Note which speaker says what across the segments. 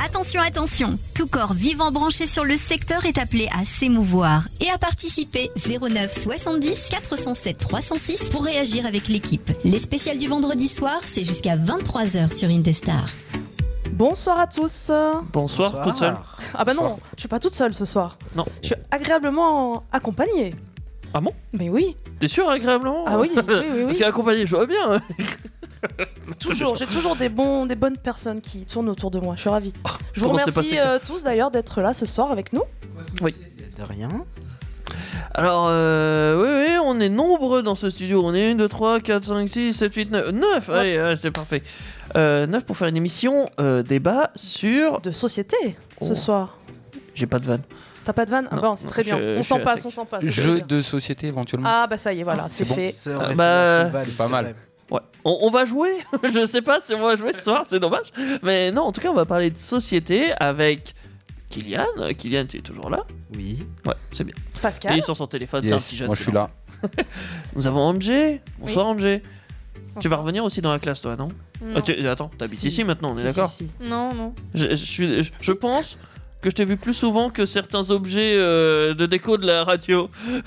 Speaker 1: Attention, attention Tout corps vivant branché sur le secteur est appelé à s'émouvoir et à participer 09 70 407 306 pour réagir avec l'équipe. Les spéciales du vendredi soir, c'est jusqu'à 23h sur Indestar.
Speaker 2: Bonsoir à tous.
Speaker 3: Bonsoir, toute seule.
Speaker 2: Ah bah non, je suis pas toute seule ce soir.
Speaker 3: Non.
Speaker 2: Je suis agréablement accompagnée.
Speaker 3: Ah bon
Speaker 2: Mais oui,
Speaker 3: T'es sûr agréablement
Speaker 2: Ah oui, oui, oui, oui.
Speaker 3: Parce qu'accompagné, je vois bien. hein.
Speaker 2: toujours. J'ai toujours des, bons, des bonnes personnes qui tournent autour de moi. Je suis ravie. Je vous
Speaker 3: Ah, Comment c'est
Speaker 2: remercie
Speaker 3: passé, toi
Speaker 2: euh, tous d'ailleurs d'être là ce soir avec nous.
Speaker 4: De rien.
Speaker 3: Alors, euh, oui, oui, on est nombreux dans ce studio. On est 1, 2, 3, 4, 5, 6, 7, 8, 9. 9 Allez, allez, c'est parfait. 9 pour faire une émission euh, débat sur.
Speaker 2: De société ce
Speaker 3: Oh.
Speaker 2: soir.
Speaker 3: J'ai pas de vanne.
Speaker 2: T'as pas de vanne Ah
Speaker 3: Non,
Speaker 2: bah c'est
Speaker 3: non,
Speaker 2: très bien.
Speaker 3: je-
Speaker 2: on
Speaker 3: je
Speaker 2: s'en
Speaker 3: suis
Speaker 2: passe,
Speaker 3: assez-
Speaker 2: on s'en passe. c'est
Speaker 5: Jeu
Speaker 2: bien.
Speaker 5: de société éventuellement.
Speaker 2: Ah bah ça y est, voilà, c'est
Speaker 4: C'est bon.
Speaker 2: fait.
Speaker 4: Ça aurait
Speaker 3: Ah,
Speaker 4: été
Speaker 3: bah,
Speaker 4: aussi mal,
Speaker 5: c'est pas mal.
Speaker 4: vrai.
Speaker 3: Ouais. On, on va jouer. je sais pas si on va jouer ce soir, c'est dommage. Mais non, en tout cas, on va parler de société avec Kylian. Euh, Kylian, tu es toujours là
Speaker 4: Oui.
Speaker 3: Ouais, c'est bien. Il
Speaker 2: Pascal,
Speaker 3: est sur son téléphone, c'est un petit
Speaker 5: Yes,
Speaker 3: jeune.
Speaker 5: moi je
Speaker 3: c'est
Speaker 5: suis là.
Speaker 3: normal. Nous avons Angé. Bonsoir Angé. Tu vas revenir aussi dans la classe, toi, non
Speaker 6: Non.
Speaker 3: Ah, tu- attends, t'habites
Speaker 2: Si.
Speaker 3: ici maintenant, on est
Speaker 2: Si,
Speaker 3: d'accord
Speaker 2: si, si.
Speaker 6: non, non.
Speaker 3: je, je suis- je- je pense que je t'ai vu plus souvent que certains objets euh, de déco de la radio. Mais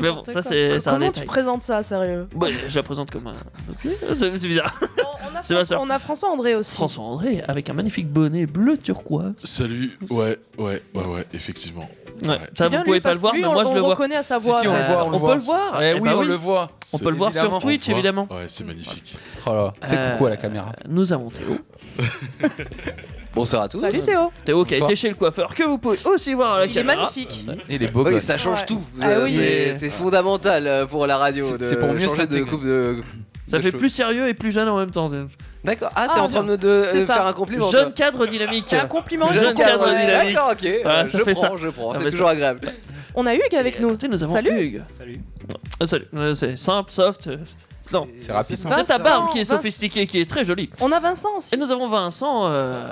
Speaker 3: bon,
Speaker 6: N'importe
Speaker 3: ça
Speaker 6: quoi.
Speaker 3: c'est c'est un
Speaker 2: Comment tu
Speaker 3: détail.
Speaker 2: présentes ça, sérieux
Speaker 3: Bah, je la présente comme un objet. C'est c'est bizarre.
Speaker 2: on, on a
Speaker 3: C'est ma
Speaker 2: François,
Speaker 3: sœur.
Speaker 2: on a François André aussi.
Speaker 3: François André avec un magnifique bonnet bleu turquoise.
Speaker 7: Salut, ouais, ouais, ouais, ouais, effectivement.
Speaker 3: Ouais,
Speaker 7: Ouais.
Speaker 2: C'est
Speaker 3: Ça vous
Speaker 2: bien,
Speaker 3: pouvez
Speaker 2: lui,
Speaker 3: pas
Speaker 2: parce
Speaker 3: le voir,
Speaker 2: que
Speaker 3: mais
Speaker 2: lui, on-
Speaker 3: moi je le
Speaker 2: On
Speaker 3: vois.
Speaker 2: reconnaît à sa voix.
Speaker 5: si, on le
Speaker 2: Euh,
Speaker 5: voit, on le
Speaker 3: peut
Speaker 5: voit.
Speaker 3: le voir.
Speaker 5: Eh
Speaker 3: Eh
Speaker 5: oui,
Speaker 3: bah
Speaker 5: on le voit.
Speaker 3: On peut le voir sur
Speaker 5: Évidemment.
Speaker 3: Twitch,
Speaker 7: On voit.
Speaker 3: évidemment.
Speaker 7: Ouais, c'est magnifique.
Speaker 5: Oh là, fais
Speaker 3: Euh,
Speaker 5: coucou à la caméra.
Speaker 3: Nous avons Théo.
Speaker 5: Bonsoir à tous.
Speaker 2: Salut Théo.
Speaker 4: Oh,
Speaker 3: Théo qui a
Speaker 5: Bonsoir.
Speaker 3: été chez le coiffeur, que vous pouvez aussi voir à la
Speaker 2: Il est
Speaker 3: caméra.
Speaker 2: magnifique.
Speaker 5: Et les beaux
Speaker 4: Oui,
Speaker 5: gosses.
Speaker 4: ça change
Speaker 2: Ouais.
Speaker 4: tout.
Speaker 2: Ah
Speaker 4: Euh,
Speaker 2: oui.
Speaker 4: c'est- C'est fondamental euh, pour la radio.
Speaker 5: C'est-
Speaker 4: de
Speaker 5: c'est pour mieux
Speaker 4: changer de
Speaker 5: s'intégrer.
Speaker 4: coupe
Speaker 3: Euh,
Speaker 4: de.
Speaker 3: Ça
Speaker 4: de
Speaker 3: fait
Speaker 4: cheveux.
Speaker 3: plus sérieux et plus jeune en même temps.
Speaker 4: D'accord. Ah,
Speaker 2: Ah,
Speaker 4: c'est en train de, de-
Speaker 2: c'est
Speaker 4: euh,
Speaker 2: ça.
Speaker 4: faire un compliment. toi.
Speaker 3: Jeune cadre dynamique.
Speaker 2: C'est un compliment.
Speaker 3: Jeune
Speaker 2: je vous
Speaker 3: cadre
Speaker 2: comprends.
Speaker 3: dynamique.
Speaker 4: D'accord, ok. euh,
Speaker 3: Voilà, ça
Speaker 4: je
Speaker 3: fait
Speaker 4: prends,
Speaker 3: ça.
Speaker 4: je prends.
Speaker 3: Ah,
Speaker 4: C'est
Speaker 3: mais
Speaker 4: toujours agréable.
Speaker 2: On a Hugues avec
Speaker 3: Et à
Speaker 2: nous.
Speaker 3: côté, nous avons
Speaker 2: Salut.
Speaker 3: Hugues. Ah, salut. Euh, C'est simple, soft. euh, Non.
Speaker 5: C'est rapide.
Speaker 4: C'est
Speaker 3: C'est ta
Speaker 2: Vincent,
Speaker 3: barbe qui est
Speaker 2: Vincent.
Speaker 3: sophistiquée, qui est très jolie.
Speaker 2: On a Vincent aussi.
Speaker 3: Et nous avons Vincent euh,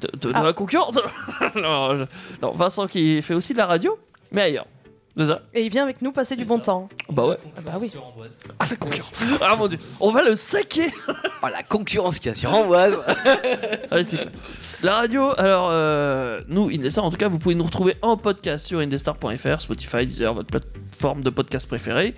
Speaker 3: de, de- de
Speaker 2: Ah.
Speaker 3: la concurrence. non, je- non, Vincent qui fait aussi de la radio, mais ailleurs. C'est ça
Speaker 2: Et il vient avec nous passer du bon temps.
Speaker 3: Bah ouais.
Speaker 2: Ah bah oui.
Speaker 3: Ah la concurrence. Ah mon dieu. On va le saquer.
Speaker 4: Oh, la concurrence qu'il y a sur Amboise.
Speaker 3: Ah oui, c'est clair. La radio, alors, euh, nous, Indestar, en tout cas, vous pouvez nous retrouver en podcast sur indestar.fr, Spotify, Deezer, votre plateforme de podcast préférée.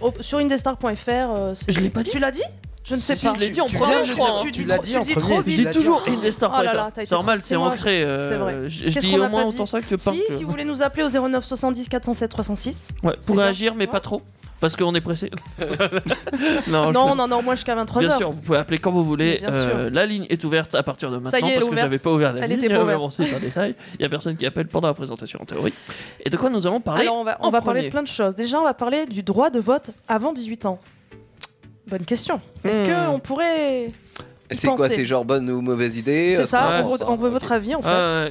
Speaker 2: Oh, sur indestar.fr. euh, c'est-
Speaker 3: Je l'ai pas dit.
Speaker 2: Tu l'as dit Je ne sais
Speaker 3: Si,
Speaker 2: pas.
Speaker 3: je l'ai dit en
Speaker 4: Tu
Speaker 3: premier,
Speaker 4: l'as-
Speaker 3: je crois. hein.
Speaker 2: Tu dis
Speaker 4: l'as
Speaker 2: trop-
Speaker 4: dit
Speaker 2: tu
Speaker 4: en
Speaker 2: dis
Speaker 4: premier.
Speaker 2: trop
Speaker 3: Je
Speaker 2: vite.
Speaker 3: dis
Speaker 4: l'as dit en-
Speaker 3: toujours
Speaker 2: Oh là là,
Speaker 3: indestar.fr.
Speaker 2: t'as été
Speaker 3: C'est normal,
Speaker 2: trop-
Speaker 3: c'est
Speaker 2: c'est moi.
Speaker 3: ancré. euh,
Speaker 2: C'est vrai.
Speaker 3: Je, je
Speaker 2: Qu'est-ce
Speaker 3: dis
Speaker 2: qu'on
Speaker 3: au
Speaker 2: a
Speaker 3: moins
Speaker 2: pas
Speaker 3: autant
Speaker 2: dit
Speaker 3: ça que euh. par
Speaker 2: Si, si vous voulez nous appeler au 09 70 407 306.
Speaker 3: Ouais, pour
Speaker 2: bien.
Speaker 3: réagir, mais pas trop. Parce qu'on est pressé. non,
Speaker 2: Non,
Speaker 3: je-
Speaker 2: non, non, moi jusqu'à 23h.
Speaker 3: Bien sûr, vous pouvez appeler quand vous voulez.
Speaker 2: Mais bien
Speaker 3: Euh, la ligne est ouverte à partir de maintenant
Speaker 2: y est, elle est
Speaker 3: parce que
Speaker 2: ouverte.
Speaker 3: j'avais pas ouvert la
Speaker 2: Elle
Speaker 3: ligne.
Speaker 2: était pas
Speaker 3: mais
Speaker 2: ouverte.
Speaker 3: bon, c'est un détail. Il y a personne qui appelle pendant la présentation en théorie. Et de quoi nous allons parler
Speaker 2: Alors on va,
Speaker 3: en
Speaker 2: on va parler
Speaker 3: premier.
Speaker 2: de plein de choses. Déjà, on va parler du droit de vote avant 18 ans. Bonne question. Est-ce
Speaker 3: Hmm.
Speaker 2: qu'on pourrait. y
Speaker 4: C'est quoi
Speaker 2: penser
Speaker 4: C'est genre bonne ou mauvaise idée
Speaker 2: C'est
Speaker 4: euh, ce
Speaker 2: ça,
Speaker 4: qu'on
Speaker 2: on,
Speaker 4: pense,
Speaker 2: veut,
Speaker 4: hein.
Speaker 2: on veut
Speaker 4: Ok.
Speaker 2: votre avis en fait.
Speaker 3: Euh,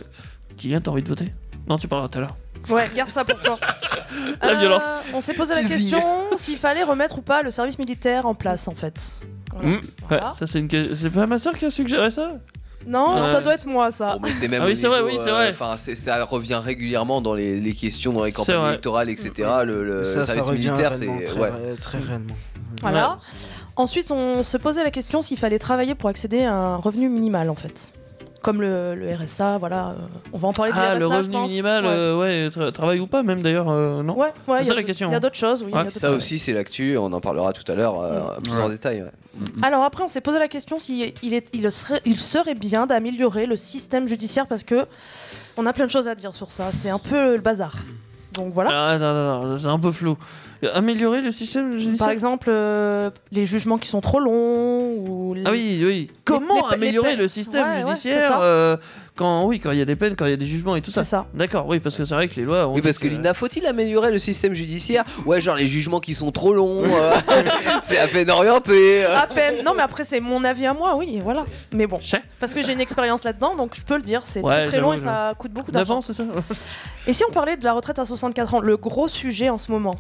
Speaker 3: Kylian, t'as envie de voter Non, tu parleras tout à l'heure.
Speaker 2: Ouais, garde ça pour toi. Euh,
Speaker 3: La violence.
Speaker 2: On s'est posé la
Speaker 4: Teasing.
Speaker 2: question s'il fallait remettre ou pas le service militaire en place en fait. Voilà.
Speaker 3: Mm.
Speaker 2: Voilà.
Speaker 3: Ouais, ça c'est une. que- C'est pas ma soeur qui a suggéré ça
Speaker 2: Non,
Speaker 3: Ouais.
Speaker 2: ça doit être moi ça.
Speaker 4: Bon, Oh, mais c'est même
Speaker 3: Ah oui,
Speaker 4: au
Speaker 3: c'est vrai,
Speaker 4: niveau,
Speaker 3: oui, c'est
Speaker 4: euh,
Speaker 3: vrai.
Speaker 4: Enfin, c'est- ça revient régulièrement dans les, les questions, dans les
Speaker 3: C'est
Speaker 4: campagnes
Speaker 3: vrai.
Speaker 4: électorales, etc. Le, le
Speaker 8: ça, ça
Speaker 4: Euh, service
Speaker 8: revient
Speaker 4: militaire, c'est
Speaker 8: réellement, très,
Speaker 4: ouais. Mm.
Speaker 8: ré- très réellement.
Speaker 2: Voilà. Ensuite, on se posait la question s'il fallait travailler pour accéder à un revenu minimal en fait. Comme le, le RSA, voilà. euh, On va en parler du
Speaker 3: Ah,
Speaker 2: RSA,
Speaker 3: le
Speaker 2: je
Speaker 3: revenu
Speaker 2: pense.
Speaker 3: minimal,
Speaker 2: Ouais,
Speaker 3: euh, ouais, tra- travail ou pas, même d'ailleurs, euh, non
Speaker 2: ouais, ouais,
Speaker 3: C'est
Speaker 2: il y
Speaker 3: ça la
Speaker 2: a d'autres-
Speaker 3: question. hein.
Speaker 2: Il y a d'autres choses, oui. il y a
Speaker 3: Ouais,
Speaker 2: d'autres
Speaker 4: Ça
Speaker 2: choses.
Speaker 4: aussi, c'est l'actu, on en parlera tout à l'heure euh, plus en détail. ouais.
Speaker 2: Alors après, on s'est posé la question si il, est, il serait, il serait bien d'améliorer le système judiciaire parce que on a plein de choses à dire sur ça. C'est un peu le bazar. Donc voilà.
Speaker 3: Ah, non, non, non, c'est un peu flou. Euh, Améliorer le système judiciaire
Speaker 2: Par exemple, euh, les jugements qui sont trop longs ou les-
Speaker 3: Ah oui, oui. Comment
Speaker 2: les pe- les
Speaker 3: améliorer
Speaker 2: peines.
Speaker 3: le système
Speaker 2: Ouais, ouais, c'est
Speaker 3: judiciaire
Speaker 2: ça.
Speaker 3: euh, quand oui, quand il y a des peines, quand il y a des jugements et tout ça.
Speaker 2: c'est ça.
Speaker 3: D'accord, oui, parce que c'est vrai que les lois. ont
Speaker 4: Oui,
Speaker 3: dit
Speaker 4: parce que l'INA, faut-il améliorer le système judiciaire Ouais, genre les jugements qui sont trop longs, euh, c'est à peine orienté. euh.
Speaker 2: À peine. Non, mais après c'est mon avis à moi, oui, voilà. Mais bon,
Speaker 3: Chais.
Speaker 2: parce que j'ai une expérience là-dedans, donc je peux le dire. C'est
Speaker 3: Ouais,
Speaker 2: très très
Speaker 3: j'avoue,
Speaker 2: long et ça coûte beaucoup d'argent.
Speaker 3: D'avant, c'est ça
Speaker 2: Et si on parlait de la retraite à 64 ans, le gros sujet en ce moment.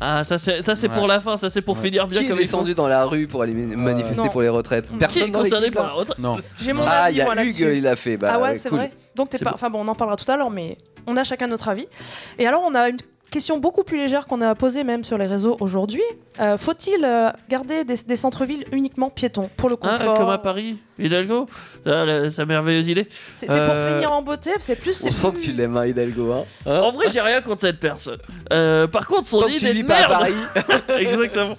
Speaker 3: Ah, ça c'est ça, c'est
Speaker 8: Ouais.
Speaker 3: pour la fin, ça c'est pour
Speaker 8: Ouais.
Speaker 3: finir bien
Speaker 4: Qui est
Speaker 3: comme ils font.
Speaker 4: descendu dans la rue pour aller mani- manifester
Speaker 2: Non.
Speaker 4: pour les retraites
Speaker 3: Qui est
Speaker 4: Personne dans
Speaker 3: concerné
Speaker 4: l'équipe
Speaker 3: par la
Speaker 4: là
Speaker 3: retraite
Speaker 5: Non.
Speaker 2: J'ai mon
Speaker 4: Ah, il
Speaker 2: avis
Speaker 4: y
Speaker 2: moi
Speaker 4: a
Speaker 2: là-dessus.
Speaker 4: Hugues, il a fait. Bah,
Speaker 2: ah ouais,
Speaker 4: ouais,
Speaker 2: c'est
Speaker 4: cool.
Speaker 2: vrai. Donc t'es
Speaker 3: C'est
Speaker 2: pas.
Speaker 3: bon.
Speaker 2: Enfin bon, on en parlera tout à l'heure, mais on a chacun notre avis. Et alors on a une question beaucoup plus légère qu'on a posée même sur les réseaux aujourd'hui. Euh, Faut-il euh, garder des, des centres-villes uniquement piétons pour le
Speaker 3: Hein,
Speaker 2: confort
Speaker 3: comme à Paris, Hidalgo, Ah, la- sa merveilleuse idée.
Speaker 2: C'est c'est pour
Speaker 3: Euh,
Speaker 2: finir en beauté, c'est plus.
Speaker 4: On
Speaker 2: c'est
Speaker 4: sent que
Speaker 2: plus-
Speaker 4: tu l'aimes, hein, Hidalgo. Hein.
Speaker 3: En vrai, j'ai rien contre cette personne. Euh, par contre, son
Speaker 4: Tant que
Speaker 3: idée
Speaker 4: tu
Speaker 3: de
Speaker 4: vis pas à
Speaker 3: merde.
Speaker 4: Paris.
Speaker 3: Exactement.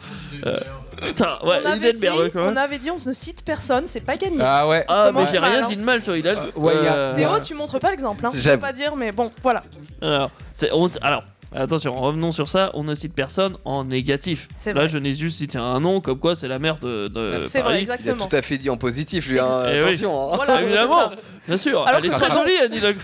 Speaker 3: Euh, putain, ouais,
Speaker 2: on, avait
Speaker 3: l'idée de
Speaker 2: dit,
Speaker 3: merde quand
Speaker 2: on
Speaker 3: même.
Speaker 2: avait dit on ne cite personne, c'est pas gagné.
Speaker 5: Ah ouais.
Speaker 3: Ah, mais
Speaker 2: Comment
Speaker 3: j'ai
Speaker 2: on
Speaker 3: rien
Speaker 2: balance
Speaker 3: dit de mal sur Hidalgo.
Speaker 5: Ouais, y a-
Speaker 3: Euh,
Speaker 2: Théo, tu montres pas l'exemple, hein. je peux
Speaker 4: J'avoue.
Speaker 2: pas dire, mais bon, voilà.
Speaker 3: Alors, c'est- on- alors, attention, revenons sur ça. On ne cite personne en négatif.
Speaker 2: C'est
Speaker 3: Là,
Speaker 2: vrai. Bah,
Speaker 3: je n'ai juste cité un nom, comme quoi c'est la merde de, de
Speaker 2: C'est vrai,
Speaker 3: Paris.
Speaker 4: Il a
Speaker 2: exactement.
Speaker 4: tout à fait dit en positif, lui. hein.
Speaker 3: Eh oui.
Speaker 4: Attention. hein.
Speaker 2: Voilà,
Speaker 3: Évidemment,
Speaker 2: c'est ça.
Speaker 3: bien sûr.
Speaker 2: Alors
Speaker 3: Elle est
Speaker 2: que
Speaker 3: très
Speaker 2: très
Speaker 3: jolie, Anne Hidalgo.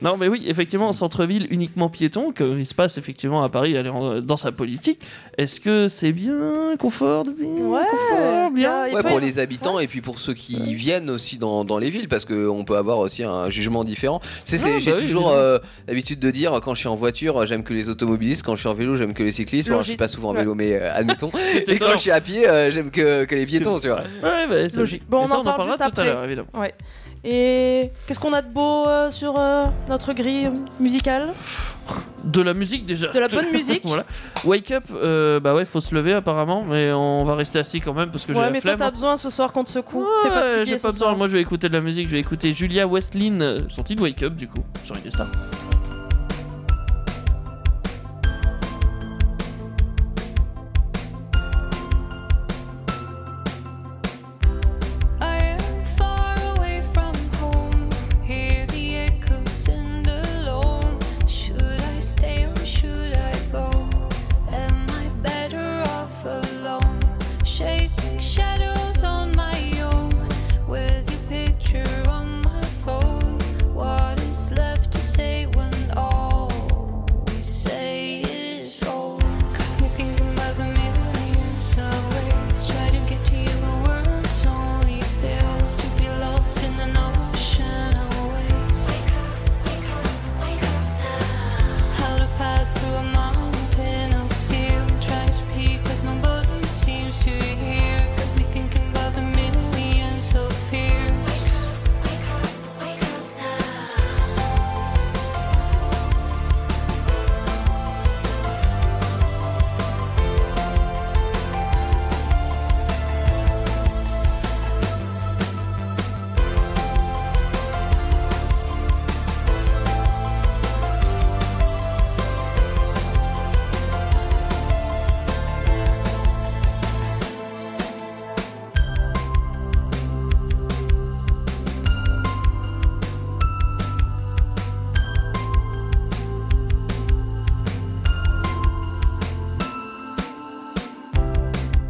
Speaker 3: Non, mais oui, effectivement, en centre-ville uniquement piéton, comme il se passe effectivement à Paris, elle est en- dans sa politique. Est-ce que c'est bien, confort, bien,
Speaker 2: Ouais,
Speaker 3: confort, bien
Speaker 2: il
Speaker 4: Ouais,
Speaker 2: peut
Speaker 4: pour
Speaker 2: y-
Speaker 4: les habitants et puis pour ceux qui viennent aussi dans, dans les villes, parce qu'on peut avoir aussi un jugement différent. Tu sais, c'est-
Speaker 3: Ouais,
Speaker 4: j'ai
Speaker 3: bah oui,
Speaker 4: toujours
Speaker 3: évidemment.
Speaker 4: euh, l'habitude de dire quand je suis en voiture, j'aime que les automobilistes, quand je suis en vélo, j'aime que les cyclistes. Bon, je suis
Speaker 2: Logique.
Speaker 4: pas souvent en vélo, mais euh, admettons. et
Speaker 3: étonnant.
Speaker 4: quand je suis à pied, euh, j'aime que, que les piétons, tu vois.
Speaker 3: Ouais, bah, c'est
Speaker 2: Logique.
Speaker 3: logique.
Speaker 2: Bon,
Speaker 3: Et
Speaker 2: on
Speaker 3: ça,
Speaker 2: en parle
Speaker 3: parlera
Speaker 2: juste
Speaker 3: tout à
Speaker 2: après.
Speaker 3: l'heure, évidemment.
Speaker 2: Et qu'est-ce qu'on a de beau euh, sur euh, notre grille euh, musicale
Speaker 3: De la musique déjà.
Speaker 2: De la bonne musique.
Speaker 3: voilà. Wake up, euh, bah ouais, faut se lever apparemment, mais on va rester assis quand même parce que j'ai
Speaker 2: Ouais,
Speaker 3: la
Speaker 2: mais toi,
Speaker 3: flemme. hein.
Speaker 2: t'as besoin ce soir qu'on te secoue. T'es
Speaker 3: Ouais,
Speaker 2: fatigué.
Speaker 3: Euh, j'ai
Speaker 2: ce
Speaker 3: pas besoin.
Speaker 2: soir.
Speaker 3: Moi, je vais écouter de la musique. Je vais écouter Julia Westlin, euh, son titre Wake Up, du coup, sur Indestar.
Speaker 6: I am far away from home. Hear the echo send alone. Should I stay or should I go? Am I better off alone? Chasing shadows on my own. With your picture on my phone. What is left to say when all we say is old? Got me thinking about the millions of ways. Try to get to you, but words only fails to be lost in an ocean of waves. Wake up, wake up, wake up now. How to pass through a mountain of steel. Try to speak, but nobody seems to hear. Got me thinking about the millions of fears. Wake up, wake up, wake up now.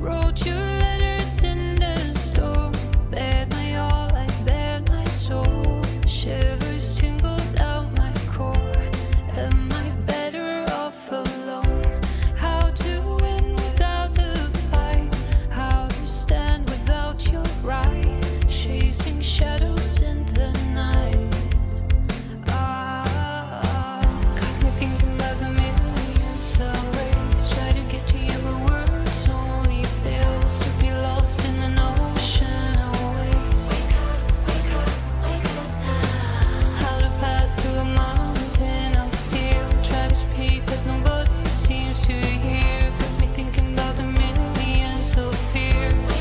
Speaker 6: Wrote you letters in the storm. Bared my all, I bared my soul. Shivers tingled down my core. Am I better off alone? How to win without the fight? How to stand without your right? Chasing shadows in the night. Ah, Got me thinking about the millions of ways. Try to get to you, but words only fails to be lost in an ocean of waves. Wake up, wake up, wake up now. How to pass through a mountain of steel. Try to speak, but nobody seems to hear. Got me thinking about the millions of fears.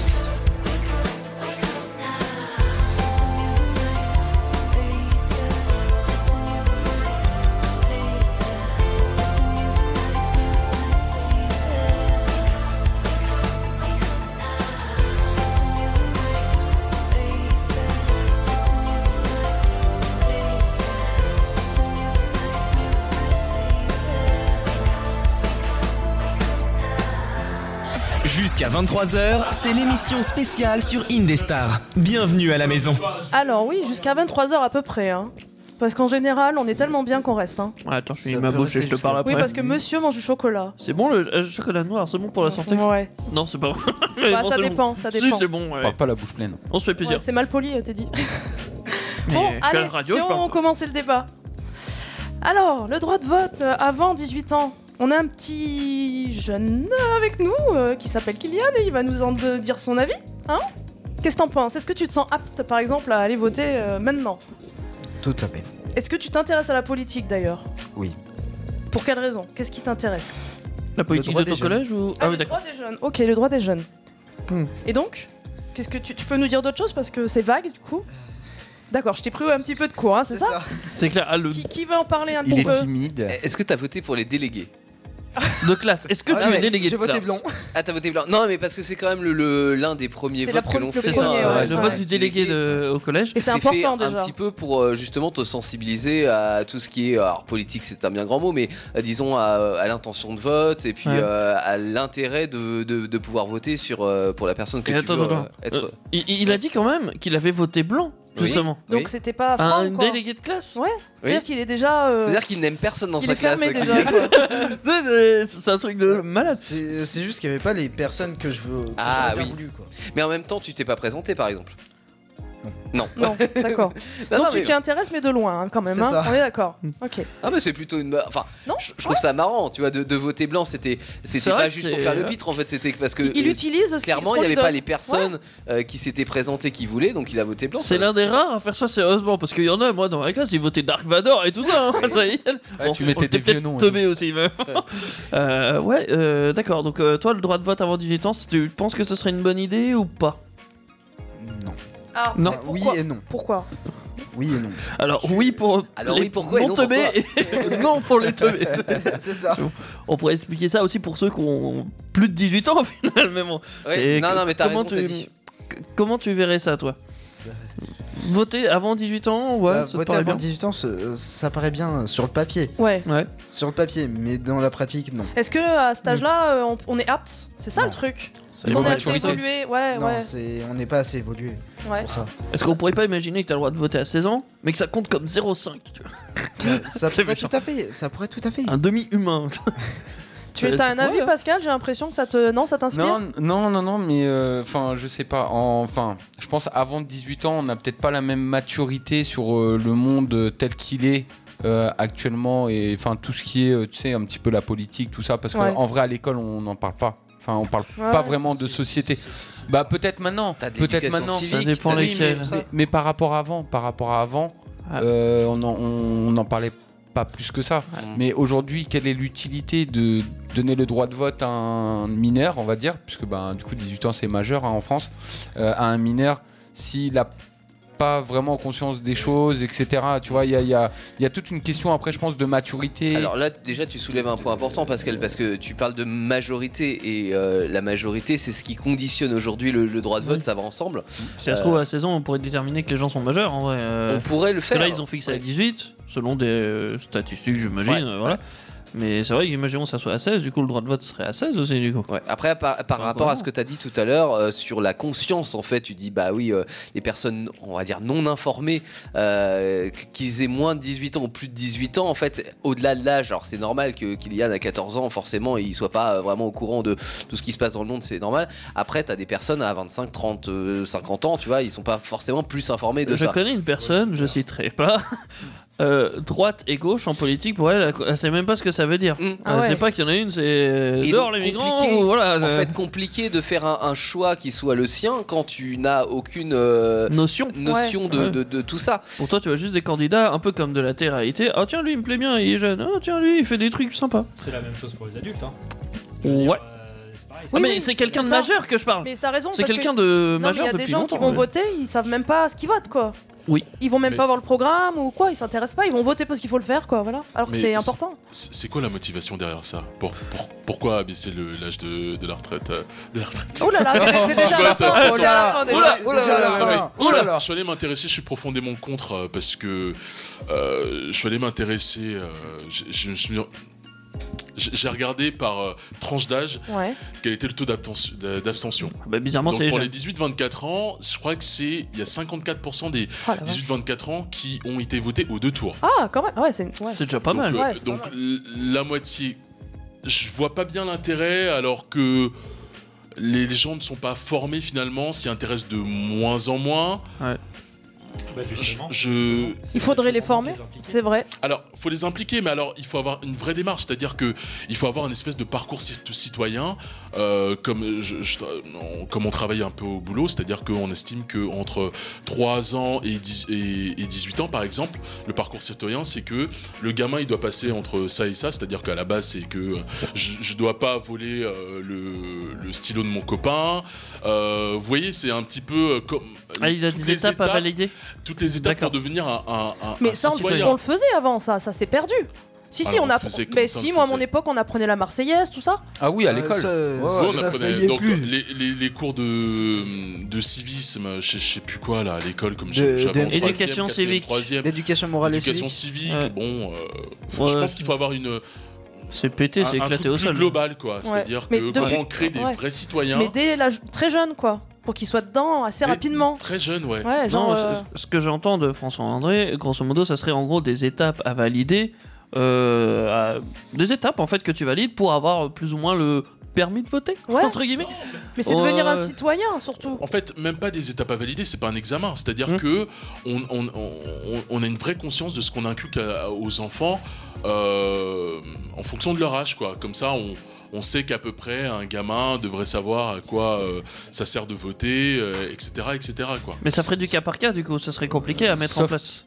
Speaker 6: Wake up, wake up, wake up now. It's a new life, baby. It's a new life, baby. It's a new life, new life, baby. Wake up, wake up now. It's a new life, baby. It's a new life, baby. It's a new life, new life, baby.
Speaker 8: Jusqu'à 23h, c'est l'émission spéciale sur Indestar. Bienvenue à la maison.
Speaker 2: Alors, oui, jusqu'à 23h à peu près. hein. Parce qu'en général, on est tellement bien qu'on reste. hein.
Speaker 3: Ouais, Ah, attends, je finis
Speaker 4: Ça
Speaker 3: ma
Speaker 4: peut
Speaker 3: bouche et je te
Speaker 4: rester
Speaker 3: parle après.
Speaker 2: Oui, parce que monsieur mange du chocolat.
Speaker 3: C'est bon le euh, chocolat noir, c'est bon pour la santé.
Speaker 2: Ouais.
Speaker 3: Non, c'est pas bon.
Speaker 2: Bah,
Speaker 3: Bon,
Speaker 2: ça
Speaker 3: c'est bon.
Speaker 2: dépend, ça
Speaker 3: Si,
Speaker 2: dépend.
Speaker 3: c'est bon. ouais.
Speaker 5: Parle pas la bouche pleine.
Speaker 3: On se fait
Speaker 2: Ouais,
Speaker 3: plaisir.
Speaker 2: c'est mal poli, euh, t'es dit.
Speaker 3: Mais
Speaker 2: Bon,
Speaker 3: je suis à
Speaker 2: allez,
Speaker 3: la radio,
Speaker 2: si
Speaker 3: je
Speaker 2: on
Speaker 3: parle.
Speaker 2: commence le débat. Alors, le droit de vote euh, avant 18 ans. On a un petit jeune avec nous euh, qui s'appelle Kylian et il va nous en de- dire son avis. Hein Qu'est-ce que t'en penses Est-ce que tu te sens apte, par exemple, à aller voter euh, maintenant
Speaker 9: Tout à fait.
Speaker 2: Est-ce que tu t'intéresses à la politique, d'ailleurs
Speaker 9: Oui.
Speaker 2: Pour quelle raison Qu'est-ce qui t'intéresse
Speaker 3: La politique
Speaker 4: droit
Speaker 3: de ton
Speaker 4: des jeunes.
Speaker 3: collège ou Ah oui,
Speaker 2: le
Speaker 3: d'accord.
Speaker 2: droit des jeunes. Ok, le droit des jeunes.
Speaker 3: Hmm.
Speaker 2: Et donc Qu'est-ce que tu, tu peux nous dire d'autres choses parce que c'est vague du coup D'accord, je t'ai pris un petit peu de cours, hein, c'est ça,
Speaker 3: C'est clair. Ah, le...
Speaker 2: qui, qui veut en parler un
Speaker 5: Il
Speaker 2: petit
Speaker 5: est
Speaker 2: peu Euh,
Speaker 5: timide.
Speaker 4: Est-ce que t'as voté pour les délégués
Speaker 3: De classe. Est-ce que
Speaker 5: Ah,
Speaker 3: tu es
Speaker 5: mais
Speaker 3: délégué
Speaker 5: J'ai
Speaker 3: de
Speaker 5: voté
Speaker 3: classe
Speaker 5: blanc.
Speaker 4: Ah, t'as voté blanc Non, mais parce que c'est quand même l'un le, l'un des premiers
Speaker 2: C'est
Speaker 4: votes
Speaker 2: la
Speaker 4: que
Speaker 2: pro-
Speaker 4: l'on
Speaker 2: le
Speaker 4: fait.
Speaker 3: C'est ça,
Speaker 2: premier,
Speaker 3: euh,
Speaker 2: ouais,
Speaker 3: le
Speaker 2: ouais.
Speaker 3: vote du délégué de... au collège.
Speaker 2: Et c'est
Speaker 4: C'est fait
Speaker 2: important
Speaker 4: un
Speaker 2: déjà.
Speaker 4: petit peu pour euh, justement te sensibiliser à tout ce qui est alors politique c'est un bien grand mot mais euh, disons à, à l'intention de vote et puis
Speaker 3: Ouais.
Speaker 4: euh, à l'intérêt de, de- de pouvoir voter sur euh, pour la personne que
Speaker 3: Et
Speaker 4: tu
Speaker 3: attends,
Speaker 4: veux
Speaker 3: attends,
Speaker 4: euh,
Speaker 3: attends.
Speaker 4: être
Speaker 3: Euh, il, il a dit quand même qu'il avait voté blanc,
Speaker 4: Oui.
Speaker 3: justement.
Speaker 2: Donc
Speaker 4: Oui.
Speaker 2: c'était pas
Speaker 3: Un
Speaker 2: Franck, quoi.
Speaker 3: délégué de classe.
Speaker 2: Ouais. C'est-à-dire qu'il est déjà. euh,
Speaker 4: c'est-à-dire qu'il n'aime personne dans
Speaker 2: il
Speaker 4: sa
Speaker 2: est
Speaker 4: classe
Speaker 2: fermé
Speaker 4: euh,
Speaker 2: déjà.
Speaker 4: qui-
Speaker 2: quoi.
Speaker 3: C'est c'est un truc de malade.
Speaker 5: C'est c'est juste qu'il n'y avait pas les personnes que je veux. que
Speaker 4: Ah,
Speaker 5: j'aurais bien
Speaker 4: oui.
Speaker 5: voulu, quoi.
Speaker 4: mais en même temps tu t'es pas présenté par exemple non
Speaker 2: Non, d'accord.
Speaker 4: Non,
Speaker 2: Donc
Speaker 4: non,
Speaker 2: tu
Speaker 4: mais-
Speaker 2: t'y intéresses, mais de loin hein, quand même.
Speaker 5: C'est
Speaker 2: hein.
Speaker 5: ça.
Speaker 2: On est d'accord.
Speaker 5: Hmm.
Speaker 2: Ok.
Speaker 4: Ah mais c'est plutôt une ma- enfin
Speaker 2: Non
Speaker 4: je, je trouve ça marrant tu vois de, de voter blanc c'était
Speaker 3: C'est
Speaker 4: c'était
Speaker 3: vrai
Speaker 4: pas
Speaker 3: que
Speaker 4: juste
Speaker 3: c'est-
Speaker 4: pour faire le pitre en fait c'était parce que
Speaker 2: Il, il
Speaker 4: euh,
Speaker 2: utilise. ce qui-
Speaker 4: clairement
Speaker 2: ce
Speaker 4: il n'y
Speaker 2: qu'on lui
Speaker 4: avait pas
Speaker 2: donne.
Speaker 4: les personnes euh, qui s'étaient présentées qui voulaient donc il a voté blanc
Speaker 3: C'est
Speaker 4: ça-
Speaker 3: l'un des rares à faire ça sérieusement parce qu'il y en a moi dans ma classe ils votaient Dark Vador et tout ça. hein, ça y est. On-
Speaker 5: tu
Speaker 3: on
Speaker 5: mettais
Speaker 3: était
Speaker 5: des vieux
Speaker 3: peut-être
Speaker 5: noms et
Speaker 3: teubés aussi mais. Euh, ouais euh, d'accord donc euh, toi le droit de vote avant 18 ans tu penses que ce serait une bonne idée ou pas
Speaker 5: Non.
Speaker 2: Ah,
Speaker 3: Non.
Speaker 2: mais
Speaker 5: Oui
Speaker 2: pourquoi
Speaker 5: et non.
Speaker 2: Pourquoi
Speaker 5: Oui et non.
Speaker 3: Alors oui pour
Speaker 4: Alors,
Speaker 3: les
Speaker 4: oui, pourquoi et
Speaker 3: non
Speaker 4: non,
Speaker 3: teubés et non pour les teubés.
Speaker 5: c'est ça.
Speaker 3: On pourrait expliquer ça aussi pour ceux qui ont plus de 18 ans finalement.
Speaker 4: Ouais,
Speaker 3: C'est
Speaker 4: non
Speaker 3: que-
Speaker 4: non mais t'as
Speaker 3: comment
Speaker 4: raison t'as
Speaker 3: tu-
Speaker 4: dit.
Speaker 3: c- Comment tu verrais ça toi Voter avant 18 ans ouais
Speaker 5: Bah,
Speaker 3: ça te
Speaker 5: voter
Speaker 3: paraît bien.
Speaker 5: avant 18 ans, ce- ça paraît bien euh, sur le papier.
Speaker 2: Ouais.
Speaker 3: Ouais.
Speaker 5: Sur le papier, mais dans la pratique, non.
Speaker 2: Est-ce que à cet âge-là, euh, on, on est apte C'est ça
Speaker 5: Hmm. Non.
Speaker 2: le truc.
Speaker 3: Ça
Speaker 5: Ils
Speaker 2: On
Speaker 5: vont
Speaker 2: est
Speaker 5: pas
Speaker 2: assez
Speaker 5: maturité.
Speaker 2: évolué. Ouais,
Speaker 5: Non,
Speaker 2: ouais,
Speaker 5: c'est on n'est pas assez évolué
Speaker 2: ouais.
Speaker 5: pour ça.
Speaker 3: Est-ce qu'on pourrait pas imaginer que t'as le droit de voter à 16 ans, mais que ça compte comme 0,5 tu vois
Speaker 5: Euh, ça
Speaker 3: C'est
Speaker 5: pourrait
Speaker 3: méchant. Ah,
Speaker 5: tout à fait. Ça pourrait tout à fait.
Speaker 3: Un demi-humain.
Speaker 2: Tu
Speaker 3: Ouais,
Speaker 2: as
Speaker 3: c'est-
Speaker 2: un avis,
Speaker 3: ouais.
Speaker 2: Pascal J'ai l'impression que ça te. Non, ça t'inspire
Speaker 9: Non, non, non, non, mais euh, enfin, je sais pas. En- Enfin, je pense avant 18 ans, on n'a peut-être pas la même maturité sur euh, le monde euh, tel qu'il est euh, actuellement et enfin tout ce qui est, euh, tu sais, un petit peu la politique, tout ça, parce
Speaker 2: Ouais.
Speaker 9: qu'en vrai à l'école, on n'en parle pas. Enfin, on parle
Speaker 2: Ouais.
Speaker 9: pas vraiment de société. Bah peut-être maintenant,
Speaker 4: T'as de
Speaker 9: peut-être
Speaker 4: l'éducation
Speaker 9: maintenant.
Speaker 4: civique,
Speaker 3: Ça dépend
Speaker 4: t'as des-
Speaker 3: lesquels.
Speaker 4: mais-
Speaker 9: Mais, mais par rapport à avant, par rapport à avant,
Speaker 3: Ah.
Speaker 9: euh, on n'en on, on en parlait pas plus que ça.
Speaker 4: Ouais.
Speaker 9: Mais aujourd'hui, quelle est l'utilité de donner le droit de vote à un mineur, on va dire, puisque ben, du coup 18 ans c'est majeur hein, en France, euh, à un mineur s'il n'a pas vraiment conscience des choses, etc. Tu vois, il y a, il y a- il y a toute une question après, je pense, de maturité.
Speaker 4: Alors là, déjà, tu soulèves un point important, Pascal, parce que tu parles de majorité et euh, la majorité, c'est ce qui conditionne aujourd'hui le, le droit de vote.
Speaker 3: Oui.
Speaker 4: Ça va ensemble. Euh,
Speaker 3: Si ça se trouve, à 16 ans, on pourrait déterminer que les gens sont majeurs en vrai. euh,
Speaker 4: On pourrait le
Speaker 3: parce que
Speaker 4: faire.
Speaker 3: là, ils ont fixé à
Speaker 4: Ouais.
Speaker 3: 18, selon des euh, statistiques, j'imagine.
Speaker 4: Ouais,
Speaker 3: euh, voilà. Mais c'est vrai, imaginons que ça soit à 16, du coup, le droit de vote serait à 16 aussi, du coup.
Speaker 4: Ouais. Après, par, par
Speaker 3: Ah,
Speaker 4: rapport à
Speaker 3: voilà.
Speaker 4: ce que tu as dit tout à l'heure euh, sur la conscience, en fait, tu dis bah oui, euh, les personnes, on va dire non informées, euh, qu- qu'ils aient moins de 18 ans ou plus de 18 ans, en fait, au-delà de l'âge, alors c'est normal que Kylian à 14 ans, forcément, il soit pas euh, vraiment au courant de tout ce qui se passe dans le monde, c'est normal. Après, tu as des personnes à 25, 30, euh, 50 ans, tu vois, ils sont pas forcément plus informés de
Speaker 3: Je
Speaker 4: ça.
Speaker 3: connais une personne, je citerai pas. euh, droite et gauche en politique, pour elle, elle sait même pas ce que ça veut dire.
Speaker 4: Mm.
Speaker 2: Ah
Speaker 3: Elle
Speaker 2: ouais.
Speaker 3: sait pas qu'il y en a une, c'est
Speaker 4: Et
Speaker 3: dehors les
Speaker 4: donc,
Speaker 3: migrants,
Speaker 4: compliqué.
Speaker 3: ou voilà.
Speaker 4: En
Speaker 3: euh,
Speaker 4: fait, compliqué de faire un, un choix qui soit le sien quand tu n'as aucune euh,
Speaker 3: notion.
Speaker 4: notion de,
Speaker 3: Ouais.
Speaker 4: de- de tout ça.
Speaker 3: Pour toi, tu vois juste des candidats un peu comme de la télé-réalité. Ah tiens, lui, il me plaît bien, il est jeune. Ah tiens, lui, il fait des trucs sympas.
Speaker 10: C'est la même chose pour les adultes. Hein. Je veux dire,
Speaker 3: Ouais.
Speaker 10: euh, c'est pareil,
Speaker 3: ah,
Speaker 10: c'est-
Speaker 3: mais
Speaker 2: oui,
Speaker 3: c'est
Speaker 2: c'est
Speaker 3: quelqu'un de
Speaker 2: ça.
Speaker 3: majeur que je parle.
Speaker 2: Mais t'as raison.
Speaker 3: C'est
Speaker 2: parce que-
Speaker 3: quelqu'un de
Speaker 2: Non, mais
Speaker 3: majeur
Speaker 2: Il y a des
Speaker 3: depuis
Speaker 2: gens qui
Speaker 3: longtemps.
Speaker 2: vont
Speaker 3: mais-
Speaker 2: voter, ils savent même pas ce qu'ils votent, quoi.
Speaker 3: Oui.
Speaker 2: Ils vont même
Speaker 7: Mais-
Speaker 2: pas voir le programme ou quoi, ils s'intéressent pas, ils vont voter parce qu'il faut le faire, quoi, voilà. Alors que
Speaker 7: Mais
Speaker 2: c'est
Speaker 7: c'est-
Speaker 2: important.
Speaker 7: C'est c'est quoi la motivation derrière ça Pour- pour- Pourquoi abaisser le- l'âge de, de la retraite euh, De la retraite
Speaker 2: Oh là là, t'es- t'es déjà à la fin,
Speaker 7: Oh
Speaker 2: t'es déjà à la fin,
Speaker 5: Oh
Speaker 2: déjà.
Speaker 5: là, oh là là là là.
Speaker 7: Je suis- Je suis allé m'intéresser, je suis profondément contre euh, parce que euh, je suis allé m'intéresser. euh, je- je me suis- j'ai j'ai regardé par euh, tranche d'âge
Speaker 2: Ouais.
Speaker 7: quel était le taux d'abstention- d'a- d'abstention.
Speaker 3: Ah, Bah, bizarrement,
Speaker 7: Donc
Speaker 3: c'est les
Speaker 7: pour
Speaker 3: jeunes.
Speaker 7: les 18-24 ans, je crois que c'est il y a 54% des
Speaker 2: Oh la vache.
Speaker 7: 18-24 ans qui ont été votés aux deux tours.
Speaker 2: Ah, quand même, ouais, c'est. ouais.
Speaker 3: C'est déjà pas
Speaker 7: donc,
Speaker 3: mal.
Speaker 7: euh,
Speaker 2: Ouais, c'est
Speaker 7: donc,
Speaker 2: pas
Speaker 7: l- la moitié, je vois pas bien l'intérêt alors que les gens ne sont pas formés finalement, s'y intéressent de moins en moins.
Speaker 3: Ouais.
Speaker 10: Bah, justement.
Speaker 7: Je,
Speaker 2: Il faudrait les former, c'est vrai.
Speaker 7: Alors, faut les impliquer, mais alors il faut avoir une vraie démarche, c'est-à-dire que il faut avoir une espèce de parcours ci- citoyen, euh, comme, je- je- on, comme on travaille un peu au boulot, c'est-à-dire qu'on estime que entre 3 ans et, 10 et- et 18 ans, par exemple, le parcours citoyen, c'est que le gamin, il doit passer entre ça et ça, c'est-à-dire qu'à la base, c'est que euh, je, ne dois pas voler euh, le, le stylo de mon copain. Euh, vous voyez, c'est un petit peu euh, comme
Speaker 3: Ah, il a
Speaker 7: toutes
Speaker 3: des
Speaker 7: les
Speaker 3: étapes à valider.
Speaker 7: toutes les étapes pour
Speaker 3: D'accord.
Speaker 7: devenir un, un- un-
Speaker 2: Mais
Speaker 7: un
Speaker 2: ça, on,
Speaker 7: citoyen.
Speaker 2: on le faisait avant, ça, ça s'est perdu. Si, si,
Speaker 7: Alors,
Speaker 2: on
Speaker 7: on
Speaker 2: a.
Speaker 7: faisait comme
Speaker 2: Mais
Speaker 7: ça, on
Speaker 2: si,
Speaker 7: le
Speaker 2: moi, à mon
Speaker 7: faisait.
Speaker 2: époque, on apprenait la Marseillaise, tout ça.
Speaker 9: Ah oui, à l'école.
Speaker 5: Ça,
Speaker 7: Ouais,
Speaker 5: euh,
Speaker 7: on
Speaker 5: ça, ça
Speaker 7: apprenait
Speaker 5: y est
Speaker 7: donc
Speaker 5: plus.
Speaker 7: les, les- les cours de, de civisme, je sais, je sais plus quoi là, à l'école comme
Speaker 5: De-
Speaker 7: j'ai- j'avais en
Speaker 5: de-
Speaker 7: troisième,
Speaker 3: Éducation
Speaker 7: quatrième,
Speaker 3: civique.
Speaker 7: troisième,
Speaker 5: D'éducation morale et
Speaker 7: éducation
Speaker 5: civique.
Speaker 7: civique.
Speaker 3: Ouais.
Speaker 7: Bon, euh, faut- je
Speaker 3: Ouais.
Speaker 7: pense qu'il faut avoir une
Speaker 3: C'est pété,
Speaker 7: un,
Speaker 3: c'est
Speaker 7: un
Speaker 3: éclaté
Speaker 7: truc
Speaker 3: au
Speaker 7: plus
Speaker 3: sol.
Speaker 7: global quoi, c'est-à-dire
Speaker 2: Mais
Speaker 7: que
Speaker 2: depuis-
Speaker 7: comment on crée des
Speaker 2: Ouais.
Speaker 7: vrais citoyens
Speaker 2: Mais dès l'âge très jeune, quoi. Pour qu'ils soient dedans assez
Speaker 7: dès-
Speaker 2: rapidement.
Speaker 7: très jeunes, ouais.
Speaker 2: Ouais, genre.
Speaker 3: Non,
Speaker 2: euh,
Speaker 3: ce, ce que j'entends de François André, grosso modo, ça serait en gros des étapes à valider, euh, à- des étapes en fait que tu valides pour avoir plus ou moins le permis de voter,
Speaker 2: Ouais.
Speaker 3: entre guillemets.
Speaker 2: Mais c'est devenir un
Speaker 3: Euh,
Speaker 2: citoyen, surtout.
Speaker 7: En fait, même pas des étapes à valider, c'est pas un examen. C'est-à-dire
Speaker 3: Mm.
Speaker 7: que on, on- on- on a une vraie conscience de ce qu'on inculque à- aux enfants euh, en fonction de leur âge, quoi. Comme ça, on, on sait qu'à peu près un gamin devrait savoir à quoi euh, ça sert de voter, euh, etc., etc., quoi.
Speaker 3: Mais ça ferait du cas par cas, du coup, ça serait compliqué à mettre en
Speaker 9: sauf-
Speaker 3: place.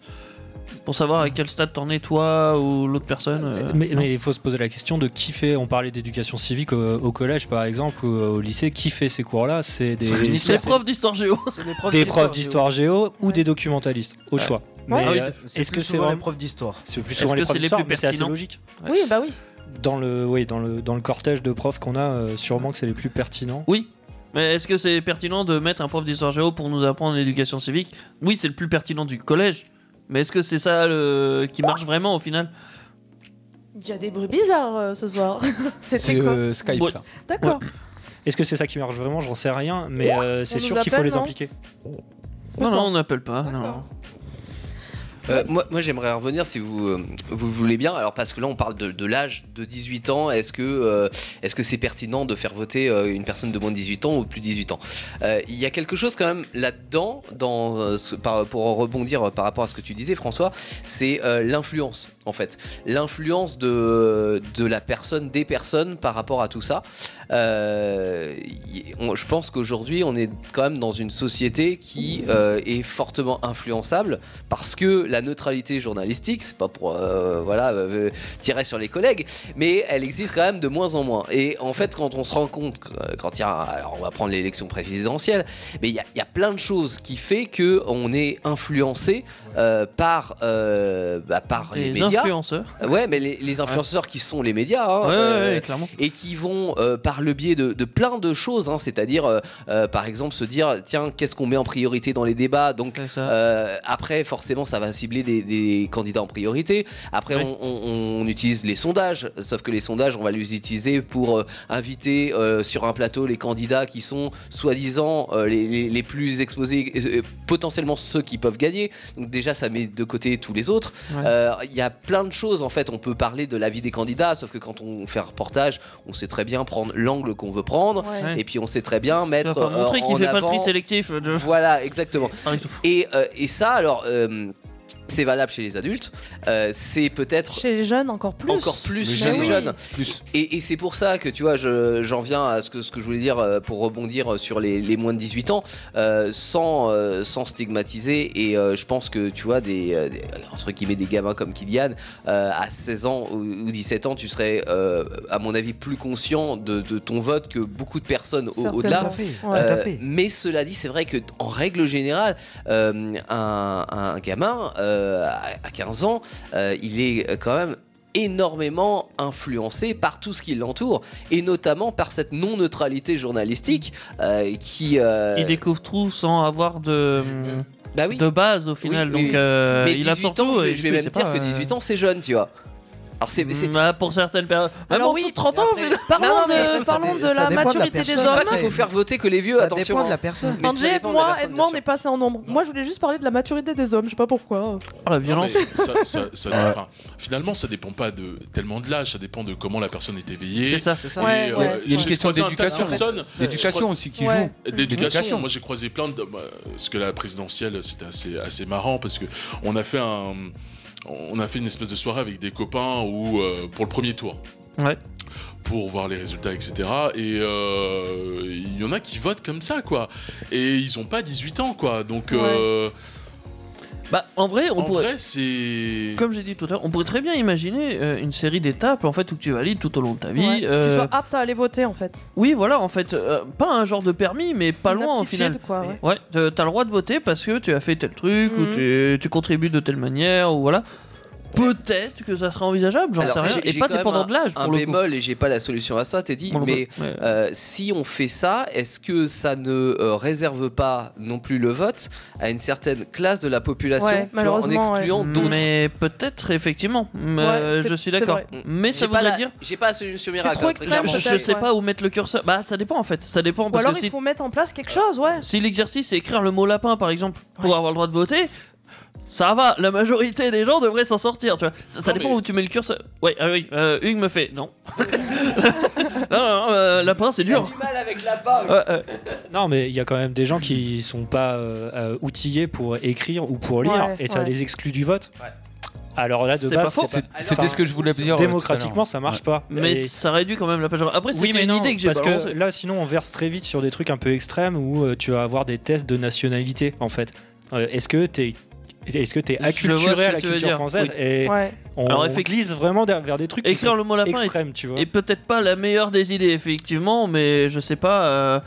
Speaker 3: Pour savoir à quel stade t'en es toi ou l'autre personne. euh,
Speaker 10: Mais
Speaker 3: non.
Speaker 10: mais il faut se poser la question de qui fait. On parlait d'éducation civique au, au collège par exemple ou euh, au lycée. Qui fait ces cours-là C'est des,
Speaker 3: Les
Speaker 10: c'est
Speaker 3: profs d'histoire géo.
Speaker 5: C'est les profs
Speaker 10: des
Speaker 5: d'histoire,
Speaker 10: profs d'histoire géo ou des documentalistes, au choix. Mais
Speaker 5: Ah oui,
Speaker 10: euh,
Speaker 5: c'est
Speaker 10: est-ce
Speaker 5: plus
Speaker 10: que c'est
Speaker 5: souvent les
Speaker 10: vraiment-
Speaker 5: profs d'histoire
Speaker 10: c'est plus
Speaker 3: Est-ce
Speaker 10: souvent
Speaker 3: que
Speaker 10: les profs
Speaker 3: c'est les
Speaker 10: d'histoire,
Speaker 3: plus
Speaker 10: mais c'est assez
Speaker 3: pertinents
Speaker 10: logique.
Speaker 2: Oui, bah oui.
Speaker 10: Dans le, oui, dans le, dans le cortège de profs qu'on a, euh, sûrement que c'est les plus pertinents.
Speaker 3: Oui. Mais est-ce que c'est pertinent de mettre un prof d'histoire géo pour nous apprendre l'éducation civique Oui, c'est le plus pertinent du collège. Mais est-ce que c'est ça le... qui marche vraiment au final
Speaker 2: Il y a des bruits bizarres euh, ce soir. C'était
Speaker 9: C'est
Speaker 2: quoi
Speaker 9: euh, Skype
Speaker 3: Ouais.
Speaker 9: ça.
Speaker 2: D'accord.
Speaker 10: Est-ce que c'est ça qui marche vraiment J'en sais rien, mais
Speaker 3: Oh,
Speaker 10: euh, c'est
Speaker 2: nous
Speaker 10: sûr qu'il faut
Speaker 2: appelle,
Speaker 10: les
Speaker 2: non
Speaker 10: impliquer.
Speaker 3: Non, non,
Speaker 2: D'accord.
Speaker 3: on n'appelle pas. Non.
Speaker 2: D'accord.
Speaker 4: Euh, moi, moi j'aimerais revenir si vous, euh, vous le voulez bien. Alors, parce que là, on parle de, de l'âge de 18 ans. Est-ce que euh, est-ce que c'est pertinent de faire voter euh, une personne de moins de 18 ans ou de plus de 18 ans Euh, Il y a quelque chose quand même là-dedans, dans, euh, ce- par- pour rebondir euh, par rapport à ce que tu disais, François, c'est euh, l'influence, en fait. L'influence de, de la personne, des personnes par rapport à tout ça. Euh, y- on- je pense qu'aujourd'hui, on est quand même dans une société qui euh, est fortement influençable parce que la neutralité journalistique, c'est pas pour euh, voilà euh, tirer sur les collègues, mais elle existe quand même de moins en moins. Et en fait, quand on se rend compte, euh, quand il y a, un- alors on va prendre l'élection présidentielle, mais il y, a- il y a plein de choses qui fait que on est influencé euh, par euh, bah, par les
Speaker 3: Les
Speaker 4: médias.
Speaker 3: influenceurs.
Speaker 4: Ouais, mais les, les influenceurs qui sont les médias. hein,
Speaker 3: Ouais, ouais,
Speaker 4: euh,
Speaker 3: ouais, clairement.
Speaker 4: et qui vont euh, par le biais de, de plein de choses, hein, c'est-à-dire euh, euh, par exemple se dire tiens qu'est-ce qu'on met en priorité dans les débats, donc
Speaker 3: C'est ça.
Speaker 4: euh, après forcément ça va cibler des, des candidats en priorité, après
Speaker 3: Oui.
Speaker 4: on, on- on utilise les sondages, sauf que les sondages on va les utiliser pour euh, inviter euh, sur un plateau les candidats qui sont soi-disant euh, les, les- les plus exposés, euh, potentiellement ceux qui peuvent gagner, donc déjà ça met de côté tous les autres.
Speaker 3: Ouais.
Speaker 4: Euh, Il y a plein de choses en fait. On peut parler de la vie des candidats, sauf que quand on fait un reportage, on sait très bien prendre l'angle qu'on veut prendre,
Speaker 2: Ouais.
Speaker 3: Ouais.
Speaker 4: et puis on sait très bien
Speaker 3: Tu vas
Speaker 4: mettre
Speaker 3: pas
Speaker 4: euh,
Speaker 3: montrer qu'il
Speaker 4: en
Speaker 3: fait pas
Speaker 4: avant.
Speaker 3: de tri sélectif. De...
Speaker 4: Voilà, exactement.
Speaker 3: Par exemple.
Speaker 4: Et, euh, et ça, alors, euh, c'est valable chez les adultes. euh, c'est peut-être
Speaker 2: Chez les jeunes, encore plus.
Speaker 4: encore plus
Speaker 9: Les
Speaker 4: chez les
Speaker 9: jeunes,
Speaker 4: jeunes.
Speaker 9: Plus.
Speaker 4: Et, et c'est pour ça que tu vois, je- j'en viens à ce que, ce que je voulais dire euh, pour rebondir sur les, les moins de 18 ans, euh, sans, euh, sans stigmatiser. Et euh, je pense que tu vois, des, euh, des- entre guillemets, des gamins comme Kylian, euh, à 16 ans ou, ou 17 ans, tu serais, euh, à mon avis, plus conscient de, de ton vote que beaucoup de personnes au- au-delà.
Speaker 5: Tout à fait.
Speaker 2: Ouais.
Speaker 5: Tout à
Speaker 4: Euh,
Speaker 5: fait.
Speaker 4: mais cela dit, c'est vrai que en règle générale, euh, un, un gamin euh, à à 15 ans, euh, il est quand même énormément influencé par tout ce qui l'entoure et notamment par cette non neutralité journalistique euh, qui euh,
Speaker 3: Il découvre tout sans avoir de,
Speaker 4: bah oui
Speaker 3: de base au final.
Speaker 4: Oui, oui.
Speaker 3: donc euh,
Speaker 4: mais
Speaker 3: il a
Speaker 4: 18 ans
Speaker 3: surtout,
Speaker 4: je vais,
Speaker 3: et
Speaker 4: je vais
Speaker 3: puis
Speaker 4: même
Speaker 3: c'est
Speaker 4: dire
Speaker 3: pas,
Speaker 4: que
Speaker 3: euh,
Speaker 4: 18 ans c'est jeune tu vois Alors c'est c'est-
Speaker 3: Bah, pour certaines personnes. Même
Speaker 2: Alors
Speaker 3: en dessous
Speaker 2: oui,
Speaker 3: de 30 ans,
Speaker 5: mais
Speaker 3: finalement.
Speaker 2: Parlons
Speaker 5: Non, non, mais
Speaker 2: de,
Speaker 5: après, ça
Speaker 2: parlons
Speaker 5: dé-
Speaker 2: de
Speaker 5: ça
Speaker 2: la
Speaker 5: dépend de la
Speaker 2: maturité
Speaker 5: personne.
Speaker 2: des
Speaker 5: C'est
Speaker 4: pas
Speaker 2: hommes.
Speaker 4: qu'il faut faire voter que les vieux,
Speaker 5: Ça
Speaker 4: attention.
Speaker 5: dépend de
Speaker 4: hein.
Speaker 5: la personne.
Speaker 4: Mais ça
Speaker 2: Angé,
Speaker 4: dépend de la
Speaker 2: moi,
Speaker 4: personne,
Speaker 2: aide-moi, on
Speaker 4: bien
Speaker 2: est passé en nombre. Moi, je voulais juste parler de la maturité des hommes, je sais pas
Speaker 3: Oh,
Speaker 2: pourquoi.
Speaker 3: la
Speaker 7: Non,
Speaker 3: violence.
Speaker 7: mais ça- ça- ça- enfin, Finalement, ça dépend pas de, tellement de l'âge, ça dépend de comment la personne est éveillée.
Speaker 3: C'est ça.
Speaker 5: C'est ça.
Speaker 7: Et,
Speaker 2: Ouais,
Speaker 7: euh,
Speaker 2: ouais,
Speaker 7: j'ai
Speaker 2: ouais.
Speaker 7: croisé
Speaker 9: Question
Speaker 7: un tas de
Speaker 9: d'éducation, en fait.
Speaker 7: personnes,
Speaker 9: L'éducation aussi qui
Speaker 2: Ouais.
Speaker 9: joue.
Speaker 7: L'éducation,
Speaker 9: L'éducation.
Speaker 7: moi j'ai croisé plein de. bah, Parce que la présidentielle, c'était assez, assez marrant parce que on a fait un. On a fait une espèce de soirée avec des copains où, euh, pour le premier tour.
Speaker 3: Ouais.
Speaker 7: Pour voir les résultats, etc. Et euh, il y en a qui votent comme ça, quoi. Et ils ont pas 18 ans, quoi. Donc,
Speaker 2: Ouais.
Speaker 7: euh,
Speaker 3: Bah, en vrai, on
Speaker 7: en
Speaker 3: pourrait.
Speaker 7: vrai, c'est.
Speaker 3: Comme j'ai dit tout à l'heure, on pourrait très bien imaginer euh, une série d'étapes en fait où tu valides tout au long de ta vie.
Speaker 2: Ouais.
Speaker 3: euh,
Speaker 2: Tu sois apte à aller voter en fait.
Speaker 3: Oui, voilà, en fait, euh, pas un genre de permis, mais pas
Speaker 2: Une
Speaker 3: loin au
Speaker 2: aptitude,
Speaker 3: final.
Speaker 2: quoi, ouais.
Speaker 3: Ouais, t'as t'as le droit de voter parce que tu as fait tel truc
Speaker 2: Mhm.
Speaker 3: ou tu, tu contribues de telle manière ou voilà. Peut-être que ça serait envisageable, j'en
Speaker 4: Alors,
Speaker 3: sais rien.
Speaker 4: j'ai-
Speaker 3: Et
Speaker 4: j'ai
Speaker 3: pas
Speaker 4: quand même
Speaker 3: dépendant
Speaker 4: un-
Speaker 3: de l'âge pour
Speaker 4: Un
Speaker 3: le
Speaker 4: bémol, et j'ai pas la solution à ça, t'es dit,
Speaker 3: coup. Bon, bah,
Speaker 4: mais
Speaker 3: ouais.
Speaker 4: euh, si on fait ça, est-ce que ça ne euh, réserve pas non plus le vote à une certaine classe de la population
Speaker 2: Ouais,
Speaker 4: tu vois, en
Speaker 2: malheureusement, ouais.
Speaker 4: excluant d'autres
Speaker 3: Mm. Mais peut-être effectivement. Euh,
Speaker 2: c'est-
Speaker 3: je suis
Speaker 2: c'est
Speaker 3: d'accord.
Speaker 2: vrai.
Speaker 3: Mais ça
Speaker 4: J'ai pas
Speaker 3: voudrait
Speaker 4: la-
Speaker 3: dire.
Speaker 4: J'ai pas la solution miracle.
Speaker 2: trop
Speaker 4: hein,
Speaker 2: extrême,
Speaker 3: Je,
Speaker 4: clairement.
Speaker 3: je
Speaker 2: peut-être,
Speaker 3: sais
Speaker 2: ouais.
Speaker 3: pas où mettre le curseur. Bah, ça dépend en fait. Ça dépend
Speaker 2: Ou
Speaker 3: parce
Speaker 2: alors
Speaker 3: que
Speaker 2: il
Speaker 3: si,
Speaker 2: faut mettre en place quelque chose, ouais.
Speaker 3: si l'exercice c'est écrire le mot lapin par exemple pour avoir le droit de voter. Ça va, la majorité des gens devraient s'en sortir, tu vois. Ça, ça
Speaker 7: Non,
Speaker 3: dépend
Speaker 7: mais-
Speaker 3: où tu mets le curseur. Ouais, ah oui, euh, Hugues me fait non. non, non, euh, lapin c'est
Speaker 4: J'ai
Speaker 3: dur.
Speaker 4: du mal avec la barbe.
Speaker 3: Ouais, ouais.
Speaker 10: Non, mais il y a quand même des gens qui sont pas euh, euh, outillés pour écrire ou pour lire,
Speaker 2: Ouais,
Speaker 10: et ça
Speaker 2: ouais.
Speaker 10: les exclut du vote.
Speaker 4: Ouais.
Speaker 10: Alors Oh, là, de
Speaker 3: C'est pas
Speaker 10: base,
Speaker 3: faux.
Speaker 10: c'est
Speaker 4: Alors,
Speaker 9: C'était ce que je voulais dire. euh, tout à l'heure.
Speaker 10: démocratiquement, ça marche pas.
Speaker 3: Mais
Speaker 10: Et-
Speaker 3: ça réduit quand même la page. Après, c'est
Speaker 10: oui, mais
Speaker 3: une
Speaker 10: non,
Speaker 3: idée que j'ai
Speaker 10: parce que
Speaker 3: balancée.
Speaker 10: là, sinon, on verse très vite sur des trucs un peu extrêmes où euh, tu vas avoir des tests de nationalité, en fait. Euh, Est-ce que t'es est-ce que t'es
Speaker 3: Je vois
Speaker 10: acculturé
Speaker 3: ce
Speaker 10: à la
Speaker 3: que tu veux
Speaker 10: culture
Speaker 3: dire,
Speaker 10: française et
Speaker 2: Ouais.
Speaker 10: on,
Speaker 3: Alors,
Speaker 10: on
Speaker 3: effectivement-
Speaker 10: glisse vraiment vers vers des trucs qui
Speaker 3: Écrire
Speaker 10: sont
Speaker 3: le mot lapin est
Speaker 10: extrêmes, tu vois.
Speaker 3: Et peut-être pas la meilleure des idées, effectivement, mais je sais pas. euh,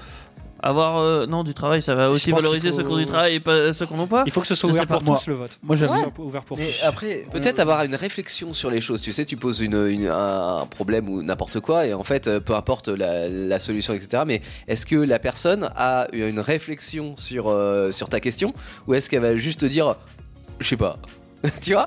Speaker 3: avoir. euh, non, du travail, ça va aussi
Speaker 10: pense
Speaker 3: valoriser
Speaker 10: qu'il faut-
Speaker 3: ceux qui ont du travail et pas ceux qui n'en ont pas.
Speaker 10: Il faut que ce soit
Speaker 3: Je sais
Speaker 10: ouvert
Speaker 3: pas,
Speaker 10: pour
Speaker 9: moi.
Speaker 10: tous le vote.
Speaker 9: Moi, j'avoue.
Speaker 10: Que ce soit ouvert pour
Speaker 5: Mais
Speaker 10: tous.
Speaker 5: après,
Speaker 4: Peut-être
Speaker 3: Mm.
Speaker 5: on-
Speaker 4: avoir une réflexion sur les choses, tu sais, tu poses une, une- un, un problème ou n'importe quoi, et en fait, euh, peu importe la, la solution, etc. Mais est-ce que la personne a eu une réflexion sur, euh, sur ta question, ou est-ce qu'elle va juste te dire, je sais pas, tu vois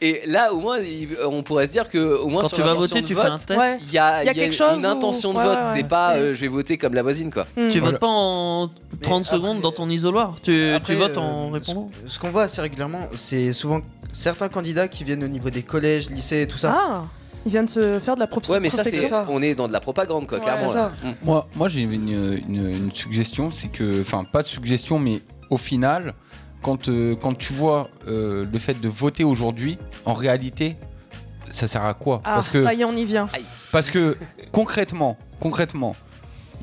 Speaker 4: Et là, au moins, il- on pourrait se dire que au moins
Speaker 3: Quand
Speaker 4: sur
Speaker 3: tu vas
Speaker 4: l'intention
Speaker 3: voter,
Speaker 4: de
Speaker 3: tu fais un
Speaker 4: vote,
Speaker 3: test.
Speaker 2: Ouais.
Speaker 4: il y a,
Speaker 2: Il y a
Speaker 4: il y a
Speaker 2: quelque chose
Speaker 4: une intention de
Speaker 2: où- ouais,
Speaker 4: vote,
Speaker 2: ouais, Mm. ouais.
Speaker 4: c'est pas euh, je vais voter comme la voisine quoi.
Speaker 2: Hmm.
Speaker 3: Tu
Speaker 9: Voilà.
Speaker 3: votes pas en 30
Speaker 5: Mais
Speaker 3: secondes
Speaker 5: après- euh,
Speaker 3: dans ton isoloir, tu,
Speaker 5: Après,
Speaker 3: tu votes
Speaker 5: euh,
Speaker 3: en répondant.
Speaker 5: Ce, ce qu'on voit assez régulièrement, c'est souvent certains candidats qui viennent au niveau des collèges, lycées et tout ça.
Speaker 2: Ah, il vient de se faire de la propre
Speaker 4: Ouais, mais ça, c'est
Speaker 5: c'est ça.
Speaker 4: on est dans de la propagande quoi,
Speaker 2: Ouais.
Speaker 4: clairement.
Speaker 5: C'est
Speaker 4: là.
Speaker 5: ça.
Speaker 4: Mm.
Speaker 9: Moi, moi j'ai une, une- une suggestion, c'est que, enfin, pas de suggestion, mais au final, quand, euh, quand tu vois euh, le fait de voter aujourd'hui, en réalité, ça sert à quoi
Speaker 2: Ah,
Speaker 9: Parce que,
Speaker 2: ça y est, on y vient.
Speaker 9: parce que concrètement, concrètement,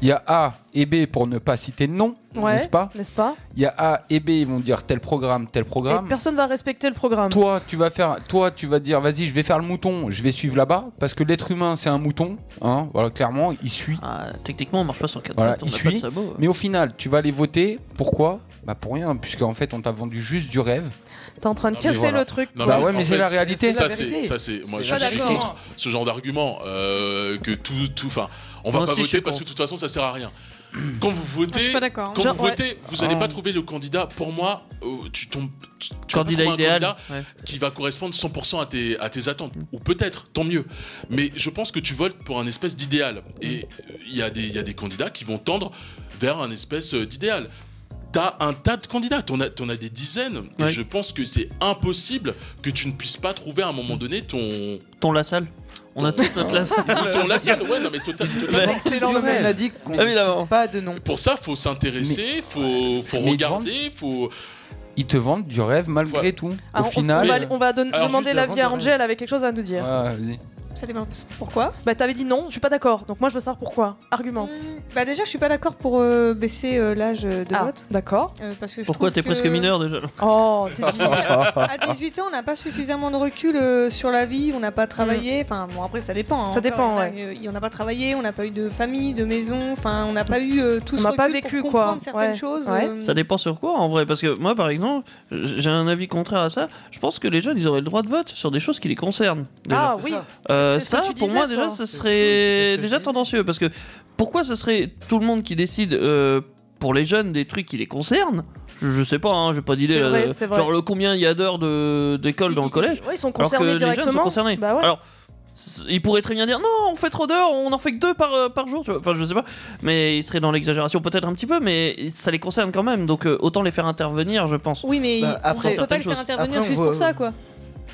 Speaker 9: il y a A et B pour ne pas citer de nom,
Speaker 2: Ouais.
Speaker 9: n'est-ce pas
Speaker 2: N'est-ce pas
Speaker 9: Il y a A et B, ils vont dire tel programme, tel
Speaker 2: Et
Speaker 9: programme.
Speaker 2: personne va respecter le programme.
Speaker 9: Toi, tu vas faire, toi, tu vas dire, vas-y, je vais faire le mouton, je vais suivre là-bas, parce que l'être humain, c'est un mouton, hein, voilà, clairement, il suit.
Speaker 3: Ah, techniquement, on marche pas sur 4
Speaker 9: Voilà,
Speaker 3: pattes, on
Speaker 9: il
Speaker 3: n'a pas de
Speaker 9: suit,
Speaker 3: sabot.
Speaker 9: Mais au final, tu vas aller voter. Pourquoi Bah pour rien, puisque en fait, on t'a vendu juste du rêve.
Speaker 2: T'es en train de
Speaker 7: Non,
Speaker 9: mais
Speaker 2: casser
Speaker 9: voilà.
Speaker 2: le truc.
Speaker 7: Non,
Speaker 2: quoi.
Speaker 9: bah ouais,
Speaker 7: en
Speaker 9: mais c'est
Speaker 7: fait,
Speaker 9: la
Speaker 7: c'est-
Speaker 9: réalité.
Speaker 7: ça
Speaker 5: la
Speaker 7: c'est
Speaker 5: vérité.
Speaker 7: ça c'est moi
Speaker 5: C'est
Speaker 7: je
Speaker 5: pas
Speaker 7: suis
Speaker 5: d'accord.
Speaker 7: contre ce genre d'argument euh, que tout tout enfin on va
Speaker 3: Moi
Speaker 7: pas
Speaker 3: aussi, je
Speaker 7: voter
Speaker 3: suis
Speaker 7: parce que de toute façon ça sert à rien quand vous
Speaker 11: Je suis
Speaker 7: votez
Speaker 11: pas d'accord.
Speaker 7: quand
Speaker 2: Genre,
Speaker 7: vous
Speaker 2: ouais.
Speaker 7: votez vous allez
Speaker 9: Ah.
Speaker 7: pas trouver le candidat pour moi euh, tu tombes tu, tu vas pas
Speaker 3: Candidat
Speaker 7: trouver un
Speaker 3: idéal.
Speaker 7: candidat
Speaker 3: ouais.
Speaker 7: qui va correspondre 100% à tes à tes attentes ou peut-être tant mieux mais je pense que tu votes pour un espèce d'idéal et euh, il y a des il y a des candidats qui vont tendre vers un espèce euh, d'idéal T'as un tas de candidats, t'en as, t'en as des dizaines, et
Speaker 3: Ouais.
Speaker 7: je pense que c'est impossible que tu ne puisses pas trouver à un moment donné ton.
Speaker 3: Ton la salle. On a
Speaker 7: Ton-
Speaker 3: toute notre la salle.
Speaker 7: ton lasalle. Ouais, non, mais total- totalement.
Speaker 5: Excellent. On a dit qu'on ne
Speaker 3: Évidemment.
Speaker 5: cite pas de nom.
Speaker 7: Pour ça, faut s'intéresser, faut, faut
Speaker 9: Mais
Speaker 7: regarder, faut.
Speaker 9: Ils te vendent du rêve malgré
Speaker 7: Ouais.
Speaker 9: tout.
Speaker 2: Ah,
Speaker 9: au
Speaker 2: on, on
Speaker 9: final.
Speaker 2: va, on va don-
Speaker 7: Alors,
Speaker 2: demander
Speaker 9: juste
Speaker 2: l'avis à
Speaker 9: avant de-
Speaker 2: Angel avec quelque chose à nous dire.
Speaker 9: Ouais, vas-y.
Speaker 11: Ça dépend. Pourquoi
Speaker 2: Bah t'avais dit non, je suis pas d'accord. Donc moi je veux savoir pourquoi. Argumente.
Speaker 11: Bah déjà, je suis pas d'accord pour euh, baisser euh, l'âge euh, de
Speaker 2: Ah,
Speaker 11: vote.
Speaker 2: d'accord.
Speaker 11: euh, parce que je
Speaker 3: Pourquoi
Speaker 11: trouve
Speaker 3: t'es
Speaker 11: que-
Speaker 3: presque mineur déjà
Speaker 2: Oh, t'es
Speaker 11: À 18 ans, on n'a pas suffisamment de recul euh, sur la vie, on n'a pas
Speaker 3: Mm.
Speaker 11: travaillé. Enfin, bon, après, ça dépend. hein.
Speaker 2: Ça dépend,
Speaker 11: Encore, il y en a, euh, On n'a pas travaillé, on n'a pas eu de famille, de maison, enfin, on n'a pas eu euh, tout
Speaker 2: On
Speaker 11: ce
Speaker 2: n'a pas
Speaker 11: recul
Speaker 2: vécu,
Speaker 11: pour
Speaker 2: quoi.
Speaker 11: comprendre certaines
Speaker 2: Ouais.
Speaker 11: choses.
Speaker 2: Ouais.
Speaker 11: euh,
Speaker 3: Ça dépend sur quoi en vrai, parce que moi par exemple, j'ai un avis contraire à ça. Je pense que les jeunes ils auraient le droit de vote sur des choses qui les concernent. déjà.
Speaker 2: Ah
Speaker 5: c'est
Speaker 2: oui.
Speaker 5: ça.
Speaker 3: Euh,
Speaker 2: c'est ce que
Speaker 3: ça,
Speaker 2: tu
Speaker 3: pour
Speaker 2: disais,
Speaker 3: moi,
Speaker 2: toi.
Speaker 3: déjà, ce
Speaker 5: C'est ce que- c'est ce
Speaker 3: serait
Speaker 5: que je
Speaker 3: déjà
Speaker 5: disais.
Speaker 3: tendancieux. Parce que pourquoi ce serait tout le monde qui décide euh, pour les jeunes des trucs qui les concernent je, je sais pas, hein, j'ai pas d'idée.
Speaker 2: C'est
Speaker 3: là,
Speaker 2: vrai,
Speaker 3: de-
Speaker 2: c'est vrai.
Speaker 3: Genre le combien il y a d'heures de- d'école dans le collège
Speaker 2: Ouais, ils sont
Speaker 3: alors que
Speaker 2: concernés
Speaker 3: les
Speaker 2: directement.
Speaker 3: jeunes sont concernés.
Speaker 2: Bah ouais.
Speaker 3: Alors, s- il pourrait très bien dire non, on fait trop d'heures, on en fait que deux par, euh, par jour, tu vois. Enfin, je sais pas, mais il serait dans l'exagération peut-être un petit peu, mais ça les concerne quand même, donc euh, autant les faire intervenir, je pense.
Speaker 11: Oui, mais
Speaker 3: Bah,
Speaker 11: après, on peut pas
Speaker 3: certaines
Speaker 11: le faire
Speaker 3: choses.
Speaker 11: intervenir
Speaker 5: Après, on
Speaker 11: juste
Speaker 5: voit-
Speaker 11: pour
Speaker 4: euh,
Speaker 11: ça, quoi.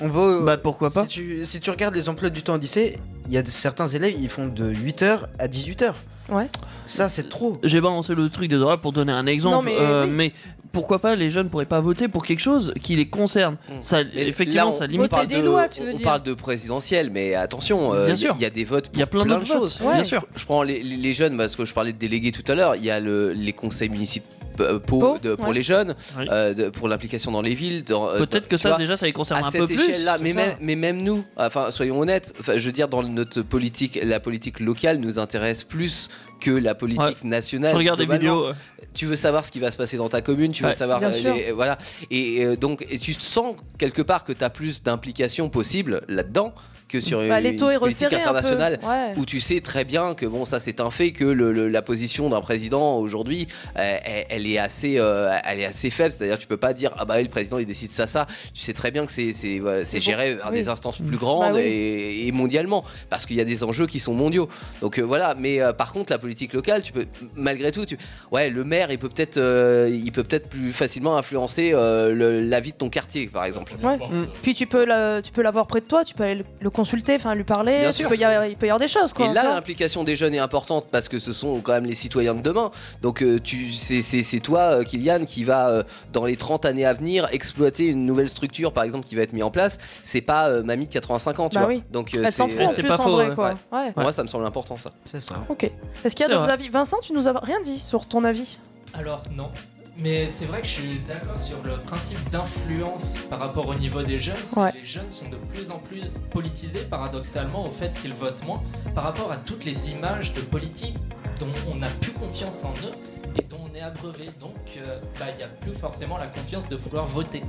Speaker 5: On va au-
Speaker 3: Bah, pourquoi pas
Speaker 5: si tu, si tu regardes les emplois du temps au lycée, il y a de- certains élèves, ils font de 8h à 18h.
Speaker 2: Ouais.
Speaker 5: Ça, c'est trop.
Speaker 3: J'ai balancé le truc des droits pour donner un exemple,
Speaker 5: Non, mais
Speaker 3: euh,
Speaker 5: oui.
Speaker 3: mais pourquoi pas les jeunes pourraient pas voter pour quelque chose qui les concerne ça,
Speaker 4: Mm. Mais
Speaker 3: Effectivement,
Speaker 4: là, on-
Speaker 3: ça
Speaker 4: on
Speaker 3: limite
Speaker 4: parle de- on parle de présidentiel, mais attention, euh,
Speaker 3: Bien
Speaker 4: il y-
Speaker 3: sûr.
Speaker 4: il y a des votes pour
Speaker 3: Il y a plein
Speaker 4: plein, de
Speaker 3: d'autres votes,
Speaker 4: choses.
Speaker 3: ouais. Bien sûr.
Speaker 4: Je prends les, les- les jeunes, parce que je parlais de délégués tout à l'heure, il y a le- les conseils municipaux. euh,
Speaker 3: Pau,
Speaker 4: de- pour
Speaker 3: ouais.
Speaker 4: les jeunes, euh, de- pour l'implication dans les villes. dans- euh,
Speaker 3: Peut-être
Speaker 4: dans-
Speaker 3: que
Speaker 4: tu
Speaker 3: ça,
Speaker 4: vois,
Speaker 3: déjà, ça les concerne
Speaker 4: à
Speaker 3: un
Speaker 4: cette
Speaker 3: peu plus,
Speaker 4: échelle-là, mais
Speaker 3: c'est ça.
Speaker 4: même, mais même nous, enfin, soyons honnêtes, enfin, je veux dire, dans notre politique, la politique locale nous intéresse plus que la politique nationale.
Speaker 3: Je regarde des
Speaker 4: globalement.
Speaker 3: vidéos, ouais.
Speaker 4: Tu veux savoir ce qui va se passer dans ta commune, tu veux
Speaker 3: Ouais.
Speaker 4: savoir.
Speaker 3: Bien
Speaker 4: euh,
Speaker 3: sûr.
Speaker 4: les- voilà. Et euh, donc, et tu sens quelque part que tu as plus d'implication possible là-dedans que sur
Speaker 2: Bah,
Speaker 4: une,
Speaker 2: les taux est
Speaker 4: une politique
Speaker 2: resserré un peu,
Speaker 4: internationale
Speaker 2: ouais.
Speaker 4: où tu sais très bien que bon ça c'est un fait que le- le- la position d'un président aujourd'hui euh, elle, elle est assez euh, elle est assez faible c'est-à-dire tu peux pas dire ah bah oui, le président il décide ça ça tu sais très bien que c'est c'est euh, c'est géré par
Speaker 3: oui.
Speaker 4: des instances plus grandes
Speaker 3: Bah oui.
Speaker 4: et, et mondialement parce qu'il y a des enjeux qui sont mondiaux donc euh, voilà mais euh, par contre la politique locale tu peux malgré tout tu ouais le maire il peut peut-être euh, il peut peut-être plus facilement influencer euh, le- la vie de ton quartier par exemple
Speaker 2: Ouais.
Speaker 3: Mmh.
Speaker 2: Puis tu peux, la- tu peux l'avoir près de toi, tu peux aller le, le consulter, enfin lui parler.
Speaker 4: Bien
Speaker 2: tu
Speaker 4: sûr.
Speaker 2: peux y avoir- il peut y avoir des choses, quoi.
Speaker 4: Et là,
Speaker 2: tu vois.
Speaker 4: l'implication des jeunes est importante parce que ce sont quand même les citoyens de demain. Donc, euh, tu, c'est, c'est- c'est toi, euh, Kylian, qui va, euh, dans les 30 années à venir, exploiter une nouvelle structure, par exemple, qui va être mise en place. C'est pas euh, mamie de 85 ans, tu
Speaker 2: Bah
Speaker 4: vois.
Speaker 2: oui.
Speaker 4: Donc, euh,
Speaker 2: Elle s'en fout en
Speaker 3: C'est plus, pas en faux, vrai, ouais. quoi.
Speaker 2: Ouais.
Speaker 4: Moi, ça me semble important, ça.
Speaker 5: C'est ça.
Speaker 2: Ok. Est-ce
Speaker 4: C'est
Speaker 2: qu'il y a d'autres
Speaker 4: vrai.
Speaker 2: avis Vincent, tu nous as rien dit sur ton avis.
Speaker 12: Alors non. Mais c'est vrai que je suis d'accord sur le principe d'influence par rapport au niveau des jeunes. c'est que
Speaker 2: Ouais.
Speaker 12: Les jeunes sont de plus en plus politisés, paradoxalement, au fait qu'ils votent moins par rapport à toutes les images de politique dont on n'a plus confiance en eux et dont on est abreuvé. Donc, euh, bah, il n'y a plus forcément la confiance de vouloir voter.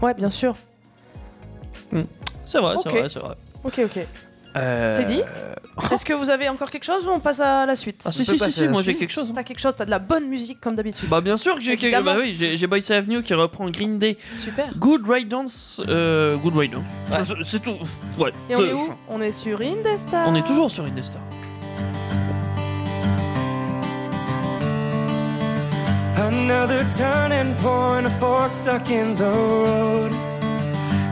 Speaker 2: Ouais, bien sûr.
Speaker 3: Mmh. C'est vrai, c'est
Speaker 2: Ok.
Speaker 3: vrai, c'est vrai.
Speaker 2: Ok, ok.
Speaker 3: Euh,
Speaker 2: T'es dit Est-ce que vous avez encore quelque chose ou on passe à la suite
Speaker 3: Ah, si, On si, peut si, passer si, à la moi, j'ai suite. quelque chose. hein.
Speaker 2: T'as quelque chose, t'as de la bonne musique comme d'habitude.
Speaker 3: Bah bien sûr que j'ai quelque...
Speaker 2: Évidemment.
Speaker 3: bah oui, j'ai j'ai Boys Avenue qui reprend Green Day.
Speaker 2: Super.
Speaker 3: Good Riddance, euh, Good Riddance. Ça, C'est tout. Ouais.
Speaker 2: Et on est où On est sur Indestar.
Speaker 3: On est toujours sur Indestar.
Speaker 13: Another turning point, a fork stuck in the road.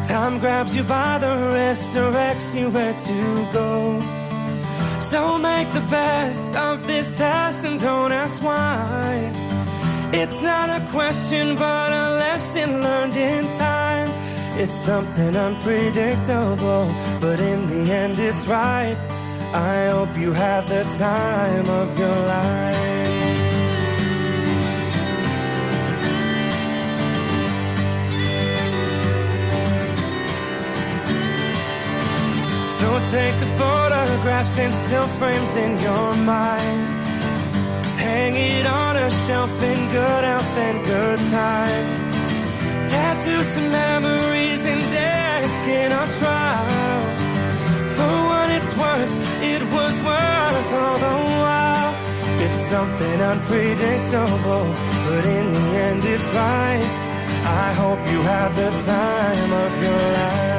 Speaker 13: Time grabs you by the wrist, directs you where to go. So make the best of this test and don't ask why. It's not a question, but a lesson learned in time. It's something unpredictable, but in the end, it's right. I hope you have the time of your life. So take the photographs and still frames in your mind. Hang it on a shelf in good health and good time. Tattoo some memories and dance skin on trial. For what it's worth, it was worth all the while. It's something unpredictable, but in the end it's right. I hope you have the time of your life.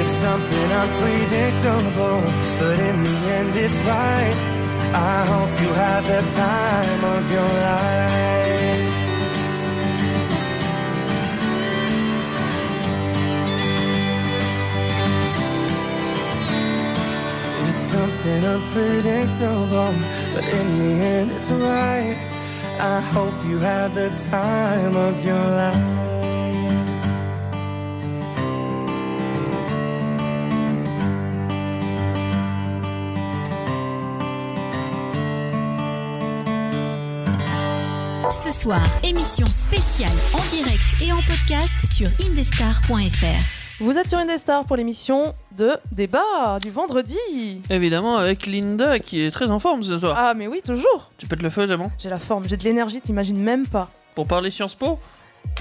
Speaker 13: It's something unpredictable, but in the end it's right. I hope you have the time of your life. It's something unpredictable, but in the end it's right. I hope you have the time of your life.
Speaker 1: Ce soir, émission spéciale en direct et en podcast sur indestar.fr.
Speaker 2: Vous êtes sur une des stars pour l'émission de débat du vendredi.
Speaker 3: Évidemment, avec Linda qui est très en forme ce soir.
Speaker 2: Ah mais oui, toujours.
Speaker 3: Tu pètes le feu, Jamon
Speaker 2: J'ai la forme, j'ai de l'énergie, t'imagines même pas.
Speaker 3: Pour parler Sciences Po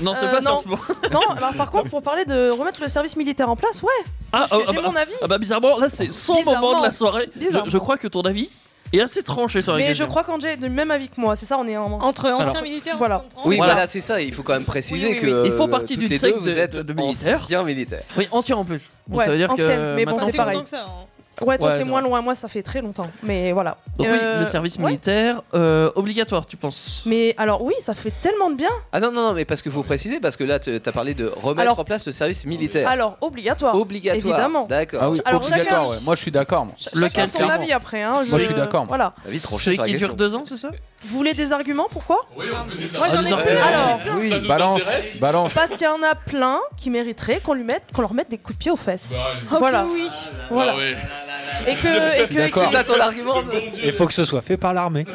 Speaker 3: Non, c'est
Speaker 2: Euh,
Speaker 3: pas
Speaker 2: non.
Speaker 3: Sciences Po.
Speaker 2: Non, alors par contre, pour parler de remettre le service militaire en place, ouais.
Speaker 3: Ah,
Speaker 2: J'ai-
Speaker 3: ah, ah
Speaker 2: j'ai
Speaker 3: bah-
Speaker 2: mon avis.
Speaker 3: Ah bah bizarrement, là c'est son moment
Speaker 2: Bizarrement.
Speaker 3: de la soirée. Je- Je,
Speaker 2: Bizarrement.
Speaker 3: crois que ton avis est assez tranché sur la
Speaker 2: Mais je
Speaker 3: question.
Speaker 2: crois qu'André est du même avis que moi, c'est ça, on est en...
Speaker 11: entre
Speaker 3: anciens Alors-
Speaker 11: militaires.
Speaker 2: Voilà.
Speaker 4: Oui,
Speaker 3: Voilà.
Speaker 4: voilà, c'est ça. Il faut quand même préciser
Speaker 3: Oui, oui,
Speaker 4: que
Speaker 3: oui. Ils font
Speaker 4: euh,
Speaker 3: partie
Speaker 4: toutes
Speaker 3: d'une
Speaker 4: les
Speaker 3: secte
Speaker 4: deux, vous
Speaker 3: de-
Speaker 4: êtes
Speaker 3: de- de militaires.
Speaker 4: anciens militaires.
Speaker 3: Oui, ancien en plus. Donc
Speaker 2: Ouais,
Speaker 3: ça veut dire
Speaker 2: ancienne,
Speaker 3: que
Speaker 2: mais bon,
Speaker 3: maintenant-
Speaker 2: c'est pareil. Ouais, toi
Speaker 3: Ouais,
Speaker 2: c'est
Speaker 3: c'est
Speaker 2: moins loin, moi ça fait très longtemps, mais voilà.
Speaker 3: Donc oui,
Speaker 2: Euh,
Speaker 3: le service
Speaker 2: ouais.
Speaker 3: militaire euh, obligatoire, tu penses
Speaker 2: Mais alors oui, ça fait tellement de bien.
Speaker 4: Ah non, non, non, mais parce qu'il faut préciser, parce que là, tu as parlé de remettre
Speaker 2: Alors-
Speaker 4: en place le service militaire.
Speaker 2: Alors obligatoire.
Speaker 4: Obligatoire.
Speaker 2: Évidemment.
Speaker 4: D'accord.
Speaker 9: Ah oui,
Speaker 2: Alors,
Speaker 9: obligatoire,
Speaker 2: chacun-
Speaker 9: ouais. Moi je suis d'accord. moi.
Speaker 2: Chacun son avis après. hein,
Speaker 9: Moi je suis d'accord.
Speaker 2: Voilà.
Speaker 4: La vie
Speaker 3: Celui qui dure deux ans, c'est ça
Speaker 2: Vous voulez des arguments Pourquoi
Speaker 9: Moi
Speaker 7: Ah,
Speaker 2: j'en ai plein. Alors,
Speaker 9: oui,
Speaker 2: Ça nous
Speaker 9: balance,
Speaker 2: intéresse
Speaker 9: balance.
Speaker 2: Parce qu'il y en a plein qui mériteraient qu'on lui mette, qu'on leur mette des coups de pied aux fesses.
Speaker 11: Oh
Speaker 2: voilà.
Speaker 11: que oui.
Speaker 10: Ah,
Speaker 9: Ah
Speaker 2: Voilà. Et que, et que-
Speaker 10: D'accord.
Speaker 2: et que-
Speaker 10: C'est ça ton
Speaker 4: argument
Speaker 10: Il faut que ce soit fait par l'armée.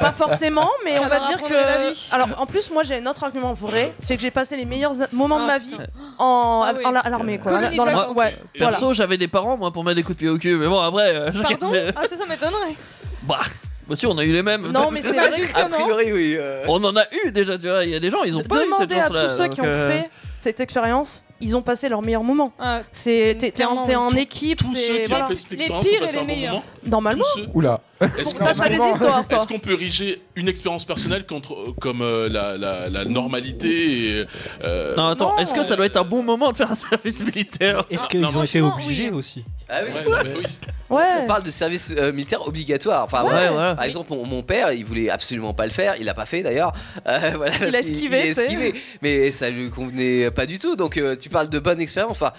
Speaker 2: pas forcément, mais
Speaker 11: Ça
Speaker 2: on va
Speaker 11: leur
Speaker 2: dire
Speaker 11: apprendrait la vie.
Speaker 2: que. Alors en plus, moi j'ai un autre argument vrai, c'est que j'ai passé les meilleurs moments de
Speaker 11: Ah,
Speaker 2: ma vie en, en- à l'armée, quoi.
Speaker 11: Colonie
Speaker 2: Dans
Speaker 11: de
Speaker 2: la-
Speaker 3: vacances.
Speaker 2: ouais, voilà.
Speaker 3: Perso, j'avais des parents, moi, pour mettre des coups de pied au cul, mais bon, après, euh, chacun
Speaker 11: Pardon
Speaker 3: ses-
Speaker 11: Ah, ça, ça m'étonnerait.
Speaker 3: Bah, bah si, on a euh. eu les mêmes.
Speaker 11: Non, mais c'est Bah, vrai que-
Speaker 4: A
Speaker 11: justement.
Speaker 4: priori, oui.
Speaker 3: On en a eu déjà, tu vois, il y a des gens, ils ont pas eu cette
Speaker 2: Demandez à
Speaker 3: chance-là.
Speaker 2: tous ceux qui
Speaker 3: donc,
Speaker 2: ont
Speaker 3: euh,
Speaker 2: fait cette expérience, ils ont passé leur meilleur moment. C'est t'es t'es en,
Speaker 11: clairement,
Speaker 2: t'es en
Speaker 11: tous-
Speaker 2: équipe.
Speaker 7: Tous ceux
Speaker 2: c'est-
Speaker 7: qui
Speaker 2: voilà.
Speaker 7: ont fait cette expérience ont passé un bon moment.
Speaker 2: Normalement.
Speaker 7: Tous ceux-
Speaker 9: Oula.
Speaker 7: Est-ce
Speaker 2: T'as pas des histoires, toi.
Speaker 7: est-ce qu'on peut ériger une expérience personnelle contre, euh, comme euh, la, la- la normalité et, euh,
Speaker 3: Non, attends,
Speaker 7: Non.
Speaker 3: est-ce que ça doit être un bon moment de faire un service militaire
Speaker 10: Est-ce
Speaker 7: qu'ils non, ont
Speaker 10: été franchement, obligés
Speaker 3: aussi
Speaker 4: Ah oui.
Speaker 7: Ouais, bah oui.
Speaker 4: On parle de service euh, militaire obligatoire. Enfin,
Speaker 3: Ouais.
Speaker 4: moi,
Speaker 3: Ouais, ouais.
Speaker 4: Par exemple, mon, mon père, il voulait absolument pas le faire. Il l'a pas fait d'ailleurs. Euh, voilà,
Speaker 2: Il a
Speaker 4: parce qu'il-
Speaker 2: esquivé,
Speaker 4: il a
Speaker 2: c'est-
Speaker 4: esquivé. Mais ça lui convenait pas du tout. Donc, euh, tu parles de bonne expérience. Enfin,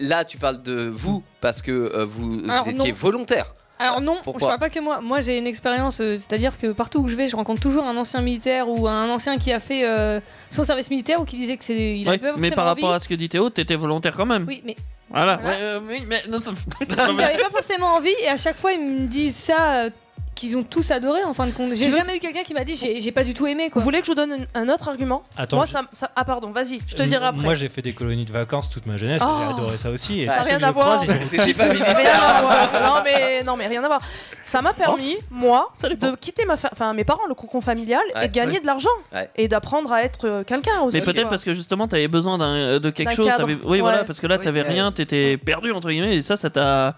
Speaker 4: là, tu parles de vous parce que euh, vous
Speaker 11: Alors,
Speaker 4: étiez
Speaker 11: non.
Speaker 4: volontaire.
Speaker 11: Alors non, je
Speaker 4: Pourquoi
Speaker 11: parle pas que moi. Moi j'ai une expérience, euh, c'est-à-dire que partout où je vais, je rencontre toujours un ancien militaire ou un ancien qui a fait euh, son service militaire ou qui disait que c'est il
Speaker 3: Ouais,
Speaker 11: avait pas
Speaker 3: Mais
Speaker 11: forcément
Speaker 3: par
Speaker 11: envie.
Speaker 3: rapport à ce que dit Théo, t'étais volontaire quand même.
Speaker 11: Oui, mais
Speaker 3: Voilà.
Speaker 11: Voilà.
Speaker 3: Ouais, euh, oui, mais non, ça-
Speaker 11: ils avaient pas forcément envie et à chaque fois ils me disent ça euh, qu'ils ont tous adoré en fin de compte. J'ai
Speaker 2: Tu veux-
Speaker 11: jamais eu quelqu'un qui m'a dit j'ai j'ai pas du tout aimé quoi.
Speaker 2: Vous voulez que je vous donne un, un autre argument
Speaker 10: Attends,
Speaker 2: Moi
Speaker 10: je- Euh,
Speaker 2: ça, ça- Ah pardon, vas-y, je te dirai après.
Speaker 10: Moi j'ai fait des colonies de vacances toute ma jeunesse,
Speaker 2: Oh.
Speaker 10: j'ai adoré ça aussi. Et
Speaker 2: Ça
Speaker 10: tous
Speaker 2: a
Speaker 10: ceux
Speaker 2: rien
Speaker 10: que je
Speaker 2: à voir.
Speaker 10: croise, ils ont-
Speaker 4: C'était pas
Speaker 2: Mais rien à voir. non, mais, non mais rien à voir. Ça m'a permis, moi, de quitter ma fa- enfin, mes parents, le cocon familial, et
Speaker 3: Ouais,
Speaker 2: de gagner
Speaker 3: ouais.
Speaker 2: de l'argent.
Speaker 4: Ouais.
Speaker 2: Et d'apprendre à être euh, quelqu'un aussi.
Speaker 3: Mais peut-être parce que justement t'avais besoin d'un- euh, de quelque
Speaker 2: D'un
Speaker 3: chose.
Speaker 2: cadre.
Speaker 3: t'avais- Oui,
Speaker 2: Ouais.
Speaker 3: voilà, parce que là
Speaker 2: Oui,
Speaker 3: t'avais
Speaker 2: mais-
Speaker 3: rien, t'étais perdu entre guillemets, et ça, ça t'a.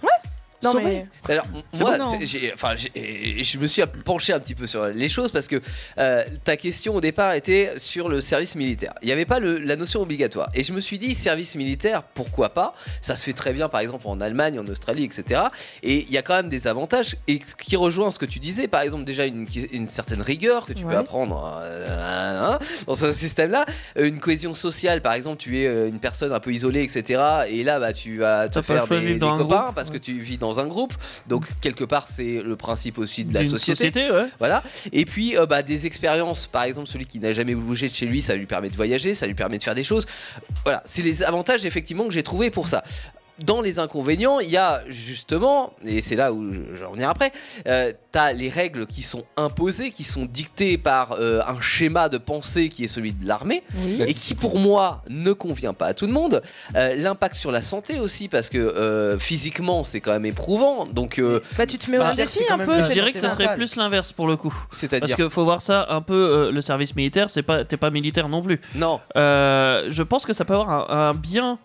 Speaker 2: Non,
Speaker 3: Sauvé.
Speaker 2: mais...
Speaker 4: Alors
Speaker 3: C'est
Speaker 4: moi,
Speaker 3: bon, non.
Speaker 4: c'est- j'ai- enfin, j'ai- je me suis penché un petit peu sur les choses parce que euh, ta question au départ était sur le service militaire. Il n'y avait pas le- la notion obligatoire. Et je me suis dit, service militaire, pourquoi pas Ça se fait très bien, par exemple, en Allemagne, en Australie, etc. Et il y a quand même des avantages et ce qui rejoint ce que tu disais, par exemple, déjà une, une certaine rigueur que tu
Speaker 3: Ouais.
Speaker 4: peux apprendre euh, hein, dans ce système-là, Euh, une cohésion sociale, par exemple, tu es euh, une personne un peu isolée, etc. Et là, bah, tu vas te
Speaker 3: T'as pas le
Speaker 4: faire
Speaker 3: choix de
Speaker 4: des,
Speaker 3: vivre dans
Speaker 4: des
Speaker 3: un
Speaker 4: copains
Speaker 3: groupe,
Speaker 4: parce que
Speaker 3: ouais. Mm.
Speaker 4: tu vis dans un groupe. Donc quelque part c'est le principe aussi de la
Speaker 3: D'une
Speaker 4: société.
Speaker 3: société, ouais.
Speaker 4: Voilà. Et puis euh, bah, des expériences, par exemple celui qui n'a jamais bougé de chez lui, ça lui permet de voyager, ça lui permet de faire des choses. Voilà, c'est les avantages effectivement que j'ai trouvé pour ça. Dans les inconvénients, il y a justement, et c'est là où je- je vais revenir après, euh, t'as les règles qui sont imposées, qui sont dictées par euh, un schéma de pensée qui est celui de l'armée,
Speaker 3: Oui.
Speaker 4: et qui pour moi ne convient pas à tout le monde. Euh, L'impact sur la santé aussi, parce que euh, physiquement c'est quand même éprouvant, donc euh,
Speaker 2: Bah, tu te mets au
Speaker 3: Bah,
Speaker 2: défi
Speaker 3: c'est
Speaker 2: un
Speaker 3: quand
Speaker 2: peu.
Speaker 3: même- Je
Speaker 2: c'est-
Speaker 3: dirais que
Speaker 2: c'est
Speaker 3: ça serait
Speaker 2: mental.
Speaker 3: plus l'inverse pour le coup.
Speaker 4: C'est-à-dire
Speaker 3: Parce qu'il faut voir ça un peu, euh, le service militaire, c'est pas, t'es pas militaire non plus. Euh,
Speaker 4: Non.
Speaker 3: je pense que ça peut avoir un, un bien,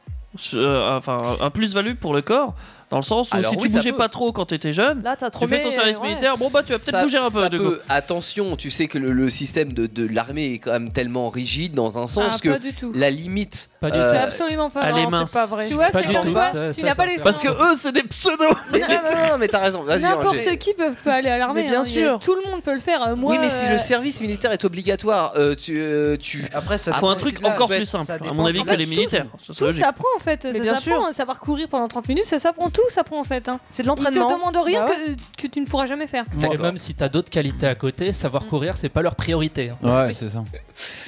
Speaker 3: euh, enfin un plus-value pour le corps, dans le sens où
Speaker 4: Alors
Speaker 3: si
Speaker 4: oui,
Speaker 3: tu
Speaker 4: ça
Speaker 3: bougeais
Speaker 4: peut.
Speaker 3: pas trop quand t'étais jeune,
Speaker 2: Là, t'as trop
Speaker 3: tu fais ton
Speaker 2: mis,
Speaker 3: service
Speaker 2: ouais.
Speaker 3: militaire, bon bah tu vas peut-être
Speaker 4: Ça-
Speaker 3: bouger un peu.
Speaker 4: ça
Speaker 3: du
Speaker 4: peut.
Speaker 3: coup.
Speaker 4: Attention, tu sais que le, le système de, de l'armée est quand même tellement rigide dans un sens
Speaker 11: Ah,
Speaker 4: que
Speaker 11: pas du tout.
Speaker 4: la limite. euh,
Speaker 11: Pas du tout. C'est absolument pas vrai. Non, c'est pas vrai. Tu vois, Pas c'est du comme tout. quoi, Ça- tu ça, n'as ça pas les sert à
Speaker 4: Parce
Speaker 11: Parce
Speaker 4: que
Speaker 11: rien. que
Speaker 3: eux, c'est des pseudos.
Speaker 4: Mais non, non, non, mais t'as raison. Vas-y, Angers.
Speaker 11: N'importe qui peut peut aller à l'armée.
Speaker 2: Mais bien
Speaker 11: hein. Il y a-
Speaker 2: sûr.
Speaker 11: Tout le monde peut le faire. Euh, Moi,
Speaker 4: oui, mais si
Speaker 11: euh,
Speaker 4: le service militaire est obligatoire, euh, tu, euh, tu.
Speaker 5: Après, ça
Speaker 3: faut un truc encore plus simple, à mon avis, que les militaires. Ça serait
Speaker 11: Tout
Speaker 3: logique.
Speaker 11: s'apprend en fait,
Speaker 2: Mais
Speaker 11: ça
Speaker 2: bien
Speaker 11: s'apprend, savoir courir pendant 30 minutes, ça s'apprend, tout s'apprend en fait. hein.
Speaker 2: C'est de l'entraînement.
Speaker 11: Ils te demandent rien
Speaker 2: Bah
Speaker 11: que, que tu ne pourras jamais faire.
Speaker 9: bah.
Speaker 2: Mm.
Speaker 12: Et même si t'as d'autres qualités à côté, savoir courir, c'est pas leur priorité. hein.
Speaker 9: Ouais, c'est ça.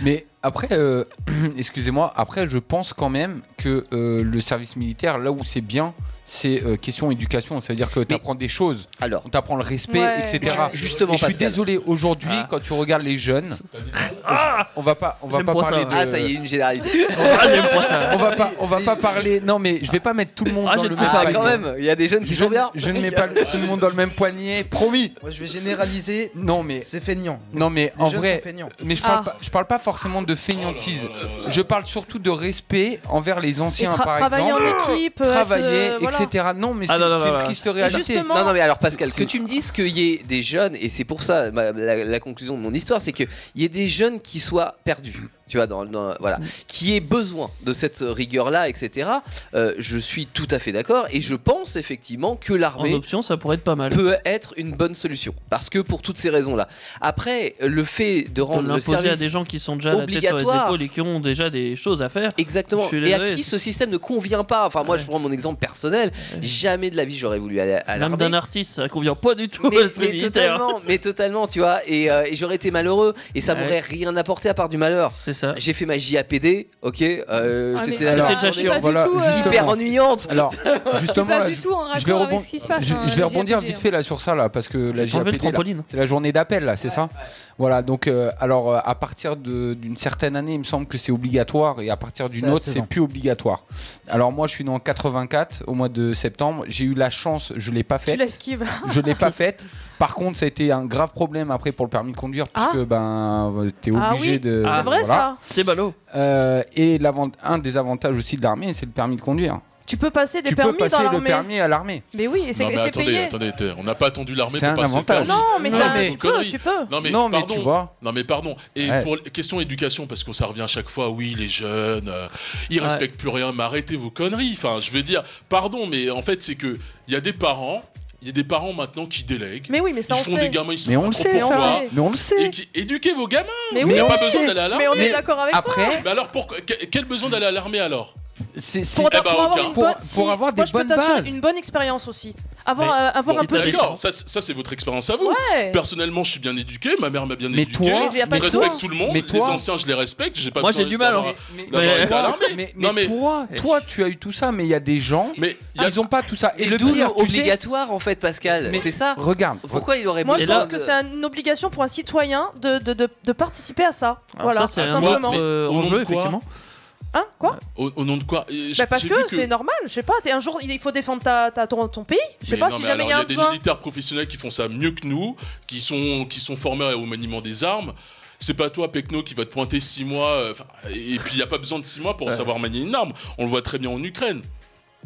Speaker 9: Mais après, euh, excusez-moi, après, je pense quand même que euh, le service militaire, là où c'est bien, c'est euh, question éducation. Ça veut dire que tu apprends des choses.
Speaker 4: Alors,
Speaker 9: on t'apprend le respect,
Speaker 4: Ouais.
Speaker 9: etc.
Speaker 4: Mais ju- justement,
Speaker 9: Et je suis
Speaker 4: Pascal. Ah.
Speaker 9: désolé aujourd'hui quand tu regardes les jeunes. on va pas, on va
Speaker 4: J'aime
Speaker 9: pas
Speaker 4: pas ça.
Speaker 9: parler de.
Speaker 4: Ah, ça y est, une généralité.
Speaker 9: Ah,
Speaker 4: J'aime pas ça.
Speaker 9: On va pas, on va pas parler. Non, mais je vais pas mettre tout le monde
Speaker 4: Ah,
Speaker 9: dans
Speaker 4: je
Speaker 9: le
Speaker 4: te
Speaker 9: même
Speaker 4: comprends.
Speaker 9: panier.
Speaker 4: Ah, quand même, il y a des jeunes qui
Speaker 9: Je
Speaker 4: sont
Speaker 9: ne-
Speaker 4: bien.
Speaker 9: Je ne mets pas le- tout le monde dans le même poignet, promis.
Speaker 5: Moi, je vais généraliser.
Speaker 9: Non, mais
Speaker 5: c'est feignant.
Speaker 9: Non, mais
Speaker 5: Les
Speaker 9: en
Speaker 5: jeunes
Speaker 9: vrai,
Speaker 5: sont feignants.
Speaker 9: mais je parle,
Speaker 5: Ah.
Speaker 9: pas, je parle pas forcément de feignantise. Je parle surtout de respect envers les anciens,
Speaker 2: Et tra-
Speaker 9: par
Speaker 2: travailler
Speaker 9: exemple.
Speaker 2: en équipe, euh,
Speaker 9: travailler,
Speaker 2: être, euh, voilà.
Speaker 9: etc. Non, mais c'est
Speaker 4: Ah, non, non,
Speaker 9: c'est
Speaker 4: non,
Speaker 9: une
Speaker 4: non.
Speaker 9: triste réalité.
Speaker 4: Non, non, mais alors Pascal, que tu me dises qu'il y ait des jeunes, et c'est pour ça ma- la, la conclusion de mon histoire, c'est qu'il y ait des jeunes qui soient perdus. Tu vois, dans, dans- voilà, qui ait besoin de cette rigueur-là, etc. euh, je suis tout à fait d'accord, et je pense effectivement que l'armée
Speaker 3: En option, ça pourrait être pas mal.
Speaker 4: peut être une bonne solution, parce que pour toutes ces raisons-là. Après, le fait de
Speaker 3: On
Speaker 4: rendre le
Speaker 3: l'imposer
Speaker 4: service
Speaker 3: à des gens qui sont déjà la tête sur les
Speaker 4: obligatoire,
Speaker 3: épaules et qui ont déjà des choses à faire.
Speaker 4: Exactement. Et à qui ce système ne convient pas Enfin, moi, je prends mon exemple personnel. Jamais de la vie, j'aurais voulu aller à
Speaker 3: Même
Speaker 4: l'armée.
Speaker 3: d'un artiste, ça convient pas du tout à
Speaker 4: mais,
Speaker 3: l'esprit
Speaker 4: mais
Speaker 3: militaire.
Speaker 4: totalement, mais totalement, tu vois. Et, euh, et j'aurais été malheureux et ça
Speaker 3: Ouais.
Speaker 4: m'aurait rien apporté à part du malheur.
Speaker 3: C'est ça.
Speaker 4: J'ai fait ma JAPD, ok. euh,
Speaker 11: Ah, mais
Speaker 4: c'était
Speaker 11: c'est
Speaker 4: la
Speaker 11: pas-
Speaker 4: journée
Speaker 11: c'est pas du
Speaker 9: Voilà,
Speaker 11: tout, euh,
Speaker 4: hyper ennuyante.
Speaker 9: Alors,
Speaker 4: C'est
Speaker 9: justement,
Speaker 11: pas
Speaker 9: là,
Speaker 11: du
Speaker 9: je-
Speaker 11: tout en
Speaker 9: je vais,
Speaker 11: raccord avec
Speaker 9: rebond-
Speaker 11: ce qui se passe,
Speaker 9: je-
Speaker 11: hein,
Speaker 9: je vais
Speaker 11: le
Speaker 9: rebondir
Speaker 11: JRPG,
Speaker 9: vite fait là sur ça là, parce que la
Speaker 3: Faut enlever
Speaker 9: JRPG,
Speaker 3: le
Speaker 9: là,
Speaker 3: trampoline.
Speaker 9: c'est la journée d'appel là, c'est ça. Voilà, donc euh, alors euh, à partir de- d'une certaine année, il me semble que c'est obligatoire, et à partir
Speaker 5: C'est
Speaker 9: d'une
Speaker 5: à
Speaker 9: autre,
Speaker 5: 16
Speaker 9: c'est
Speaker 5: ans.
Speaker 9: plus obligatoire. Alors moi, je suis né en 84, au mois de septembre. J'ai eu la chance, je l'ai pas
Speaker 2: Tu
Speaker 9: faite.
Speaker 2: l'esquives.
Speaker 9: Je l'ai pas faite. Par contre, ça a été un grave problème après pour le permis de conduire,
Speaker 2: Ah.
Speaker 9: puisque ben euh, t'es
Speaker 2: Ah
Speaker 9: obligé
Speaker 2: oui,
Speaker 9: de. Euh,
Speaker 2: c'est vrai, ça.
Speaker 3: C'est ballot.
Speaker 9: et l'avant- un des avantages aussi de l'armée, c'est le permis de conduire.
Speaker 2: Tu peux passer des
Speaker 9: Tu
Speaker 2: permis
Speaker 9: peux passer
Speaker 2: dans
Speaker 9: le
Speaker 2: l'armée.
Speaker 9: permis à l'armée.
Speaker 2: Mais oui, et c'est
Speaker 7: Non, mais
Speaker 2: c'est
Speaker 7: attendez,
Speaker 2: payé.
Speaker 7: attendez, attendez, on n'a pas attendu l'armée
Speaker 9: C'est
Speaker 7: pour
Speaker 9: un
Speaker 7: passer le
Speaker 9: avantage.
Speaker 7: permis.
Speaker 2: Non, mais ça,
Speaker 7: c'est
Speaker 2: tu
Speaker 7: une
Speaker 2: peux,
Speaker 7: connerie.
Speaker 2: tu peux.
Speaker 7: Non mais,
Speaker 9: Non, mais
Speaker 7: pardon.
Speaker 9: tu vois.
Speaker 7: Non mais pardon. Et
Speaker 9: Ouais.
Speaker 7: pour les questions éducation, parce qu'on ça revient à chaque fois, oui les jeunes, euh, ils
Speaker 3: Ouais.
Speaker 7: respectent plus rien, mais arrêtez vos conneries. Enfin, je vais dire, pardon, mais en fait c'est que il y a des parents. Il y a des parents maintenant qui délèguent.
Speaker 2: Mais oui, mais ça,
Speaker 7: ils
Speaker 2: on
Speaker 7: font
Speaker 2: sait.
Speaker 7: des gamins, ils savent
Speaker 9: Mais on
Speaker 7: pas
Speaker 9: le
Speaker 7: trop
Speaker 9: sait, ça.
Speaker 7: pourquoi.
Speaker 9: Mais on le sait.
Speaker 7: Et qui- éduquez vos gamins.
Speaker 2: Mais
Speaker 7: il n'y a
Speaker 2: oui,
Speaker 7: pas
Speaker 2: on le
Speaker 7: besoin
Speaker 2: sait.
Speaker 7: d'aller à l'armée.
Speaker 2: Mais on est Mais d'accord avec
Speaker 9: après- toi.
Speaker 7: Mais alors pourquoi que- quel besoin d'aller à l'armée alors
Speaker 9: C'est
Speaker 2: Pour,
Speaker 7: Eh ben,
Speaker 2: pour avoir
Speaker 7: aucun.
Speaker 2: une bonne, si, moi, je peux t'assurer, une bonne expérience aussi. Avoir,
Speaker 7: Mais-
Speaker 2: euh, avoir
Speaker 7: Bon,
Speaker 2: un peu de.
Speaker 7: D'accord, ça, ça, c'est votre expérience à vous.
Speaker 2: Ouais.
Speaker 7: Personnellement, je suis bien éduqué, ma mère m'a bien
Speaker 9: Mais
Speaker 7: éduqué.
Speaker 9: toi- Mais y a pas
Speaker 7: je
Speaker 9: de
Speaker 7: respecte
Speaker 9: toi.
Speaker 7: tout le monde.
Speaker 9: Mais
Speaker 7: les
Speaker 9: toi-
Speaker 7: anciens, je les respecte. J'ai pas
Speaker 3: Moi,
Speaker 7: besoin
Speaker 3: j'ai du mal,
Speaker 7: d'avoir-
Speaker 3: hein. Mais-
Speaker 7: d'avoir
Speaker 3: mais-
Speaker 7: été à l'armée.
Speaker 9: Mais,
Speaker 7: Non,
Speaker 9: mais toi, toi, tu as eu tout ça, mais il y a des gens, ils ont pas tout ça. Et, le
Speaker 4: D'où
Speaker 9: pire,
Speaker 4: le
Speaker 9: tu sais-
Speaker 4: obligatoire en fait, Pascal.
Speaker 9: Mais
Speaker 4: C'est ça.
Speaker 9: Regarde.
Speaker 4: Pourquoi il aurait
Speaker 2: Moi, je
Speaker 4: besoin
Speaker 2: pense que
Speaker 4: de-
Speaker 2: c'est une obligation pour un citoyen de, de, de, de participer à ça.
Speaker 7: Alors ça,
Speaker 2: voilà,
Speaker 7: c'est
Speaker 2: tout
Speaker 7: un
Speaker 2: simplement.
Speaker 7: autre, euh,
Speaker 2: Bah,
Speaker 7: Au nom de
Speaker 3: enjeu,
Speaker 7: quoi
Speaker 3: effectivement.
Speaker 2: Hein, quoi Bah,
Speaker 7: Au, au nom de quoi Et j'ai-
Speaker 2: parce
Speaker 7: j'ai
Speaker 2: que,
Speaker 7: vu
Speaker 2: c'est normal, je sais pas. t'es un jour, il faut défendre ta, ta- ton, ton pays. Je sais
Speaker 7: Mais
Speaker 2: pas
Speaker 7: non,
Speaker 2: si
Speaker 7: mais
Speaker 2: jamais il y a
Speaker 7: alors,
Speaker 2: un
Speaker 7: il y a
Speaker 2: besoin.
Speaker 7: des militaires professionnels qui font ça mieux que nous, qui sont, qui sont formés au maniement des armes. C'est pas toi, Pecno, qui va te pointer six mois. euh, enfin, et puis, il n'y a pas besoin de six mois pour savoir manier une arme. On le voit très bien en Ukraine.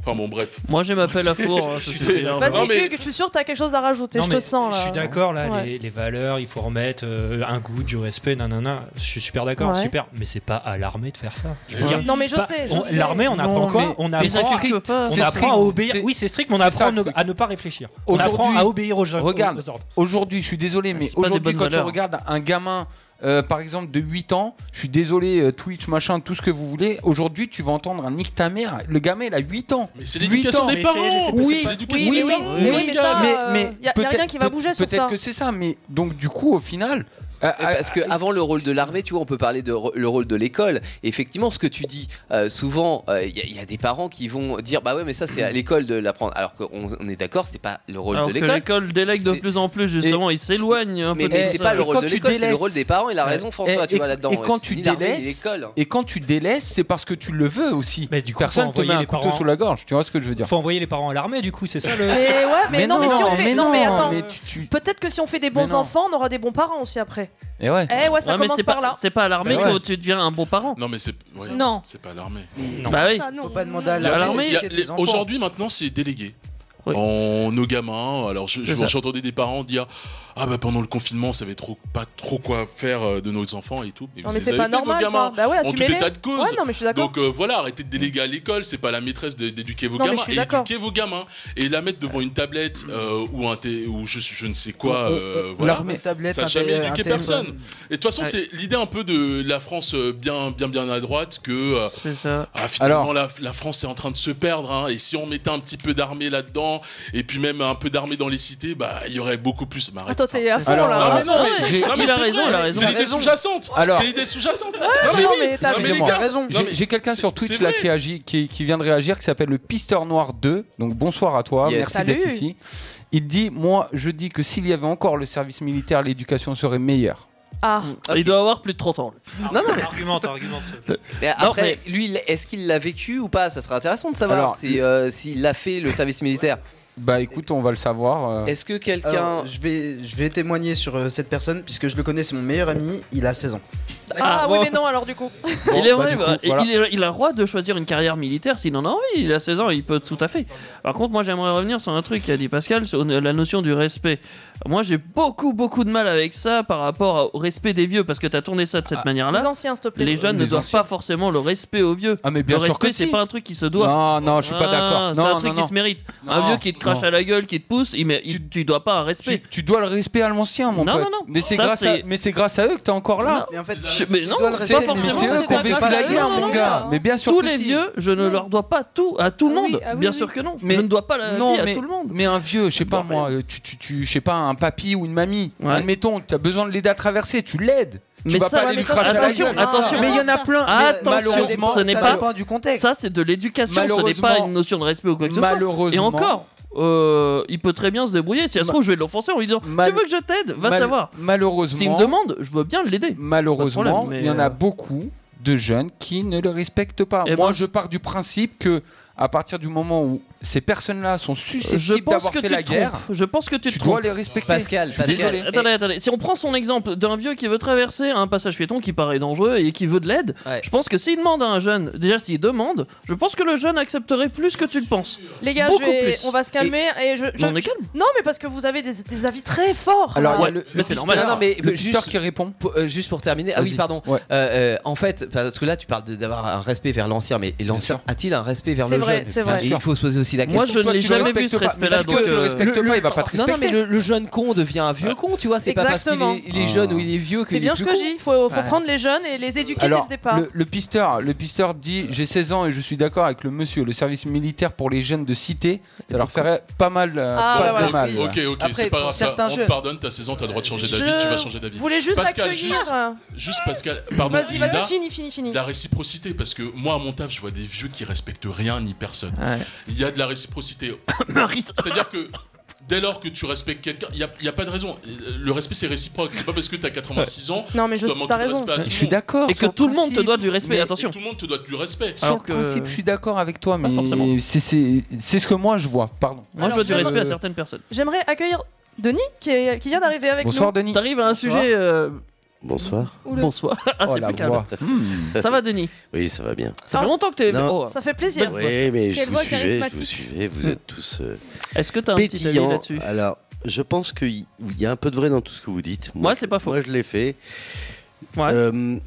Speaker 7: Enfin, bon, bref.
Speaker 3: Moi, j'ai ma pelle à four. hein,
Speaker 7: Je
Speaker 3: ça,
Speaker 7: suis-
Speaker 3: c'est-
Speaker 2: Vas-y,
Speaker 7: Non, mais-
Speaker 2: Hugues, je suis sûr que t'as quelque chose à rajouter,
Speaker 10: Non,
Speaker 2: je te
Speaker 10: mais
Speaker 2: sens là.
Speaker 10: Je suis d'accord là,
Speaker 2: Ouais.
Speaker 10: les, les valeurs, il faut remettre euh, un goût, du respect, nanana. Je suis super d'accord,
Speaker 2: Ouais.
Speaker 10: super. Mais c'est pas à l'armée de faire ça. Je veux
Speaker 2: Ouais.
Speaker 10: dire,
Speaker 2: Non, mais je
Speaker 10: pas-
Speaker 2: sais, je
Speaker 10: on-
Speaker 2: sais.
Speaker 10: L'armée, on
Speaker 2: Non,
Speaker 10: apprend quoi
Speaker 2: mais-
Speaker 10: On
Speaker 2: mais
Speaker 10: apprend,
Speaker 2: ça strict,
Speaker 10: on
Speaker 2: c'est
Speaker 10: apprend à
Speaker 2: strict.
Speaker 10: obéir.
Speaker 2: C'est-
Speaker 10: Oui, c'est strict, mais on
Speaker 2: c'est ça,
Speaker 10: apprend
Speaker 2: le
Speaker 10: à ne-
Speaker 2: truc.
Speaker 10: à ne pas réfléchir. On apprend
Speaker 9: Aujourd'hui,
Speaker 10: à obéir aux, gens-
Speaker 9: Regarde,
Speaker 10: aux ordres.
Speaker 9: aujourd'hui, je suis désolé, mais
Speaker 10: Ah, C'est pas des
Speaker 9: aujourd'hui,
Speaker 10: bonnes
Speaker 9: quand
Speaker 10: valeurs.
Speaker 9: tu regardes un gamin, euh, par exemple, de 8 ans, je suis désolé, euh, Twitch, machin, tout ce que vous voulez, aujourd'hui, tu vas entendre un nique ta mère. Le gamin, il a 8 ans.
Speaker 7: Mais c'est
Speaker 2: l'éducation des parents. Mais
Speaker 9: Oui,
Speaker 2: c'est
Speaker 9: oui,
Speaker 2: l'éducation
Speaker 9: oui,
Speaker 2: des
Speaker 9: oui,
Speaker 2: parents.
Speaker 9: mais-
Speaker 2: Oui, mais ça,
Speaker 9: mais-
Speaker 2: euh,
Speaker 9: mais
Speaker 2: y a- y a
Speaker 9: peut-être-
Speaker 2: rien qui va bouger sur ça.
Speaker 9: Peut-être que c'est ça, mais donc, du coup, au final.
Speaker 3: Ah,
Speaker 4: Mais Euh, parce que avant le rôle de l'armée, tu vois, on peut parler de re- le rôle de l'école. Et Effectivement, ce que tu dis, euh, souvent, il y, a- y a des parents qui vont dire, bah ouais, mais ça c'est à l'école de l'apprendre. Alors qu'on on est d'accord, c'est pas le rôle
Speaker 3: Alors
Speaker 4: de
Speaker 3: que
Speaker 4: l'école.
Speaker 3: l'école délègue de
Speaker 4: C'est-
Speaker 3: plus en plus, justement, il s'éloigne un
Speaker 4: Mais,
Speaker 3: peu de
Speaker 4: mais
Speaker 3: tout
Speaker 4: c'est
Speaker 3: ça.
Speaker 4: pas le rôle
Speaker 9: quand
Speaker 4: de
Speaker 9: tu
Speaker 4: l'école, c'est le
Speaker 9: délaisses-
Speaker 4: rôle des parents. Il a raison,
Speaker 9: Et-
Speaker 4: François,
Speaker 9: Eh, et-
Speaker 4: tu vois là-dedans.
Speaker 9: Et quand
Speaker 4: C'est
Speaker 9: tu
Speaker 4: ni l'armée, ni
Speaker 9: délaisses,
Speaker 4: l'école.
Speaker 9: et quand tu délaisses, c'est parce que tu le veux aussi. Personne
Speaker 10: faut
Speaker 9: te met
Speaker 10: envoyer
Speaker 9: un
Speaker 10: les
Speaker 9: couteau
Speaker 10: parents-
Speaker 9: sous la gorge. Tu vois ce que je veux dire
Speaker 10: Faut envoyer les parents à l'armée, du coup, c'est ça le.
Speaker 2: Mais ouais, mais, non, mais si on fait. non, mais attends.
Speaker 9: tu- tu-
Speaker 2: Peut-être que si on fait des bons
Speaker 10: non.
Speaker 2: enfants, on aura des bons parents aussi après.
Speaker 9: Et ouais.
Speaker 2: Eh ouais, ça
Speaker 3: mais
Speaker 2: commence
Speaker 3: c'est
Speaker 2: par
Speaker 3: pas-
Speaker 2: là.
Speaker 3: C'est pas à l'armée
Speaker 7: Mais ouais.
Speaker 3: que tu deviens un bon parent.
Speaker 7: Non, mais c'est. ouais,
Speaker 2: Non.
Speaker 7: C'est pas l'armée.
Speaker 3: Bah oui.
Speaker 5: Faut pas demander
Speaker 7: Il
Speaker 5: à
Speaker 7: y a-
Speaker 5: l'armée.
Speaker 7: il y a- les- Aujourd'hui, maintenant, c'est délégué. En nos gamins, alors je- je-
Speaker 3: C'est ça.
Speaker 7: j'entendais des parents dire Ah bah pendant le confinement, on savait trop, pas trop quoi faire euh, de nos enfants et tout.
Speaker 2: Non,
Speaker 7: vous
Speaker 2: mais
Speaker 7: les
Speaker 2: c'est
Speaker 7: avez
Speaker 2: pas
Speaker 7: fait, vos
Speaker 2: normal,
Speaker 7: gamins,
Speaker 2: ça. Bah ouais,
Speaker 7: En tout
Speaker 2: assumez-les.
Speaker 7: état de cause.
Speaker 2: Ouais, non, mais je suis d'accord.
Speaker 7: Donc euh, voilà, arrêtez de déléguer à l'école, c'est pas la maîtresse de- d'éduquer vos
Speaker 2: Non, mais
Speaker 7: gamins.
Speaker 2: je suis d'accord.
Speaker 7: Éduquez vos gamins et la mettre devant une tablette euh, ou, un té- ou je, je ne sais quoi.
Speaker 5: On- on-
Speaker 7: euh,
Speaker 5: on-
Speaker 7: voilà.
Speaker 5: l'armée, tablette,
Speaker 7: ça n'a
Speaker 5: un
Speaker 7: jamais
Speaker 5: té- un
Speaker 7: éduqué
Speaker 5: téléphone.
Speaker 7: personne. Et de toute façon, c'est l'idée un peu de la France euh, bien, bien, bien à droite que. euh,
Speaker 3: C'est ça.
Speaker 7: ah, finalement,
Speaker 9: Alors-
Speaker 7: la, la France est en train de se perdre. hein, et si on mettait un petit peu d'armée là-dedans, gens, et puis même un peu d'armée dans les cités, bah il y aurait beaucoup plus. M'arrête.
Speaker 2: Attends, Ah, t'es à fond
Speaker 7: Alors,
Speaker 2: là.
Speaker 7: non,
Speaker 2: hein.
Speaker 7: mais non, mais,
Speaker 9: J'ai-
Speaker 7: Ah, non, mais
Speaker 9: il a
Speaker 7: c'est
Speaker 9: raison,
Speaker 7: vrai,
Speaker 9: il a raison.
Speaker 7: C'est
Speaker 9: Il a
Speaker 7: l'idée
Speaker 9: raison.
Speaker 7: sous-jacente.
Speaker 9: Alors-
Speaker 7: C'est l'idée sous-jacente.
Speaker 2: Ouais, non, mais
Speaker 7: mais
Speaker 2: t'as
Speaker 9: Excusez-moi.
Speaker 7: les gars,
Speaker 9: J'ai-
Speaker 7: non, mais
Speaker 9: J'ai quelqu'un
Speaker 7: c'est-
Speaker 9: sur Twitch
Speaker 7: c'est
Speaker 9: là
Speaker 7: vrai.
Speaker 9: qui, agit, qui, qui vient de réagir, qui s'appelle le Pisteur Noir 2. Donc bonsoir à toi,
Speaker 7: Yes.
Speaker 9: merci
Speaker 7: Salut.
Speaker 9: d'être ici. Il dit Moi, je dis que s'il y avait encore le service militaire, l'éducation serait meilleure.
Speaker 2: Ah.
Speaker 3: Il doit avoir plus de 30 ans.
Speaker 4: Non, non, mais-
Speaker 10: Argumente, argumente.
Speaker 4: Mais après, lui, il- est-ce qu'il l'a vécu ou pas Ça serait intéressant de savoir
Speaker 9: Alors,
Speaker 4: si, euh, s'il a fait le service militaire.
Speaker 9: Bah écoute, on va le savoir. euh.
Speaker 4: Est-ce que quelqu'un.
Speaker 5: Alors, je vais, je vais témoigner sur euh, cette personne puisque je le connais, c'est mon meilleur ami. Il a 16 ans.
Speaker 2: Ah,
Speaker 3: Ah,
Speaker 2: oui,
Speaker 3: bon.
Speaker 2: mais non, alors du coup.
Speaker 3: il est
Speaker 5: bah,
Speaker 3: vrai,
Speaker 5: du coup,
Speaker 3: bah, et
Speaker 5: voilà.
Speaker 3: il, est- il a le droit de choisir une carrière militaire s'il en a envie. Il a 16 ans, il peut tout à fait. Par contre, moi, j'aimerais revenir sur un truc qu'a dit Pascal, sur la notion du respect. Moi, j'ai beaucoup, beaucoup de mal avec ça par rapport au respect des vieux, parce que t'as tourné ça de cette
Speaker 2: Ah, Les
Speaker 3: manière-là.
Speaker 2: anciens, s'il te plaît.
Speaker 3: Les jeunes ne
Speaker 9: Les
Speaker 3: doivent
Speaker 9: anciens.
Speaker 3: pas forcément le respect aux vieux.
Speaker 9: Ah, mais bien
Speaker 3: le
Speaker 9: sûr
Speaker 3: respect,
Speaker 9: que
Speaker 3: c'est
Speaker 9: si.
Speaker 3: pas un truc qui se doit.
Speaker 9: Non, non, je suis pas
Speaker 3: Ah,
Speaker 9: d'accord.
Speaker 3: C'est
Speaker 9: Non,
Speaker 3: un
Speaker 9: non,
Speaker 3: truc
Speaker 9: non.
Speaker 3: qui se mérite.
Speaker 9: Non,
Speaker 3: un vieux qui te crache
Speaker 9: non.
Speaker 3: à la gueule, qui te pousse, il, mais, il- tu dois pas un respect.
Speaker 9: Tu dois le respect à l'ancien, mon
Speaker 3: Non,
Speaker 9: pote.
Speaker 3: non, non.
Speaker 9: Mais c'est
Speaker 3: Ça,
Speaker 9: grâce, à...
Speaker 3: c'est-
Speaker 9: mais c'est grâce à eux que t'es encore là.
Speaker 5: Mais en fait,
Speaker 3: Je- mais non,
Speaker 5: dois le
Speaker 3: c'est pas
Speaker 5: respecter,
Speaker 3: forcément.
Speaker 9: mais c'est eux
Speaker 3: parce
Speaker 9: qui ont
Speaker 3: que
Speaker 9: vécu
Speaker 3: grâce
Speaker 9: la
Speaker 3: à eux,
Speaker 9: guerre,
Speaker 3: non,
Speaker 9: mon
Speaker 3: non,
Speaker 9: gars.
Speaker 3: non.
Speaker 9: Mais bien sûr
Speaker 3: Tous
Speaker 9: que
Speaker 3: les
Speaker 9: si.
Speaker 3: vieux, je ne leur dois pas tout à tout le monde.
Speaker 11: ah oui,
Speaker 3: bien
Speaker 11: oui.
Speaker 3: sûr que non.
Speaker 9: Mais-
Speaker 3: je ne dois pas la
Speaker 9: non,
Speaker 3: vie
Speaker 9: mais,
Speaker 3: à tout le monde.
Speaker 9: mais un vieux, je sais pas moi, euh, tu, tu, tu- je sais pas, un papy ou une mamie, admettons, tu as besoin de l'aider à traverser, tu l'aides.
Speaker 3: Mais
Speaker 9: tu vas
Speaker 3: ça,
Speaker 9: pas aller
Speaker 3: mais
Speaker 9: lui
Speaker 3: ça,
Speaker 9: cracher à la
Speaker 3: attention,
Speaker 9: gueule.
Speaker 3: attention. Ah,
Speaker 9: Mais il y en a plein. mais
Speaker 3: Attention,
Speaker 9: malheureusement,
Speaker 3: ce n'est
Speaker 9: ça
Speaker 3: pas.
Speaker 9: dépend du contexte.
Speaker 3: Ça, c'est de l'éducation. Ce n'est pas
Speaker 9: Malheureusement-
Speaker 3: une notion de respect ou quoi que ce soit.
Speaker 9: Malheureusement-
Speaker 3: Et encore, euh, il peut très bien se débrouiller. Si ça se trouve, je vais l'offenser en lui disant Tu veux que je t'aide Va
Speaker 9: Mal-
Speaker 3: savoir.
Speaker 9: Malheureusement.
Speaker 3: S'il me demande, je veux bien l'aider.
Speaker 9: Malheureusement,
Speaker 3: problème, mais- euh,
Speaker 9: il y en a beaucoup de jeunes qui ne le respectent pas.
Speaker 3: Eh
Speaker 9: Moi,
Speaker 3: ben,
Speaker 9: je pars du principe que à partir du moment où ces personnes-là sont
Speaker 3: Je
Speaker 9: susceptibles
Speaker 3: pense
Speaker 9: d'avoir
Speaker 3: que
Speaker 9: fait
Speaker 3: tu
Speaker 9: la
Speaker 3: te
Speaker 9: guerre,
Speaker 3: trompes. Je pense que tu te
Speaker 9: tu dois
Speaker 3: trompes.
Speaker 9: les respecter.
Speaker 4: Pascal,
Speaker 9: Je suis
Speaker 4: Pascal.
Speaker 9: désolé.
Speaker 3: Attendez, attendez. Si on prend son exemple d'un vieux qui veut traverser un passage piéton qui paraît dangereux et qui veut de l'aide, je pense que s'il demande à un jeune, déjà s'il demande, je pense que le jeune accepterait plus que tu le penses.
Speaker 2: Les gars, je
Speaker 3: Beaucoup
Speaker 2: vais-
Speaker 3: plus.
Speaker 2: on va se calmer. Et... je, je-
Speaker 3: on est calme.
Speaker 2: Non, mais parce que vous avez des, des avis très forts.
Speaker 4: Alors,
Speaker 2: là.
Speaker 4: il y a
Speaker 3: le- mais c'est
Speaker 4: pisteur-
Speaker 3: normal.
Speaker 4: Non, non, mais
Speaker 9: Le
Speaker 4: juste-
Speaker 9: pisteur qui répond.
Speaker 4: pour- euh, juste pour terminer, ah oui,
Speaker 9: Vas-y.
Speaker 4: pardon.
Speaker 9: Ouais.
Speaker 4: Euh, euh, en fait, parce que là, tu parles de- d'avoir un respect vers l'ancien, mais l'ancien a-t-il un respect vers
Speaker 2: C'est
Speaker 4: le
Speaker 2: vrai,
Speaker 4: jeune
Speaker 2: c'est vrai.
Speaker 4: Et Il faut se poser aussi la
Speaker 3: Moi,
Speaker 4: question.
Speaker 3: je ne
Speaker 4: Toi,
Speaker 3: l'ai
Speaker 4: tu le
Speaker 3: jamais vu,
Speaker 4: respectes
Speaker 3: ce
Speaker 4: pas.
Speaker 3: respect-là,
Speaker 4: Parce
Speaker 3: donc,
Speaker 4: que-
Speaker 3: euh,
Speaker 9: respectes
Speaker 4: le-
Speaker 9: pas,
Speaker 4: le-
Speaker 9: il va pas te
Speaker 4: Non, non, mais
Speaker 9: respecter.
Speaker 4: le, le jeune con devient un vieux con, tu vois. C'est pas parce qu'il
Speaker 2: Euh, Exactement.
Speaker 4: est, il est jeune ou il est vieux qu'il
Speaker 2: C'est bien
Speaker 4: est
Speaker 2: ce
Speaker 4: plus
Speaker 2: que
Speaker 4: con.
Speaker 2: j'ai. Il faut, faut
Speaker 9: Ouais.
Speaker 2: prendre les jeunes et les éduquer
Speaker 9: Alors,
Speaker 2: dès le départ.
Speaker 9: Le, le pisteur, le pisteur dit J'ai 16 ans et je suis d'accord avec le monsieur. Le service militaire pour les jeunes de cité, ça leur ferait pas mal. euh,
Speaker 2: Ah,
Speaker 9: pas
Speaker 2: bah
Speaker 9: de
Speaker 2: voilà.
Speaker 9: mal.
Speaker 7: Ok, ok, c'est pas grave. ça, On te pardonne, t'as 16 ans, t'as le droit de changer d'avis,
Speaker 2: Je
Speaker 7: tu vas changer d'avis.
Speaker 2: voulais juste
Speaker 7: Pascal,
Speaker 2: accueillir.
Speaker 7: juste, juste Pascal, pardon.
Speaker 2: Vas-y,
Speaker 7: Linda,
Speaker 2: vas-y, fini, fini, fini.
Speaker 7: de la réciprocité, parce que moi, à mon taf, je vois des vieux qui respectent rien ni personne. Il y a de la réciprocité. C'est-à-dire que. Dès lors que tu respectes quelqu'un, il n'y a, il y a pas de raison. Le respect, c'est réciproque. C'est pas parce que tu as 86 ans
Speaker 2: Non, mais
Speaker 7: tu
Speaker 2: je
Speaker 7: dois
Speaker 2: sais,
Speaker 7: manquer
Speaker 2: t'as
Speaker 7: de
Speaker 2: raison.
Speaker 7: respect à tout
Speaker 9: Je
Speaker 7: le
Speaker 9: suis
Speaker 7: monde.
Speaker 9: d'accord.
Speaker 3: Et que
Speaker 9: sur
Speaker 3: tout le monde te
Speaker 9: principe,
Speaker 3: doit du respect,
Speaker 9: mais-
Speaker 3: attention.
Speaker 7: Tout le monde te doit du respect.
Speaker 9: Sur le principe, je suis d'accord avec toi, mais
Speaker 3: forcément.
Speaker 9: c'est- c'est c'est ce que moi je vois. Pardon.
Speaker 3: Moi, je dois du
Speaker 9: Euh,
Speaker 3: respect à certaines personnes.
Speaker 2: J'aimerais accueillir Denis qui, est- qui vient d'arriver avec
Speaker 9: Bonsoir,
Speaker 2: nous.
Speaker 9: Denis.
Speaker 3: T'arrives à un sujet. euh,
Speaker 14: Bonsoir.
Speaker 2: Oula.
Speaker 3: Bonsoir. Ah,
Speaker 14: Oh,
Speaker 3: c'est
Speaker 14: la
Speaker 3: plus calme.
Speaker 14: voix.
Speaker 3: Hmm. Ça va, Denis
Speaker 14: Oui, ça va bien.
Speaker 3: Ça fait longtemps que t'es.
Speaker 14: Non.
Speaker 3: oh.
Speaker 2: Ça fait plaisir.
Speaker 14: Oui, mais je
Speaker 2: Quelle
Speaker 14: vous,
Speaker 2: voix
Speaker 14: suivais, je
Speaker 2: charismatique.
Speaker 14: vous suivez, vous êtes tous euh,
Speaker 3: Est-ce que t'as un petit avis
Speaker 14: pétillants.
Speaker 3: là-dessus
Speaker 14: Alors, je pense qu'il y il y a un peu de vrai dans tout ce que vous dites. Moi, c'est pas faux. Moi, je l'ai fait. Euh,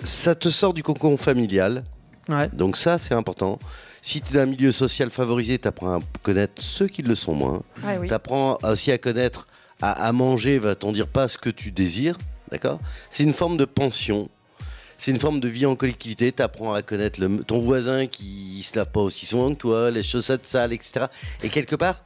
Speaker 14: ça te sort du cocon familial.
Speaker 3: Ouais.
Speaker 14: Donc ça, c'est important. Si tu es dans un milieu social favorisé, tu apprends à connaître ceux qui le sont moins.
Speaker 2: Ouais, oui.
Speaker 14: Tu apprends aussi à connaître, à, à manger, va-t-on dire pas ce que tu désires. D'accord C'est une forme de pension. C'est une forme de vie en collectivité. Tu apprends à connaître le- ton voisin qui se lave pas aussi souvent que toi, les chaussettes sales, etc. Et quelque part,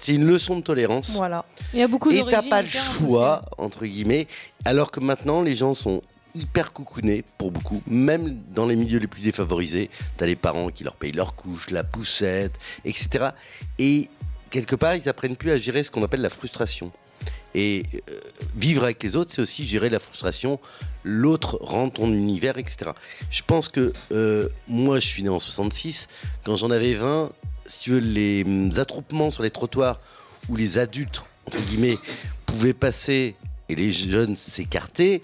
Speaker 14: c'est une leçon de tolérance.
Speaker 2: Voilà.
Speaker 11: Il y a beaucoup
Speaker 14: Et t'as
Speaker 11: d'origines
Speaker 14: pas le
Speaker 11: différentes.
Speaker 14: choix, entre guillemets, alors que maintenant les gens sont hyper coucounés pour beaucoup, même dans les milieux les plus défavorisés. T'as les parents qui leur payent leur couche, la poussette, etc. Et quelque part, ils apprennent plus à gérer ce qu'on appelle la frustration. Et euh, vivre avec les autres, c'est aussi gérer la frustration. L'autre rend ton univers, etc. Je pense que euh, moi, je suis né en 66. Quand j'en avais 20, si tu veux, les hum, attroupements sur les trottoirs où les adultes, entre guillemets, pouvaient passer et les jeunes s'écartaient,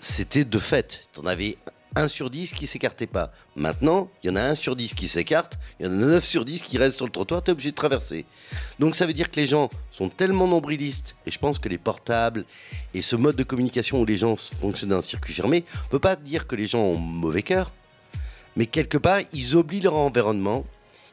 Speaker 14: c'était de fait. T'en avais 1 sur 10 qui s'écartait pas. Maintenant, il y en a 1 sur 10 qui s'écarte, il y en a 9 sur 10 qui restent sur le trottoir, t'es obligé de traverser. Donc ça veut dire que les gens sont tellement nombrilistes, et je pense que les portables et ce mode de communication où les gens fonctionnent en circuit fermé, on peut pas dire que les gens ont mauvais cœur, mais quelque part, ils oublient leur environnement,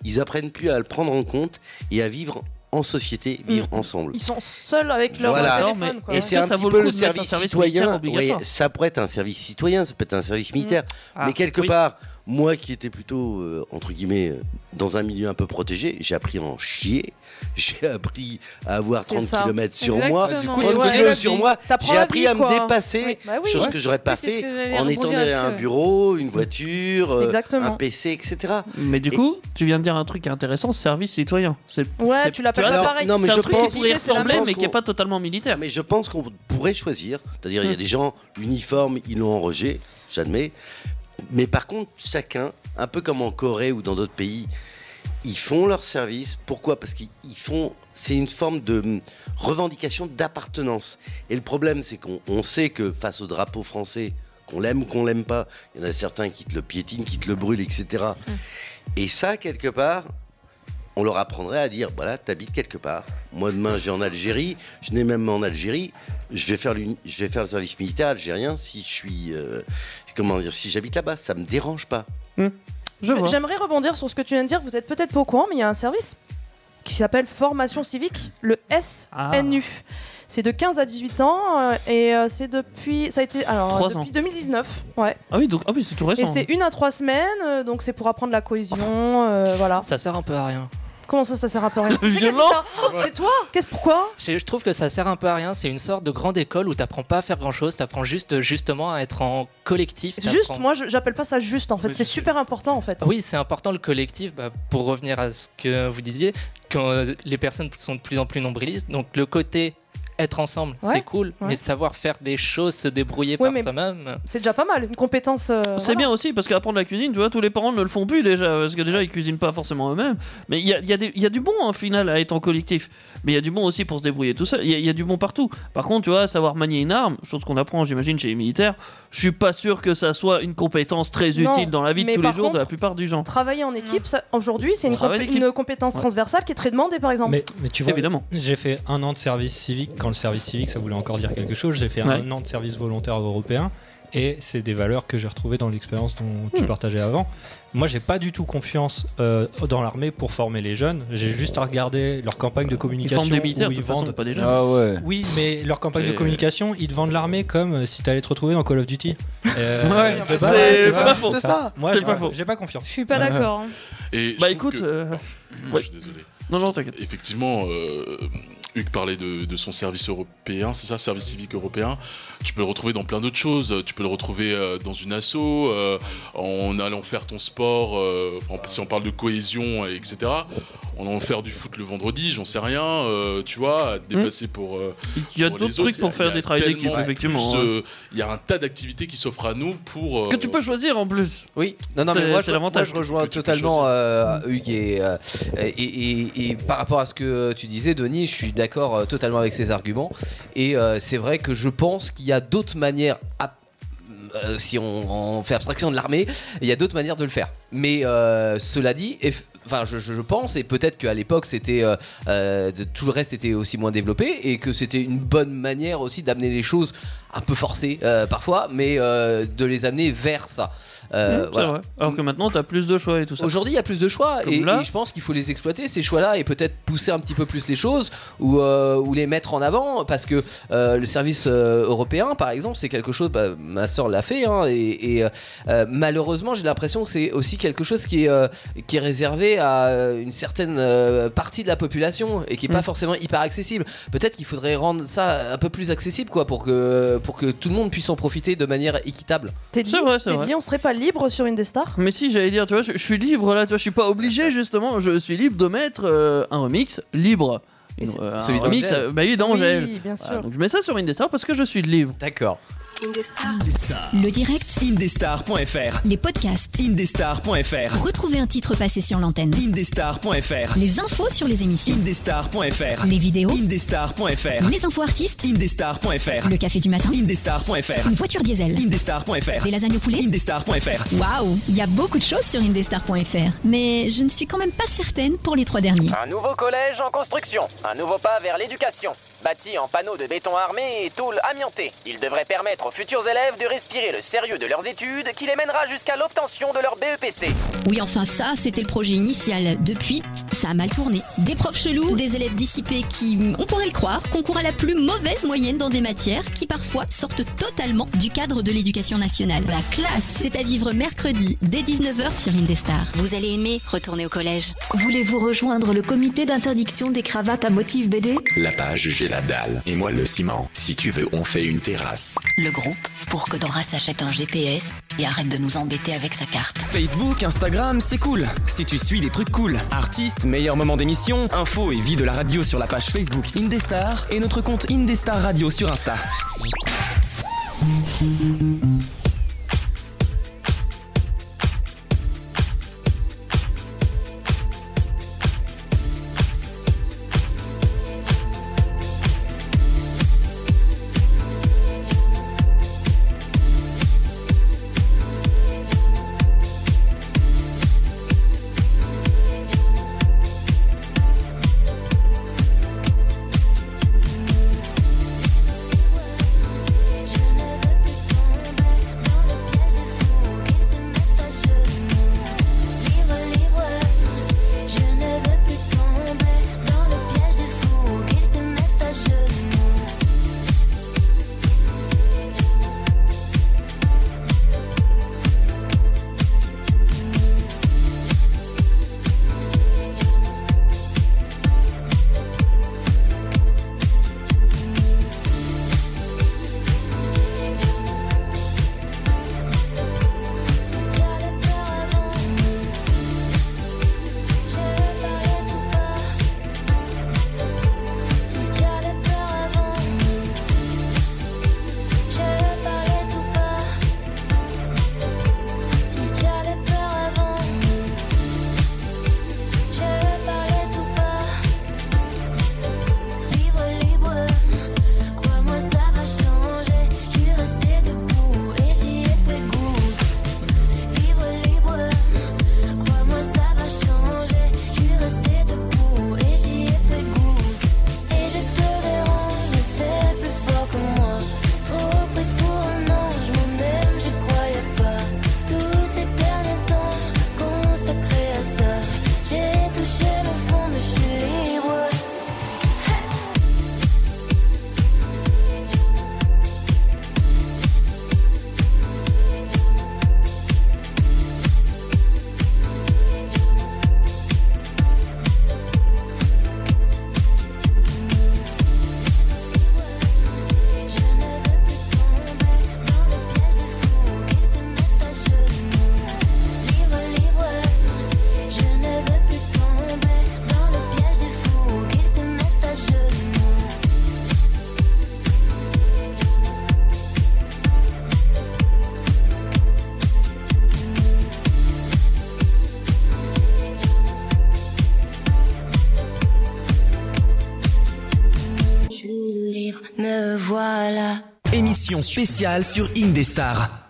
Speaker 14: ils apprennent plus à le prendre en compte et à vivre en société, vivre ensemble.
Speaker 2: Ils sont seuls avec leur
Speaker 14: Voilà.
Speaker 2: téléphone. quoi.
Speaker 14: Et c'est un petit peu le service citoyen. Mmh. Oui, ça pourrait être un service citoyen, ça peut être un service militaire.
Speaker 2: Ah,
Speaker 14: Mais quelque part, Moi qui étais plutôt, euh, entre guillemets, euh, dans un milieu un peu protégé, j'ai appris à en chier. J'ai appris à avoir
Speaker 2: C'est
Speaker 14: 30
Speaker 2: ça.
Speaker 14: km sur
Speaker 2: Exactement.
Speaker 14: moi.
Speaker 2: Et
Speaker 14: 30
Speaker 2: ouais,
Speaker 14: kilos
Speaker 2: et la
Speaker 14: sur
Speaker 2: vie.
Speaker 14: moi.
Speaker 2: T'apprends
Speaker 14: J'ai
Speaker 2: la
Speaker 14: appris
Speaker 2: vie,
Speaker 14: à me
Speaker 2: quoi.
Speaker 14: dépasser,
Speaker 2: Oui, bah oui.
Speaker 14: chose
Speaker 2: Ouais.
Speaker 14: que j'aurais pas
Speaker 2: Oui, c'est ce
Speaker 14: fait
Speaker 2: que j'allais
Speaker 14: en étant
Speaker 2: rebondir
Speaker 14: un
Speaker 2: là-dessus, ouais.
Speaker 14: bureau, une voiture, euh,
Speaker 2: Exactement.
Speaker 14: un PC, etc.
Speaker 3: Mais du coup, tu viens de dire un truc intéressant, service citoyen. C'est,
Speaker 2: Ouais,
Speaker 3: c'est-
Speaker 2: tu l'appelles
Speaker 3: vois,
Speaker 2: pas
Speaker 3: c'est-
Speaker 2: pareil.
Speaker 14: Non, mais
Speaker 3: c'est un
Speaker 14: je
Speaker 3: truc
Speaker 14: pense-
Speaker 3: qui pourrait y
Speaker 14: je pense
Speaker 3: ressembler,
Speaker 14: qu'on-
Speaker 3: mais qui n'est pas totalement militaire. Hmm.
Speaker 14: Mais je pense qu'on pourrait choisir. C'est-à-dire, il y a des gens, l'uniforme, ils l'ont en rejet, j'admets. Mais par contre, chacun, un peu comme en Corée ou dans d'autres pays, ils font leur service. Pourquoi Parce qu'ils ils font. C'est une forme de hum, revendication d'appartenance. Et le problème, c'est qu'on on sait que face au drapeau français, qu'on l'aime ou qu'on l'aime pas, il y en a certains qui te le piétinent, qui te le brûlent, etc.
Speaker 3: Hmm.
Speaker 14: Et ça, quelque part, on leur apprendrait à dire voilà, t'habites quelque part. Moi, demain, j'ai en Algérie, je n'ai même en Algérie, je vais faire, l'uni- je vais faire le service militaire algérien si je suis. euh, comment dire Si j'habite là-bas, ça me dérange pas.
Speaker 3: Je vois.
Speaker 2: J'aimerais rebondir sur ce que tu viens de dire. Vous êtes peut-être pas au courant, mais il y a un service qui s'appelle Formation Civique, le
Speaker 3: Ah.
Speaker 2: SNU. C'est de 15 à 18 ans euh, et euh, c'est depuis. Ça a été. Alors,
Speaker 3: Trois
Speaker 2: depuis
Speaker 3: ans.
Speaker 2: 2019. Ouais.
Speaker 3: Ah oui, donc ah oui, c'est tout récent.
Speaker 2: Et c'est une à trois semaines, euh, donc c'est pour apprendre la cohésion, euh, voilà.
Speaker 12: Ça sert un peu à rien.
Speaker 2: Comment ça, ça sert à peu rien
Speaker 12: La
Speaker 2: C'est qui a dit ça
Speaker 12: violence
Speaker 2: C'est toi Qu'est- Pourquoi
Speaker 12: je, je trouve que ça sert un peu à rien. C'est une sorte de grande école où t'apprends pas à faire grand chose, t'apprends juste euh, justement à être en collectif.
Speaker 2: Juste,
Speaker 12: t'apprends-
Speaker 2: moi je- j'appelle pas ça juste en fait, c'est super important en fait.
Speaker 12: Oui, c'est important le collectif. Bah, pour revenir à ce que vous disiez, quand euh, les personnes sont de plus en plus nombrilistes, donc le côté être ensemble,
Speaker 2: Ouais,
Speaker 12: c'est cool,
Speaker 2: ouais.
Speaker 12: mais savoir faire des choses, se débrouiller
Speaker 2: Ouais,
Speaker 12: par
Speaker 2: mais-
Speaker 12: soi-même.
Speaker 2: C'est déjà pas mal, une compétence. euh,
Speaker 3: C'est
Speaker 2: voilà.
Speaker 3: bien aussi parce qu'apprendre la cuisine, tu vois, tous les parents ne le font plus déjà parce que déjà ils cuisinent pas forcément eux-mêmes. Mais il y a, il y a des- il y a du bon en final à être en collectif, mais il y a du bon aussi pour se débrouiller tout seul. Il y, a- il y a du bon partout. Par contre, tu vois, savoir manier une arme, chose qu'on apprend, j'imagine, chez les militaires, je suis pas sûr que ça soit une compétence très
Speaker 2: Non,
Speaker 3: utile dans la vie de
Speaker 2: mais
Speaker 3: tous les
Speaker 2: par
Speaker 3: jours de la
Speaker 2: contre,
Speaker 3: plupart du gens.
Speaker 2: Travailler en équipe, ça- aujourd'hui c'est une,
Speaker 3: Travail
Speaker 2: compé-
Speaker 3: d'équipe.
Speaker 2: une compétence
Speaker 3: Ouais.
Speaker 2: transversale qui est très demandée par exemple.
Speaker 10: Mais, mais tu vois,
Speaker 3: Évidemment.
Speaker 10: j'ai fait un an de service civique quand le service civique ça voulait encore dire quelque chose. J'ai fait
Speaker 3: Ouais.
Speaker 10: un an de service volontaire européen et c'est des valeurs que j'ai retrouvées dans l'expérience dont tu
Speaker 3: Hmm.
Speaker 10: partageais avant. Moi, j'ai pas du tout confiance euh, dans l'armée pour former les jeunes. J'ai juste à regarder leur campagne de communication
Speaker 3: des militaires,
Speaker 10: où
Speaker 3: de
Speaker 10: ils
Speaker 3: toute façon,
Speaker 10: vendent.
Speaker 3: pas des jeunes. Ah ouais.
Speaker 10: Oui, mais leur campagne de
Speaker 3: C'est-
Speaker 10: communication, ils te vendent l'armée comme euh, si t'allais te retrouver dans Call of Duty. Euh,
Speaker 3: Ouais,
Speaker 10: de base,
Speaker 3: c'est pas
Speaker 10: juste
Speaker 3: faux.
Speaker 10: Moi,
Speaker 3: C'est
Speaker 10: j'ai
Speaker 3: pas
Speaker 10: pas,
Speaker 3: faux.
Speaker 10: j'ai pas confiance.
Speaker 11: Je suis pas
Speaker 2: hein.
Speaker 11: d'accord.
Speaker 7: Et je
Speaker 3: Bah
Speaker 7: trouve
Speaker 3: écoute,
Speaker 7: que-
Speaker 3: euh,
Speaker 7: Pardon,
Speaker 3: ouais.
Speaker 7: je suis désolé.
Speaker 3: Non, non, t'inquiète.
Speaker 7: Effectivement, euh, Hugues parlait de, de son service européen, c'est ça, service civique européen. Tu peux le retrouver dans plein d'autres choses. Tu peux le retrouver euh, dans une asso, euh, en allant faire ton sport, euh, enfin, si on parle de cohésion, euh, etc. En allant faire du foot le vendredi, j'en sais rien, euh, tu vois, à te dépasser pour. euh,
Speaker 3: Hmm. Il y a
Speaker 7: pour
Speaker 3: d'autres
Speaker 7: les autres.
Speaker 3: trucs pour
Speaker 7: Il y a-
Speaker 3: faire
Speaker 7: il y a
Speaker 3: des travails d'équipe,
Speaker 7: tellement
Speaker 3: effectivement,
Speaker 7: plus,
Speaker 3: hein.
Speaker 7: euh, Il y a un tas d'activités qui s'offrent à nous pour. euh,
Speaker 3: Que tu peux choisir en plus.
Speaker 4: Oui, Non, non, mais
Speaker 3: C'est-
Speaker 4: moi,
Speaker 3: c'est
Speaker 4: je, moi,
Speaker 3: l'avantage.
Speaker 4: je rejoins
Speaker 3: que tu peux
Speaker 4: totalement
Speaker 3: choisir.
Speaker 4: euh, Hugues et, euh, et, et- et par rapport à ce que tu disais, Denis, je suis d'accord euh, totalement avec ses arguments. Et euh, c'est vrai que je pense qu'il y a d'autres manières, à- euh, si on, on fait abstraction de l'armée, il y a d'autres manières de le faire. Mais euh, cela dit, eff- Enfin, je, je- je pense, et peut-être qu'à l'époque, c'était euh, euh, de- tout le reste était aussi moins développé, et que c'était une bonne manière aussi d'amener les choses un peu forcées euh, parfois, mais euh, de les amener vers ça. Euh,
Speaker 3: Mmh, c'est
Speaker 4: voilà.
Speaker 3: vrai. Alors que maintenant, t'as plus de choix et tout ça.
Speaker 4: Aujourd'hui, il y a plus de choix
Speaker 3: Comme
Speaker 4: et,
Speaker 3: là.
Speaker 4: et je pense qu'il faut les exploiter ces choix-là et peut-être pousser un petit peu plus les choses ou, euh, ou les mettre en avant parce que euh, le service euh, européen, par exemple, c'est quelque chose. bah, ma soeur l'a fait hein, et, et, euh, euh, malheureusement, j'ai l'impression que c'est aussi quelque chose qui est euh, qui est réservé à une certaine euh, partie de la population et qui est pas
Speaker 3: Mm.
Speaker 4: forcément hyper accessible. Peut-être qu'il faudrait rendre ça un peu plus accessible, quoi, pour que pour que tout le monde puisse en profiter de manière équitable.
Speaker 2: T'es dit,
Speaker 3: C'est vrai, c'est
Speaker 2: t'es
Speaker 3: vrai.
Speaker 2: dit, on serait pas libre sur une des stars
Speaker 3: Mais si, j'allais dire, tu vois, je, je suis libre là, tu vois, je suis pas obligé justement, je suis libre de mettre euh, un remix libre. Une- euh, un
Speaker 4: Celui
Speaker 3: remix,
Speaker 4: d'Angèle.
Speaker 3: euh, bah, il est d'Angèle.
Speaker 4: Oui, bien sûr.
Speaker 3: Voilà, donc je mets ça sur Indestar parce que je suis libre.
Speaker 4: D'accord.
Speaker 1: Le direct,
Speaker 8: Indestar.fr.
Speaker 1: les podcasts,
Speaker 8: Indestar.fr.
Speaker 1: retrouver un titre passé sur l'antenne,
Speaker 8: Indestar.fr.
Speaker 1: les infos sur les émissions,
Speaker 8: Indestar.fr.
Speaker 1: les vidéos,
Speaker 8: Indestar.fr.
Speaker 1: les infos artistes,
Speaker 8: Indestar.fr.
Speaker 1: le café du matin,
Speaker 8: Indestar.fr.
Speaker 1: une voiture diesel,
Speaker 8: Indestar.fr.
Speaker 1: des lasagnes au poulet.
Speaker 8: Indestar.fr.
Speaker 1: Waouh, il y a beaucoup de choses sur indestar.fr, mais je ne suis quand même pas certaine pour les trois derniers.
Speaker 8: Ah,
Speaker 15: Un nouveau collège en construction, un nouveau pas vers l'éducation. Bâti en panneaux de béton armé et tôle amiantée, il devrait permettre aux futurs élèves de respirer le sérieux de leurs études E qui les mènera jusqu'à l'obtention de leur BEPC.
Speaker 1: Oui, enfin ça, c'était le projet initial. Depuis, ça a mal tourné. Des profs chelous, des élèves dissipés qui, on pourrait le croire, concourent à la plus mauvaise moyenne dans des matières qui parfois sortent totalement du cadre de l'éducation nationale. La classe, c'est à vivre mercredi dès 19h sur Indestar. Vous allez aimer retourner au collège.
Speaker 16: Voulez-vous rejoindre le comité d'interdiction des cravates à motif BD
Speaker 17: La page, j'ai la dalle. Et moi, le ciment. Si tu veux, on fait une terrasse.
Speaker 18: Le groupe pour que Dora s'achète un GPS et arrête de nous embêter avec sa carte.
Speaker 8: Facebook, Instagram, c'est cool. Si tu suis des trucs cool, artistes, meilleurs moments d'émission, infos et vie de la radio sur la page Facebook Indestar et notre compte Indestar Radio sur Insta.
Speaker 19: Libre, libre, je ne veux plus tomber dans le piège des fous qu'ils se mettent à genoux. Tu gardais peur avant, je le parlais tout bas. Tu gardais peur avant, je le parlais tout bas. Libre, libre, crois-moi ça va changer. Je suis resté debout et j'y ai pris goût. Libre, libre. Crois-moi, ça va changer. Je suis resté debout et j'y ai pris goût. Et je te dérange, mais c'est plus fort que moi. Trop prise pour un ange, moi-même je croyais pas. Tous ces derniers temps consacrés à ça. J'ai touché le fond, mais je suis libre. Libre, libre, je ne veux plus tomber dans le piège des fous qu'ils se mettent à genoux.
Speaker 18: Je suis libre, me voilà.
Speaker 8: Émission spéciale sur Indestar.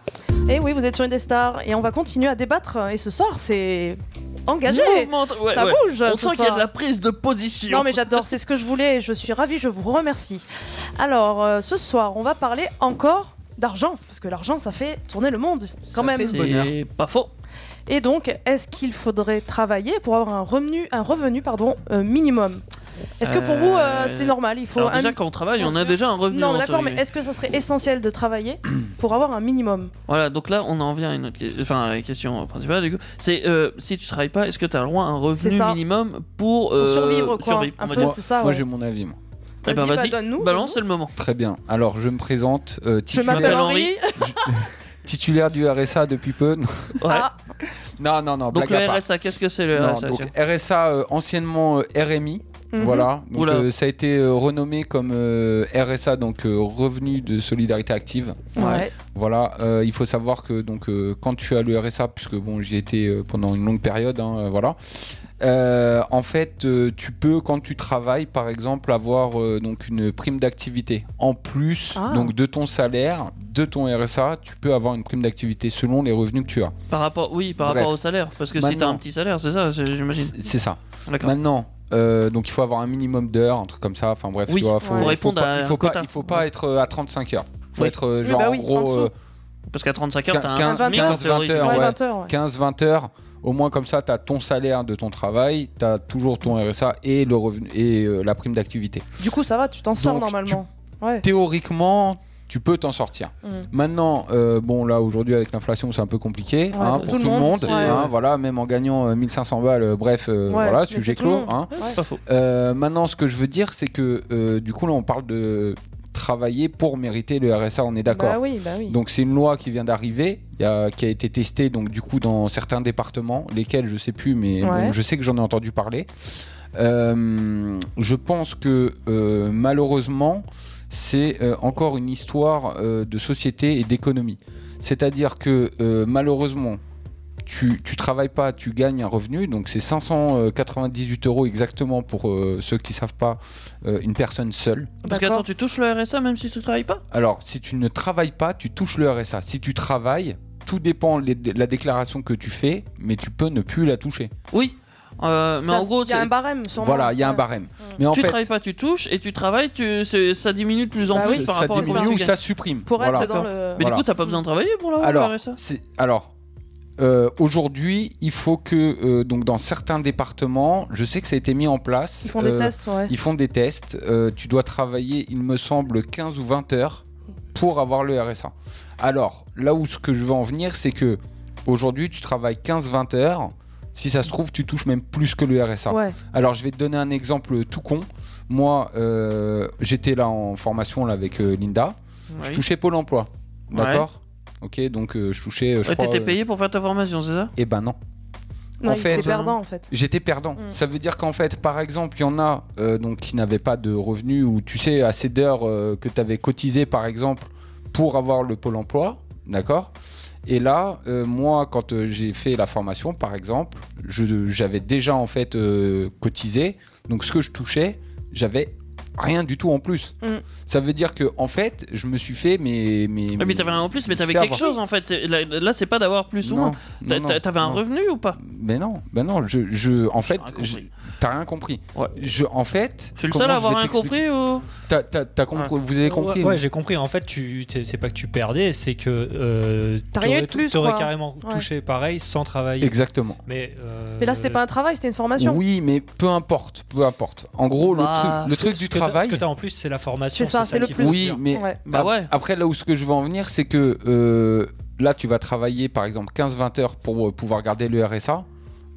Speaker 2: Et Eh oui, vous êtes sur une des stars et on va continuer à débattre. Et ce soir, c'est engagé.
Speaker 3: Mouvement- ouais,
Speaker 2: ça
Speaker 3: ouais.
Speaker 2: bouge.
Speaker 3: On
Speaker 2: ce
Speaker 3: sent qu'il y a
Speaker 2: soir.
Speaker 3: de la prise de position.
Speaker 2: Non mais j'adore, c'est ce que je voulais et je suis ravie, je vous remercie. Alors euh, ce soir, on va parler encore d'argent parce que l'argent ça fait tourner le monde quand même.
Speaker 3: C'est pas faux.
Speaker 2: Et donc, est-ce qu'il faudrait travailler pour avoir un revenu, un revenu pardon, euh, minimum Est-ce que pour vous euh,
Speaker 3: Euh,
Speaker 2: c'est normal Il faut
Speaker 3: alors
Speaker 2: un-
Speaker 3: déjà, quand on travaille, on a déjà un revenu,
Speaker 2: Non,
Speaker 3: entre
Speaker 2: d'accord, mais
Speaker 3: guillemets.
Speaker 2: est-ce que ça serait essentiel de travailler pour avoir un minimum
Speaker 3: Voilà, donc là, on en vient à, une autre... que- enfin, à la question principale. du coup. C'est euh, si tu travailles pas, est-ce que tu as le droit à un
Speaker 2: C'est
Speaker 3: revenu
Speaker 2: ça.
Speaker 3: minimum pour,
Speaker 2: Pour
Speaker 3: euh,
Speaker 2: survivre, quoi,
Speaker 3: survivre,
Speaker 2: un
Speaker 3: on va
Speaker 2: peu,
Speaker 3: dire.
Speaker 2: c'est ça,
Speaker 9: Moi, j'ai mon avis. moi.
Speaker 3: Eh ben,
Speaker 2: Vas-y, bah,
Speaker 3: vas-y,
Speaker 2: donne-nous,
Speaker 3: balance, c'est le moment.
Speaker 9: Très bien. Alors, je me présente. euh,
Speaker 2: Je m'appelle Henri.
Speaker 9: titulaire du RSA depuis peu. Non.
Speaker 2: Ah.
Speaker 9: Ah, Non, non, non.
Speaker 3: Donc
Speaker 9: blague à
Speaker 3: le
Speaker 9: part.
Speaker 3: RSA, qu'est-ce que c'est le
Speaker 9: Non,
Speaker 3: RSA
Speaker 9: donc
Speaker 3: tiens
Speaker 9: RSA, euh, anciennement euh, RMI.
Speaker 3: Mhm.
Speaker 9: Voilà, donc,
Speaker 3: Oula.
Speaker 9: euh, ça a été euh, renommé comme euh, RSA, donc euh, revenu de solidarité active.
Speaker 2: Ouais.
Speaker 9: Voilà, euh, il faut savoir que donc euh, quand tu as le RSA, puisque bon j'y étais euh, pendant une longue période, hein, euh, voilà. euh, en fait, euh, tu peux quand tu travailles, par exemple, avoir euh, donc une prime d'activité en plus
Speaker 3: Ah.
Speaker 9: donc de ton salaire, de ton RSA, tu peux avoir une prime d'activité selon les revenus que tu as.
Speaker 3: Par rapport, oui, par
Speaker 9: Bref.
Speaker 3: rapport au salaire, parce que si t'as
Speaker 9: Maintenant-
Speaker 3: un petit salaire, c'est ça, c'est- j'imagine.
Speaker 9: C'est ça. Maintenant, euh, donc il faut avoir un minimum d'heures, un truc comme ça. Enfin bref,
Speaker 3: Oui,
Speaker 9: tu vois, ah, faut,
Speaker 3: pour
Speaker 9: faut
Speaker 3: répondre
Speaker 9: pas,
Speaker 3: à
Speaker 9: il
Speaker 3: un
Speaker 9: faut pas,
Speaker 3: quota.
Speaker 9: il faut pas être euh, à 35 heures. Faut
Speaker 3: Oui.
Speaker 9: être euh,
Speaker 3: Oui,
Speaker 9: genre
Speaker 3: bah
Speaker 9: en
Speaker 3: oui, en
Speaker 9: gros. euh,
Speaker 3: dessous. Parce qu'à 35 heures, t'as un
Speaker 9: 15,
Speaker 3: SMIC, en
Speaker 9: 15, 20
Speaker 3: théorie,
Speaker 9: heures,
Speaker 3: j'imagine.
Speaker 9: ouais.
Speaker 3: Ouais, 20 heures, ouais.
Speaker 9: 15, 20 heures. Au moins comme ça, tu as ton salaire de ton travail, tu as toujours ton RSA et, le revenu, et euh, la prime d'activité.
Speaker 2: Du coup, ça va, tu t'en sors
Speaker 9: Donc,
Speaker 2: normalement. Ouais.
Speaker 9: Théoriquement, tu peux t'en sortir.
Speaker 2: Mm.
Speaker 9: Maintenant, euh, bon là aujourd'hui avec l'inflation c'est un peu compliqué
Speaker 2: Ouais,
Speaker 9: hein,
Speaker 2: pour
Speaker 9: pour tout, le monde,
Speaker 2: ouais.
Speaker 9: hein, voilà même en gagnant euh, 1500 balles, euh, bref euh,
Speaker 2: Ouais,
Speaker 9: voilà
Speaker 2: mais
Speaker 9: sujet
Speaker 2: pour tout le
Speaker 9: clos.
Speaker 2: monde.
Speaker 9: hein.
Speaker 2: Ouais. C'est pas faux.
Speaker 9: Euh, maintenant ce que je veux dire c'est que euh, du coup là on parle de travailler pour mériter le RSA, on est d'accord.
Speaker 2: Bah oui, bah oui.
Speaker 9: Donc c'est une loi qui vient d'arriver, il y a- qui a été testée donc du coup dans certains départements, lesquels je sais plus, mais bon,
Speaker 2: Ouais.
Speaker 9: je sais que j'en ai entendu parler. Euh, je pense que euh, malheureusement c'est euh, encore une histoire euh, de société et d'économie. C'est-à-dire que euh, malheureusement tu, tu travailles pas, tu gagnes un revenu, donc c'est 598 euros exactement pour euh, ceux qui savent pas euh, une personne seule.
Speaker 3: Parce qu'attends, tu touches le RSA même si tu travailles pas
Speaker 9: Alors, si tu ne travailles pas, tu touches le RSA. Si tu travailles, tout dépend les- de la déclaration que tu fais, mais tu peux ne plus la toucher.
Speaker 3: Oui. Euh, mais
Speaker 2: Ça,
Speaker 3: en gros,
Speaker 2: il y a
Speaker 3: c'est-
Speaker 2: un barème, sûrement.
Speaker 9: Voilà, il y a un
Speaker 2: Ouais.
Speaker 9: barème. Mais en
Speaker 3: tu
Speaker 9: fait,
Speaker 3: travailles pas, tu touches, et tu travailles, tu, c'est- ça diminue de plus en
Speaker 9: Bah
Speaker 3: plus
Speaker 9: oui.
Speaker 3: par
Speaker 9: Ça
Speaker 3: rapport à
Speaker 9: diminue
Speaker 3: combien tu
Speaker 9: ou
Speaker 3: gagnes.
Speaker 9: ça supprime.
Speaker 3: Pour
Speaker 9: Voilà.
Speaker 3: être dans le. Mais
Speaker 9: Voilà.
Speaker 3: du coup, t'as pas besoin de travailler pour le
Speaker 9: alors,
Speaker 3: RSA.
Speaker 9: c'est- alors euh, aujourd'hui, il faut que euh, donc dans certains départements, je sais que ça a été mis en place. euh,
Speaker 2: Ils font des tests, ouais.
Speaker 9: Ils font des tests. Euh, tu dois travailler, il me semble, 15 ou 20 heures pour avoir le RSA. Alors, là où ce que je veux en venir, c'est que aujourd'hui, tu travailles 15-20 heures. Si ça se trouve, tu touches même plus que le RSA.
Speaker 2: Ouais.
Speaker 9: Alors, je vais te donner un exemple tout con. Moi, euh, j'étais là en formation là, avec euh, Linda. Je
Speaker 3: Oui.
Speaker 9: touchais Pôle emploi.
Speaker 3: Ouais.
Speaker 9: D'accord Ok, donc euh, je touchais. euh, je
Speaker 3: Ouais,
Speaker 9: crois,
Speaker 3: T'étais
Speaker 9: euh,
Speaker 3: payé pour faire ta formation, c'est ça
Speaker 9: Eh ben non.
Speaker 2: Non, il était perdant,
Speaker 9: euh,
Speaker 2: en fait.
Speaker 9: J'étais perdant.
Speaker 3: Mm.
Speaker 9: Ça veut dire qu'en fait, par exemple, il y en a euh, donc qui n'avaient pas de revenus ou tu sais assez d'heures euh, que tu avais cotisé par exemple pour avoir le pôle emploi, d'accord Et là, euh, moi, quand euh, j'ai fait la formation, par exemple, je- j'avais déjà en fait euh, cotisé, donc ce que je touchais, j'avais rien du tout en plus.
Speaker 2: Mm.
Speaker 9: Ça veut dire que en fait, je me suis fait mes mes.
Speaker 3: Ouais, mais t'avais rien en plus, mais
Speaker 9: me
Speaker 3: t'avais
Speaker 9: faire
Speaker 3: quelque
Speaker 9: avoir.
Speaker 3: chose en fait. C'est- Là, là, c'est pas d'avoir plus ou
Speaker 9: Non,
Speaker 3: moins. T'a-
Speaker 9: non,
Speaker 3: t'a- T'avais un
Speaker 9: non.
Speaker 3: revenu ou pas
Speaker 9: Mais non, ben non, je, je en fait, je- t'as rien compris. Je, en fait,
Speaker 3: Je suis le seul à avoir rien compris oh ou
Speaker 9: T'as, t'as- t'as compris, vous avez compris. hein
Speaker 10: Ouais, ouais, j'ai compris. En fait, tu, c'est c'est pas que tu perdais, c'est que euh,
Speaker 2: T'as rien eu de
Speaker 10: t'aurais-
Speaker 2: plus,
Speaker 10: t'aurais
Speaker 2: quoi.
Speaker 10: carrément
Speaker 2: Ouais.
Speaker 10: touché pareil sans travailler.
Speaker 9: Exactement.
Speaker 10: Mais, euh,
Speaker 2: Mais là, c'était pas un travail, c'était une formation.
Speaker 9: Oui, mais peu importe, peu importe. En gros, le
Speaker 10: Bah,
Speaker 9: truc, le
Speaker 10: ce
Speaker 9: truc
Speaker 10: que-
Speaker 9: du
Speaker 10: ce que t'as-
Speaker 9: travail.
Speaker 10: ce que t'as en plus, c'est la formation.
Speaker 2: C'est ça, c'est le
Speaker 10: qui
Speaker 2: plus.
Speaker 10: fait
Speaker 9: Oui,
Speaker 10: peur.
Speaker 9: mais
Speaker 2: Ouais.
Speaker 9: ap- après, là où ce que je veux en venir, c'est que euh, là, tu vas travailler par exemple 15-20 heures pour euh, pouvoir garder le RSA.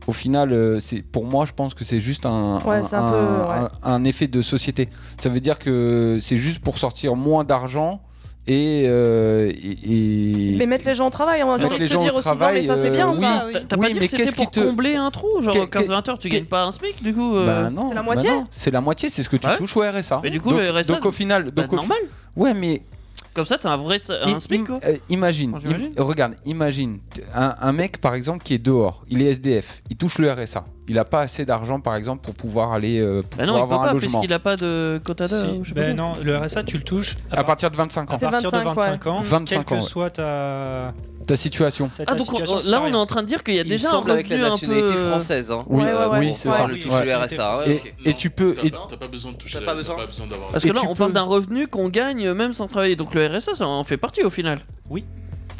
Speaker 9: Au final, euh, c'est, pour moi, je pense que c'est juste un,
Speaker 2: Ouais,
Speaker 9: un,
Speaker 2: c'est un peu,
Speaker 9: un-
Speaker 2: ouais.
Speaker 9: un effet de société. Ça veut dire que c'est juste pour sortir moins d'argent et. euh, et- et-
Speaker 2: Mais mettre les gens au travail, hein, j'ai
Speaker 9: Mettre
Speaker 2: envie
Speaker 9: les
Speaker 2: de te
Speaker 9: gens au
Speaker 2: dire aussi. Non, mais
Speaker 9: travail,
Speaker 2: ça, c'est
Speaker 9: euh,
Speaker 2: bien
Speaker 9: oui.
Speaker 2: ça.
Speaker 9: T'as-
Speaker 2: oui.
Speaker 9: t'as
Speaker 3: T'as pas
Speaker 9: Oui,
Speaker 3: dit
Speaker 9: mais
Speaker 3: que c'était
Speaker 9: qu'est-ce qui
Speaker 3: pour
Speaker 9: te-
Speaker 3: combler un trou Genre
Speaker 9: Qu'est-
Speaker 3: 15-20 heures, tu gagnes pas un SMIC du coup euh.
Speaker 9: Bah non, bah non, c'est la moitié, c'est ce que tu
Speaker 3: Bah Ouais.
Speaker 9: touches au RSA.
Speaker 3: Mais du coup,
Speaker 9: donc,
Speaker 3: le RSA,
Speaker 9: donc au final, donc
Speaker 3: bah,
Speaker 9: au fi-
Speaker 3: normal.
Speaker 9: Ouais, mais
Speaker 3: Comme ça, t'as un vrai sa-
Speaker 9: I-
Speaker 3: un SMIC quoi.
Speaker 9: im- euh, imagine,
Speaker 3: Enfin, j'imagine.
Speaker 9: im- regarde, imagine t- un, un mec par exemple qui est dehors, il est SDF, il touche le RSA, il a pas assez d'argent par exemple pour pouvoir aller euh, pour
Speaker 3: Bah non,
Speaker 9: pouvoir
Speaker 3: il
Speaker 9: avoir un
Speaker 3: peut pas
Speaker 9: logement.
Speaker 3: puisqu'il a pas de quota
Speaker 10: Si,
Speaker 3: d'heure. ou je sais pas
Speaker 10: ben
Speaker 3: quoi.
Speaker 10: non, le RSA, tu le touches
Speaker 9: À partir de 25 ans.
Speaker 10: à partir de 25 ans,
Speaker 9: 25
Speaker 10: quelle
Speaker 9: ans,
Speaker 10: que
Speaker 9: ouais.
Speaker 10: soit ta.
Speaker 9: Ta situation.
Speaker 3: Ah donc on- là on est en train de dire qu'il y a
Speaker 4: Il me
Speaker 3: déjà un
Speaker 4: semble avec la
Speaker 3: revenu un
Speaker 4: nationalité
Speaker 3: peu-
Speaker 4: française, hein.
Speaker 9: Oui,
Speaker 4: Ouais, ouais, ouais.
Speaker 9: oui, c'est
Speaker 4: Ouais.
Speaker 9: ça.
Speaker 4: Le toucher le RSA, ouais,
Speaker 9: Et,
Speaker 4: ok.
Speaker 9: et tu peux.
Speaker 7: T'as
Speaker 9: et-
Speaker 7: pas- t'as pas besoin de toucher.
Speaker 4: T'as
Speaker 7: la-
Speaker 4: pas besoin
Speaker 7: Pas besoin d'avoir.
Speaker 3: Parce que
Speaker 9: Et
Speaker 3: là,
Speaker 9: tu
Speaker 3: on
Speaker 9: peux-
Speaker 3: parle d'un revenu qu'on gagne euh, même sans travailler. Donc le RSA, ça en fait partie au final.
Speaker 10: Oui.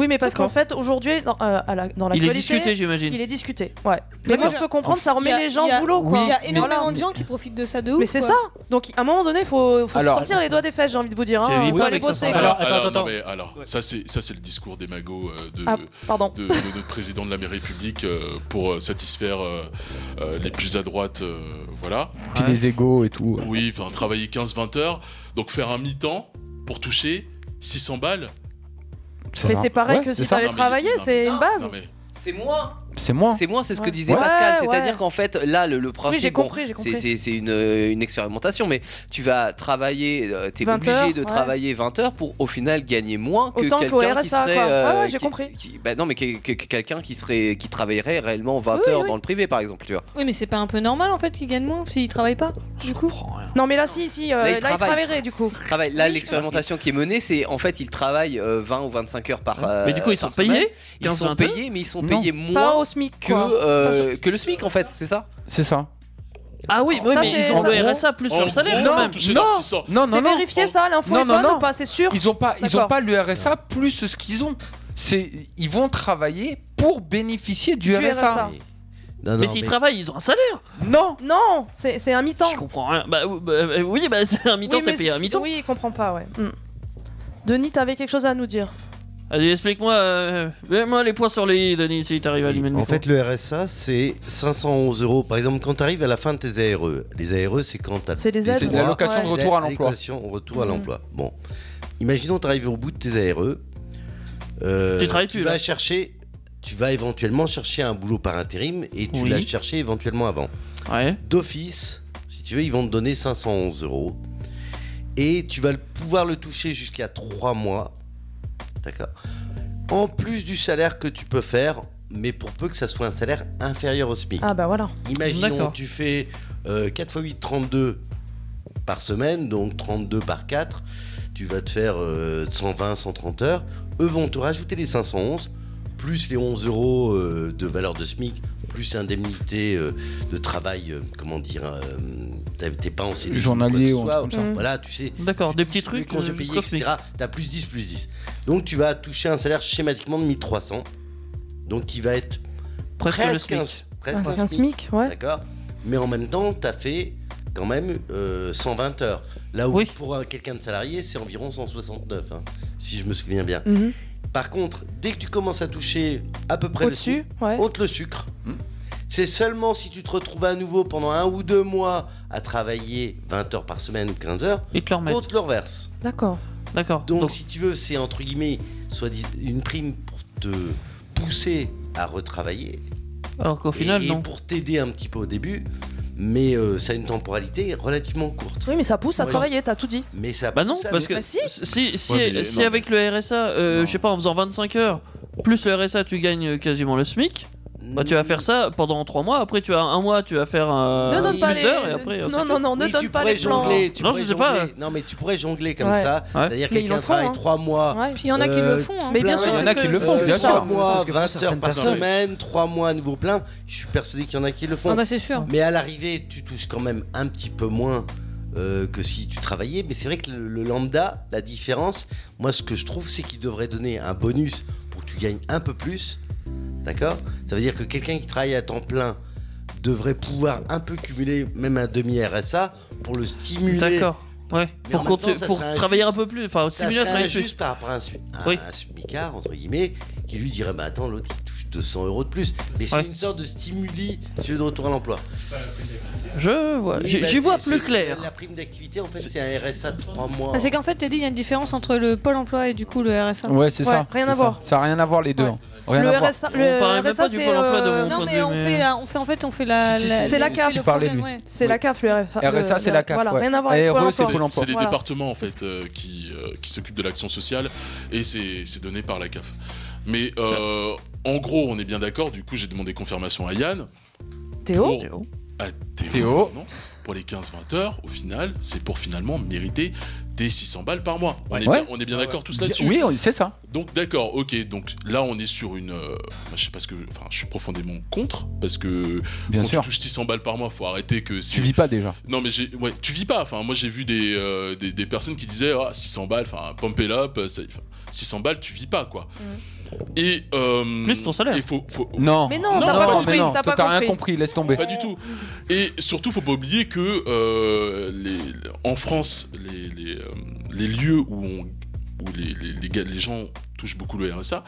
Speaker 2: mais parce qu'en fait, aujourd'hui, dans, euh, à la- dans
Speaker 3: Il est
Speaker 2: l'actualité.
Speaker 3: discuté, j'imagine.
Speaker 2: Il est discuté, ouais. Mais
Speaker 11: Très
Speaker 2: moi,
Speaker 11: bien.
Speaker 2: je peux comprendre, ça
Speaker 11: Il y
Speaker 2: remet
Speaker 11: a-
Speaker 2: les gens
Speaker 11: il y a-
Speaker 2: au boulot, quoi.
Speaker 11: Il y a énormément de gens qui profitent de ça de ouf.
Speaker 2: Mais c'est
Speaker 11: quoi.
Speaker 2: ça Donc, à un moment donné, faut, faut
Speaker 7: Alors-
Speaker 2: sortir les doigts des fesses, j'ai envie de vous dire. Hein. Faut aller bosser, quoi.
Speaker 7: Alors, alors, non, mais alors, ça c'est ça c'est le discours des magots euh, de,
Speaker 2: Ah, pardon.
Speaker 7: de- de notre président de la mairie publique euh, pour euh, satisfaire euh, euh, les plus à droite, euh, voilà.
Speaker 9: Puis les égaux et tout.
Speaker 7: Oui, enfin travailler 15-20 heures, donc faire un mi-temps pour toucher 600 balles.
Speaker 2: Mais c'est pareil que si t'allais
Speaker 7: Non, mais-
Speaker 2: travailler,
Speaker 7: non,
Speaker 2: c'est une base.
Speaker 4: C'est moi
Speaker 9: C'est moi.
Speaker 4: C'est moi, c'est ce que
Speaker 2: Ouais.
Speaker 4: disait
Speaker 2: Ouais,
Speaker 4: Pascal.
Speaker 2: ouais.
Speaker 4: C'est-à-dire qu'en fait, là, le, le principe.
Speaker 2: j'ai
Speaker 4: bon,
Speaker 2: compris, j'ai compris.
Speaker 4: c'est- C'est c'est une, euh, une expérimentation, mais tu vas travailler, euh, t'es
Speaker 2: 20
Speaker 4: obligé
Speaker 2: heures,
Speaker 4: de
Speaker 2: ouais.
Speaker 4: travailler 20 heures pour au final gagner moins que
Speaker 2: Autant qu'au
Speaker 4: quelqu'un qui
Speaker 2: RSA,
Speaker 4: serait.
Speaker 2: quoi. Ouais, ouais,
Speaker 4: euh,
Speaker 2: j'ai
Speaker 4: qui-
Speaker 2: compris.
Speaker 4: qui- bah non, mais que- que- que- quelqu'un qui, serait, qui travaillerait réellement 20
Speaker 11: Oui,
Speaker 4: heures
Speaker 11: oui.
Speaker 4: dans le privé, par exemple, tu vois.
Speaker 11: Oui, mais c'est pas un peu normal en fait qu'ils gagnent moins s'ils travaillent pas du coup.
Speaker 2: Non, mais là, si, si, euh,
Speaker 4: Là,
Speaker 2: là,
Speaker 4: il
Speaker 2: il
Speaker 4: travaille.
Speaker 2: travaillerait du coup.
Speaker 4: Travail. Là, l'expérimentation qui est menée, c'est en fait, ils travaillent euh, 20 ou 25 heures par. euh,
Speaker 3: Mais du coup, ils sont
Speaker 4: par semaine.
Speaker 3: payés
Speaker 4: Ils
Speaker 3: 15,
Speaker 4: sont
Speaker 3: 20 heures
Speaker 4: payés, mais ils sont
Speaker 3: Non.
Speaker 4: payés
Speaker 2: Pas
Speaker 4: moins
Speaker 2: au SMIC,
Speaker 4: que,
Speaker 2: quoi.
Speaker 4: euh, que le SMIC, en fait, c'est ça
Speaker 9: C'est ça.
Speaker 3: Ah oui, oui,
Speaker 2: Ça,
Speaker 3: mais
Speaker 2: c'est-
Speaker 3: ils ont
Speaker 2: ça-
Speaker 3: le RSA plus
Speaker 9: En
Speaker 3: leur salaire
Speaker 9: gros,
Speaker 3: quand même.
Speaker 9: toucher leur 600. Non, non,
Speaker 2: C'est
Speaker 9: non.
Speaker 2: vérifié ça, l'info
Speaker 9: Non,
Speaker 2: est
Speaker 9: non,
Speaker 2: bonne
Speaker 9: non.
Speaker 2: ou pas, c'est sûr
Speaker 9: Ils ont pas, ils ont
Speaker 2: D'accord.
Speaker 9: pas le RSA plus ce qu'ils ont. C'est, ils vont travailler pour bénéficier du,
Speaker 2: Du RSA.
Speaker 14: Non,
Speaker 3: mais
Speaker 14: non,
Speaker 3: s'ils
Speaker 14: mais-
Speaker 3: travaillent, ils ont un salaire
Speaker 9: Non
Speaker 2: Non, c'est c'est un mi-temps.
Speaker 3: Je comprends rien. Bah, ou- bah, euh, oui, bah c'est un mi-temps,
Speaker 2: Oui,
Speaker 3: t'es
Speaker 2: mais
Speaker 3: payé
Speaker 2: si-
Speaker 3: un mi-temps.
Speaker 2: Oui, il comprend pas, ouais. Mm. Denis, t'avais quelque chose à nous dire
Speaker 3: Allez, explique-moi. euh, Mets-moi les points sur les i, Denis, si t'arrives à lui mettre
Speaker 14: En
Speaker 3: les
Speaker 14: fait, le RSA, c'est 511 euros. Par exemple, quand tu arrives à la fin de tes ARE, les ARE, c'est quand tu as
Speaker 2: C'est les aides, C'est de l'allocation de retour à l'emploi.
Speaker 14: Allocation retour à
Speaker 2: Mhm.
Speaker 14: l'emploi. Bon. Imaginons tu arrives au bout de tes ARE. euh,
Speaker 3: Tu travailles plus,
Speaker 14: vas
Speaker 3: là.
Speaker 14: chercher. Tu vas éventuellement chercher un boulot par intérim et tu
Speaker 3: Oui.
Speaker 14: l'as cherché éventuellement avant. D'office, si tu veux, ils vont te donner 511 euros. Et tu vas le- pouvoir le toucher jusqu'à 3 mois. D'accord En plus du salaire que tu peux faire, mais pour peu que ça soit un salaire inférieur au SMIC.
Speaker 2: Ah bah voilà.
Speaker 14: Imaginons,
Speaker 2: D'accord.
Speaker 14: tu fais euh, 4 x 8, 32 par semaine, donc 32 par 4, tu vas te faire euh, 120, 130 heures. Eux vont te rajouter les 511, plus les 11 euros euh, de valeur de SMIC, plus indemnité euh, de travail, euh, comment dire, euh, t'as- t'es pas en CDI. ou quoi
Speaker 9: Journalier
Speaker 14: que ce
Speaker 9: ou un
Speaker 14: soit.
Speaker 9: truc comme ça.
Speaker 14: Voilà, tu sais.
Speaker 3: D'accord, des petits
Speaker 14: Les
Speaker 3: trucs.
Speaker 14: congés
Speaker 3: euh,
Speaker 14: payés,
Speaker 3: jusqu'au SMIC.
Speaker 14: etc. T'as plus 10, plus 10. Donc tu vas toucher un salaire schématiquement de 1300. Donc qui va être
Speaker 3: Presque
Speaker 14: presque,
Speaker 3: le SMIC.
Speaker 14: un, presque
Speaker 2: Presque un SMIC, ouais.
Speaker 14: D'accord Mais en même temps, t'as fait quand même euh, 120 heures. Là où pour euh, quelqu'un de salarié, c'est environ 169, hein, si je me souviens bien.
Speaker 2: Mhm.
Speaker 14: Par contre, dès que tu commences à toucher à peu près le
Speaker 2: Au-dessus,
Speaker 14: SMIC,
Speaker 2: ouais.
Speaker 14: ôte le sucre.
Speaker 3: Hum.
Speaker 14: C'est seulement si tu te retrouves à nouveau pendant un ou deux mois à travailler 20 heures par semaine ou 15 heures,
Speaker 3: ils te
Speaker 14: qu'on te le reverse.
Speaker 2: D'accord.
Speaker 3: D'accord.
Speaker 14: Donc, si tu veux, c'est entre guillemets soit dis- une prime pour te pousser à retravailler.
Speaker 3: Alors qu'au
Speaker 14: Et-
Speaker 3: final,
Speaker 14: et
Speaker 3: non.
Speaker 14: pour t'aider un petit peu au début, mais euh, ça a une temporalité relativement courte.
Speaker 2: Oui, mais ça pousse à
Speaker 14: Oui.
Speaker 2: travailler, t'as tout dit.
Speaker 14: Mais ça.
Speaker 3: Bah non,
Speaker 14: pousse à-
Speaker 3: parce que
Speaker 14: Bah
Speaker 3: si,
Speaker 14: si.
Speaker 3: si, si,
Speaker 14: Ouais, mais non.
Speaker 3: avec le RSA, euh, je sais pas, en faisant 25 heures, plus le RSA, tu gagnes euh, quasiment le SMIC. Bah, tu vas faire ça pendant 3 mois, après tu as un mois, tu vas faire euh,
Speaker 2: Ne donne
Speaker 3: plus
Speaker 2: pas les-
Speaker 3: d'heures et après. euh,
Speaker 2: non,
Speaker 3: c'est
Speaker 2: non,
Speaker 3: tout.
Speaker 2: non, ne
Speaker 14: Oui,
Speaker 2: donne
Speaker 14: tu
Speaker 2: pas
Speaker 14: pourrais
Speaker 2: les plans.
Speaker 14: jongler, tu
Speaker 3: Non,
Speaker 14: pourrais
Speaker 3: je sais pas.
Speaker 14: jongler. Non, mais tu pourrais jongler comme
Speaker 2: Ouais.
Speaker 14: ça.
Speaker 2: Ouais.
Speaker 14: C'est-à-dire
Speaker 2: Mais ils
Speaker 14: quelqu'un
Speaker 2: le font,
Speaker 14: travaille
Speaker 2: hein.
Speaker 14: 3 mois. euh,
Speaker 2: Ouais. Puis il y en a qui le font, hein. Mais bien sûr,
Speaker 14: il y en
Speaker 2: c'est
Speaker 14: a
Speaker 2: ce
Speaker 14: qui
Speaker 2: que-
Speaker 14: le
Speaker 2: c'est
Speaker 14: font,
Speaker 2: ce que
Speaker 14: bien
Speaker 2: font
Speaker 14: sûr.
Speaker 2: certaines
Speaker 14: mois,
Speaker 2: personnes.
Speaker 14: 20 heures par semaine, 3 mois à nouveau plein. Je suis persuadé qu'il y en a qui le font.
Speaker 11: Ah bah, c'est sûr.
Speaker 14: Mais à l'arrivée, tu touches quand même un petit peu moins. euh, que si tu travaillais, mais c'est vrai que le, le lambda, la différence, moi ce que je trouve, c'est qu'il devrait donner un bonus pour que tu gagnes un peu plus, d'accord Ça veut dire que quelqu'un qui travaille à temps plein devrait pouvoir un peu cumuler même un demi RSA pour le stimuler.
Speaker 3: D'accord. Ouais.
Speaker 14: Mais
Speaker 3: Pour,
Speaker 14: en même
Speaker 3: conti-
Speaker 14: temps, ça
Speaker 3: pour
Speaker 14: serait
Speaker 3: travailler un
Speaker 14: injuste.
Speaker 3: peu plus, enfin,
Speaker 14: ça
Speaker 3: stimuler à
Speaker 14: serait
Speaker 3: travailler
Speaker 14: injuste
Speaker 3: plus.
Speaker 14: par rapport à un, su- un-
Speaker 3: Oui.
Speaker 14: un smicard, entre guillemets, qui lui dirait bah attends, l'autre il touche 200 euros de plus. Mais c'est une sorte de stimuli si tu veux, de retour à l'emploi.
Speaker 3: Je vois,
Speaker 14: Oui,
Speaker 3: j'y
Speaker 14: bah,
Speaker 3: j'y vois
Speaker 14: c'est-
Speaker 3: plus
Speaker 14: c'est-
Speaker 3: clair.
Speaker 14: La prime d'activité, en fait, c'est un RSA de 3 mois.
Speaker 11: Ah, c'est qu'en fait, t'as dit, il y a une différence entre le Pôle emploi et du coup le RSA.
Speaker 9: Ouais, c'est ça.
Speaker 11: Rien
Speaker 9: c'est ça.
Speaker 11: à voir.
Speaker 9: Ça n'a rien à voir les deux. hein. Rien
Speaker 11: Le
Speaker 9: à voir.
Speaker 11: RSA le RSA, c'est, euh, Non, mais on fait la- on fait- en fait, on fait la.
Speaker 9: Si, si,
Speaker 11: la-
Speaker 9: si,
Speaker 2: C'est la
Speaker 9: si,
Speaker 2: CAF.
Speaker 9: si, il parlait, lui.
Speaker 2: C'est la CAF, le RFA.
Speaker 9: RSA,
Speaker 2: le-
Speaker 9: c'est la CAF,
Speaker 2: Voilà,
Speaker 9: ouais.
Speaker 2: rien à voir avec
Speaker 9: ARE,
Speaker 2: Pôle
Speaker 9: c'est
Speaker 2: emploi.
Speaker 9: Pôle emploi.
Speaker 7: C'est les
Speaker 2: Voilà.
Speaker 7: départements en fait euh, qui, euh, qui s'occupent de l'action sociale et c'est c'est donné par la CAF. Mais euh, en gros, on est bien d'accord. Du coup, j'ai demandé confirmation à Yann.
Speaker 2: Théo
Speaker 7: Pour- à Théo.
Speaker 9: Théo.
Speaker 7: pardon. Pour les 15-20 heures, au final, c'est pour finalement mériter tes 600 balles par mois. On, est,
Speaker 9: Ouais.
Speaker 7: bien, on est bien d'accord tous
Speaker 9: Bien-
Speaker 7: là-dessus.
Speaker 9: Oui, on- c'est ça.
Speaker 7: Donc d'accord, ok. Donc là, on est sur une. euh, bah, je sais pas ce que. Enfin, je suis profondément contre parce que
Speaker 9: Bien
Speaker 7: quand
Speaker 9: sûr.
Speaker 7: tu touches 600 balles par mois, faut arrêter que.
Speaker 9: Tu vis pas déjà.
Speaker 7: Non mais j'ai, ouais, tu vis pas. Enfin, moi j'ai vu des, euh, des, des personnes qui disaient ah 600 balles, enfin pump it up, euh, ça- enfin, 600 balles, tu vis pas quoi.
Speaker 9: Mm.
Speaker 7: Et plus ton salaire. faut, faut-
Speaker 9: Non.
Speaker 7: Mais non, t'as
Speaker 9: non,
Speaker 7: pas
Speaker 9: non,
Speaker 7: compris,
Speaker 9: mais non,
Speaker 7: t'as
Speaker 9: toi,
Speaker 7: pas
Speaker 9: t'as rien
Speaker 7: compris.
Speaker 9: compris, laisse tomber.
Speaker 7: Pas du tout. Et surtout, faut pas oublier que euh, les- en France, les, les, euh, les lieux où, on- où les, les- les gars- les gens touchent beaucoup le RSA,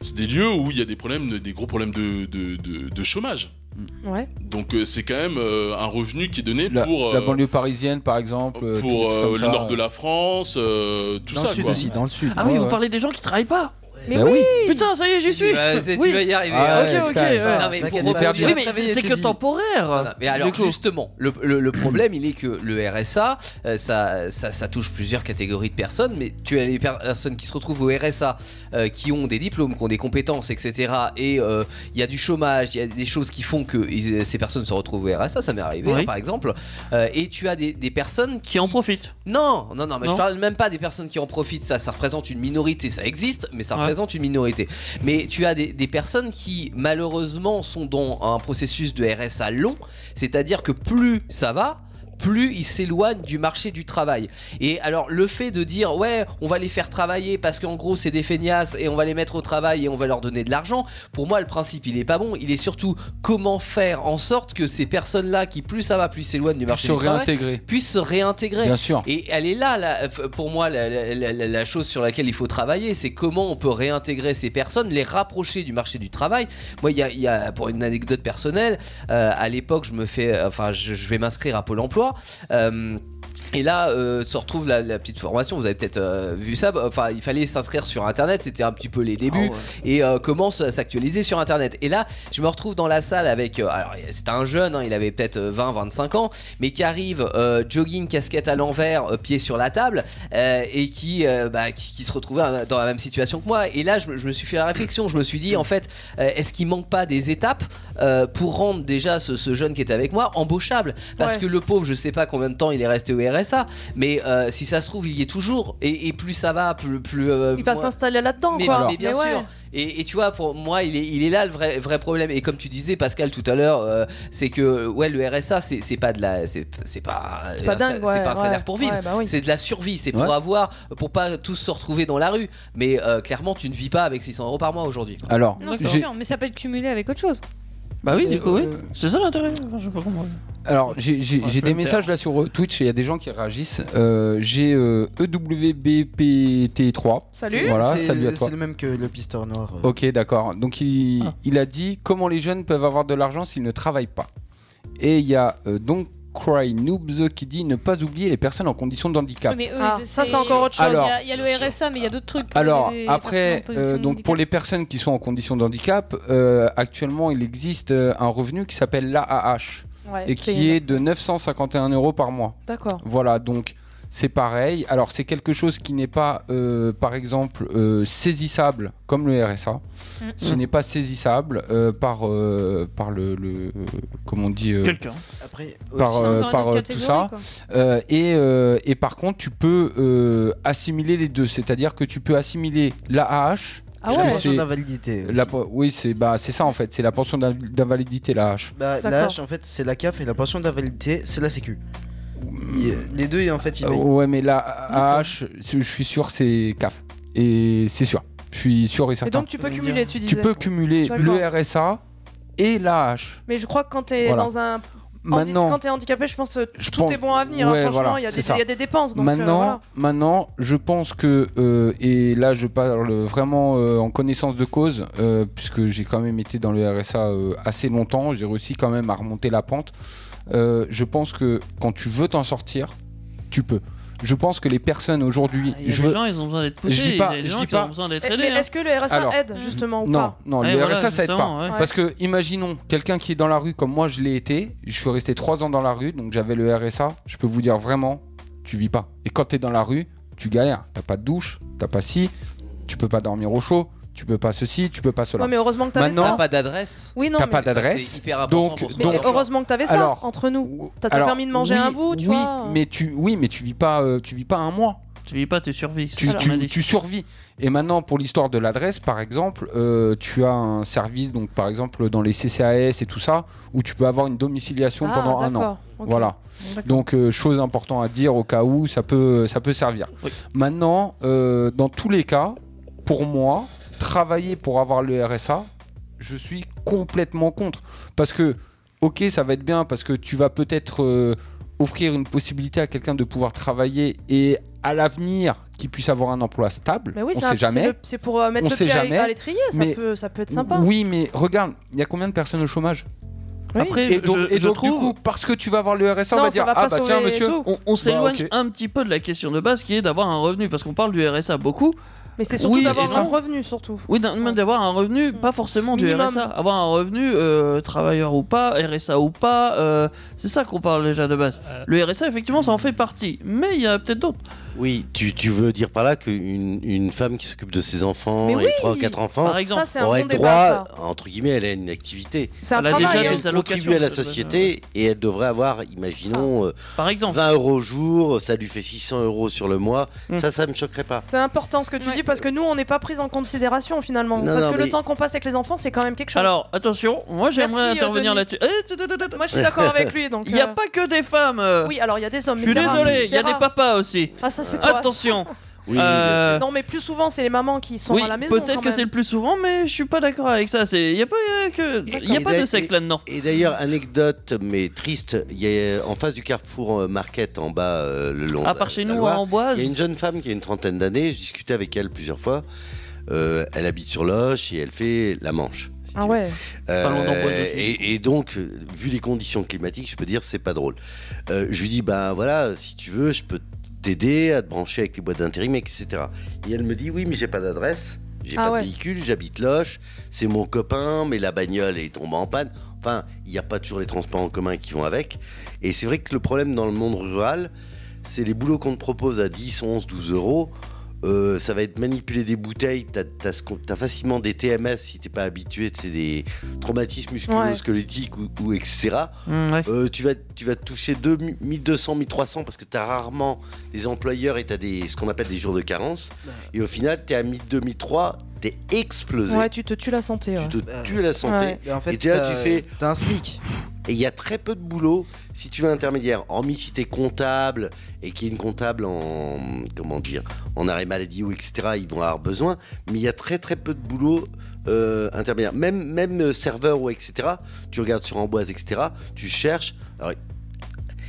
Speaker 7: c'est des lieux où il y a des problèmes, de- des gros problèmes de, de- de- de chômage.
Speaker 2: Ouais.
Speaker 7: Donc euh, c'est quand même euh, un revenu qui est donné
Speaker 9: La,
Speaker 7: pour
Speaker 9: la
Speaker 7: euh,
Speaker 9: banlieue parisienne, par exemple. euh, tout-
Speaker 7: pour
Speaker 9: tout
Speaker 7: euh,
Speaker 9: comme
Speaker 7: le
Speaker 9: ça,
Speaker 7: nord de
Speaker 9: euh.
Speaker 7: la France, euh, tout
Speaker 9: Dans
Speaker 7: ça.
Speaker 9: le sud
Speaker 7: quoi.
Speaker 9: aussi, dans le sud.
Speaker 3: Ah oui,
Speaker 9: Ouais,
Speaker 3: vous
Speaker 9: ouais.
Speaker 3: parlez des gens qui travaillent pas
Speaker 2: Mais Bah oui. oui.
Speaker 3: Putain, ça y est, j'y suis
Speaker 4: Bah, c'est- tu vas y arriver.
Speaker 3: Ah,
Speaker 4: hein.
Speaker 3: ok, ok, ouais.
Speaker 4: Non, mais pour
Speaker 3: T'inquiète pas,
Speaker 4: rebondir-
Speaker 3: tu vas Oui, mais travailler, c'est- c'est que Teddy. temporaire.
Speaker 4: Voilà. Mais alors,
Speaker 3: Du coup.
Speaker 4: justement, le, le- le problème, il est que le RSA, euh, ça, ça, ça touche plusieurs catégories de personnes, mais tu as les per- personnes qui se retrouvent au RSA, euh, qui ont des diplômes, qui ont des compétences, etc. Et euh, il y a du chômage, il y a des choses qui font que ils- ces personnes se retrouvent au RSA, ça m'est arrivé,
Speaker 3: Oui.
Speaker 4: hein, par exemple. Euh, et tu as des, des personnes qui...
Speaker 3: en profitent.
Speaker 4: Non, non, non, mais
Speaker 3: Non.
Speaker 4: je parle même pas des personnes qui en profitent, ça, ça représente une minorité, ça existe, mais ça représente une minorité. Mais tu as des, des personnes qui, malheureusement, sont dans un processus de RSA long, c'est-à-dire que plus ça va, plus ils s'éloignent du marché du travail. Et alors le fait de dire ouais, on va les faire travailler parce qu'en gros c'est des feignasses et on va les mettre au travail et on va leur donner de l'argent, pour moi le principe il est pas bon, il est surtout comment faire en sorte que ces personnes-là qui plus ça va plus ils s'éloignent du marché
Speaker 9: se
Speaker 4: du travail
Speaker 9: réintégrer.
Speaker 4: puissent se réintégrer.
Speaker 9: Bien sûr.
Speaker 4: Et elle est là, la- pour moi, la, la- la- la- la chose sur laquelle il faut travailler, c'est comment on peut réintégrer ces personnes, les rapprocher du marché du travail. Moi, il y a, il y a- pour une anecdote personnelle, euh, à l'époque, je me fais, euh, enfin, je, je vais m'inscrire à Pôle Emploi. euh, et là, euh, se retrouve la, la petite formation. Vous avez peut-être euh, vu ça. bah, Enfin, il fallait s'inscrire sur Internet. C'était un petit peu les débuts. Et euh, commence à s'actualiser sur Internet. Et là, je me retrouve dans la salle avec. euh, alors, c'était un jeune. hein, il avait peut-être 20-25 ans, mais qui arrive euh, jogging, casquette à l'envers, euh, pied sur la table, euh, et qui, euh, bah, qui, qui se retrouvait euh, dans la même situation que moi. Et là, je, me- je me suis fait la réflexion. Je me suis dit, en fait, euh, est-ce qu'il manque pas des étapes euh, pour rendre déjà ce, ce jeune qui était avec moi embauchable Parce
Speaker 12: Ouais.
Speaker 4: que le pauvre, je sais pas combien de temps il est resté au RSA, mais euh, si ça se trouve, il y est toujours. Et, et plus ça va, plus. plus euh,
Speaker 2: Il va
Speaker 4: moins-
Speaker 2: s'installer là-dedans,
Speaker 4: mais,
Speaker 2: quoi.
Speaker 4: mais bien
Speaker 2: ouais.
Speaker 4: sûr. Et, et tu vois, pour moi, il est, il est là le vrai, vrai problème. Et comme tu disais, Pascal, tout à l'heure, euh, c'est que ouais, le RSA, c'est c'est pas de la, c'est c'est pas,
Speaker 2: C'est pas
Speaker 4: un
Speaker 2: dingue,
Speaker 4: sal-
Speaker 2: ouais,
Speaker 4: c'est pas un salaire
Speaker 2: ouais.
Speaker 4: pour vivre.
Speaker 2: Ouais, bah oui.
Speaker 4: C'est de la survie. C'est pour
Speaker 9: Ouais.
Speaker 4: avoir, pour pas tous se retrouver dans la rue. Mais euh, clairement, tu ne vis pas avec 600 euros par mois aujourd'hui.
Speaker 9: Alors,
Speaker 11: Non, c'est sûr, mais ça peut être cumulé avec autre chose.
Speaker 3: Bah oui, du coup, oui.
Speaker 9: Euh,
Speaker 3: C'est ça l'intérêt. Enfin, je sais pas comment.
Speaker 9: Alors, j'ai- j'ai
Speaker 3: Ouais,
Speaker 9: j'ai
Speaker 3: je vais
Speaker 9: des
Speaker 3: me
Speaker 9: messages là sur euh, Twitch et il y a des gens qui réagissent. Euh, j'ai euh, EWBPT3.
Speaker 5: Salut.
Speaker 9: Voilà,
Speaker 5: C'est-
Speaker 9: salut à toi.
Speaker 5: C'est le même Ah. que le pisteur noir. euh.
Speaker 9: Ok, d'accord. Donc, il, il a dit comment les jeunes peuvent avoir de l'argent s'ils ne travaillent pas. Et il y a euh, donc Cry Noobs qui dit ne pas oublier les personnes en condition de handicap.
Speaker 11: Mais eux,
Speaker 2: Ah,
Speaker 11: c'est-
Speaker 2: ça, c'est encore autre chose.
Speaker 9: Alors-
Speaker 11: Il y a- il y, a le RSA, mais il y a d'autres trucs. pour
Speaker 9: Alors
Speaker 11: les- les
Speaker 9: après,
Speaker 11: personnes en
Speaker 9: euh,
Speaker 11: position
Speaker 9: donc pour les personnes qui sont en condition de handicap, euh, actuellement il existe euh, un revenu qui s'appelle l'AAH
Speaker 2: Ouais,
Speaker 9: et
Speaker 2: c'est
Speaker 9: qui est de 951 euros par mois.
Speaker 2: D'accord.
Speaker 9: Voilà, donc c'est pareil. Alors c'est quelque chose qui n'est pas, euh, par exemple, euh, saisissable comme le RSA.
Speaker 11: Mm.
Speaker 9: Ce
Speaker 11: Mm.
Speaker 9: n'est pas saisissable euh, par euh, par le, le- comment on dit euh,
Speaker 3: Quelqu'un.
Speaker 5: Après,
Speaker 9: par,
Speaker 5: aussi-
Speaker 9: euh,
Speaker 5: Encore une
Speaker 9: par,
Speaker 5: autre
Speaker 9: euh, tout ça.
Speaker 5: catégorie, quoi.
Speaker 9: Euh, et, euh, et par contre, tu peux euh, assimiler les deux, c'est-à-dire que tu peux assimiler l'AAH.
Speaker 5: Ah ouais. La pension d'invalidité.
Speaker 9: La po- oui, c'est bah, c'est ça en fait, c'est la pension d'inv- d'invalidité, l'AAH.
Speaker 5: Bah, la hache, en fait, c'est la CAF et la pension d'invalidité, c'est la Sécu. Il- Les deux, en fait, ils
Speaker 9: Euh,
Speaker 5: payent.
Speaker 9: ouais, mais l'AAH, je suis sûr, c'est CAF. Et c'est sûr. Je suis sûr et certain.
Speaker 2: donc, tu peux cumuler,
Speaker 9: Tu
Speaker 2: tu disais.
Speaker 9: peux cumuler
Speaker 2: D'accord.
Speaker 9: le RSA et l'AAH.
Speaker 2: Mais je crois que quand t'es
Speaker 9: Voilà.
Speaker 2: dans un.
Speaker 9: Maintenant-
Speaker 2: Quand t'es handicapé, je pense que tout
Speaker 9: pense-
Speaker 2: est bon à venir. hein,
Speaker 9: Ouais,
Speaker 2: franchement,
Speaker 9: voilà,
Speaker 2: il y a des-
Speaker 9: c'est ça.
Speaker 2: il y, a des dépenses. Donc, euh,
Speaker 9: maintenant,
Speaker 2: voilà.
Speaker 9: maintenant, je pense que, euh, et là je parle vraiment euh, en connaissance de cause, euh, puisque j'ai quand même été dans le RSA euh, assez longtemps, j'ai réussi quand même à remonter la pente. Euh, je pense que quand tu veux t'en sortir, tu peux. Je pense que les personnes aujourd'hui,
Speaker 3: Ah, Il y a
Speaker 9: je
Speaker 3: des
Speaker 9: veux-
Speaker 3: gens, ils ont besoin d'être poussés.
Speaker 9: Je dis pas,
Speaker 3: il y a des
Speaker 9: je
Speaker 3: gens
Speaker 9: dis
Speaker 3: qui ont
Speaker 9: pas.
Speaker 3: besoin d'être
Speaker 2: Mais
Speaker 3: aidés.
Speaker 2: est-ce que le RSA
Speaker 9: Alors,
Speaker 2: aide justement ou
Speaker 9: Non,
Speaker 2: pas
Speaker 9: non,
Speaker 3: Ouais,
Speaker 9: le
Speaker 3: voilà,
Speaker 9: RSA ça aide
Speaker 3: justement,
Speaker 9: pas.
Speaker 3: ouais.
Speaker 9: Parce que imaginons quelqu'un qui est dans la rue comme moi je l'ai été, je suis resté 3 ans dans la rue donc j'avais le RSA, je peux vous dire vraiment, tu vis pas. Et quand t'es dans la rue, tu galères, t'as pas de douche, t'as pas ci, tu peux pas dormir au chaud, tu peux pas ceci, tu peux pas cela.
Speaker 2: Ouais, mais heureusement que t'avais
Speaker 9: Maintenant,
Speaker 2: ça.
Speaker 4: T'as pas d'adresse.
Speaker 2: Oui, non.
Speaker 9: t'as
Speaker 2: mais-
Speaker 9: pas
Speaker 4: ça,
Speaker 9: d'adresse.
Speaker 4: c'est hyper important
Speaker 9: Donc,
Speaker 4: pour se
Speaker 9: donc-
Speaker 2: Mais heureusement que t'avais ça
Speaker 9: Alors-
Speaker 2: entre nous. T'as t'as
Speaker 9: alors,
Speaker 2: permis de manger
Speaker 9: oui,
Speaker 2: un bout, tu
Speaker 9: oui,
Speaker 2: vois.
Speaker 9: Mais tu, oui, mais tu vis pas, euh, tu vis pas un mois.
Speaker 3: Tu vis pas, tu survis.
Speaker 9: Tu,
Speaker 3: Alors,
Speaker 9: tu-
Speaker 3: on a dit.
Speaker 9: tu survis. Et maintenant, pour l'histoire de l'adresse, par exemple, euh, tu as un service, donc par exemple dans les CCAS et tout ça, où tu peux avoir une domiciliation
Speaker 3: Ah,
Speaker 9: pendant un an.
Speaker 3: d'accord. Ok.
Speaker 9: Voilà.
Speaker 3: D'accord.
Speaker 9: Donc, euh, chose importante à dire au cas où, ça peut, ça peut servir. Maintenant, euh, dans tous les cas, pour moi, travailler pour avoir le RSA, je suis complètement contre. Parce que, ok, ça va être bien, parce que tu vas peut-être euh, offrir une possibilité à quelqu'un de pouvoir travailler et à l'avenir qu'il puisse avoir un emploi stable.
Speaker 2: Mais oui,
Speaker 9: on
Speaker 2: c'est un-
Speaker 9: sait jamais.
Speaker 2: c'est le- c'est pour, euh, mettre
Speaker 9: On
Speaker 2: le
Speaker 9: sait
Speaker 2: pied à-
Speaker 9: jamais.
Speaker 2: à l'étrier, ça
Speaker 9: Mais-
Speaker 2: peut- ça peut être sympa.
Speaker 9: Oui, mais regarde, il y a combien de personnes au chômage
Speaker 2: Oui.
Speaker 3: Après,
Speaker 9: et donc,
Speaker 3: je-
Speaker 9: et
Speaker 3: je
Speaker 9: donc, du
Speaker 3: trouve-
Speaker 9: coup, parce que tu vas avoir le RSA, on va dire ah bah tiens monsieur,
Speaker 3: on, on s'éloigne
Speaker 9: Bah, ok.
Speaker 3: un petit peu de la question de base qui est d'avoir un revenu parce qu'on parle du RSA beaucoup.
Speaker 2: Mais c'est surtout
Speaker 3: Oui,
Speaker 2: d'avoir
Speaker 3: c'est
Speaker 2: un
Speaker 3: ça.
Speaker 2: revenu, surtout.
Speaker 3: Oui, d'un- même d'avoir un revenu, pas forcément du
Speaker 2: Minimum.
Speaker 3: RSA. Avoir un revenu, euh, travailleur ou pas, RSA ou
Speaker 9: Euh.
Speaker 3: pas, euh, c'est ça qu'on parle déjà de base. Le RSA, effectivement, ça en fait partie. Mais il y a peut-être d'autres.
Speaker 14: Oui, tu, tu veux dire par là qu'une une femme qui s'occupe de ses enfants
Speaker 2: Mais
Speaker 14: et
Speaker 2: oui
Speaker 14: trois ou quatre enfants
Speaker 2: Par exemple. Ça, c'est un
Speaker 14: aurait
Speaker 2: bon
Speaker 14: droit,
Speaker 2: débat, ça.
Speaker 14: entre guillemets, elle a une activité.
Speaker 2: C'est un Elle a travail, déjà elle. des
Speaker 14: elle contribue à la
Speaker 2: allocations, de Ah. toute
Speaker 14: société et elle devrait avoir, imaginons, euh,
Speaker 3: Par exemple.
Speaker 14: 20 euros au jour, ça lui fait 600 euros sur le mois.
Speaker 2: Mm.
Speaker 14: Ça, ça me choquerait pas.
Speaker 2: C'est important ce que tu dis parce que nous, on n'est pas pris en considération finalement.
Speaker 14: Non,
Speaker 2: parce
Speaker 14: non,
Speaker 2: que le
Speaker 14: mais-
Speaker 2: temps qu'on passe avec les enfants, c'est quand même quelque chose.
Speaker 3: Alors, attention, moi j'aimerais
Speaker 2: Merci, euh,
Speaker 3: intervenir
Speaker 2: Denis.
Speaker 3: là-dessus. Eh,
Speaker 2: Moi, je suis d'accord avec lui. Donc,
Speaker 3: Il n'y a
Speaker 2: euh,
Speaker 3: pas que des femmes. euh.
Speaker 2: Oui, alors il y a des hommes.
Speaker 3: Je
Speaker 2: mais
Speaker 3: suis
Speaker 2: c'est rare,
Speaker 3: désolé, il y
Speaker 2: c'est
Speaker 3: a des
Speaker 2: rare.
Speaker 3: papas aussi.
Speaker 2: Ah, ça, c'est toi.
Speaker 3: Attention.
Speaker 14: Oui,
Speaker 3: Euh,
Speaker 2: Non, mais plus souvent, c'est les mamans qui sont
Speaker 3: oui,
Speaker 2: à la maison.
Speaker 3: peut-être que c'est le plus souvent, mais je suis pas d'accord avec ça. Il n'y a pas, euh, que... y a
Speaker 14: Et
Speaker 3: pas de
Speaker 14: d'a-
Speaker 3: sexe
Speaker 14: et-
Speaker 3: là-dedans.
Speaker 14: Et d'ailleurs, anecdote mais triste, il y a, en face du Carrefour euh, Market en bas euh, le long.
Speaker 3: Ah,
Speaker 14: de
Speaker 3: par chez
Speaker 14: la
Speaker 3: nous,
Speaker 14: Loire,
Speaker 3: à Amboise.
Speaker 14: Il y a une jeune femme qui a une trentaine d'années. Je discutais avec elle plusieurs fois. Euh, elle habite sur Loche et elle fait la Manche.
Speaker 2: Ah ouais.
Speaker 14: Euh,
Speaker 3: Pas loin d'Amboise aussi.
Speaker 14: et, et donc, euh, vu les conditions climatiques, je peux dire c'est pas drôle. Euh, je lui dis ben voilà, si tu veux, je peux t'aider à te brancher avec les boîtes d'intérim, etc. Et elle me dit oui, mais j'ai pas d'adresse, j'ai
Speaker 2: Ah
Speaker 14: pas
Speaker 2: ouais.
Speaker 14: de véhicule, j'habite Loche, c'est mon copain, mais la bagnole est tombée en panne. Enfin, il n'y a pas toujours les transports en commun qui vont avec. Et c'est vrai que le problème dans le monde rural, c'est les boulots qu'on te propose à 10, 11, 12 euros. Euh, ça va être manipuler des bouteilles, t'as t'as ce qu'on- t'as facilement des TMS si t'es pas habitué, c'est des traumatismes musculo-squelettiques ou, ou etc.
Speaker 3: Mm, ouais.
Speaker 14: Euh, tu, vas, tu vas te toucher deux- 1200, 1300 parce que t'as rarement des employeurs et t'as des, ce qu'on appelle des jours de carence. Et au final, t'es à 1200, 1300, t'es explosé.
Speaker 2: Ouais, tu te tues la santé. ouais.
Speaker 14: Tu te tues la santé.
Speaker 2: Ouais.
Speaker 14: Et,
Speaker 5: en fait, euh,
Speaker 14: t'es là,
Speaker 5: t'as-
Speaker 14: tu fais. T'as un SMIC. Et il y a très peu de boulot si tu veux intermédiaire. Hormis si t'es comptable et qu'il y a une comptable en. Comment dire En arrêt maladie ou etc. Ils vont avoir besoin. Mais il y a très très peu de boulot euh, intermédiaire. Même, même euh, serveur ou etc. Tu regardes sur Amboise, etc. Tu cherches. Alors,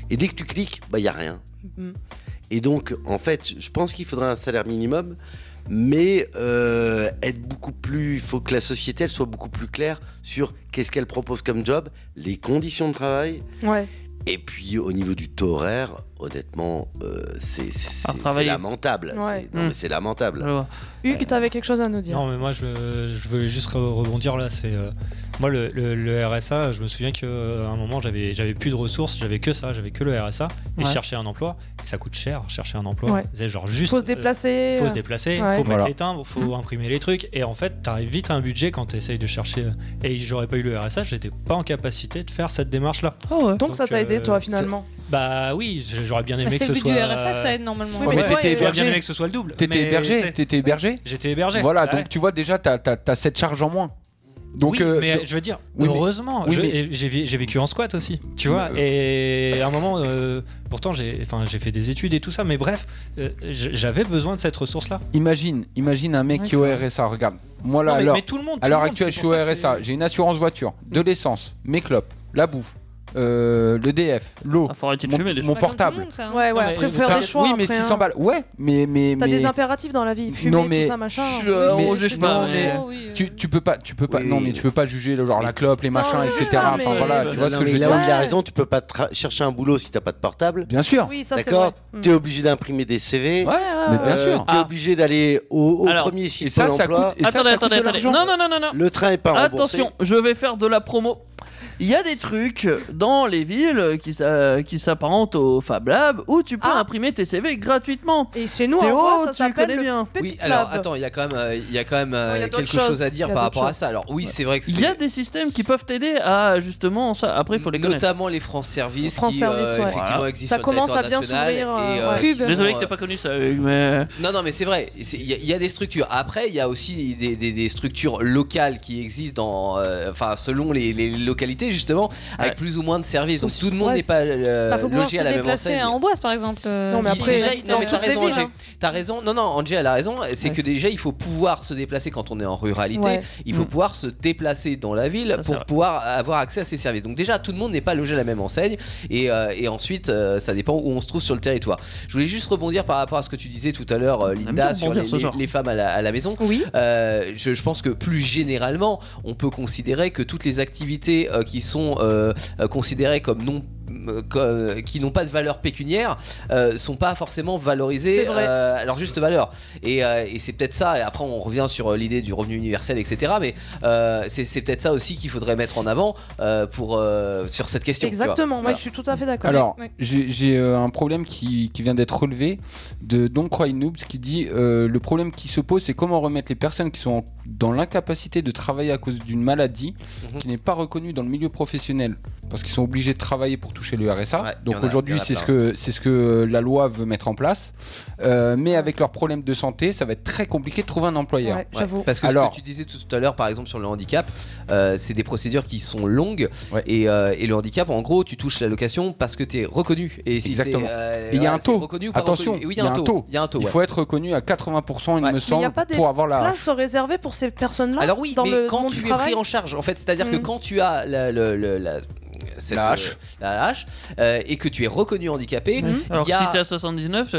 Speaker 14: et dès que tu cliques, bah il n'y a rien.
Speaker 2: Mm.
Speaker 14: Et donc, en fait, je pense qu'il faudrait un salaire minimum, mais euh, être beaucoup plus. Il faut que la société elle soit beaucoup plus claire sur qu'est-ce qu'elle propose comme job, les conditions de travail,
Speaker 2: Ouais.
Speaker 14: et puis au niveau du taux horaire, honnêtement, euh, c'est c'est- c'est
Speaker 10: travailler.
Speaker 14: lamentable.
Speaker 2: Ouais.
Speaker 14: C'est- Non, mais c'est lamentable.
Speaker 2: Hugues, t'avais quelque chose à nous dire
Speaker 10: Non, mais moi, je, je voulais juste re- rebondir là. C'est euh, moi le, le- le RSA. Je me souviens qu'à un moment, j'avais j'avais plus de ressources, j'avais que ça, j'avais que le RSA et
Speaker 2: Ouais.
Speaker 10: je cherchais un emploi. Et ça coûte cher chercher un emploi.
Speaker 2: Ouais.
Speaker 10: C'est genre juste.
Speaker 2: Faut se déplacer,
Speaker 10: euh, faut
Speaker 2: euh,
Speaker 10: se déplacer.
Speaker 2: ouais.
Speaker 10: Faut mettre
Speaker 2: Voilà.
Speaker 10: les timbres. Faut
Speaker 2: Mhm.
Speaker 10: imprimer les trucs. Et en fait, t'arrives vite à un budget quand t'essayes de chercher. euh, Et j'aurais pas eu le RSA, j'étais pas en capacité de faire cette démarche là.
Speaker 2: Ah
Speaker 3: Ah
Speaker 2: Donc, ça t'a
Speaker 10: euh,
Speaker 2: aidé, toi, finalement
Speaker 10: Bah oui, j'aurais bien aimé
Speaker 11: Bah,
Speaker 10: que
Speaker 11: c'est
Speaker 10: ce
Speaker 11: le
Speaker 10: soit.
Speaker 11: but du RSA que ça aide normalement.
Speaker 10: Ouais, mais
Speaker 9: t'étais
Speaker 10: j'aurais bien
Speaker 9: hébergé.
Speaker 10: aimé que ce soit le double.
Speaker 9: T'étais
Speaker 10: mais, tu sais.
Speaker 9: hébergé, t'étais hébergé.
Speaker 10: J'étais hébergé. Ah
Speaker 9: Voilà,
Speaker 10: Ouais.
Speaker 9: donc tu vois déjà, t'as as, cette charge en moins. Donc,
Speaker 10: oui,
Speaker 9: euh,
Speaker 10: mais
Speaker 9: donc-
Speaker 10: je veux dire,
Speaker 9: Oui, mais-
Speaker 10: heureusement,
Speaker 9: oui,
Speaker 10: je-
Speaker 9: mais- Euh,
Speaker 10: et j'ai vi- j'ai vécu en squat aussi, tu vois. Et à un moment, euh, pourtant, j'ai enfin, j'ai fait des études et tout ça, mais bref, euh, j- j'avais besoin de cette ressource-là.
Speaker 9: Imagine, imagine un mec qui est au RSA, regarde. Moi là,
Speaker 10: Non, mais-
Speaker 9: alors,
Speaker 10: mais tout le monde, tout
Speaker 9: à l'heure
Speaker 10: le monde,
Speaker 9: actuelle, je
Speaker 10: c'est
Speaker 9: suis
Speaker 10: pour
Speaker 9: au
Speaker 10: ça que
Speaker 9: RSA,
Speaker 10: c'est-
Speaker 9: j'ai une assurance voiture, de l'essence, mes clopes, la bouffe, euh, le DF, l'eau, mon, mon portable.
Speaker 10: hein.
Speaker 2: Ouais, ouais,
Speaker 9: Non, mais-
Speaker 2: après, faut faire
Speaker 9: Enfin,
Speaker 2: des choix.
Speaker 9: Oui, mais
Speaker 2: après,
Speaker 9: 600
Speaker 2: hein.
Speaker 9: balles. Ouais, mais mais
Speaker 2: T'as
Speaker 9: mais-
Speaker 2: des impératifs dans la vie. Fumer,
Speaker 9: non mais
Speaker 2: tout ça, machin.
Speaker 9: Mais-
Speaker 2: Oui,
Speaker 9: mais-
Speaker 2: c'est- c'est-
Speaker 9: non, mais tu, tu peux pas tu peux pas non mais tu peux pas juger genre la clope les machins
Speaker 2: mais-
Speaker 9: etc
Speaker 2: non,
Speaker 9: enfin
Speaker 2: mais- euh,
Speaker 9: voilà tu vois ce
Speaker 14: Non,
Speaker 9: que
Speaker 14: mais
Speaker 9: je veux
Speaker 14: là où il a
Speaker 9: dire
Speaker 14: raison, tu peux pas tra- chercher un boulot si t'as pas de portable.
Speaker 9: Bien sûr.
Speaker 2: Oui, ça, c'est
Speaker 14: D'accord.
Speaker 2: vrai.
Speaker 14: T'es obligé d'imprimer des CV.
Speaker 9: Ouais, ouais, mais bien sûr.
Speaker 14: T'es obligé d'aller au, au premier site
Speaker 9: et ça,
Speaker 14: Pôle
Speaker 9: ça
Speaker 14: emploi.
Speaker 9: coûte- et ça, Attendez, ça coûte attendez, de attendez. l'argent.
Speaker 3: Non, non, non, non, non.
Speaker 14: Le train est pas remboursé.
Speaker 3: Attention, je vais faire de la promo. Il y a des trucs dans les villes qui s'a- qui s'apparentent au Fab Lab où tu peux imprimer tes CV gratuitement.
Speaker 2: Ah. Et chez nous,
Speaker 3: Théo,
Speaker 2: en gros, ça
Speaker 3: tu
Speaker 2: s'appelle
Speaker 3: connais
Speaker 2: le
Speaker 3: bien.
Speaker 2: Pépite
Speaker 3: Oui,
Speaker 4: Alors
Speaker 2: Lab.
Speaker 4: attends, il y a quand même, euh, il y a quand même euh,
Speaker 2: il y a d'autres
Speaker 4: quelque chose
Speaker 2: choses.
Speaker 4: à dire
Speaker 2: Il y a
Speaker 4: par
Speaker 2: d'autres
Speaker 4: rapport à
Speaker 2: choses.
Speaker 4: ça. Alors oui, c'est vrai que
Speaker 3: Il
Speaker 4: c'est
Speaker 3: y a des systèmes qui peuvent t'aider à justement ça. Après, il faut les connaître.
Speaker 4: notamment les France Services
Speaker 3: France
Speaker 4: qui
Speaker 3: Services,
Speaker 4: euh,
Speaker 3: ouais.
Speaker 4: effectivement
Speaker 3: Voilà.
Speaker 4: existent
Speaker 3: Ça
Speaker 4: sur le
Speaker 3: commence
Speaker 4: territoire
Speaker 3: à bien
Speaker 4: national
Speaker 3: s'ouvrir,
Speaker 4: et,
Speaker 3: euh, ouais.
Speaker 4: qui
Speaker 3: Cube.
Speaker 4: sont,
Speaker 3: Désolé
Speaker 4: euh,
Speaker 3: que t'aies pas connu ça, Hugues, mais
Speaker 11: euh,
Speaker 4: Non, non, mais c'est vrai. C'est- Il y, a- il y a des structures. Après, il y a aussi des, des- des structures locales qui existent, dans, euh, enfin, selon les, les localités justement, avec plus ou moins de services. Donc tout le monde n'est pas euh,
Speaker 11: Bah, faut pouvoir
Speaker 4: logé
Speaker 11: se
Speaker 4: à la même
Speaker 11: déplacer
Speaker 4: enseigne.
Speaker 11: à Amboise par exemple. euh,
Speaker 4: Non mais
Speaker 11: si
Speaker 4: après,
Speaker 11: tu
Speaker 4: déjà,
Speaker 11: habites
Speaker 4: non, mais t'as
Speaker 11: toutes les
Speaker 4: raison,
Speaker 11: villes,
Speaker 4: Angé.
Speaker 11: hein.
Speaker 4: T'as raison. Non, non, Angé, elle a raison. C'est que déjà, il faut pouvoir se déplacer quand on est en ruralité.
Speaker 11: Ouais.
Speaker 4: Il
Speaker 3: Mm.
Speaker 4: faut pouvoir se déplacer dans la ville pour pouvoir avoir accès à ces services. Donc déjà, tout le monde n'est pas logé à la même enseigne. Et, euh, et ensuite, euh, ça dépend où on se trouve sur le territoire. Je voulais juste rebondir par rapport à ce que tu disais tout à l'heure, euh,
Speaker 3: bien
Speaker 4: Linda, sur
Speaker 3: rebondir
Speaker 4: les,
Speaker 3: ce
Speaker 4: les-
Speaker 3: soir.
Speaker 4: les femmes à la, à la maison.
Speaker 2: Oui.
Speaker 4: je, je pense que plus généralement, on peut considérer que toutes les activités euh, qui sont euh, euh, considérées comme non euh, co- euh, qui n'ont pas de valeur pécuniaire euh, sont pas forcément valorisés
Speaker 20: C'est vrai.
Speaker 4: euh, à leur juste valeur. Et, euh, et c'est peut-être ça. Et après, on revient sur euh, l'idée du revenu universel, etc. Mais euh, c'est c'est peut-être ça aussi qu'il faudrait mettre en avant euh, pour euh, sur cette question. tu vois.
Speaker 2: Exactement, moi
Speaker 4: Voilà.
Speaker 2: je suis tout à fait d'accord.
Speaker 9: Alors, j'ai j'ai, euh, un problème qui, qui vient d'être relevé de Don't Cry Noobs qui dit euh, le problème qui se pose, c'est comment remettre les personnes qui sont en- dans l'incapacité de travailler à cause d'une maladie
Speaker 20: Mhm.
Speaker 9: qui n'est pas reconnue dans le milieu professionnel parce qu'ils sont obligés de travailler pour toucher le RSA.
Speaker 20: y en
Speaker 9: Donc
Speaker 20: a- y
Speaker 9: aujourd'hui,
Speaker 20: en a
Speaker 9: c'est ce
Speaker 20: plein.
Speaker 9: que c'est ce que euh, la loi veut mettre en place, Euh, mais avec leurs problèmes de santé, ça va être très compliqué de trouver un employeur.
Speaker 4: Ouais, Parce que
Speaker 9: alors,
Speaker 4: ce que tu disais tout à l'heure, par exemple, sur le handicap, euh, c'est des procédures qui sont longues. Et, euh, et le handicap, en gros, tu touches l'allocation parce que tu es reconnu. Et si t'es,
Speaker 9: Exactement.
Speaker 4: euh,
Speaker 9: Et il y a
Speaker 4: voilà,
Speaker 9: un
Speaker 4: c'est
Speaker 9: taux.
Speaker 4: reconnu ou pas
Speaker 9: Attention,
Speaker 4: reconnu. Et oui, il y a un taux. Il y a un taux.
Speaker 9: Il
Speaker 4: ouais.
Speaker 9: faut être reconnu à 80%, il me
Speaker 2: Mais il n'y a
Speaker 9: semble,
Speaker 2: pas des
Speaker 9: pour avoir la.
Speaker 2: places réservées pour ces personnes-là
Speaker 4: Alors oui,
Speaker 2: dans
Speaker 4: mais
Speaker 2: le
Speaker 4: quand
Speaker 2: monde
Speaker 4: tu
Speaker 2: du
Speaker 4: es
Speaker 2: travail
Speaker 4: pris en charge, en fait, c'est-à-dire que
Speaker 2: Mm.
Speaker 4: quand tu as la, le- le- la- cette,
Speaker 9: La hache.
Speaker 4: euh, la hache, euh, et que tu es reconnu handicapé,
Speaker 2: Mm.
Speaker 3: Alors
Speaker 4: il y a
Speaker 3: que si t'es à euh, 79,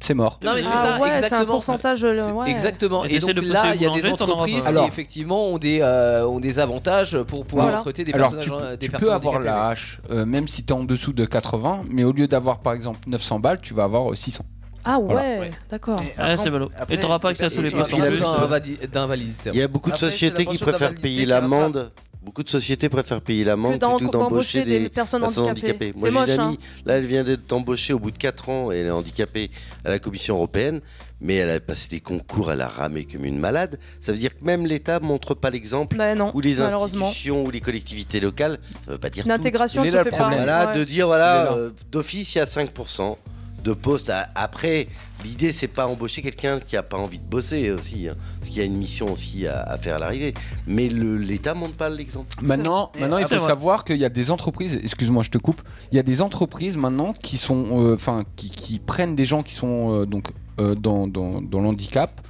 Speaker 9: c'est mort.
Speaker 4: Non mais c'est
Speaker 2: Ah
Speaker 4: ça,
Speaker 2: ouais, c'est un
Speaker 4: exactement.
Speaker 2: pourcentage, euh,
Speaker 4: C'est-
Speaker 2: ouais.
Speaker 4: Exactement.
Speaker 3: Et
Speaker 4: Et,
Speaker 3: t'essaies
Speaker 4: donc
Speaker 3: de pousser
Speaker 4: là,
Speaker 3: les
Speaker 4: il y a des
Speaker 3: boulangers, t'en auras
Speaker 4: entreprises
Speaker 3: pas.
Speaker 4: qui
Speaker 3: Alors-
Speaker 4: effectivement ont des euh, ont des avantages pour pouvoir
Speaker 9: Voilà.
Speaker 4: recruter des
Speaker 9: Alors,
Speaker 4: personnages,
Speaker 9: tu,
Speaker 4: euh,
Speaker 9: peux-
Speaker 4: des
Speaker 9: tu peux
Speaker 4: personnes
Speaker 9: avoir
Speaker 4: handicapées.
Speaker 9: la hache, euh, même si tu es en dessous de 80, mais au lieu d'avoir par exemple 900 balles, tu vas avoir euh, 600.
Speaker 2: Ah
Speaker 9: Voilà.
Speaker 2: ouais, d'accord.
Speaker 3: Ouais, Ah, c'est ballot.
Speaker 4: après,
Speaker 3: et t'auras pas accès à tous les
Speaker 4: et-
Speaker 3: postes
Speaker 4: et
Speaker 3: en
Speaker 4: puis,
Speaker 3: plus.
Speaker 4: il
Speaker 3: euh.
Speaker 4: a plein d'invali- d'invalidité.
Speaker 14: Il y a beaucoup de
Speaker 4: Après, c'est
Speaker 14: sociétés
Speaker 4: la
Speaker 14: qui
Speaker 4: pension
Speaker 14: préfèrent
Speaker 4: d'invalidité
Speaker 14: payer
Speaker 4: qui rattrape.
Speaker 14: l'amende. Beaucoup de sociétés préfèrent payer
Speaker 2: Que
Speaker 14: l'amende
Speaker 2: d'en-
Speaker 14: plutôt que d'embaucher des, personnes handicapées. Moi,
Speaker 2: C'est
Speaker 14: j'ai
Speaker 2: moche,
Speaker 14: une
Speaker 2: hein.
Speaker 14: amie, là, elle vient d'être embauchée au bout de 4 ans et elle est handicapée à la Commission européenne, mais elle a passé des concours, elle a ramé comme une malade. Ça veut dire que même l'État montre pas l'exemple,
Speaker 2: Ouais, Ben non,
Speaker 14: ou les
Speaker 2: malheureusement.
Speaker 14: institutions, ou les collectivités locales. Ça veut pas dire
Speaker 2: L'intégration
Speaker 14: tout.
Speaker 2: Il est se là, fait le pas. problème.
Speaker 14: Voilà,
Speaker 2: Ouais.
Speaker 14: de dire
Speaker 2: Il est
Speaker 14: voilà,
Speaker 2: là.
Speaker 14: euh, d'office, il y a 5% de postes. À- Après, l'idée, c'est pas embaucher quelqu'un qui a pas envie de bosser aussi, hein, parce qu'il y a une mission aussi à, à faire à l'arrivée. Mais le- l'État montre pas l'exemple.
Speaker 9: Maintenant,
Speaker 14: Et
Speaker 9: maintenant il
Speaker 14: après-
Speaker 9: faut savoir qu'il y a des entreprises, excuse-moi, je te coupe, il y a des entreprises maintenant qui sont, euh, enfin, qui, qui prennent des gens qui sont euh, donc euh, dans, dans, dans l'handicap,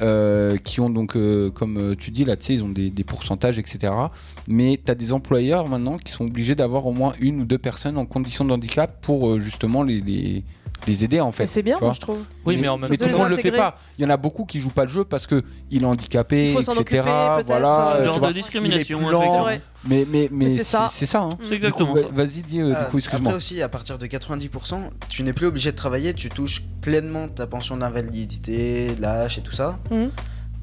Speaker 9: euh, qui ont donc, euh, comme euh, tu dis là, tu sais, ils ont des, des pourcentages, etc. Mais tu as des employeurs maintenant qui sont obligés d'avoir au moins une ou deux personnes en condition de handicap pour euh, justement les, les, les aider en fait.
Speaker 2: Mais c'est bien,
Speaker 9: tu
Speaker 2: moi,
Speaker 9: vois.
Speaker 2: je trouve.
Speaker 3: Oui, mais en même
Speaker 9: tout
Speaker 3: temps-
Speaker 9: le monde
Speaker 3: De
Speaker 9: le
Speaker 3: les
Speaker 9: fait
Speaker 3: intégrer.
Speaker 9: pas. Il y en a beaucoup qui jouent pas le jeu parce que il est handicapé,
Speaker 3: Il faut s'en occuper,
Speaker 9: etc.
Speaker 3: peut-être,
Speaker 9: Voilà,
Speaker 3: euh,
Speaker 9: tu
Speaker 3: Genre
Speaker 9: vois,
Speaker 3: de discrimination,
Speaker 9: il est plus lent,
Speaker 3: effectivement. Ouais.
Speaker 9: mais mais
Speaker 3: Mais
Speaker 9: mais
Speaker 3: c'est
Speaker 9: c'est
Speaker 3: ça.
Speaker 9: c'est ça.
Speaker 2: Mm.
Speaker 9: hein.
Speaker 3: C'est
Speaker 9: Du coup,
Speaker 3: exactement
Speaker 9: va-
Speaker 3: ça.
Speaker 9: Vas-y, dis euh, du
Speaker 5: Ah,
Speaker 9: coup, excuse-moi.
Speaker 5: Après aussi, à partir de 90%, tu n'es plus obligé de travailler, tu touches pleinement ta pension d'invalidité, l'âge et tout ça.
Speaker 2: Mhm.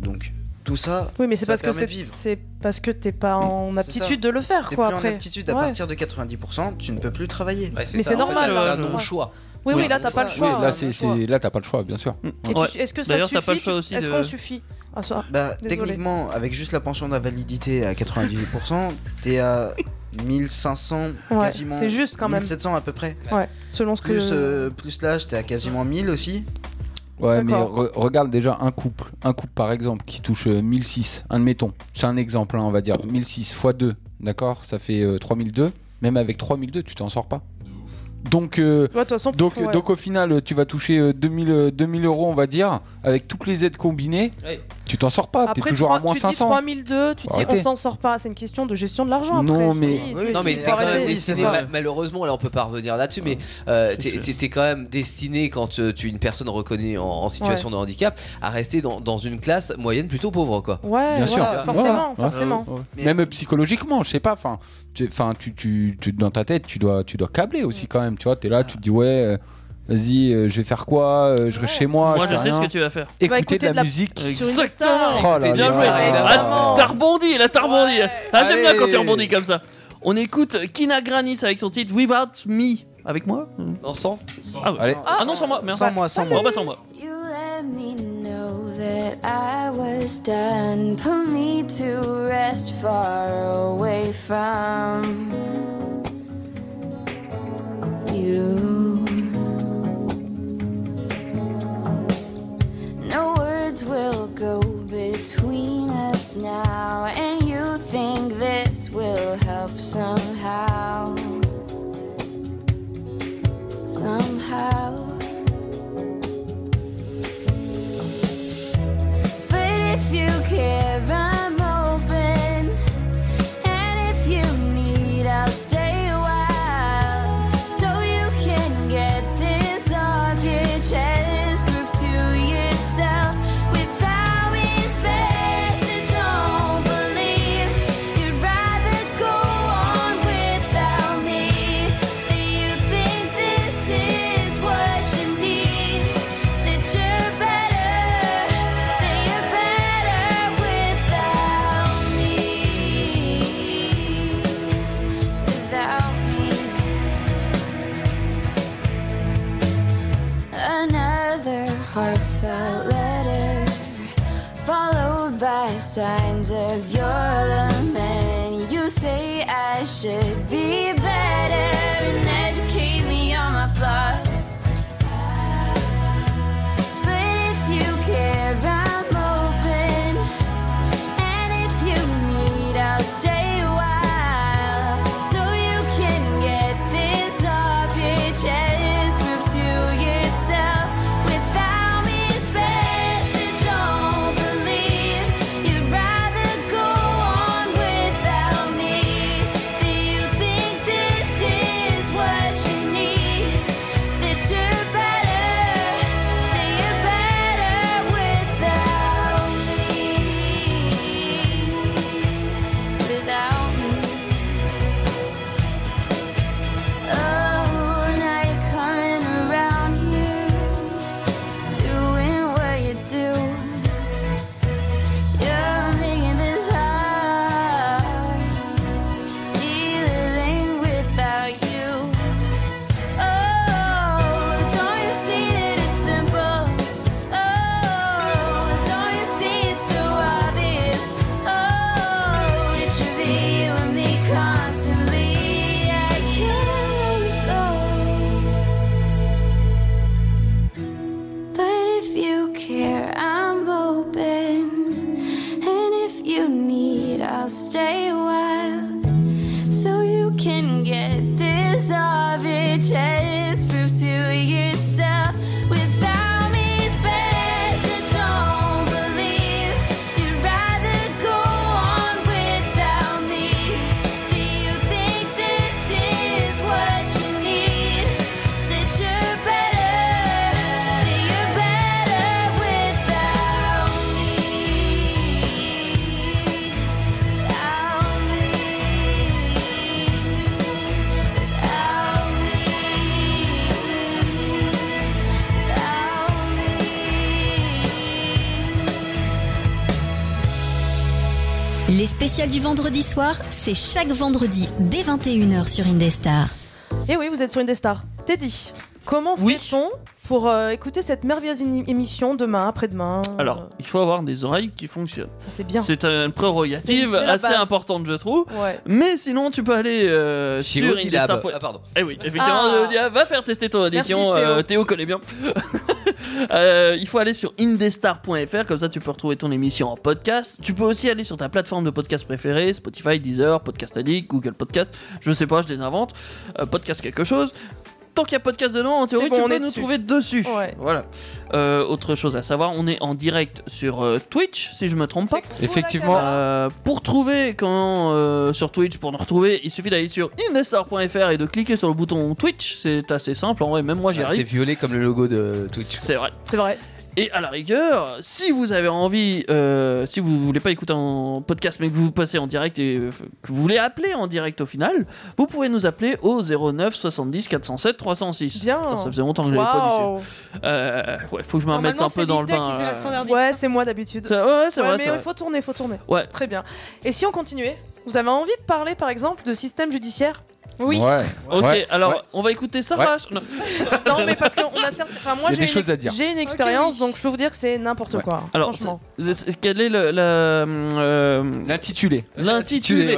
Speaker 5: Donc tout ça,
Speaker 2: Oui, mais c'est
Speaker 5: ça
Speaker 2: parce que
Speaker 5: permet
Speaker 2: c'est
Speaker 5: de vivre.
Speaker 2: c'est parce que t'es pas en
Speaker 5: C'est
Speaker 2: aptitude
Speaker 5: ça.
Speaker 2: de le faire
Speaker 5: T'es
Speaker 2: quoi
Speaker 5: plus
Speaker 2: après.
Speaker 5: en aptitude à
Speaker 2: Ouais.
Speaker 5: partir de 90%, tu ne peux plus travailler.
Speaker 2: Mais c'est normal.
Speaker 5: C'est
Speaker 2: là.
Speaker 5: un non-choix.
Speaker 2: Oui, oui, là t'as pas le choix.
Speaker 9: Oui, là, c'est- c'est- là, t'as pas le choix, bien sûr.
Speaker 2: Et tu- Est-ce que ça suffit tu- Est-ce qu'on suffit à ça
Speaker 5: Bah,
Speaker 2: Désolée.
Speaker 5: techniquement, avec juste la pension d'invalidité à 98%, t'es à 1500,
Speaker 2: Ouais,
Speaker 5: quasiment.
Speaker 2: c'est juste quand même.
Speaker 5: 1700 à peu près.
Speaker 2: Ouais, selon ce que.
Speaker 5: Plus, euh, plus l'âge, t'es à quasiment 1000 aussi.
Speaker 9: Ouais, mais
Speaker 5: D'accord.
Speaker 9: re- regarde déjà un couple, un couple par exemple qui touche euh, 1006, admettons, c'est un exemple, hein, on va dire 1006 x 2, d'accord, ça fait euh, 3002. Même avec 3002, tu t'en sors pas. Donc, euh,
Speaker 2: Ouais, de toute façon,
Speaker 9: donc,
Speaker 2: ouais.
Speaker 9: donc au final, tu vas toucher euh, 2000, euh, 2000 euros, on va dire, avec toutes les aides combinées,
Speaker 4: Ouais.
Speaker 9: tu t'en sors pas, t'es
Speaker 2: Après,
Speaker 9: toujours à
Speaker 2: tu
Speaker 9: moins
Speaker 2: dis
Speaker 9: 500.
Speaker 2: 3002, tu
Speaker 9: Faut
Speaker 2: dis on
Speaker 9: arrêter.
Speaker 2: s'en sort pas, c'est une question de gestion de l'argent.
Speaker 9: Non,
Speaker 2: après.
Speaker 9: mais-
Speaker 2: Si,
Speaker 9: Oui,
Speaker 2: si,
Speaker 4: non
Speaker 2: si,
Speaker 4: mais
Speaker 2: faut
Speaker 4: t'es quand
Speaker 2: arrêter.
Speaker 4: même destiné, ma- malheureusement là on peut pas revenir là-dessus mais euh, t'es- t'es t'es quand même destiné quand euh, tu es une personne reconnue en, en situation
Speaker 2: Ouais.
Speaker 4: de handicap à rester dans, dans une classe moyenne plutôt pauvre quoi.
Speaker 2: Ouais,
Speaker 9: Bien sûr,
Speaker 2: voilà, forcément,
Speaker 9: Ouais, ouais.
Speaker 2: forcément.
Speaker 9: Ouais. Même psychologiquement, je sais pas. Enfin, tu, enfin, tu, tu, tu- dans ta tête, tu dois, tu dois câbler aussi quand même. Tu vois, t'es là, tu te dis ouais, euh, vas-y, euh, je vais faire quoi euh, Je reste chez moi.
Speaker 3: Moi, je
Speaker 9: fais
Speaker 3: sais
Speaker 9: rien.
Speaker 3: ce que tu vas faire.
Speaker 2: Bah,
Speaker 9: Écouter, de la, musique.
Speaker 3: Exactement.
Speaker 9: Oh là
Speaker 3: Bien
Speaker 9: là.
Speaker 3: joué. Ah, T'as rebondi, là, t'as rebondi. Ah, j'aime bien
Speaker 4: Allez.
Speaker 3: quand tu rebondis comme ça. On écoute Kina Granis avec son titre Without Me. Avec moi
Speaker 4: Non, sans.
Speaker 3: Ah, ouais.
Speaker 4: Allez.
Speaker 3: ah non, sans moi. Merde.
Speaker 5: Sans moi, sans moi.
Speaker 3: Bon, bah, sans moi.
Speaker 21: You let me know that I was done. Put me to rest far away from you. No words will go between us now, and you think this will help somehow. Somehow. But if you care, I'm open. And if you need, I'll heartfelt letter, followed by signs of your lament. You say I should be better and educate me on my flaws. But if you care, I'm open. And if you need, I'll stay a while. So you can get this off your chest. Prove to yourself without me it's best. I don't believe you'd rather go on without me. Do you think this is what you need? That you're better. That you're better without me. Without me. Oh, now you're coming around here, doing what you do. You're making this hard. Be living without you. Oh, don't you see that it's simple? Oh, don't you see it's so obvious? Oh, it should be you and me constantly. I can't let go. But if you care, I'm open. And if you need, I'll stay a while. So you can get this off your chest. Prove to yourself without me it's best. I don't believe you'd rather go on without me. Do you think this is what you need? That you're better. That you're better without me. Without me.
Speaker 1: Les spéciales du vendredi soir, c'est chaque vendredi dès 21h sur Indestar.
Speaker 2: Et oui, vous êtes sur une des stars. Teddy, comment fait-on pour euh, écouter cette merveilleuse émi- émission demain, après-demain
Speaker 3: Alors, il faut avoir des oreilles qui fonctionnent.
Speaker 2: c'est bien.
Speaker 3: C'est une prérogative
Speaker 2: C'est la
Speaker 3: assez
Speaker 2: base.
Speaker 3: importante, je trouve.
Speaker 2: Ouais.
Speaker 3: Mais sinon, tu peux aller euh,
Speaker 4: Chez
Speaker 3: sur
Speaker 4: Audilab.
Speaker 3: Indestar.fr.
Speaker 4: Ah, pardon.
Speaker 3: Eh oui, effectivement,
Speaker 4: Ah.
Speaker 3: Audia, va faire tester ton audition.
Speaker 4: Merci, Théo.
Speaker 3: euh, Théo connaît bien. Euh, il faut aller sur indestar.fr, comme ça tu peux retrouver ton émission en podcast. Tu peux aussi aller sur ta plateforme de podcast préférée, Spotify, Deezer, Podcast Addict, Google Podcast, je sais pas, je les invente. Euh, podcast quelque chose. Tant qu'il y a podcast dedans, en théorie,
Speaker 2: bon,
Speaker 3: tu
Speaker 2: on
Speaker 3: peux
Speaker 2: est
Speaker 3: nous
Speaker 2: dessus.
Speaker 3: trouver dessus. Voilà. Euh, autre chose à savoir, on est en direct sur euh, Twitch, si je me trompe pas.
Speaker 9: Effectivement.
Speaker 3: Euh, pour trouver quand euh, sur Twitch, pour nous retrouver, il suffit d'aller sur indestar.fr et de cliquer sur le bouton Twitch. C'est assez simple, en vrai, même moi j'y
Speaker 4: Ah, C'est
Speaker 3: arrive.
Speaker 4: violet comme le logo de Twitch.
Speaker 3: C'est vrai.
Speaker 2: C'est vrai.
Speaker 3: Et à la rigueur, si vous avez envie, euh, si vous voulez pas écouter en podcast mais que vous passez en direct et euh, que vous voulez appeler en direct au final, vous pouvez nous appeler au 09 70 407 306.
Speaker 2: Bien.
Speaker 3: Putain, ça faisait longtemps que je l'avais pas
Speaker 2: Waouh.
Speaker 3: dit. celui-là. Euh, ouais, faut que je me remette un peu dans le bain. euh.
Speaker 2: Ouais, c'est moi d'habitude.
Speaker 3: C'est- ouais, ouais, c'est vrai,
Speaker 2: Mais
Speaker 3: c'est
Speaker 2: il
Speaker 3: vrai.
Speaker 2: faut tourner, il faut tourner.
Speaker 3: Ouais.
Speaker 2: Très bien. Et si on continuait Vous avez envie de parler, par exemple, de système judiciaire Oui.
Speaker 9: Ouais.
Speaker 3: Ok,
Speaker 9: Ouais.
Speaker 3: alors
Speaker 9: Ouais.
Speaker 3: on va écouter Sarah. Non.
Speaker 2: Non, mais parce qu'on a certes. Enfin, moi,
Speaker 3: Il y a
Speaker 2: j'ai
Speaker 3: des
Speaker 2: une-
Speaker 3: choses à dire.
Speaker 2: J'ai une expérience, donc je peux vous dire que c'est n'importe quoi. hein,
Speaker 3: Alors,
Speaker 2: franchement.
Speaker 3: c'est- c'est- quel est le- la, euh,
Speaker 9: l'intitulé
Speaker 3: L'intitulé.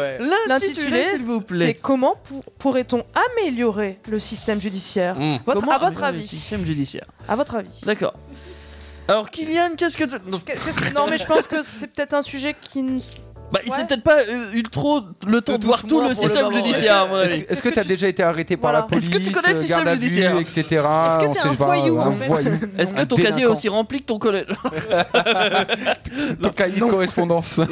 Speaker 3: L'intitulé, s'il vous
Speaker 2: C'est
Speaker 3: plaît.
Speaker 2: comment pour- pourrait-on améliorer le système judiciaire Votre-
Speaker 3: Mmh. Comment Ah,
Speaker 2: À votre
Speaker 3: améliorer le
Speaker 2: avis.
Speaker 3: système judiciaire.
Speaker 2: À votre avis.
Speaker 3: D'accord. Alors Kylian, qu'est-ce que tu- non.
Speaker 2: Qu'est-ce que- Non, mais je pense que c'est peut-être un sujet qui. ne-
Speaker 3: Bah, il s'est peut-être pas euh, eu trop le temps de voir tout le système judiciaire. à mon
Speaker 9: Est-ce
Speaker 3: avis.
Speaker 9: est-ce que t'as déjà été arrêté par la police
Speaker 3: Est-ce que tu connais le
Speaker 9: euh,
Speaker 3: système
Speaker 9: garde à vue,
Speaker 3: judiciaire
Speaker 9: etc.
Speaker 3: hein. Est-ce
Speaker 9: on
Speaker 3: que t'es
Speaker 9: sait
Speaker 3: un
Speaker 9: pas,
Speaker 3: voyou
Speaker 9: un
Speaker 3: en fait
Speaker 9: voyou,
Speaker 3: Est-ce que
Speaker 9: un
Speaker 3: ton casier est
Speaker 9: délinquant.
Speaker 3: aussi rempli que ton collège
Speaker 9: Ton cahier de correspondance. non.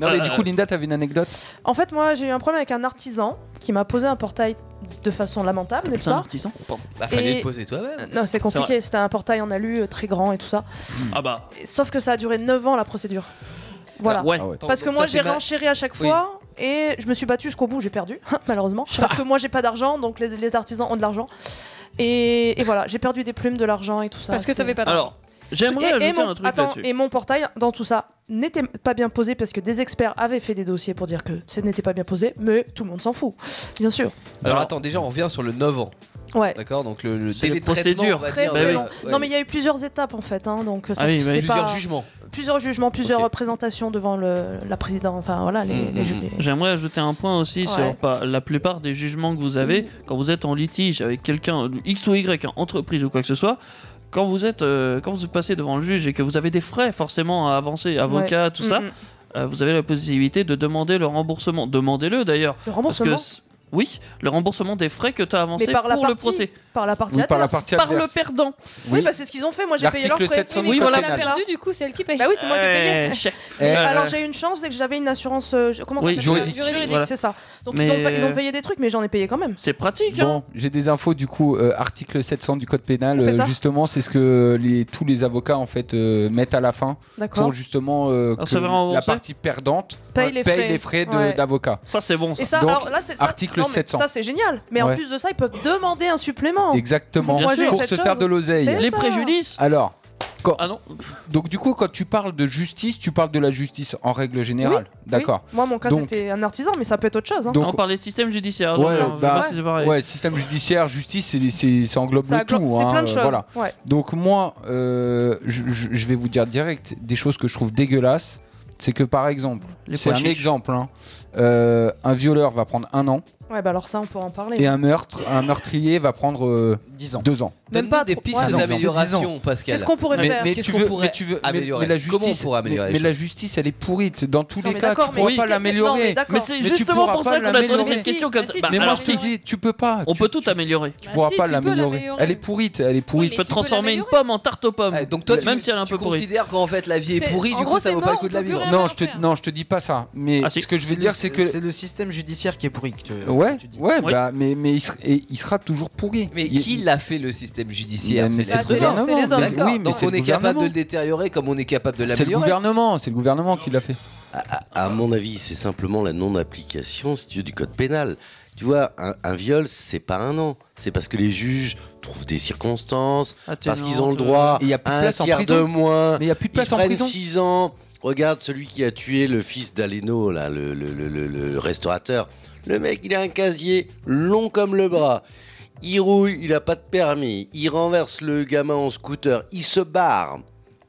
Speaker 9: mais du coup,
Speaker 3: Euh.
Speaker 9: Linda, t'avais une anecdote
Speaker 2: En fait, moi, j'ai eu un problème avec un artisan qui m'a posé un portail de façon lamentable, n'est-ce
Speaker 9: C'est un
Speaker 2: pas
Speaker 3: artisan
Speaker 4: Bah, fallait
Speaker 2: Et-
Speaker 4: le poser toi-même.
Speaker 2: Non, c'est compliqué. C'était un portail en alu euh, très grand et tout ça.
Speaker 3: Ah bah.
Speaker 2: Et- Sauf que ça a duré 9 ans la procédure. Voilà.
Speaker 3: Ah ouais. Ah ouais.
Speaker 2: Parce que
Speaker 3: Donc
Speaker 2: moi
Speaker 3: ça,
Speaker 2: j'ai
Speaker 3: c'est ma-
Speaker 2: renchéri à chaque
Speaker 3: Oui.
Speaker 2: fois et je me suis battue jusqu'au bout, j'ai perdu, malheureusement. Parce que moi j'ai pas d'argent, donc les, les artisans ont de l'argent. Et, et voilà, j'ai perdu des plumes, de l'argent et tout ça.
Speaker 11: Parce que
Speaker 2: c'est-
Speaker 11: t'avais pas d'argent.
Speaker 3: Alors, j'aimerais
Speaker 2: Et- et
Speaker 3: ajouter
Speaker 2: mon-
Speaker 3: un truc
Speaker 2: attends,
Speaker 3: là-dessus.
Speaker 2: Et mon portail dans tout ça n'était pas bien posé parce que des experts avaient fait des dossiers pour dire que ce n'était pas bien posé, mais tout le monde s'en fout, bien sûr.
Speaker 4: Alors attends, déjà on revient sur le 9 ans.
Speaker 2: Ouais.
Speaker 4: D'accord Donc le, le
Speaker 3: C'est
Speaker 4: délai
Speaker 3: les
Speaker 4: de traitement,
Speaker 3: procédures.
Speaker 4: on va
Speaker 3: Très,
Speaker 4: dire,
Speaker 3: très
Speaker 4: euh,
Speaker 3: long.
Speaker 4: ouais.
Speaker 2: Non, mais il y a eu plusieurs étapes en fait. hein, donc, ça,
Speaker 3: Bah Ah oui,
Speaker 2: c'est
Speaker 3: bah oui.
Speaker 2: pas-
Speaker 3: Plusieurs jugements.
Speaker 2: Plusieurs jugements, plusieurs représentations devant le, la présidente. Enfin voilà, les,
Speaker 3: Mm,
Speaker 2: les ju-
Speaker 3: J'aimerais ajouter un point aussi
Speaker 2: Ouais.
Speaker 3: sur pas- la plupart des jugements que vous avez quand vous êtes en litige avec quelqu'un, X ou Y, hein, entreprise ou quoi que ce soit. Quand vous êtes, euh, quand vous passez devant le juge et que vous avez des frais forcément à avancer, avocat, tout ça,
Speaker 2: Mhm.
Speaker 3: euh, vous avez la possibilité de demander le remboursement. Demandez-le d'ailleurs.
Speaker 2: Le
Speaker 3: parce que
Speaker 2: remboursement
Speaker 3: c- oui, le remboursement des frais que tu as avancés
Speaker 2: Mais par
Speaker 3: pour
Speaker 2: la
Speaker 3: le
Speaker 2: partie-
Speaker 3: procès.
Speaker 2: par la partie
Speaker 3: par,
Speaker 2: adverse.
Speaker 3: par le perdant.
Speaker 2: Oui, bah, c'est ce qu'ils ont fait. Moi j'ai payé leur
Speaker 3: L'article
Speaker 2: prêt.
Speaker 3: 700 Oui, du Code voilà. pénal.
Speaker 2: perdu,
Speaker 11: du coup c'est elle qui paye.
Speaker 2: Bah oui, c'est moi qui ai
Speaker 3: Eh,
Speaker 2: payé.
Speaker 3: chef.
Speaker 2: Mais
Speaker 3: Euh,
Speaker 2: alors j'ai eu une chance, c'est que j'avais une assurance euh, comment ça
Speaker 9: Oui,
Speaker 2: s'appelle
Speaker 9: juridique. Voilà.
Speaker 2: c'est ça. Donc
Speaker 9: Mais-
Speaker 2: ils, ont, pa- ils ont payé des trucs, mais j'en ai payé quand même.
Speaker 3: C'est pratique. hein.
Speaker 9: Bon, j'ai des infos du coup, euh, article 700 du code pénal,
Speaker 2: On fait
Speaker 9: euh,
Speaker 2: ça
Speaker 9: justement, c'est ce que les, tous les avocats en fait euh, mettent à la fin
Speaker 2: D'accord.
Speaker 9: pour justement euh,
Speaker 3: Alors,
Speaker 9: que
Speaker 3: ça va rembourser
Speaker 9: la partie perdante
Speaker 2: Paye les frais.
Speaker 9: de-
Speaker 2: Ouais.
Speaker 9: d'avocat.
Speaker 3: Ça c'est bon.
Speaker 2: Et ça,
Speaker 9: Donc,
Speaker 2: alors là, c'est ça-
Speaker 9: article
Speaker 2: non, mais
Speaker 9: 700.
Speaker 2: Ça, c'est génial. Mais en
Speaker 9: Ouais.
Speaker 2: plus de ça, ils peuvent demander un supplément.
Speaker 9: Exactement.
Speaker 2: Moi, j'ai eu
Speaker 9: pour
Speaker 2: cette
Speaker 9: se faire
Speaker 2: chose.
Speaker 9: de l'oseille.
Speaker 2: C'est ça.
Speaker 9: Alors. quand-
Speaker 3: Ah non.
Speaker 9: Donc du coup, quand tu parles de justice, tu parles de la justice en règle générale,
Speaker 2: Oui, oui.
Speaker 9: d'accord
Speaker 2: Moi, mon cas,
Speaker 9: Donc,
Speaker 2: c'était un artisan, mais ça peut être autre chose. hein.
Speaker 9: Donc-
Speaker 3: on parlait de système judiciaire.
Speaker 9: Ouais,
Speaker 3: donc, je sais
Speaker 9: bah,
Speaker 3: pas si c'est pareil.
Speaker 9: ouais, système judiciaire, justice, c'est- c'est- ça englobe
Speaker 3: Ça
Speaker 9: le
Speaker 3: englobe-
Speaker 9: tout.
Speaker 3: c'est
Speaker 9: hein,
Speaker 3: plein de choses,
Speaker 9: voilà.
Speaker 3: ouais.
Speaker 9: Donc moi, euh, je- je je vais vous dire direct des choses que je trouve dégueulasses. C'est que par exemple,
Speaker 2: Les
Speaker 9: c'est
Speaker 2: pois
Speaker 9: un
Speaker 2: chiches.
Speaker 9: exemple, hein, euh, un violeur va prendre un an
Speaker 2: Ouais, bah alors ça, on peut en parler.
Speaker 9: et un meurtre, un meurtrier va prendre euh, deux ans.
Speaker 2: Donne-nous pas des trop- pistes
Speaker 9: Ah non,
Speaker 4: d'amélioration,
Speaker 9: dix ans.
Speaker 4: Pascal.
Speaker 2: Qu'est-ce qu'on pourrait
Speaker 9: mais,
Speaker 2: faire
Speaker 9: mais
Speaker 4: Qu'est-ce
Speaker 9: tu
Speaker 4: qu'on
Speaker 9: veux,
Speaker 4: pourrait
Speaker 9: mais tu veux- mais-
Speaker 4: améliorer
Speaker 9: mais la
Speaker 4: Comment on
Speaker 9: justice,
Speaker 4: pourrait améliorer
Speaker 9: mais,
Speaker 4: les
Speaker 9: mais la
Speaker 4: choses
Speaker 9: justice, elle est pourrite. Dans tous
Speaker 4: Non,
Speaker 9: les
Speaker 4: mais
Speaker 9: cas,
Speaker 4: d'accord,
Speaker 9: tu pourras
Speaker 4: mais-
Speaker 9: pas
Speaker 4: mais- non,
Speaker 9: l'améliorer.
Speaker 4: mais d'accord. Mais
Speaker 3: c'est
Speaker 9: tu
Speaker 3: justement
Speaker 9: pourras
Speaker 3: pour
Speaker 9: pas
Speaker 3: ça qu'on a donné
Speaker 9: l'améliorer.
Speaker 3: cette question comme ça. Bah,
Speaker 9: Mais moi,
Speaker 3: alors
Speaker 9: je
Speaker 3: si.
Speaker 9: te dis, tu peux pas.
Speaker 3: On peut tout améliorer.
Speaker 9: Tu pourras pas l'améliorer. Eh, Elle est pourrite, elle est pourrite.
Speaker 3: Je peux transformer une pomme en tarte aux pommes.
Speaker 4: donc toi,
Speaker 3: même
Speaker 4: tu-
Speaker 3: si elle est un peu pourrie.
Speaker 4: considères qu'en fait la vie est pourrie, du coup ça vaut pas le coup de la vivre.
Speaker 9: Non, je te, non, je te dis pas ça. Mais
Speaker 7: Ah,
Speaker 3: Ah,
Speaker 9: ce que je vais
Speaker 5: C'est
Speaker 9: dire,
Speaker 5: le-
Speaker 9: c'est que
Speaker 5: C'est le système judiciaire qui est pourri. que tu-
Speaker 9: ouais,
Speaker 5: tu dis.
Speaker 9: ouais, bah, mais mais il, ser- et il sera toujours pourri.
Speaker 4: Mais
Speaker 9: Il-
Speaker 4: qui l'a fait le système judiciaire
Speaker 9: Mais- mais
Speaker 4: C'est
Speaker 9: c'est
Speaker 4: l'être
Speaker 9: le
Speaker 4: humain.
Speaker 9: gouvernement, mais-
Speaker 4: D'accord.
Speaker 9: oui, mais
Speaker 4: Donc
Speaker 9: c'est
Speaker 4: on
Speaker 9: le
Speaker 4: est capable
Speaker 9: gouvernement.
Speaker 4: de le détériorer comme on est capable de
Speaker 9: C'est le
Speaker 4: l'améliorer.
Speaker 9: gouvernement, c'est le gouvernement qui l'a fait.
Speaker 14: À mon avis, c'est simplement la non-application si tu veux, du code pénal. Tu vois, un, un viol, c'est pas un an. C'est parce que les juges trouvent des circonstances, parce qu'ils ont le droit
Speaker 9: Il y a plus de
Speaker 14: à un
Speaker 9: place en
Speaker 14: tiers
Speaker 9: prison.
Speaker 14: de moins.
Speaker 9: Mais il y a plus de place
Speaker 14: Ils
Speaker 9: en
Speaker 14: prennent
Speaker 9: prison.
Speaker 14: 6 ans. Regarde celui qui a tué le fils d'Aleno, là, le, le- le- le- le restaurateur. Le mec, il a un casier long comme le bras. Il roule, il a pas de permis. Il renverse le gamin en scooter. Il se barre.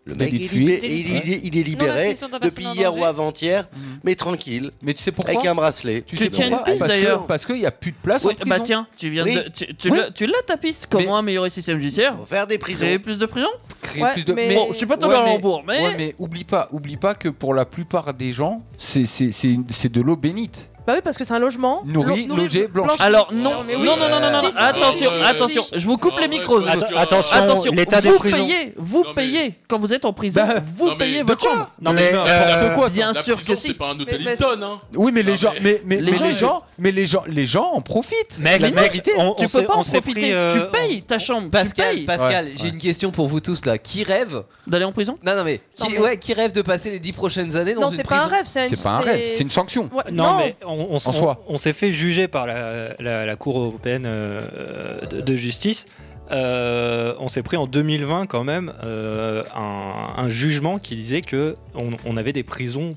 Speaker 14: Le mec, il,
Speaker 9: Délit de fuite.
Speaker 14: libé- il- il-
Speaker 9: Ouais.
Speaker 14: il est libéré
Speaker 9: Non, mais
Speaker 14: depuis
Speaker 9: c'est
Speaker 14: hier
Speaker 9: en
Speaker 14: ou avant-hier, mais tranquille.
Speaker 9: Mais tu sais pourquoi
Speaker 14: Avec un bracelet.
Speaker 9: Tu sais pourquoi Parce que- Parce qu'il y a plus de place en
Speaker 3: Oui,
Speaker 9: prison.
Speaker 3: bah tiens, tu viens
Speaker 9: Oui.
Speaker 3: de, tu, tu
Speaker 9: Oui.
Speaker 3: l'as- tu l'as ta piste. Comment améliorer le système judiciaire
Speaker 14: Faire des prisons.
Speaker 3: Créer plus de prisons
Speaker 9: Créer plus de-
Speaker 3: Bon, je suis pas tombé
Speaker 9: Ouais,
Speaker 3: à
Speaker 9: mais-
Speaker 3: l'embours, mais.
Speaker 9: ouais, mais oublie pas, oublie pas que pour la plupart des gens, c'est c'est- c'est une- c'est de l'eau bénite.
Speaker 2: Bah oui, parce que c'est un logement.
Speaker 9: Nourri,
Speaker 2: Lo- nourri-
Speaker 9: logé, blanchi.
Speaker 3: Alors non,
Speaker 2: mais
Speaker 3: non,
Speaker 2: oui.
Speaker 3: non, non, non, non, non,
Speaker 2: Si, si, si.
Speaker 3: attention,
Speaker 2: Ah Ouais, ouais,
Speaker 3: attention,
Speaker 2: ouais. euh,
Speaker 3: je vous coupe les micros.
Speaker 10: Att- attention, l'état des
Speaker 3: vous
Speaker 10: prisons. Bah,
Speaker 3: payez, vous payez quand vous êtes en prison, vous payez votre chambre.
Speaker 10: Non, mais Mais n'importe euh, quoi,
Speaker 3: bien
Speaker 10: ça. La
Speaker 3: sûr
Speaker 10: prison,
Speaker 3: que
Speaker 10: c'est
Speaker 3: si.
Speaker 7: pas un hôtel Hilton, hein.
Speaker 9: Oui, mais les gens, mais, mais,
Speaker 3: Les
Speaker 9: mais
Speaker 3: gens,
Speaker 9: les
Speaker 3: ils-
Speaker 9: gens, mais les gens, les gens en profitent.
Speaker 10: Mais
Speaker 9: la
Speaker 10: les mecs,
Speaker 9: vérité,
Speaker 10: on- euh,
Speaker 3: Tu peux pas en profiter, tu payes ta chambre,
Speaker 10: Bah,
Speaker 3: tu
Speaker 4: Pascal,
Speaker 3: payes.
Speaker 4: Pascal, j'ai une question pour vous tous là. Qui rêve
Speaker 3: d'aller en prison
Speaker 4: Non, non mais
Speaker 2: Non,
Speaker 4: qui,
Speaker 2: mais-
Speaker 4: ouais, qui rêve de passer les 10 prochaines années dans
Speaker 2: Non,
Speaker 4: une
Speaker 2: c'est pas un
Speaker 4: prison
Speaker 2: rêve, c'est une-
Speaker 10: C'est pas un rêve, c'est une
Speaker 9: sanction.
Speaker 2: Ouais,
Speaker 10: non,
Speaker 2: non.
Speaker 10: mais on, on s-
Speaker 9: En
Speaker 10: on-
Speaker 9: soi.
Speaker 10: on s'est fait juger par la, la- la Cour européenne euh, de, de justice. Euh, on s'est pris en 2020 quand même euh, un, un jugement qui disait que on, on avait des prisons,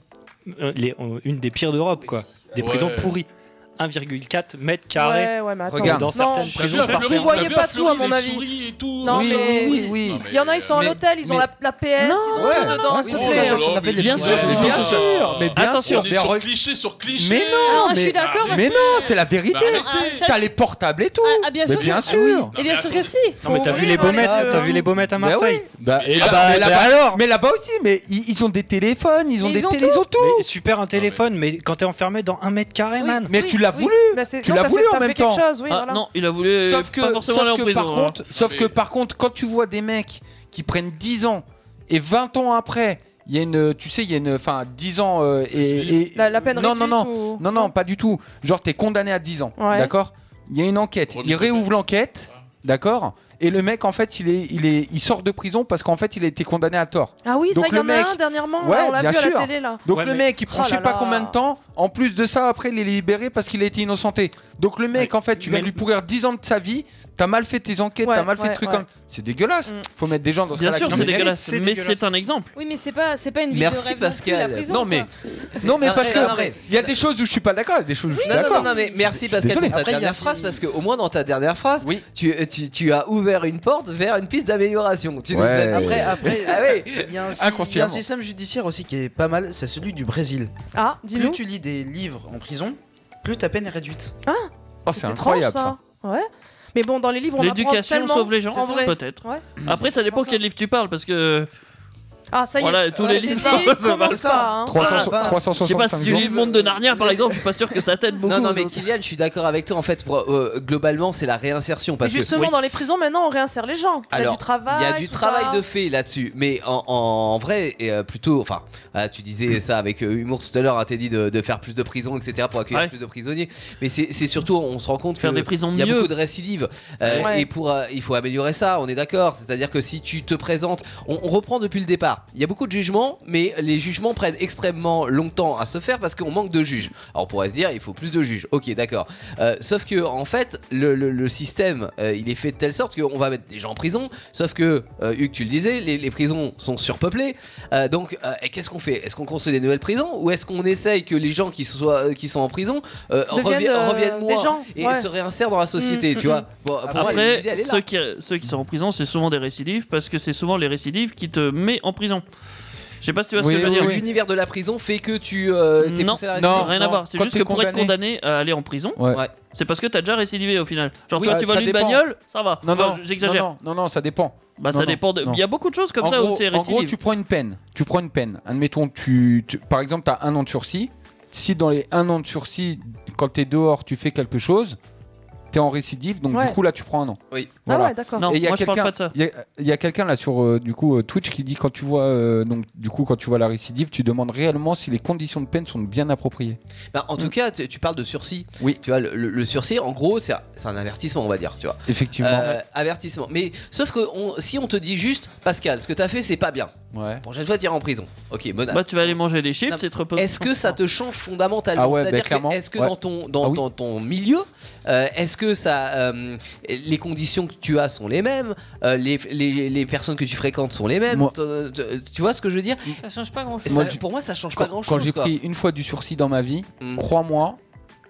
Speaker 10: euh, les- euh, une des pires d'Europe, quoi. Des
Speaker 7: Ouais.
Speaker 10: prisons pourries. 1,4 mètres carrés.
Speaker 2: Ouais, ouais, mais attends.
Speaker 10: Regarde,
Speaker 2: Non,
Speaker 10: dans certaines
Speaker 2: t'as
Speaker 10: prisons.
Speaker 2: vu la
Speaker 10: par
Speaker 2: Fleury, Vous
Speaker 10: contre.
Speaker 2: voyez pas tout, à mon avis. Non,
Speaker 9: Oui,
Speaker 2: mais.
Speaker 9: oui, oui.
Speaker 2: Il y en a, ils sont à l'hôtel, ils ont la, la PS, ils ont
Speaker 9: ouais,
Speaker 2: tout dedans.
Speaker 9: non,
Speaker 2: s'il
Speaker 9: mais
Speaker 2: te
Speaker 9: bon,
Speaker 2: plaît.
Speaker 9: ça, ça, on appelle les-
Speaker 7: Bien
Speaker 9: Ouais,
Speaker 7: sûr,
Speaker 9: mais
Speaker 7: bien
Speaker 9: bien
Speaker 7: sûr.
Speaker 9: sûr, mais bien
Speaker 7: Attention,
Speaker 9: sûr.
Speaker 7: on est
Speaker 9: Mais
Speaker 7: sur
Speaker 9: re-
Speaker 7: cliché sur cliché.
Speaker 9: Mais
Speaker 2: Ah,
Speaker 9: non, mais, mais non, c'est la vérité.
Speaker 7: Bah,
Speaker 11: arrêtez.
Speaker 9: T'as les portables et tout.
Speaker 11: Ah, bien
Speaker 9: mais
Speaker 11: sûr.
Speaker 9: bien
Speaker 11: que-
Speaker 9: sûr.
Speaker 11: Et bien sûr que si.
Speaker 10: Non, mais t'as vu les
Speaker 9: Bah,
Speaker 10: baumettes,
Speaker 9: euh,
Speaker 10: t'as vu les baumettes à Marseille.
Speaker 9: Bah, et- ah bah, mais là-bas- Mais là-bas aussi, mais ils, ils ont des téléphones, ils ont des télés, ils ont tout.
Speaker 10: Mais super un téléphone, mais quand t'es enfermé dans un mètre carré, man.
Speaker 9: Mais tu l'as voulu.
Speaker 2: Bah,
Speaker 9: tu l'as voulu en même temps.
Speaker 3: Ah non, il a voulu
Speaker 9: sauf que,
Speaker 3: pas forcément
Speaker 9: sauf
Speaker 3: aller en
Speaker 9: que
Speaker 3: prison.
Speaker 9: par
Speaker 3: hein.
Speaker 9: contre, sauf que par contre, quand tu vois des mecs qui prennent 10 ans et 20 ans après, il y a une, tu sais, il y a une, enfin, 10 ans euh, et, et-
Speaker 2: La- la peine
Speaker 9: non, non,
Speaker 2: réduite
Speaker 9: non,
Speaker 2: ou-
Speaker 9: non, non, pas du tout. Genre, t'es condamné à 10 ans,
Speaker 2: Ouais.
Speaker 9: d'accord Il y a une enquête, ils réouvrent l'enquête, d'accord Et le mec, en fait, il, est, il, est, il sort de prison parce qu'en fait, il a été condamné à tort.
Speaker 2: Ah oui,
Speaker 9: Donc
Speaker 2: ça, il y
Speaker 9: le
Speaker 2: en
Speaker 9: mec-
Speaker 2: a un dernièrement.
Speaker 9: Ouais,
Speaker 2: là, on l'a
Speaker 9: bien
Speaker 2: vu
Speaker 9: sûr.
Speaker 2: à la télé, là.
Speaker 9: Donc le mec, il prend
Speaker 2: Oh
Speaker 9: je sais
Speaker 2: là
Speaker 9: pas
Speaker 2: là.
Speaker 9: combien de temps. En plus de ça, après, il est libéré parce qu'il a été innocenté. Donc le mec, en fait, tu vas lui pourrir 10 ans de sa vie. T'as mal fait tes enquêtes,
Speaker 11: Ouais,
Speaker 9: t'as mal fait
Speaker 11: ouais,
Speaker 9: des trucs
Speaker 11: ouais. Mm.
Speaker 9: comme. C'est dégueulasse. Faut mettre des gens dans ce
Speaker 3: Bien
Speaker 9: cas-là
Speaker 3: sûr,
Speaker 9: qui
Speaker 3: c'est
Speaker 9: en méritent.
Speaker 3: dégueulasse, mais c'est un exemple.
Speaker 11: Oui, mais c'est pas, c'est pas une vie de
Speaker 9: Merci
Speaker 11: rêve non plus,
Speaker 9: Pascal.
Speaker 11: la prison,
Speaker 9: non mais,
Speaker 11: quoi.
Speaker 9: non mais
Speaker 4: Non,
Speaker 9: parce
Speaker 4: mais-
Speaker 9: que
Speaker 4: non, mais-
Speaker 9: il y a des choses où je suis pas d'accord, il y a des choses où je suis
Speaker 4: Non, non,
Speaker 9: d'accord.
Speaker 4: non, non, mais merci Pascal
Speaker 9: Désolé.
Speaker 4: pour ta
Speaker 9: Après, il y a
Speaker 4: dernière
Speaker 9: qui-
Speaker 4: phrase parce que au moins dans ta dernière phrase, tu, euh, tu, tu as ouvert une porte vers une piste d'amélioration. Tu nous
Speaker 5: Ouais.
Speaker 4: as dit.
Speaker 5: Après- après-
Speaker 4: ah oui.
Speaker 5: Il y a un, si- il y a un
Speaker 4: Inconsciemment.
Speaker 5: système judiciaire aussi qui est pas mal, c'est celui du Brésil.
Speaker 2: Ah,
Speaker 5: Plus tu lis des livres en prison, plus ta peine est réduite.
Speaker 2: Ah
Speaker 9: Oh,
Speaker 5: c'est
Speaker 2: Étrange, Ouais. Mais bon, dans les livres, on apprend
Speaker 3: L'éducation
Speaker 2: tellement,
Speaker 3: sauve les
Speaker 2: c'est
Speaker 3: gens,
Speaker 2: vrai.
Speaker 3: peut-être.
Speaker 2: hein. Ouais.
Speaker 3: Après, ça dépend quel livre tu parles parce que.
Speaker 2: Ah, ça y est.
Speaker 3: Voilà, tous
Speaker 2: Ouais,
Speaker 3: les
Speaker 2: c'est
Speaker 3: livres.
Speaker 2: ça,
Speaker 3: ça va.
Speaker 2: commence pas, hein.
Speaker 4: 300
Speaker 3: Voilà.
Speaker 4: 365
Speaker 3: Je sais pas si tu lis
Speaker 4: jours.
Speaker 3: le monde de Narnia par exemple, je suis pas sûr que ça t'aide beaucoup.
Speaker 4: Non, non, mais Kylian, je suis d'accord avec toi. En fait, pour- euh, globalement, c'est la réinsertion.
Speaker 2: Mais
Speaker 4: Parce
Speaker 2: justement,
Speaker 4: que,
Speaker 2: dans les prisons, maintenant, on réinsère les gens. Il y a
Speaker 4: Alors,
Speaker 2: du travail.
Speaker 4: Il y a du
Speaker 2: tout
Speaker 4: travail
Speaker 2: ça.
Speaker 4: de fait là-dessus, mais en, en- en vrai, et, euh, plutôt, enfin, euh, tu disais ça avec euh, humour tout à l'heure, hein, t'es dit de, de faire plus de prisons, etc., pour accueillir
Speaker 3: Ouais.
Speaker 4: plus de prisonniers. Mais c'est c'est surtout, on se rend compte
Speaker 3: Faire
Speaker 4: que
Speaker 3: des prisons
Speaker 4: il y a
Speaker 3: mieux.
Speaker 4: beaucoup de récidives, Euh,
Speaker 3: Ouais.
Speaker 4: et pour, euh, il faut améliorer ça. On est d'accord. C'est-à-dire que si tu te présentes, on, on reprend depuis le départ. Il y a beaucoup de jugements, mais les jugements prennent extrêmement longtemps à se faire parce qu'on manque de juges. Alors on pourrait se dire, il faut plus de juges. Ok, d'accord. Euh, sauf que en fait, le, le- le système, euh, il est fait de telle sorte qu'on va mettre des gens en prison. Sauf que, euh, Hugues, tu le disais, les, les prisons sont surpeuplées. Euh, donc, euh, et qu'est-ce qu'on fait Est-ce qu'on construit des nouvelles prisons ou est-ce qu'on essaye que les gens qui soient, qui sont en prison euh,
Speaker 2: Deviennent,
Speaker 4: revie-
Speaker 2: euh,
Speaker 4: reviennent
Speaker 2: des
Speaker 4: moins
Speaker 2: gens,
Speaker 4: et
Speaker 2: ouais.
Speaker 4: se réinsèrent dans la société,
Speaker 2: Mm,
Speaker 4: tu
Speaker 2: mm,
Speaker 4: vois
Speaker 2: mm.
Speaker 4: Bon, pour moi,
Speaker 3: Après,
Speaker 4: l'idée, elle est là.
Speaker 3: ceux qui, ceux qui sont en prison, c'est souvent des récidives parce que c'est souvent les récidives qui te met en prison. Je sais pas si tu vois ce que je veux
Speaker 4: Parce
Speaker 3: dire.
Speaker 4: que l'univers de la prison fait que tu euh, t'es
Speaker 3: non,
Speaker 4: poussé à la
Speaker 3: non,
Speaker 4: récidive.
Speaker 3: rien à voir. C'est
Speaker 4: Quand
Speaker 3: juste
Speaker 4: t'es
Speaker 3: que pour être condamné à aller en prison, c'est parce que t'as déjà récidivé au final. Genre,
Speaker 9: Oui,
Speaker 3: toi,
Speaker 9: euh,
Speaker 3: tu
Speaker 9: ça
Speaker 3: voles une
Speaker 9: dépend.
Speaker 3: bagnole, ça va.
Speaker 9: Non,
Speaker 3: Enfin,
Speaker 9: non,
Speaker 3: j'exagère.
Speaker 9: Non, non, non, ça dépend.
Speaker 3: Bah,
Speaker 9: Non,
Speaker 3: ça
Speaker 9: non,
Speaker 3: dépend. de-
Speaker 9: non.
Speaker 3: Il y a beaucoup de choses comme
Speaker 9: En
Speaker 3: ça
Speaker 9: gros,
Speaker 3: où c'est
Speaker 9: En gros,
Speaker 3: récidive.
Speaker 9: tu prends une peine. Tu prends une peine. Admettons, tu, tu- par exemple, tu as un an de sursis. Si dans les un an de sursis, quand tu es dehors, tu fais quelque chose, tu es en récidive. Donc,
Speaker 3: Ouais.
Speaker 9: du coup, là, tu prends un an.
Speaker 4: Oui. Ah
Speaker 9: Voilà.
Speaker 3: ouais, d'accord. Non,
Speaker 9: Et il y a
Speaker 3: moi, je parle
Speaker 9: quelqu'un-
Speaker 3: pas de ça.
Speaker 9: Il y a- il y a, quelqu'un là sur euh, du coup euh, Twitch qui dit quand tu vois euh, donc du coup quand tu vois la récidive, tu demandes réellement si les conditions de peine sont bien appropriées.
Speaker 4: Bah, en tout
Speaker 3: Mm.
Speaker 4: cas, tu, tu parles de sursis. Oui. Tu vois, le, le- le sursis, en gros, c'est un- c'est un avertissement, on va dire, tu vois.
Speaker 9: Effectivement.
Speaker 4: Euh, avertissement. Mais sauf que on- si on te dit juste, Pascal, ce que t'as fait, c'est pas bien.
Speaker 9: Ouais.
Speaker 4: Prochaine fois, t'iras en prison. Ok, menace.
Speaker 3: Bah, tu vas aller manger des chips,
Speaker 4: Non,
Speaker 3: c'est trop
Speaker 4: Est-ce que ça te change fondamentalement
Speaker 3: Ah ouais, bah,
Speaker 4: C'est-à-dire
Speaker 3: clairement,
Speaker 4: que est-ce que
Speaker 3: ouais.
Speaker 4: dans ton dans,
Speaker 3: Ah oui.
Speaker 4: dans ton milieu, euh, est-ce que ça euh, les conditions que tu as sont les mêmes, euh, les, les, les personnes que tu fréquentes sont les mêmes.
Speaker 9: Moi-
Speaker 4: Tu, tu- tu vois ce que je veux dire
Speaker 11: Ça change pas grand chose.
Speaker 4: Ça- Pour moi, ça change pas
Speaker 9: Quand,
Speaker 4: grand-chose.
Speaker 9: quand j'ai
Speaker 4: quoi. Hmm.
Speaker 9: pris une fois du sursis dans ma vie, crois-moi,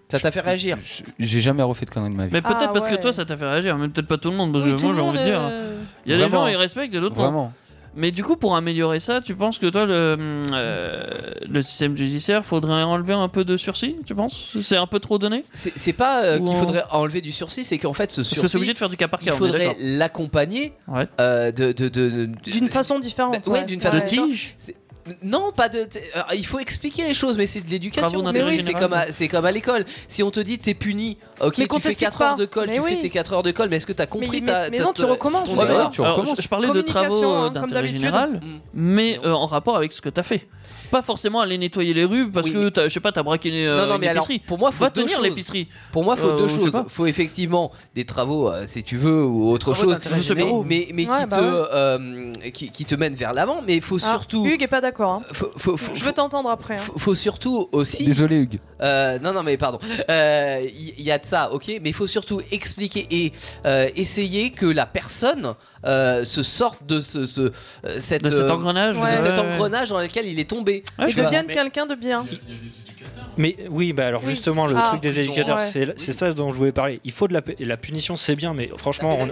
Speaker 4: ça t'a fait réagir.
Speaker 9: j'ai jamais refait de conneries de ma vie.
Speaker 3: Mais peut-être parce que toi ça t'a fait réagir, mais peut-être pas tout le monde, parce
Speaker 9: Ah Oui,
Speaker 3: que
Speaker 9: tout
Speaker 3: moi
Speaker 9: le
Speaker 3: j'ai
Speaker 9: monde,
Speaker 3: envie de dire.
Speaker 9: euh,
Speaker 3: Il y a des
Speaker 9: Vraiment.
Speaker 3: gens ils respectent et d'autres non.
Speaker 9: Vraiment.
Speaker 3: Mais du coup, pour améliorer ça, tu penses que toi, le, hum, euh, le système judiciaire, faudrait enlever un peu de sursis, tu penses C'est un peu trop donné
Speaker 4: C'est c'est pas euh,
Speaker 3: Ou
Speaker 4: qu'il
Speaker 3: en-
Speaker 4: faudrait enlever du sursis, c'est qu'en fait ce
Speaker 3: Parce que
Speaker 4: sursis.
Speaker 3: c'est obligé de faire du cas par cas,
Speaker 4: Il
Speaker 3: on est
Speaker 4: faudrait
Speaker 3: d'accord.
Speaker 4: l'accompagner euh, de- de- de- de-
Speaker 2: D'une façon
Speaker 9: Bah,
Speaker 2: différente.
Speaker 4: Ouais,
Speaker 2: ouais.
Speaker 4: d'une façon
Speaker 2: Ouais.
Speaker 4: C'est- Non, pas de. t'es-
Speaker 9: euh,
Speaker 4: alors, il faut expliquer les choses, mais c'est de l'éducation.
Speaker 3: Travaux
Speaker 4: C'est
Speaker 3: d'intérêt
Speaker 4: oui, c'est
Speaker 3: général.
Speaker 4: comme, à- c'est comme à l'école. Si on te dit t'es puni, ok,
Speaker 2: Mais qu'on
Speaker 4: tu fais
Speaker 2: t'explique
Speaker 4: 4 heures
Speaker 2: pas.
Speaker 4: de colle,
Speaker 2: Mais
Speaker 4: tu
Speaker 2: oui.
Speaker 4: fais tes 4 heures de colle, mais est-ce que t'as compris
Speaker 2: mais-
Speaker 4: ta-
Speaker 2: mais
Speaker 4: ta-
Speaker 2: non, tu
Speaker 4: ta-
Speaker 2: recommences,
Speaker 4: ton
Speaker 2: je veux
Speaker 4: erreur
Speaker 2: dire. Tu
Speaker 3: Alors,
Speaker 2: recommences.
Speaker 3: je, je parlais de travaux
Speaker 2: Communication,
Speaker 3: euh,
Speaker 2: hein, comme
Speaker 3: d'intérêt
Speaker 2: d'habitude.
Speaker 3: général, mais euh, en rapport avec ce que t'as fait. Pas forcément aller nettoyer les rues parce que t'as- je sais pas, t'as braqué euh,
Speaker 4: non, non,
Speaker 3: une
Speaker 4: mais alors,
Speaker 3: épicerie.
Speaker 4: pour moi, faut
Speaker 3: Va
Speaker 4: deux
Speaker 3: tenir
Speaker 4: choses.
Speaker 3: l'épicerie.
Speaker 4: Pour moi, faut
Speaker 3: Euh,
Speaker 4: deux
Speaker 3: je sais
Speaker 4: choses.
Speaker 3: pas.
Speaker 4: Faut effectivement des travaux, euh, si tu veux, ou autre
Speaker 3: Travaux
Speaker 4: chose.
Speaker 3: d'intérêt
Speaker 4: mais-
Speaker 3: général.
Speaker 4: mais, mais
Speaker 2: Ouais,
Speaker 4: qui,
Speaker 2: bah
Speaker 4: te,
Speaker 2: ouais.
Speaker 4: euh, qui, qui te mène vers l'avant. Mais il faut
Speaker 2: Ah,
Speaker 4: surtout.
Speaker 2: Hugues est pas d'accord. hein.
Speaker 4: faut- faut- faut-
Speaker 2: Je veux t'entendre après. hein.
Speaker 4: faut surtout aussi.
Speaker 9: Désolé Hugues.
Speaker 4: Euh, non, non, mais pardon. Euh, Il y, y a de ça, ok, mais il faut surtout expliquer et euh, essayer que la personne euh, se sorte de ce, ce- euh, cette,
Speaker 3: De cet
Speaker 4: euh,
Speaker 3: engrenage,
Speaker 4: de
Speaker 3: ouais.
Speaker 4: cet
Speaker 3: Ouais, ouais.
Speaker 4: engrenage dans lequel il est tombé.
Speaker 2: Et
Speaker 4: Tu vois.
Speaker 2: devienne quelqu'un de bien.
Speaker 10: Mais oui, bah alors justement, le
Speaker 2: Ah.
Speaker 10: truc des
Speaker 2: Ils sont-
Speaker 10: éducateurs,
Speaker 2: ouais.
Speaker 10: c'est c'est ça dont je voulais parler. Il faut de la, pé- la punition, c'est bien, mais franchement, on-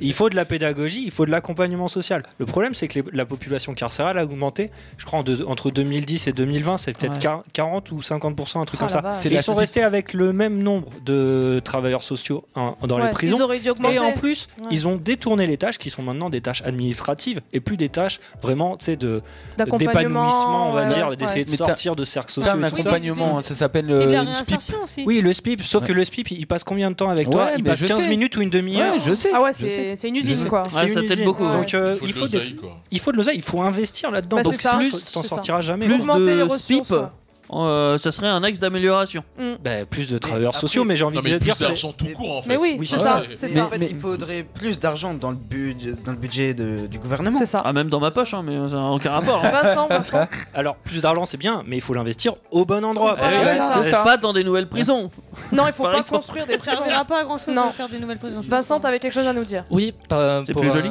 Speaker 10: il faut de la pédagogie, il faut de l'accompagnement social. Le problème, c'est que les- la population carcérale a augmenté, je crois, en deux- entre 2010 et 2020, c'est peut-être
Speaker 9: Ouais.
Speaker 10: quar- 40 ou 50%, un truc
Speaker 2: Oh
Speaker 9: Ah,
Speaker 10: comme ça.
Speaker 9: la vache. C'est
Speaker 10: Ils
Speaker 9: la
Speaker 10: sont
Speaker 9: société-
Speaker 10: restés avec le même nombre de travailleurs sociaux hein, dans
Speaker 2: Ouais,
Speaker 10: les prisons.
Speaker 2: ils auraient dû augmenter.
Speaker 10: et en plus,
Speaker 2: Ouais.
Speaker 10: ils ont détourné les tâches qui sont maintenant des tâches administratives et plus des tâches vraiment, tu sais, de
Speaker 2: D'accompagnement,
Speaker 10: d'épanouissement, on va
Speaker 2: ouais,
Speaker 10: dire,
Speaker 2: ouais.
Speaker 10: d'essayer de
Speaker 9: Mais t'as-
Speaker 10: sortir de cercles
Speaker 9: T'as
Speaker 10: sociaux.
Speaker 9: un
Speaker 10: et tout ça.
Speaker 9: accompagnement, hein, ça s'appelle
Speaker 10: Et de la
Speaker 9: euh, le SPIP.
Speaker 10: réinsertion Oui, le SPIP, sauf que le SPIP, il passe combien de temps avec toi
Speaker 9: Ouais,
Speaker 10: Il
Speaker 9: mais
Speaker 10: passe
Speaker 9: je
Speaker 10: 15
Speaker 9: sais.
Speaker 10: minutes ou une demi-heure
Speaker 9: Ouais, je sais.
Speaker 2: Ah ouais, Je c'est- sais. c'est une usine,
Speaker 10: Je sais.
Speaker 2: quoi.
Speaker 10: C'est
Speaker 2: Ouais,
Speaker 10: une
Speaker 2: ça t'aide
Speaker 10: usine.
Speaker 2: beaucoup.
Speaker 10: Donc euh,
Speaker 2: Ouais.
Speaker 10: il
Speaker 2: Faut
Speaker 10: faut
Speaker 2: de
Speaker 10: des-
Speaker 2: l'oseille,
Speaker 10: il faut de l'oseille, il faut investir là-dedans.
Speaker 2: Bah,
Speaker 10: Donc
Speaker 2: c'est ça.
Speaker 10: plus,
Speaker 2: Plus,
Speaker 10: t'en
Speaker 2: c'est
Speaker 10: sortiras
Speaker 2: ça.
Speaker 10: jamais. hein.
Speaker 2: Plus
Speaker 10: quoi.
Speaker 2: Augmenter de les ressources, SPIP, ouais.
Speaker 3: euh, ça serait un axe d'amélioration.
Speaker 2: Mm.
Speaker 10: Bah, plus de travailleurs sociaux, mais j'ai envie de dire. c'est-
Speaker 2: Mais oui, c'est ça,
Speaker 5: Mais
Speaker 2: c'est
Speaker 5: en
Speaker 2: ça.
Speaker 5: fait, il faudrait plus d'argent dans le, but, dans le budget de-
Speaker 10: euh,
Speaker 5: du gouvernement.
Speaker 2: C'est ça.
Speaker 3: Ah, même dans ma poche, hein, mais ça n'a aucun rapport. hein.
Speaker 10: Alors, plus d'argent, c'est bien, mais il faut l'investir au bon endroit.
Speaker 3: Eh oui, c'est pas dans des nouvelles prisons.
Speaker 2: Non, il faut
Speaker 10: Par
Speaker 2: pas
Speaker 10: exemple.
Speaker 2: construire des
Speaker 11: Ça servira pas à grand chose de faire des nouvelles prisons.
Speaker 2: Vincent, t'avais quelque chose à nous dire
Speaker 12: Oui, pa-
Speaker 3: C'est
Speaker 12: pour,
Speaker 3: plus
Speaker 12: euh,
Speaker 3: joli.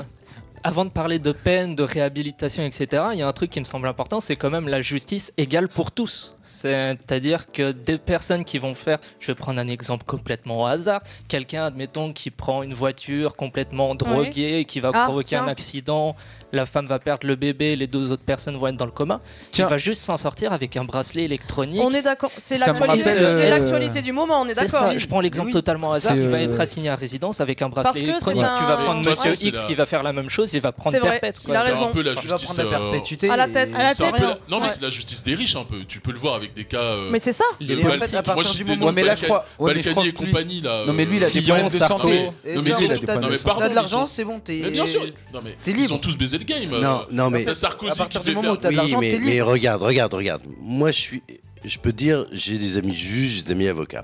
Speaker 12: Avant de parler de peine, de réhabilitation, etc., il y a un truc qui me semble important, c'est quand même la justice égale pour tous. C'est-à-dire que des personnes qui vont faire, je vais prendre un exemple complètement au hasard, quelqu'un, admettons, qui prend une voiture complètement droguée, qui va
Speaker 10: Ah,
Speaker 12: provoquer
Speaker 10: tiens.
Speaker 12: un accident, la femme va perdre le bébé, les deux autres personnes vont être dans le coma, il va juste s'en sortir avec un bracelet électronique.
Speaker 2: On est d'accord, c'est
Speaker 12: Ça me
Speaker 2: l'actualité
Speaker 12: rappelle,
Speaker 2: c'est
Speaker 12: euh,
Speaker 2: l'actualité du moment, on est
Speaker 12: C'est
Speaker 2: d'accord.
Speaker 12: ça, je prends l'exemple totalement au hasard.
Speaker 10: C'est,
Speaker 12: Il va
Speaker 10: euh,
Speaker 12: être assigné à résidence avec un
Speaker 2: Parce
Speaker 12: bracelet
Speaker 2: que c'est
Speaker 12: électronique.
Speaker 2: un-
Speaker 12: Tu vas prendre
Speaker 2: Ouais,
Speaker 12: Monsieur
Speaker 2: c'est
Speaker 12: X
Speaker 2: la-
Speaker 12: qui va faire la même chose, il va prendre
Speaker 2: C'est vrai,
Speaker 12: perpète.
Speaker 2: il a
Speaker 7: C'est un
Speaker 2: raison.
Speaker 7: peu la
Speaker 2: Tu vas
Speaker 7: justice.
Speaker 2: prendre la
Speaker 7: euh,
Speaker 2: perpétuité À la tête. et- À la
Speaker 7: c'est un
Speaker 2: tête,
Speaker 7: peu
Speaker 2: non.
Speaker 7: Non, mais
Speaker 2: Ouais.
Speaker 7: c'est la justice des riches un peu. Tu peux le voir avec des cas. euh,
Speaker 2: Mais c'est ça.
Speaker 7: Les
Speaker 9: Et en fait,
Speaker 7: Balkany-
Speaker 9: à partir
Speaker 7: Moi, je
Speaker 9: du
Speaker 7: dénonce
Speaker 9: moment- Ouais, mais là, je
Speaker 7: Balkany-
Speaker 9: crois- ouais, mais je
Speaker 7: Balkany
Speaker 9: crois
Speaker 7: et
Speaker 9: que lui-
Speaker 7: compagnie là.
Speaker 9: Non, mais lui, il a des
Speaker 7: Fillon,
Speaker 9: problèmes de
Speaker 7: Sarko.
Speaker 9: santé.
Speaker 7: Non,
Speaker 9: Et
Speaker 7: mais
Speaker 9: ça,
Speaker 7: ils
Speaker 9: t'as
Speaker 7: ont-
Speaker 9: des
Speaker 7: non,
Speaker 9: problèmes de
Speaker 7: mais
Speaker 9: santé.
Speaker 7: pardon,
Speaker 9: T'as de
Speaker 7: ils
Speaker 9: l'argent,
Speaker 7: ont-
Speaker 5: c'est bon, t'es-
Speaker 7: Mais bien sûr. Non, mais
Speaker 14: T'es
Speaker 7: Ils
Speaker 14: libre.
Speaker 7: ont tous baisé le game.
Speaker 14: Non,
Speaker 7: euh,
Speaker 14: non, mais-
Speaker 7: t'as Sarkozy
Speaker 14: À partir
Speaker 7: qui
Speaker 14: du
Speaker 7: devait
Speaker 14: moment
Speaker 7: faire-
Speaker 14: où t'as de Oui, l'argent, mais- t'es libre. mais regarde, regarde, regarde. Moi, je suis. Je peux te dire, j'ai des amis juges, j'ai des amis avocats.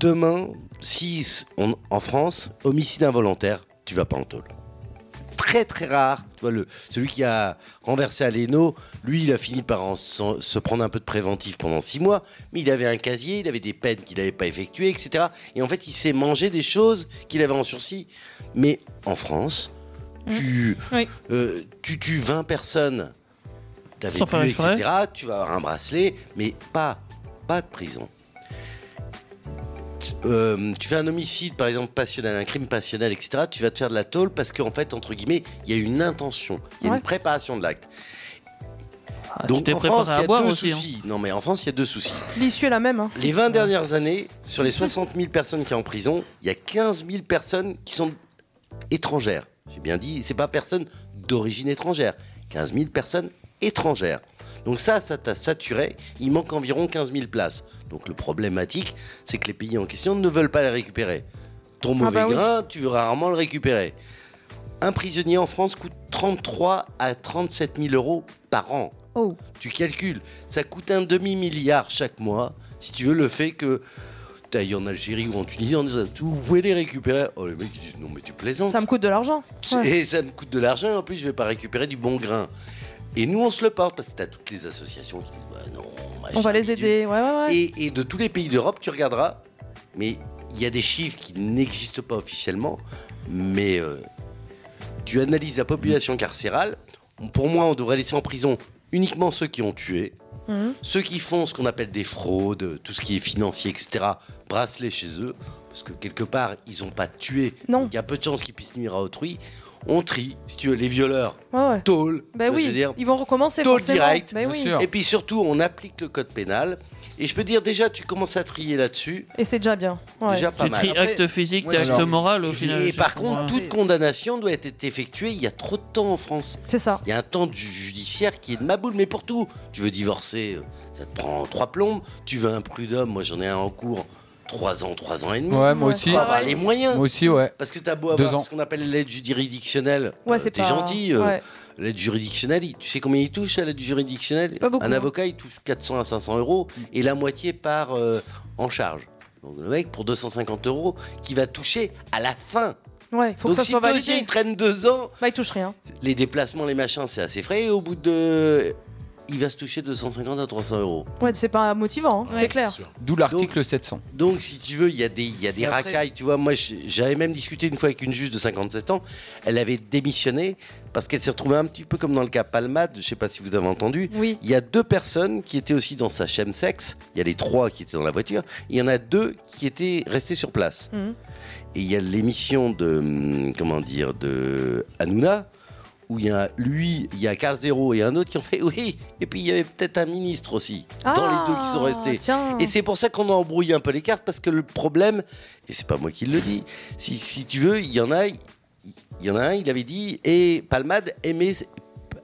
Speaker 14: Demain, si s- on- en France, homicide involontaire, tu vas pas en taule. Très très rare. Tu vois, le, celui qui a renversé Aleno, lui, il a fini par en- s'en- se prendre un peu de préventif pendant six mois, mais il avait un casier, il avait des peines qu'il n'avait pas effectuées, etc. Et en fait, il s'est mangé des choses qu'il avait en sursis. Mais en France, tu, euh, tu tues 20 personnes t'avais
Speaker 3: Sans faire
Speaker 14: plus,
Speaker 3: exprès.
Speaker 14: etc. Tu vas avoir un bracelet, mais pas, pas de prison. Tu- euh, tu fais un homicide, par exemple, passionnel, un crime passionnel, etc. Tu vas te faire de la tôle parce qu'en fait, entre guillemets, il y a une intention, il y a une préparation de l'acte.
Speaker 3: Ah, t'es
Speaker 14: en
Speaker 3: préparé
Speaker 14: France,
Speaker 3: à
Speaker 14: il y a
Speaker 3: boire
Speaker 14: deux
Speaker 3: aussi, hein.
Speaker 14: soucis. Non, mais en France, il y a deux soucis.
Speaker 2: L'issue est la même. hein.
Speaker 14: Les 20 dernières années, sur les 60 000 personnes qui sont en prison, il y a 15 000 personnes qui sont étrangères. J'ai bien dit, c'est pas personne d'origine étrangère. 15 000 personnes étrangères. Donc ça, ça t'a saturé. Il manque environ 15 000 places. Donc le problématique, c'est que les pays en question ne veulent pas les récupérer. Ton
Speaker 2: Ah
Speaker 14: mauvais
Speaker 2: bah oui.
Speaker 14: grain, tu veux rarement le récupérer. Un prisonnier en France coûte 33 à 37 000 euros par an.
Speaker 2: Oh.
Speaker 14: Tu calcules, ça coûte un demi-milliard chaque mois, si tu veux, le fait que tu ailles en Algérie ou en Tunisie en disant, vous pouvez les récupérer. Oh, les mecs, ils disent, non, mais tu plaisantes.
Speaker 2: Ça me coûte de l'argent. Ouais.
Speaker 14: Et ça me coûte de l'argent, et en plus, je vais pas récupérer du bon grain. Et nous, on se le porte, parce que tu as toutes les associations qui disent, Bah, non, machin,
Speaker 2: On va les
Speaker 14: bidule.
Speaker 2: aider. Ouais, ouais, ouais.
Speaker 14: Et, et de tous les pays d'Europe, tu regarderas, mais il y a des chiffres qui n'existent pas officiellement, mais euh, tu analyses la population carcérale. Pour moi, on devrait laisser en prison uniquement ceux qui ont tué,
Speaker 2: Mhm.
Speaker 14: ceux qui font ce qu'on appelle des fraudes, tout ce qui est financier, etc., bracelet chez eux, parce que quelque part, ils n'ont pas tué.
Speaker 2: Non.
Speaker 14: Il y a peu de chances qu'ils puissent nuire à autrui. On trie, si tu veux, les violeurs,
Speaker 2: Ouais, ouais.
Speaker 14: tôle,
Speaker 2: Bah
Speaker 14: tu vois, je
Speaker 2: oui,
Speaker 14: veux dire,
Speaker 2: ils vont recommencer
Speaker 14: tôle
Speaker 2: forcément.
Speaker 14: direct.
Speaker 2: Bah oui.
Speaker 14: Et puis surtout, on applique le code pénal. Et je peux dire déjà, tu commences à trier là-dessus.
Speaker 2: Et c'est déjà bien. Ouais.
Speaker 14: Déjà pas
Speaker 3: Tu
Speaker 14: mal.
Speaker 3: tries
Speaker 14: Après,
Speaker 3: acte physique
Speaker 14: moi,
Speaker 3: et
Speaker 14: j'ai-
Speaker 3: acte moral, au final,
Speaker 14: Et
Speaker 3: c'est
Speaker 14: par
Speaker 3: pour moi.
Speaker 14: contre, toute condamnation doit être effectuée. Il y a trop de temps en France.
Speaker 2: C'est ça.
Speaker 14: Il y a un temps ju- judiciaire qui est de ma boule, mais pour tout. Tu veux divorcer, euh, ça te prend trois plombes. Tu veux un prud'homme, moi j'en ai un en cours. Trois ans, trois ans et demi.
Speaker 9: Ouais, moi aussi.
Speaker 14: Faut avoir les moyens.
Speaker 9: Moi aussi, ouais.
Speaker 14: Parce que t'as beau
Speaker 9: Deux
Speaker 14: avoir
Speaker 9: ans.
Speaker 14: ce qu'on appelle l'aide juridictionnelle.
Speaker 2: Ouais,
Speaker 14: euh,
Speaker 2: c'est
Speaker 14: T'es
Speaker 2: pas-
Speaker 14: gentil. euh,
Speaker 2: ouais.
Speaker 14: L'aide juridictionnelle, il- tu sais combien il touche à l'aide juridictionnelle
Speaker 2: Pas beaucoup,
Speaker 14: Un
Speaker 2: hein.
Speaker 14: avocat, il touche 400 à 500 euros et la moitié part euh, en charge. Donc le mec, pour 250 euros, qui va toucher à la fin.
Speaker 2: Ouais, faut
Speaker 14: Donc
Speaker 2: que ça
Speaker 14: si
Speaker 2: soit
Speaker 14: le
Speaker 2: validé.
Speaker 14: dossier, il traîne deux ans.
Speaker 2: Bah, il touche rien.
Speaker 14: Les déplacements, les machins, c'est assez frais. Et au bout de. Il va se toucher 250 à 300 euros.
Speaker 2: Ouais, c'est pas motivant, hein, c'est clair.
Speaker 9: D'où l'article 700.
Speaker 14: Donc, si tu veux, il y a des, il y a des
Speaker 9: Après-
Speaker 14: racailles. Tu vois, moi, je- j'avais même discuté une fois avec une juge de 57 ans. Elle avait démissionné parce qu'elle s'est retrouvée un petit peu comme dans le cas Palmade. Je sais pas si vous avez entendu.
Speaker 2: Oui.
Speaker 14: Il y a deux personnes qui étaient aussi dans sa chemsex. Il y a les trois qui étaient dans la voiture. Il y en a deux qui étaient restés sur place.
Speaker 2: Mhm.
Speaker 14: Et il y a l'émission de. hum, Comment dire De Hanouna. Où il y a lui, il y a Carl Zero et un autre qui ont fait oui. Et puis il y avait peut-être un ministre aussi. Dans les deux qui sont restés.
Speaker 2: Ah, tiens.
Speaker 14: Et c'est pour ça qu'on embrouille un peu les cartes parce que le problème, et c'est pas moi qui le dis, si, si tu veux, il y en a, il y en a un, il avait dit, et Palmade aimait,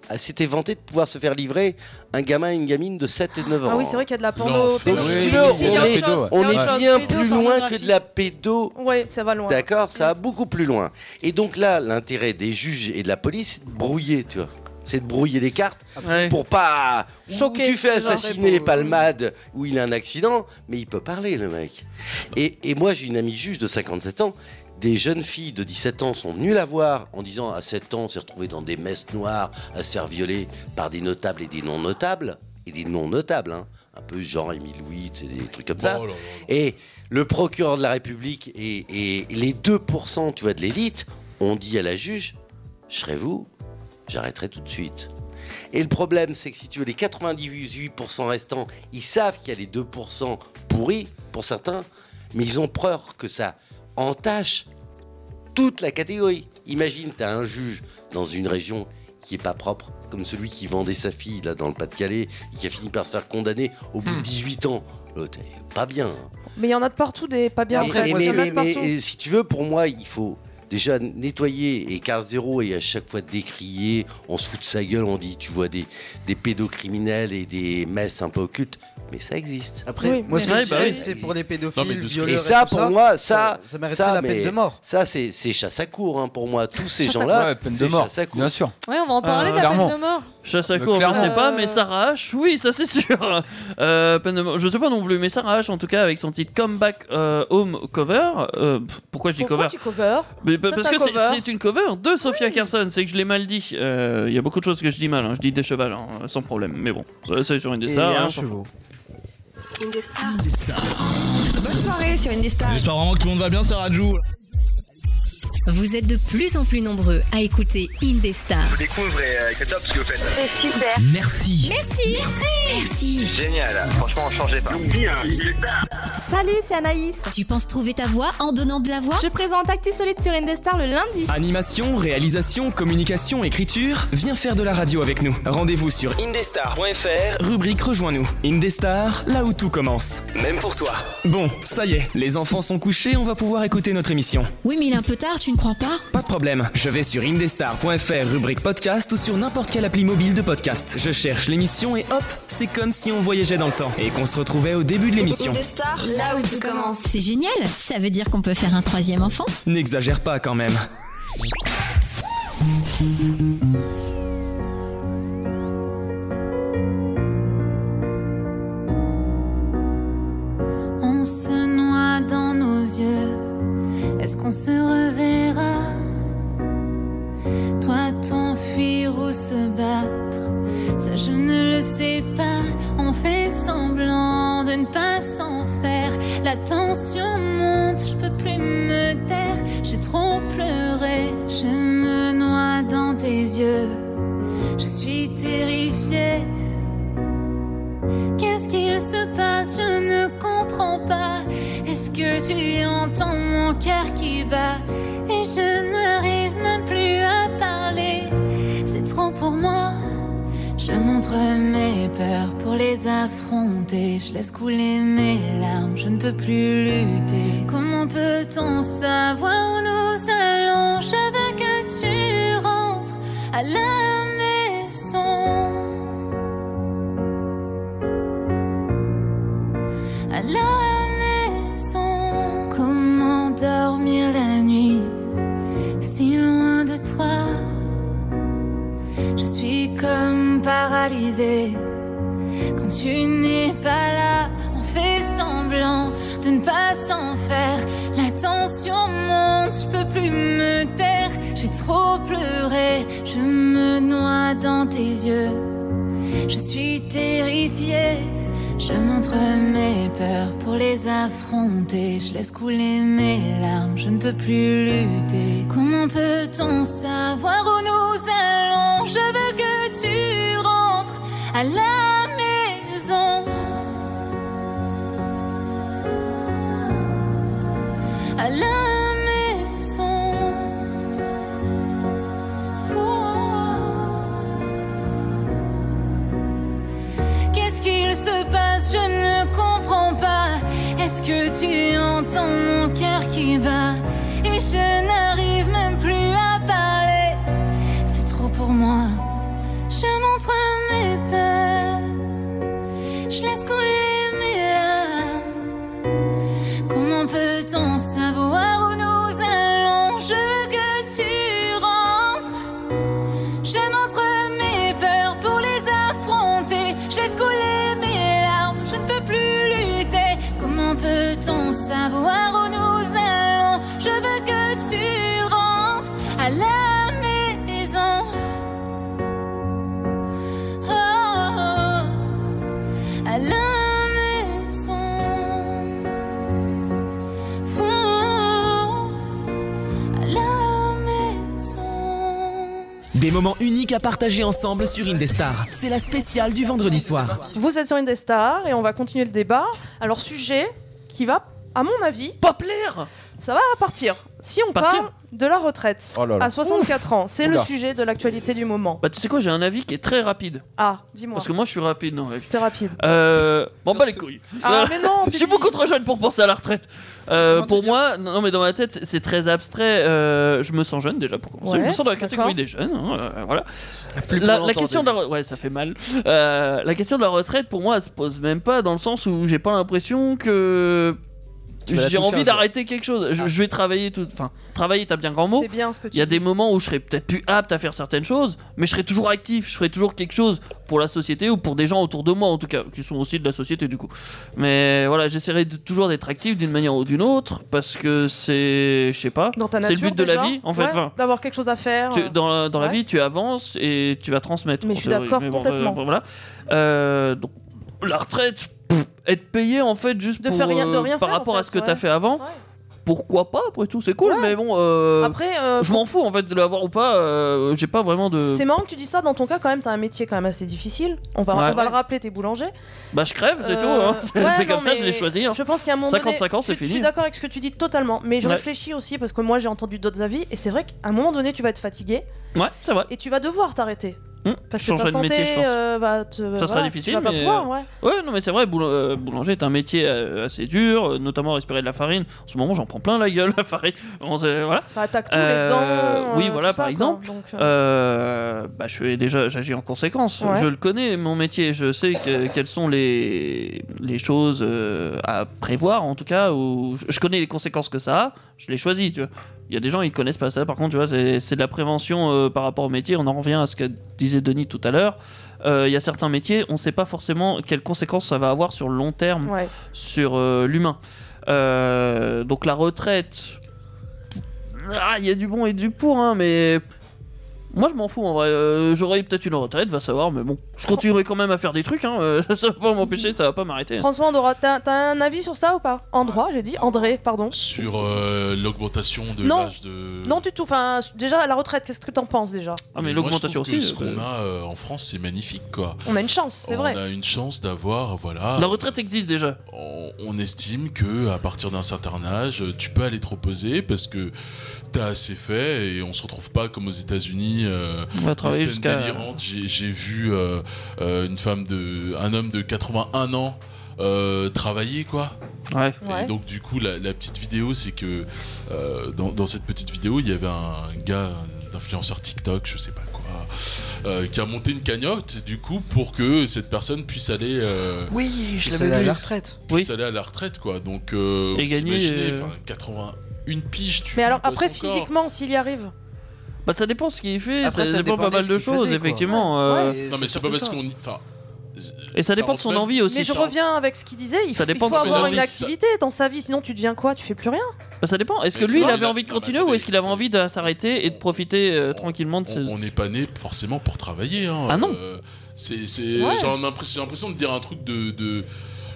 Speaker 14: ah, s'était vanté de pouvoir se faire livrer un gamin et une gamine de 7 et 9 ans.
Speaker 2: Ah oui, c'est vrai qu'il y a de la porno.
Speaker 14: Donc, si
Speaker 2: pédo-
Speaker 14: tu veux,
Speaker 2: il y a
Speaker 14: on
Speaker 2: autre
Speaker 14: est,
Speaker 2: chose,
Speaker 14: on
Speaker 2: il y a
Speaker 14: est
Speaker 2: autre
Speaker 14: bien
Speaker 2: chose.
Speaker 14: plus loin que de la pédo.
Speaker 2: Ouais, ça va loin.
Speaker 14: D'accord, ça va beaucoup plus loin. Et donc là, l'intérêt des juges et de la police, c'est de brouiller, tu vois. C'est de brouiller les cartes pour pas. Ou
Speaker 2: Choquer,
Speaker 14: tu fais
Speaker 2: genre.
Speaker 14: assassiner Palmade où il a un accident, mais il peut parler, le mec. Et, et moi, j'ai une amie juge de 57 ans. Des jeunes filles de 17 ans sont venues la voir en disant à 7 ans, on s'est retrouvé dans des messes noires à se faire violer par des notables et des non-notables. Et des non-notables, hein. un peu genre Émile Louis, c'est des trucs comme ça.
Speaker 7: Oh là là.
Speaker 14: Et le procureur de la République et, et les 2% tu vois, de l'élite ont dit à la juge Je serais vous, j'arrêterai tout de suite. Et le problème, c'est que si tu veux, les 98% restants, ils savent qu'il y a les 2% pourris, pour certains, mais ils ont peur que ça entache toute la catégorie. Imagine, tu as un juge dans une région qui est pas propre, comme celui qui vendait sa fille là dans le Pas-de-Calais et qui a fini par se faire condamner au bout de 18 ans. L'autre, est pas bien. hein.
Speaker 2: Mais il y en a de partout des pas bien. en fait.
Speaker 14: mais,
Speaker 2: Il y en a
Speaker 14: mais-
Speaker 2: de
Speaker 14: mais-
Speaker 2: partout.
Speaker 14: et si tu veux, pour moi, il faut déjà nettoyer et car zéro et à chaque fois décrier, on se fout de sa gueule, on dit, tu vois, des, des pédocriminels et des messes un peu occultes. Mais ça existe.
Speaker 5: Après, Oui, moi, ce mais- que je dirais, c'est pour les pédophiles, violeurs
Speaker 14: Et
Speaker 5: et
Speaker 14: ça,
Speaker 5: tout
Speaker 14: pour
Speaker 5: ça,
Speaker 14: moi, ça,
Speaker 5: ça- ça mériterait la peine
Speaker 14: mais-
Speaker 5: de mort.
Speaker 14: Ça, c'est c'est chasse à court, hein, pour moi. Tous ces
Speaker 5: Chasse à
Speaker 14: gens-là,
Speaker 5: court. Ouais, peine de
Speaker 14: c'est
Speaker 5: mort, Euh,
Speaker 14: chasse à court.
Speaker 9: bien sûr.
Speaker 11: Ouais, on va en parler de la
Speaker 14: clairement.
Speaker 11: peine de mort.
Speaker 3: Chasse à
Speaker 14: Mais
Speaker 3: Euh, court, je
Speaker 14: clairement.
Speaker 3: sais pas, mais Sarah H, oui, ça c'est sûr. Euh, peine de mort, je sais pas non plus, mais Sarah H, en tout cas, avec son titre Comeback euh, Home Cover, euh, pff, pourquoi je dis
Speaker 2: Pourquoi
Speaker 3: cover
Speaker 2: tu cover
Speaker 3: Mais pa-
Speaker 2: Ça,
Speaker 3: parce
Speaker 2: c'est
Speaker 3: que
Speaker 2: un
Speaker 3: c'est
Speaker 2: cover.
Speaker 3: c'est une cover de Sophia Carson, c'est que je l'ai mal dit. Euh, Il y a beaucoup de choses que je dis mal, hein. je dis des chevals hein, sans problème, mais bon, ça, c'est sur une des
Speaker 5: Et
Speaker 3: stars.
Speaker 5: un
Speaker 3: hein, sans-
Speaker 5: chevaux.
Speaker 20: Indestar.
Speaker 19: Bonne soirée sur Indestar.
Speaker 20: J'espère vraiment que tout le monde va bien, c'est Raju.
Speaker 19: Vous êtes de plus en plus nombreux à écouter Indestar.
Speaker 20: découvre et c'est top ce que vous faites.
Speaker 9: Oh.
Speaker 19: C'est super.
Speaker 20: Merci.
Speaker 19: Merci. Merci. Merci.
Speaker 20: Génial, franchement, changez pas.
Speaker 19: Salut, c'est Anaïs. Tu penses trouver ta voix en donnant de la voix Je présente Actu Solide sur Indestar le lundi.
Speaker 8: Animation, réalisation, communication, écriture, viens faire de la radio avec nous. Rendez-vous sur indestar.fr, rubrique Rejoins-nous. Indestar, là où tout commence. Même pour toi. Bon, ça y est, les enfants sont couchés, on va pouvoir écouter notre émission.
Speaker 19: Oui, mais il est un peu tard, tu ne crois pas
Speaker 8: Pas de problème, je vais sur indestar.fr, rubrique podcast ou sur n'importe quelle appli mobile de podcast. Je cherche l'émission et hop, c'est comme si on voyageait dans le temps et qu'on se retrouvait au début de l'émission.
Speaker 19: Indestar, là où tout commence. C'est génial. Ça veut dire qu'on peut faire un troisième enfant
Speaker 8: N'exagère pas quand même.
Speaker 16: On se noie dans nos yeux. Est-ce qu'on se reverra Doit-on fuir ou se battre Ça, je ne le sais pas. On fait semblant de ne pas s'en faire. La tension monte, je peux plus me taire. J'ai trop pleuré. Je me noie dans tes yeux. Je suis terrifiée. Qu'est-ce qu'il se passe Je ne comprends pas. Est-ce que tu entends mon cœur qui bat Et je n'arrive même plus à parler. C'est trop pour moi. Je montre mes peurs pour les affronter. Je laisse couler mes larmes, je ne peux plus lutter. Comment peut-on savoir où nous allons Je veux que tu rentres à la maison. à la maison. Comment dormir la nuit si loin de toi Je suis comme paralysée quand tu n'es pas là. On fait semblant de ne pas s'en faire. La tension monte, je peux plus me taire. J'ai trop pleuré, je me noie dans tes yeux. Je suis terrifiée. Je montre mes peurs pour les affronter. Je laisse couler mes larmes, je ne peux plus lutter. Comment peut-on savoir où nous allons Je veux que tu rentres à la maison. À la maison. Qu'est-ce qu'il se passe Je ne comprends pas. Est-ce que tu entends mon cœur qui bat Et je n'arrive même plus à parler. C'est trop pour moi. Je montre mes peurs. Je laisse couler mes larmes. Comment peut-on savoir où nous allons Je veux que tu rentres. Je montre mes sans savoir où nous allons. Je veux que tu rentres à la maison. Oh, à la maison. Oh, à la maison.
Speaker 13: Des moments uniques à partager ensemble sur Indestar. C'est la spéciale du vendredi soir.
Speaker 2: Vous êtes sur Indestar et on va continuer le débat. Alors, sujet qui va, à mon avis.
Speaker 3: Pas plaire
Speaker 2: Ça va partir. Si on
Speaker 3: Partir
Speaker 2: parle de la retraite
Speaker 3: Oh là là.
Speaker 2: à 64 ans, c'est le
Speaker 3: Oula.
Speaker 2: sujet de l'actualité du moment.
Speaker 3: Bah, tu sais quoi, j'ai un avis qui est très rapide.
Speaker 2: Ah, dis-moi.
Speaker 3: Parce que moi, je suis rapide dans la vie.
Speaker 2: T'es rapide.
Speaker 3: Euh. M'en bats les couilles. Euh,
Speaker 2: Ah, mais non,
Speaker 3: Je suis beaucoup trop jeune pour penser à la retraite. Euh, pour moi, non, mais dans ma tête, c'est- c'est très abstrait. Euh, je me sens jeune déjà pour commencer.
Speaker 10: Ouais,
Speaker 3: je me sens dans la
Speaker 10: d'accord.
Speaker 3: catégorie des jeunes. hein, euh, voilà.
Speaker 10: Plus
Speaker 3: La,
Speaker 10: pour
Speaker 3: la
Speaker 10: longtemps,
Speaker 3: question de la re- ouais, ça fait mal. Euh, la question de la retraite, pour moi, elle se pose même pas dans le sens où j'ai pas l'impression que
Speaker 10: Tu vas la
Speaker 3: j'ai
Speaker 10: toucher un
Speaker 3: envie
Speaker 10: jour.
Speaker 3: d'arrêter quelque chose. Je, je vais travailler tout. Enfin, travailler, t'as bien grand mot.
Speaker 2: C'est bien ce que tu
Speaker 3: Il y a des moments où je serais peut-être plus apte à faire certaines choses, mais je serais toujours actif. Je ferais toujours quelque chose pour la société ou pour des gens autour de moi, en tout cas, qui sont aussi de la société du coup. Mais voilà, j'essaierai de- toujours d'être actif d'une manière ou d'une autre parce que c'est, je sais pas,
Speaker 2: Ta
Speaker 3: c'est le
Speaker 2: nature,
Speaker 3: but de la
Speaker 2: déjà
Speaker 3: vie en fait.
Speaker 2: Ouais,
Speaker 3: Enfin,
Speaker 2: D'avoir quelque chose à faire.
Speaker 3: tu-
Speaker 2: euh.
Speaker 3: dans la, dans la
Speaker 2: Ouais.
Speaker 3: vie, tu avances et tu vas transmettre.
Speaker 2: Mais
Speaker 3: en
Speaker 2: je suis
Speaker 3: théorie.
Speaker 2: d'accord
Speaker 3: Mais
Speaker 2: complètement.
Speaker 3: euh, voilà. Euh, donc, la retraite, pff, être payé en fait juste
Speaker 2: De
Speaker 3: pour,
Speaker 2: faire rien- de
Speaker 3: euh,
Speaker 2: rien
Speaker 3: par
Speaker 2: faire, en
Speaker 3: rapport à
Speaker 2: fait,
Speaker 3: ce que
Speaker 2: ouais.
Speaker 3: t'as fait avant. Pourquoi pas après tout, c'est cool, mais bon. euh,
Speaker 2: Après, euh,
Speaker 3: je m'en fous en fait de l'avoir ou pas. euh, J'ai pas vraiment de.
Speaker 2: C'est marrant que tu dis ça, dans ton cas quand même, t'as un métier quand même assez difficile. On va,
Speaker 3: Ouais.
Speaker 2: on va le rappeler, t'es boulanger.
Speaker 3: Bah je crève, c'est
Speaker 2: Euh,
Speaker 3: tout. hein. C'est
Speaker 2: ouais,
Speaker 3: c'est comme
Speaker 2: non,
Speaker 3: ça, je l'ai
Speaker 2: mais
Speaker 3: choisi. hein.
Speaker 2: Je pense qu'à un moment
Speaker 3: 55
Speaker 2: donné,
Speaker 3: ans, c'est
Speaker 2: je- Je
Speaker 3: fini.
Speaker 2: suis d'accord avec ce que tu dis totalement, mais je
Speaker 3: Ouais.
Speaker 2: réfléchis aussi parce que moi j'ai entendu d'autres avis et c'est vrai qu'à un moment donné, tu vas être fatigué.
Speaker 3: Ouais, c'est vrai.
Speaker 2: Et tu vas devoir t'arrêter.
Speaker 3: Hmm,
Speaker 2: Parce
Speaker 3: je
Speaker 2: que ta
Speaker 3: changerai de
Speaker 2: santé,
Speaker 3: métier, je pense.
Speaker 2: euh, va te-
Speaker 3: ça sera
Speaker 2: voilà,
Speaker 3: difficile,
Speaker 2: Tu vas pas
Speaker 3: mais euh,
Speaker 2: pouvoir, ouais.
Speaker 3: ouais, non mais c'est vrai, boul- euh, boulanger est un métier euh, assez dur, euh, notamment respirer de la farine. En ce moment, j'en prends plein la gueule la farine. Bon, c'est- voilà.
Speaker 2: Ça attaque tous les
Speaker 3: Euh,
Speaker 2: dents,
Speaker 3: oui,
Speaker 2: euh,
Speaker 3: voilà,
Speaker 2: tout ça,
Speaker 3: par
Speaker 2: quoi.
Speaker 3: exemple.
Speaker 2: Donc, euh,
Speaker 3: Euh, bah, je suis déjà, j'agis en conséquence.
Speaker 2: Ouais.
Speaker 3: Je le connais, mon métier. Je sais que- quelles sont les, les choses euh, à prévoir, en tout cas. Ou je, je connais les conséquences que ça a. Je les choisis, tu vois. Il y a des gens, ils connaissent pas ça. Par contre, tu vois, c'est c'est de la prévention euh, par rapport au métier. On en revient à ce que disait Denis tout à l'heure. Euh, Il y a certains métiers, on ne sait pas forcément quelles conséquences ça va avoir sur le long terme,
Speaker 2: Ouais.
Speaker 3: sur euh, l'humain. Euh, donc la retraite, ah, il y a du bon et du pour, hein, mais. Moi, je m'en fous en vrai. Euh, J'aurais peut-être une retraite, va savoir, mais bon. Je continuerai quand même à faire des trucs, hein. euh, ça va pas m'empêcher, ça va pas m'arrêter.
Speaker 2: François Andorra, t'as t'as un avis sur ça ou pas Androit, j'ai dit André, pardon.
Speaker 7: Sur euh, l'augmentation de
Speaker 2: Non.
Speaker 7: l'âge de.
Speaker 2: Non du tout. Enfin, déjà à la retraite, qu'est-ce que t'en penses déjà
Speaker 3: Ah,
Speaker 7: moi, je trouve
Speaker 3: l'augmentation
Speaker 7: que
Speaker 3: aussi,
Speaker 7: Ce
Speaker 3: euh,
Speaker 7: qu'on a euh, en France, c'est magnifique, quoi.
Speaker 2: On a une chance,
Speaker 3: Oh,
Speaker 2: c'est
Speaker 7: On
Speaker 2: vrai.
Speaker 7: a une chance d'avoir, voilà.
Speaker 3: La retraite existe déjà.
Speaker 7: On, on estime que à partir d'un certain âge, tu peux aller te reposer parce que t'as assez fait et on se retrouve pas comme aux États-Unis. euh,
Speaker 3: On va
Speaker 7: des
Speaker 3: travailler
Speaker 7: scènes
Speaker 3: jusqu'à-
Speaker 7: délirantes. J'ai j'ai vu euh, euh, une femme de, un homme de 81 ans euh, travailler, quoi.
Speaker 3: Ouais.
Speaker 7: Et donc du coup la, la petite vidéo c'est que euh, dans, dans cette petite vidéo il y avait un gars un influenceur TikTok je sais pas quoi euh, qui a monté une cagnotte du coup pour que cette personne puisse aller euh,
Speaker 3: Oui, je
Speaker 7: puisse
Speaker 3: l'avais
Speaker 7: aller à
Speaker 3: vu.
Speaker 7: la retraite
Speaker 3: Oui.
Speaker 7: puisse aller à la retraite quoi donc euh,
Speaker 3: Et
Speaker 7: vous
Speaker 3: gagner,
Speaker 7: imaginez,
Speaker 3: euh,
Speaker 7: enfin, 81 piges tu
Speaker 2: Mais alors
Speaker 7: tu bosses
Speaker 2: après
Speaker 7: encore.
Speaker 2: physiquement, s'il y arrive.
Speaker 3: Bah, ça dépend ce qu'il fait,
Speaker 7: Après,
Speaker 3: ça,
Speaker 7: ça
Speaker 3: dépend pas
Speaker 7: dépendait
Speaker 3: mal
Speaker 7: ce
Speaker 3: de
Speaker 7: qu'il
Speaker 3: choses,
Speaker 7: faisait, quoi.
Speaker 3: effectivement. euh,
Speaker 7: non mais c'est pas parce qu'on y- enfin
Speaker 3: Et ça dépend de
Speaker 7: rentre
Speaker 3: son
Speaker 7: même-
Speaker 3: envie aussi.
Speaker 2: Mais je
Speaker 3: ça.
Speaker 2: reviens avec ce qu'il disait. Il
Speaker 3: Ça
Speaker 2: faut, il
Speaker 3: dépend
Speaker 2: faut
Speaker 3: de ce qu'on
Speaker 2: avoir
Speaker 3: a
Speaker 2: une
Speaker 3: envie.
Speaker 2: activité dans sa vie, sinon tu deviens quoi Tu fais plus rien.
Speaker 3: Bah, ça dépend. Est-ce que
Speaker 7: Mais tu
Speaker 3: lui, il
Speaker 7: vois,
Speaker 3: avait
Speaker 7: il a-
Speaker 3: envie de continuer ou est-ce qu'il avait envie de s'arrêter et de profiter euh, tranquillement de ce.
Speaker 7: on n'est pas né forcément pour travailler. hein.
Speaker 3: Ah non.
Speaker 7: Euh, c'est, c'est-
Speaker 3: Ouais.
Speaker 7: J'ai un impres- j'ai l'impression de dire un truc de. de-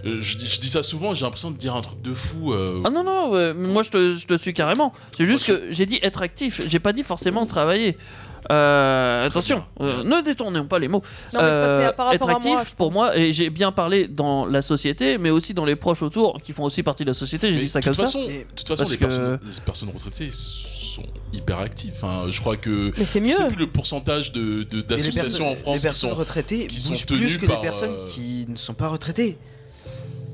Speaker 7: euh, je, dis, je dis ça souvent, j'ai l'impression de dire un truc de fou. euh,
Speaker 3: Ah non, non, non, euh, moi je te, je te suis carrément. C'est juste que j'ai dit être actif, j'ai pas dit forcément travailler. Euh, attention, euh, ne détournons pas les mots. Euh,
Speaker 2: Non, mais c'est parce que c'est par rapport
Speaker 3: être
Speaker 2: à moi,
Speaker 3: actif,
Speaker 2: je pense.
Speaker 3: pour moi, et j'ai bien parlé dans la société, mais aussi dans les proches autour qui font aussi partie de la société. J'ai dit ça
Speaker 7: de toute
Speaker 3: comme
Speaker 7: façon,
Speaker 3: ça.
Speaker 7: de toute façon,
Speaker 3: Parce
Speaker 7: les,
Speaker 3: que-
Speaker 7: personnes, les personnes retraitées sont hyper actives. Enfin, je crois que.
Speaker 2: Mais c'est
Speaker 7: Je sais
Speaker 2: mieux.
Speaker 7: plus le pourcentage de, de-
Speaker 5: Et les
Speaker 7: d'associations
Speaker 5: personnes-
Speaker 7: en France
Speaker 5: les
Speaker 7: qui
Speaker 5: personnes
Speaker 7: sont,
Speaker 5: retraitées
Speaker 7: qui sont
Speaker 5: bougent
Speaker 7: tenues
Speaker 5: plus que
Speaker 7: par,
Speaker 5: les personnes
Speaker 7: euh,
Speaker 5: qui ne sont pas retraitées.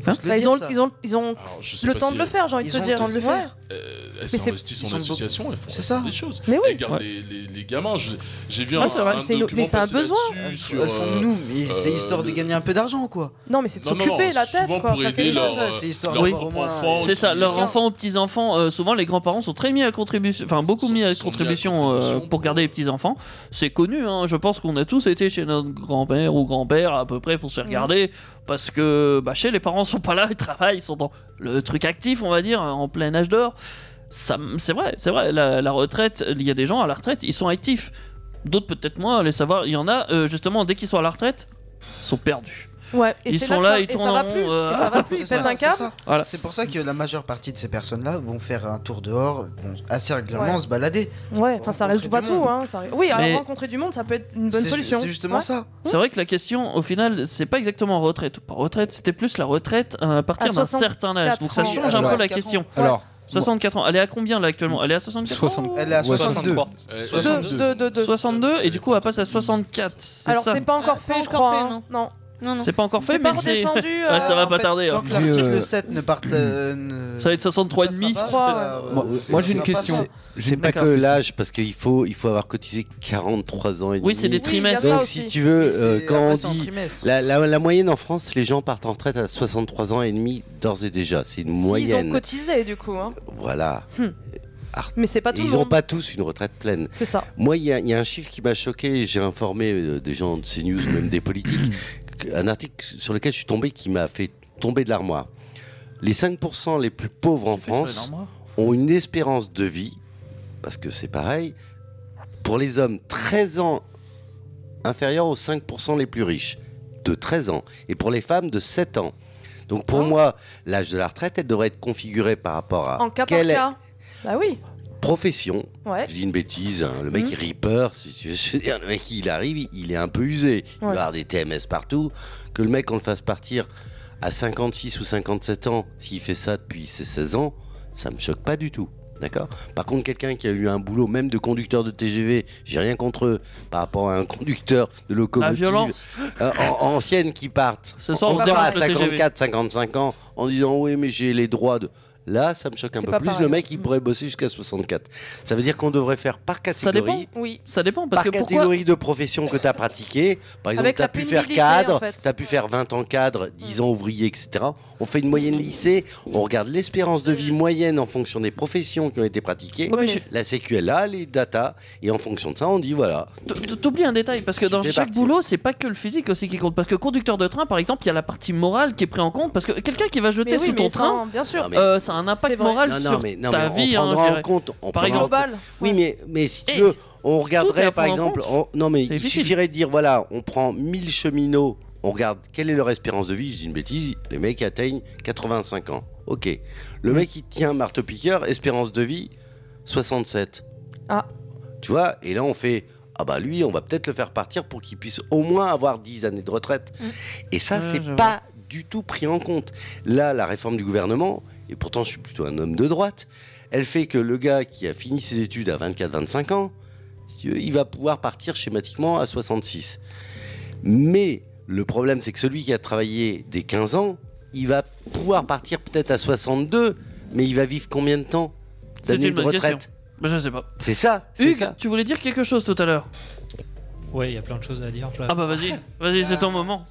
Speaker 5: Faut se le
Speaker 2: Bah, ils,
Speaker 5: dire,
Speaker 2: ont,
Speaker 5: ça.
Speaker 2: ils ont, ils ont
Speaker 7: je sais
Speaker 2: le
Speaker 7: pas
Speaker 2: temps
Speaker 7: si-
Speaker 2: de le faire, j'ai envie de
Speaker 5: Ils
Speaker 2: te
Speaker 5: ont le
Speaker 2: dire.
Speaker 5: temps de le
Speaker 2: Ouais.
Speaker 5: faire.
Speaker 7: euh,
Speaker 2: Mais
Speaker 7: elles
Speaker 2: c'est-
Speaker 7: s'investissent
Speaker 2: ils
Speaker 7: en
Speaker 2: sont beaucoup.
Speaker 7: association, elles font
Speaker 2: C'est ça.
Speaker 7: des choses.
Speaker 2: Mais oui.
Speaker 7: Elles gardent les, les- les gamins. Je- J'ai vu
Speaker 2: Ouais,
Speaker 7: un,
Speaker 2: c'est vrai,
Speaker 7: un
Speaker 2: c'est une-
Speaker 7: document
Speaker 2: mais c'est un
Speaker 7: passer
Speaker 2: besoin.
Speaker 7: là-dessus
Speaker 2: Elles
Speaker 7: sur,
Speaker 5: elles font
Speaker 7: euh,
Speaker 5: nous, mais c'est
Speaker 7: euh,
Speaker 5: histoire de
Speaker 7: le-
Speaker 5: gagner un peu d'argent, quoi.
Speaker 2: Non, mais c'est de
Speaker 7: Non, non,
Speaker 2: s'occuper
Speaker 7: non,
Speaker 2: la tête.
Speaker 7: souvent
Speaker 2: quoi.
Speaker 7: pour
Speaker 2: Enfin,
Speaker 7: aider
Speaker 2: quelque
Speaker 7: leur-
Speaker 2: chose, ouais.
Speaker 5: C'est histoire
Speaker 3: Oui.
Speaker 5: d'avoir au moins-
Speaker 3: C'est ça, leurs enfants ou petits-enfants, euh, souvent les grands-parents sont très mis à contribution, enfin beaucoup mis à contribution euh, pour garder les petits-enfants. C'est connu, hein, je pense qu'on a tous été chez notre grand-mère ou grand-père à peu près pour se regarder, parce que bah, chez les parents sont pas là, ils travaillent, ils sont dans le truc actif, on va dire, en plein âge d'or. Ça, C'est vrai, c'est vrai, la, la retraite, il y a des gens à la retraite, ils sont actifs. D'autres peut-être moins, allez savoir, il y en a, euh, justement, dès qu'ils sont à la retraite, ils sont perdus.
Speaker 2: Ouais, et
Speaker 3: Ils
Speaker 2: c'est
Speaker 3: sont
Speaker 2: que
Speaker 3: là,
Speaker 2: ça-
Speaker 3: ils
Speaker 2: et ça
Speaker 3: tournent
Speaker 2: va
Speaker 3: en rond,
Speaker 2: plus, et
Speaker 3: euh,
Speaker 2: ça va plus, ils
Speaker 5: C'est
Speaker 2: pètent
Speaker 5: ça,
Speaker 2: un
Speaker 5: Ah, c'est
Speaker 2: câble.
Speaker 5: ça. C'est pour ça que la majeure partie de ces personnes-là vont faire un tour dehors, vont assez régulièrement
Speaker 2: Ouais.
Speaker 5: se balader.
Speaker 2: Ouais, enfin ça résout pas
Speaker 5: du
Speaker 2: tout.
Speaker 5: monde.
Speaker 2: Hein, ça... Oui, alors
Speaker 3: Mais-
Speaker 2: rencontrer du monde, ça peut être une bonne solution. Ouais. Mmh.
Speaker 3: C'est vrai que la question, au final, c'est pas exactement retraite ou pas retraite, c'était plus la retraite à partir
Speaker 2: À
Speaker 3: d'un
Speaker 2: 64
Speaker 3: certain âge. Donc ça
Speaker 2: ans.
Speaker 3: change un
Speaker 9: Alors-
Speaker 3: peu la question.
Speaker 9: Alors-
Speaker 3: 64 ans, elle est à combien là actuellement Elle est à 64
Speaker 9: 60. Elle est à 62.
Speaker 2: Euh,
Speaker 3: 62.
Speaker 2: 62.
Speaker 3: 62, et du coup elle passe à 64. c'est
Speaker 2: Alors
Speaker 3: ça.
Speaker 2: c'est pas encore fait, je crois. hein. Non.
Speaker 11: Non,
Speaker 3: C'est pas encore fait, mais c'est.
Speaker 2: redescendu, euh,
Speaker 3: Ouais, ça va pas tarder.
Speaker 5: Tant
Speaker 3: hein.
Speaker 5: que l'article 7 ne parte. euh, ne-
Speaker 3: Ça va être 63 et demi.
Speaker 5: Ça va, euh,
Speaker 14: Moi,
Speaker 5: c'est-
Speaker 14: moi, j'ai
Speaker 5: c'est
Speaker 14: une
Speaker 5: pas-
Speaker 14: question.
Speaker 5: c'est-
Speaker 14: C'est pas que l'âge, parce qu'il faut, il faut avoir cotisé 43 ans et demi.
Speaker 3: Oui, c'est des Oui, trimestres. il y a ça
Speaker 14: Donc,
Speaker 3: aussi.
Speaker 14: si tu veux, euh,
Speaker 3: c'est-
Speaker 14: quand
Speaker 3: après,
Speaker 14: on
Speaker 3: c'est en
Speaker 14: dit.
Speaker 3: trimestre.
Speaker 14: La, la- la moyenne en France, les gens partent en retraite à 63 ans et demi d'ores et déjà. C'est une moyenne.
Speaker 2: Ils ont cotisé du coup. hein.
Speaker 14: Voilà.
Speaker 2: Hmm. Mais c'est pas
Speaker 14: Et
Speaker 2: tout
Speaker 14: ils
Speaker 2: le
Speaker 14: n'ont
Speaker 2: monde.
Speaker 14: pas tous une retraite pleine.
Speaker 2: C'est ça.
Speaker 14: Moi, il y, a- il y a un chiffre qui m'a choqué. J'ai informé euh, des gens de CNews, même des politiques. qu- un article sur lequel je suis tombé qui m'a fait tomber de l'armoire. Les 5% les plus pauvres en France ont une espérance de vie, parce que c'est pareil, pour les hommes 13 ans inférieure aux 5% les plus riches, de 13 ans, et pour les femmes de 7 ans. Donc pour moi, l'âge de la retraite, elle devrait être configurée par rapport à
Speaker 2: En cas par
Speaker 14: quelle
Speaker 2: cas. Bah oui.
Speaker 14: profession.
Speaker 2: Ouais.
Speaker 14: Je dis une bêtise, hein, le mec
Speaker 3: Hmm.
Speaker 2: Mhm.
Speaker 14: il reaper, si tu veux, je veux dire, le mec il arrive, il- il est un peu usé, il
Speaker 2: Ouais.
Speaker 14: va avoir des TMS partout. Que le mec on le fasse partir à 56 ou 57 ans, s'il fait ça depuis ses 16 ans, ça me choque pas du tout. D'accord Par contre, quelqu'un qui a eu un boulot, même de conducteur de TGV, j'ai rien contre eux, par rapport à un conducteur de locomotive
Speaker 3: violence.
Speaker 14: euh, en- ancienne qui partent,
Speaker 3: Ce soir, on
Speaker 14: encore à
Speaker 3: parle de TGV.
Speaker 14: 54, 55 ans, en disant oui, mais j'ai les droits de. Là, ça me choque un
Speaker 3: C'est
Speaker 14: peu
Speaker 3: pas
Speaker 14: plus.
Speaker 3: pareil.
Speaker 14: Le mec, il pourrait bosser jusqu'à 64. Ça veut dire qu'on devrait faire par
Speaker 3: Ça dépend.
Speaker 14: catégorie.
Speaker 2: Oui.
Speaker 3: Ça dépend parce
Speaker 14: Par
Speaker 3: que pourquoi
Speaker 14: catégorie de profession que tu as pratiquée, par exemple,
Speaker 3: Avec
Speaker 14: tu
Speaker 3: la
Speaker 14: as pu faire
Speaker 3: pénibilité,
Speaker 14: cadre,
Speaker 3: en fait.
Speaker 14: tu as pu faire 20 ans cadre, 10 ans ouvrier, etc. On fait une moyenne lycée, on regarde l'espérance de vie moyenne en fonction des professions qui ont été pratiquées, la CQLA, les data, et en fonction de ça, on dit voilà.
Speaker 3: T- T'oublies un détail parce que dans
Speaker 14: fais
Speaker 3: chaque boulot, c'est pas que le physique aussi qui compte. Parce que conducteur de train, par exemple, il y a la partie morale qui est prise en compte. Parce que quelqu'un qui va jeter
Speaker 2: Mais oui,
Speaker 3: sous
Speaker 2: mais
Speaker 3: ton
Speaker 2: sans-
Speaker 3: train,
Speaker 2: bien sûr.
Speaker 3: euh, ça a un impact moral
Speaker 14: Non, non,
Speaker 3: sur
Speaker 14: mais- non,
Speaker 3: ta
Speaker 14: mais
Speaker 3: vie.
Speaker 14: On
Speaker 3: hein, je
Speaker 14: prendra en
Speaker 3: dirais.
Speaker 14: compte. on
Speaker 3: par
Speaker 14: prendra en
Speaker 3: exemple,
Speaker 14: compte. Oui, mais, mais si
Speaker 3: Eh,
Speaker 14: tu veux, on regarderait par
Speaker 3: prendre en
Speaker 14: exemple. on- non, mais il suffirait de dire voilà, on prend 1000 cheminots, on regarde quelle est leur espérance de vie. Je dis une bêtise, les mecs atteignent 85 ans. Ok.
Speaker 3: Mm.
Speaker 14: Le mec, il tient un marteau-piqueur, espérance de vie 67.
Speaker 2: Ah.
Speaker 14: Tu vois, et là, on fait. Ah bah lui, on va peut-être le faire partir pour qu'il puisse au moins avoir 10 années de retraite. Et ça,
Speaker 3: Ouais, Ah, je
Speaker 14: c'est
Speaker 3: vois.
Speaker 14: pas du tout pris en compte. Là, la réforme du gouvernement, et pourtant je suis plutôt un homme de droite, elle fait que le gars qui a fini ses études à 24-25 ans, si tu veux, il va pouvoir partir schématiquement à 66. Mais le problème, c'est que celui qui a travaillé dès 15 ans, il va pouvoir partir peut-être à 62, mais il va vivre combien de temps
Speaker 3: c'est
Speaker 14: d'années
Speaker 3: une
Speaker 14: de
Speaker 3: bonne
Speaker 14: retraite
Speaker 3: question. Bah, je sais pas.
Speaker 14: C'est ça, c'est
Speaker 3: Hugues,
Speaker 14: ça.
Speaker 3: tu voulais dire quelque chose tout à l'heure
Speaker 10: Ouais, il y a plein de choses à dire. là.
Speaker 3: Ah bah vas-y, vas-y, c'est ton moment.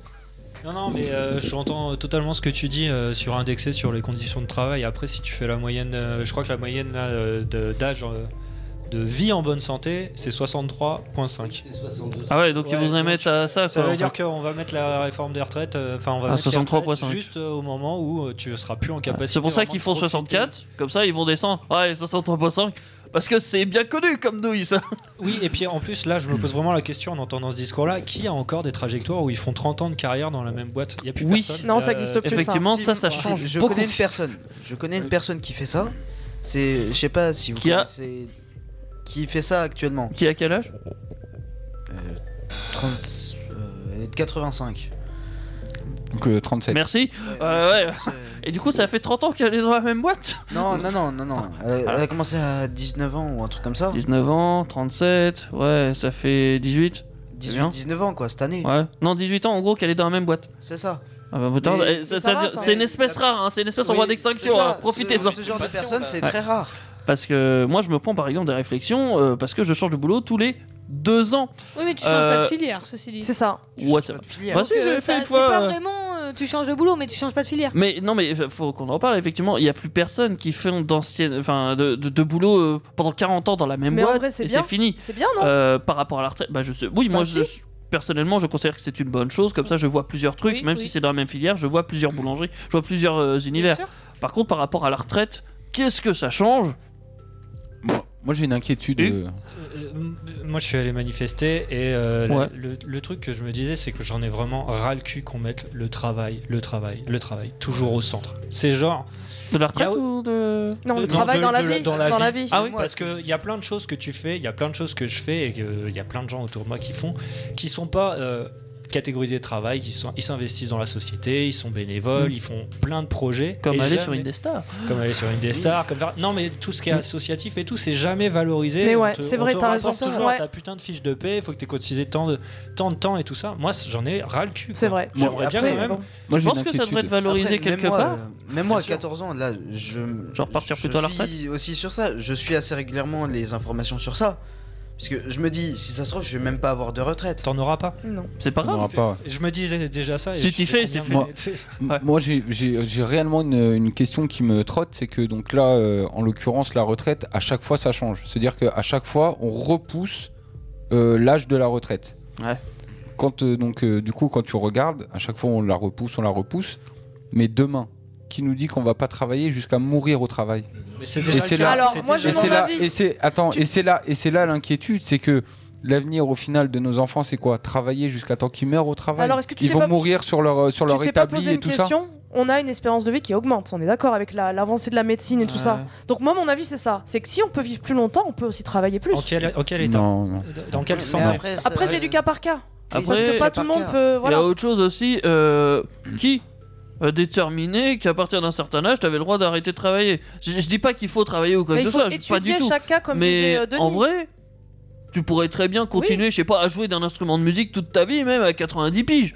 Speaker 10: Non, non, mais euh, j'entends totalement ce que tu dis euh, sur indexer sur les conditions de travail. Après, si tu fais la moyenne, euh, je crois que la moyenne là, euh, de- d'âge euh, de vie en bonne santé, c'est 63,5.
Speaker 3: Ah ouais, donc ils voudraient mettre à ça,
Speaker 10: Ça
Speaker 3: quoi,
Speaker 10: veut
Speaker 3: en
Speaker 10: dire
Speaker 3: fait. Ah,
Speaker 10: qu'on va mettre la réforme des retraites, euh, enfin, on va
Speaker 3: À
Speaker 10: mettre les
Speaker 3: 63,5.
Speaker 10: retraites juste euh, au moment où euh, tu seras plus en capacité.
Speaker 3: C'est pour ça
Speaker 10: vraiment
Speaker 3: qu'ils
Speaker 10: de
Speaker 3: font
Speaker 10: profiter.
Speaker 3: 64, comme ça ils vont descendre. Ouais, 63.5, parce que c'est bien connu comme douille ça.
Speaker 10: Oui, et puis en plus, là, je me pose vraiment la question en entendant ce discours-là qui a encore des trajectoires où ils font 30 ans de carrière dans la même boîte Il n'y a plus
Speaker 3: Oui.
Speaker 10: personne.
Speaker 3: Non, ça existe plus, ça. Effectivement, ça, ça
Speaker 10: Si,
Speaker 3: change
Speaker 10: je-
Speaker 5: Je
Speaker 10: beaucoup.
Speaker 5: connais une personne. Je connais une personne qui fait ça. C'est, je sais pas si vous
Speaker 3: Qui a-
Speaker 5: connaissez- qui fait ça actuellement.
Speaker 3: Qui a quel âge
Speaker 5: 30, euh, elle est de 85.
Speaker 9: Donc euh, 37.
Speaker 3: Merci. Euh, ouais. Et du coup, ça fait 30 ans qu'elle est dans la même boîte
Speaker 5: Non, non, non, non, non. Elle,
Speaker 3: Ah.
Speaker 5: elle a commencé à 19 ans ou un truc comme ça.
Speaker 3: 19 ans, 37, ouais, ça fait 18.
Speaker 5: 18, 19 ans quoi, cette année.
Speaker 3: Ouais, non, 18 ans en gros qu'elle est dans la même boîte.
Speaker 5: C'est ça.
Speaker 3: Ah bah, putain,
Speaker 5: Mais-
Speaker 3: eh, ça-
Speaker 5: Mais ça
Speaker 3: ça-
Speaker 5: va, ça.
Speaker 3: c'est une espèce rare, hein, c'est une espèce en
Speaker 5: Oui,
Speaker 3: voie
Speaker 5: c'est
Speaker 3: d'extinction.
Speaker 5: ça,
Speaker 3: hein,
Speaker 5: ce-
Speaker 3: Profitez-en.
Speaker 5: ce genre de personnes, c'est très rare.
Speaker 3: Parce que moi, je me prends par exemple des réflexions euh, parce que je change de boulot tous les deux ans.
Speaker 11: Oui, mais tu changes pas de
Speaker 3: Euh,
Speaker 11: filière, ceci dit.
Speaker 2: C'est ça.
Speaker 3: WhatsApp.
Speaker 5: hein.
Speaker 3: Bah, si,
Speaker 11: Donc,
Speaker 3: j'avais
Speaker 11: euh,
Speaker 3: fait
Speaker 11: ça-
Speaker 3: une
Speaker 11: C'est
Speaker 3: fois.
Speaker 11: pas
Speaker 3: euh,
Speaker 11: vraiment. euh, Tu changes de boulot, mais tu changes pas de filière.
Speaker 3: Mais non, mais euh, faut qu'on en parle. Effectivement, il n'y a plus personne qui fait d'anciennes, enfin, de, de, de boulot euh, pendant 40 ans dans la même
Speaker 2: Mais en
Speaker 3: boîte.
Speaker 2: vrai, c'est
Speaker 3: et
Speaker 2: bien.
Speaker 3: c'est fini.
Speaker 2: C'est bien, non
Speaker 3: Euh, Par rapport à la retraite, bah je sais. Oui,
Speaker 2: Bah,
Speaker 3: moi,
Speaker 2: si.
Speaker 3: je, personnellement, je considère que c'est une bonne chose. Comme ça, je vois plusieurs trucs, même si c'est dans la même filière, je vois plusieurs boulangeries, je vois plusieurs euh, univers.
Speaker 11: sûr.
Speaker 3: Par contre, par rapport à la retraite, qu'est-ce que ça change
Speaker 9: Moi, j'ai une inquiétude.
Speaker 3: Et-
Speaker 9: euh,
Speaker 10: Moi, je suis allé manifester et euh, la-
Speaker 9: Ouais.
Speaker 10: le, le truc que je me disais, c'est que j'en ai vraiment ras le cul qu'on mette le travail, le travail, le travail, toujours au centre. C'est genre.
Speaker 3: De la
Speaker 10: retraite
Speaker 3: ou de.
Speaker 2: Non, le travail dans la vie,
Speaker 10: Euh, Dans la
Speaker 2: dans
Speaker 10: vie.
Speaker 2: la vie.
Speaker 10: Ah oui,
Speaker 2: Moi,
Speaker 10: parce qu'il y a plein de choses que tu fais, il y a plein de choses que je fais et qu'il y a plein de gens autour de moi qui font, qui sont pas. euh, catégorisés de travail, qui sont- ils s'investissent dans la société, ils sont bénévoles,
Speaker 3: Mm.
Speaker 10: ils font plein de projets.
Speaker 3: Comme
Speaker 10: et
Speaker 3: aller sur
Speaker 10: jamais-
Speaker 3: Indestar.
Speaker 10: Comme aller sur Indestar, comme faire- Non mais tout ce qui est associatif et tout, c'est jamais valorisé.
Speaker 2: Mais
Speaker 10: On
Speaker 2: ouais,
Speaker 10: te-
Speaker 2: c'est
Speaker 10: on
Speaker 2: vrai,
Speaker 10: te
Speaker 2: t'as raison.
Speaker 10: rapporte toujours
Speaker 2: Ouais.
Speaker 10: à ta putain de fiche de paix, il faut que tu cotisé tant de, tant de temps et tout ça. Moi, c- j'en ai ras le cul.
Speaker 2: C'est vrai.
Speaker 10: J'aimerais bien quand même.
Speaker 3: je pense que ça devrait être valorisé
Speaker 5: Après, même
Speaker 3: quelque
Speaker 5: moi,
Speaker 3: part.
Speaker 5: euh, Même moi, à 14 ans, là, je.
Speaker 3: Genre partir
Speaker 5: je
Speaker 3: plutôt à la
Speaker 5: suis aussi sur ça. Je suis assez régulièrement les informations sur ça. Parce que je me dis, si ça se trouve, je vais même pas avoir de retraite.
Speaker 10: T'en auras pas
Speaker 2: Non.
Speaker 3: Ah, C'est pas
Speaker 9: T'en grave. auras pas, ouais.
Speaker 10: Je me disais déjà ça. et
Speaker 3: Si
Speaker 10: je
Speaker 3: t'y
Speaker 10: sais
Speaker 3: fais, c'est
Speaker 10: combien de-
Speaker 3: fait.
Speaker 9: M- Moi, j'ai- j'ai j'ai réellement une, une question qui me trotte, c'est que donc là, euh, en l'occurrence, la retraite, à chaque fois, ça change. C'est-à-dire qu'à chaque fois, on repousse euh, l'âge de la retraite.
Speaker 3: Ouais.
Speaker 9: Quand euh, donc euh, du coup, quand tu regardes, à chaque fois, on la repousse, on la repousse. Mais demain, qui nous dit qu'on va pas travailler jusqu'à mourir au travail
Speaker 10: Mais c'est
Speaker 9: Et
Speaker 10: déjà le
Speaker 9: c'est
Speaker 10: cas,
Speaker 9: là,
Speaker 10: Alors,
Speaker 9: et
Speaker 10: moi, j'ai
Speaker 9: c'est
Speaker 10: mon
Speaker 9: là-
Speaker 10: avis.
Speaker 9: et c'est attends, et c'est là, et c'est là l'inquiétude, c'est que l'avenir au final de nos enfants, c'est quoi Travailler jusqu'à temps qu'ils meurent au travail.
Speaker 2: Alors, est-ce que tu
Speaker 9: Ils
Speaker 2: t'es
Speaker 9: vont
Speaker 2: pas-
Speaker 9: mourir sur leur euh, sur leur
Speaker 2: tu t'es pas
Speaker 9: établi
Speaker 2: posé
Speaker 9: et
Speaker 2: une
Speaker 9: tout
Speaker 2: question
Speaker 9: ça.
Speaker 2: On a une espérance de vie qui augmente, on est d'accord avec la- l'avancée de la médecine et tout ça. Donc moi, mon avis, c'est ça. C'est que si on peut vivre plus longtemps, on peut aussi travailler plus.
Speaker 10: En quel, en quel état
Speaker 9: Non, non.
Speaker 10: Dans quel
Speaker 9: Mais
Speaker 10: centre
Speaker 9: après,
Speaker 2: Après, c'est du cas par cas.
Speaker 3: Après,
Speaker 2: Parce que pas tout le monde peut...
Speaker 3: Il y
Speaker 2: Voilà.
Speaker 3: a autre chose aussi, euh, qui a déterminé qu'à partir d'un certain âge, t'avais le droit d'arrêter de travailler. Je, je dis pas qu'il faut travailler ou quoi
Speaker 2: Mais
Speaker 3: que
Speaker 2: il
Speaker 3: ce
Speaker 2: faut
Speaker 3: soit, je- pas du
Speaker 2: étudier
Speaker 3: tout.
Speaker 2: chaque cas, comme disait,
Speaker 3: Mais
Speaker 2: euh, Denis.
Speaker 3: en vrai, tu pourrais très bien continuer, je sais pas, à jouer d'un instrument de musique toute ta vie, même à 90 piges.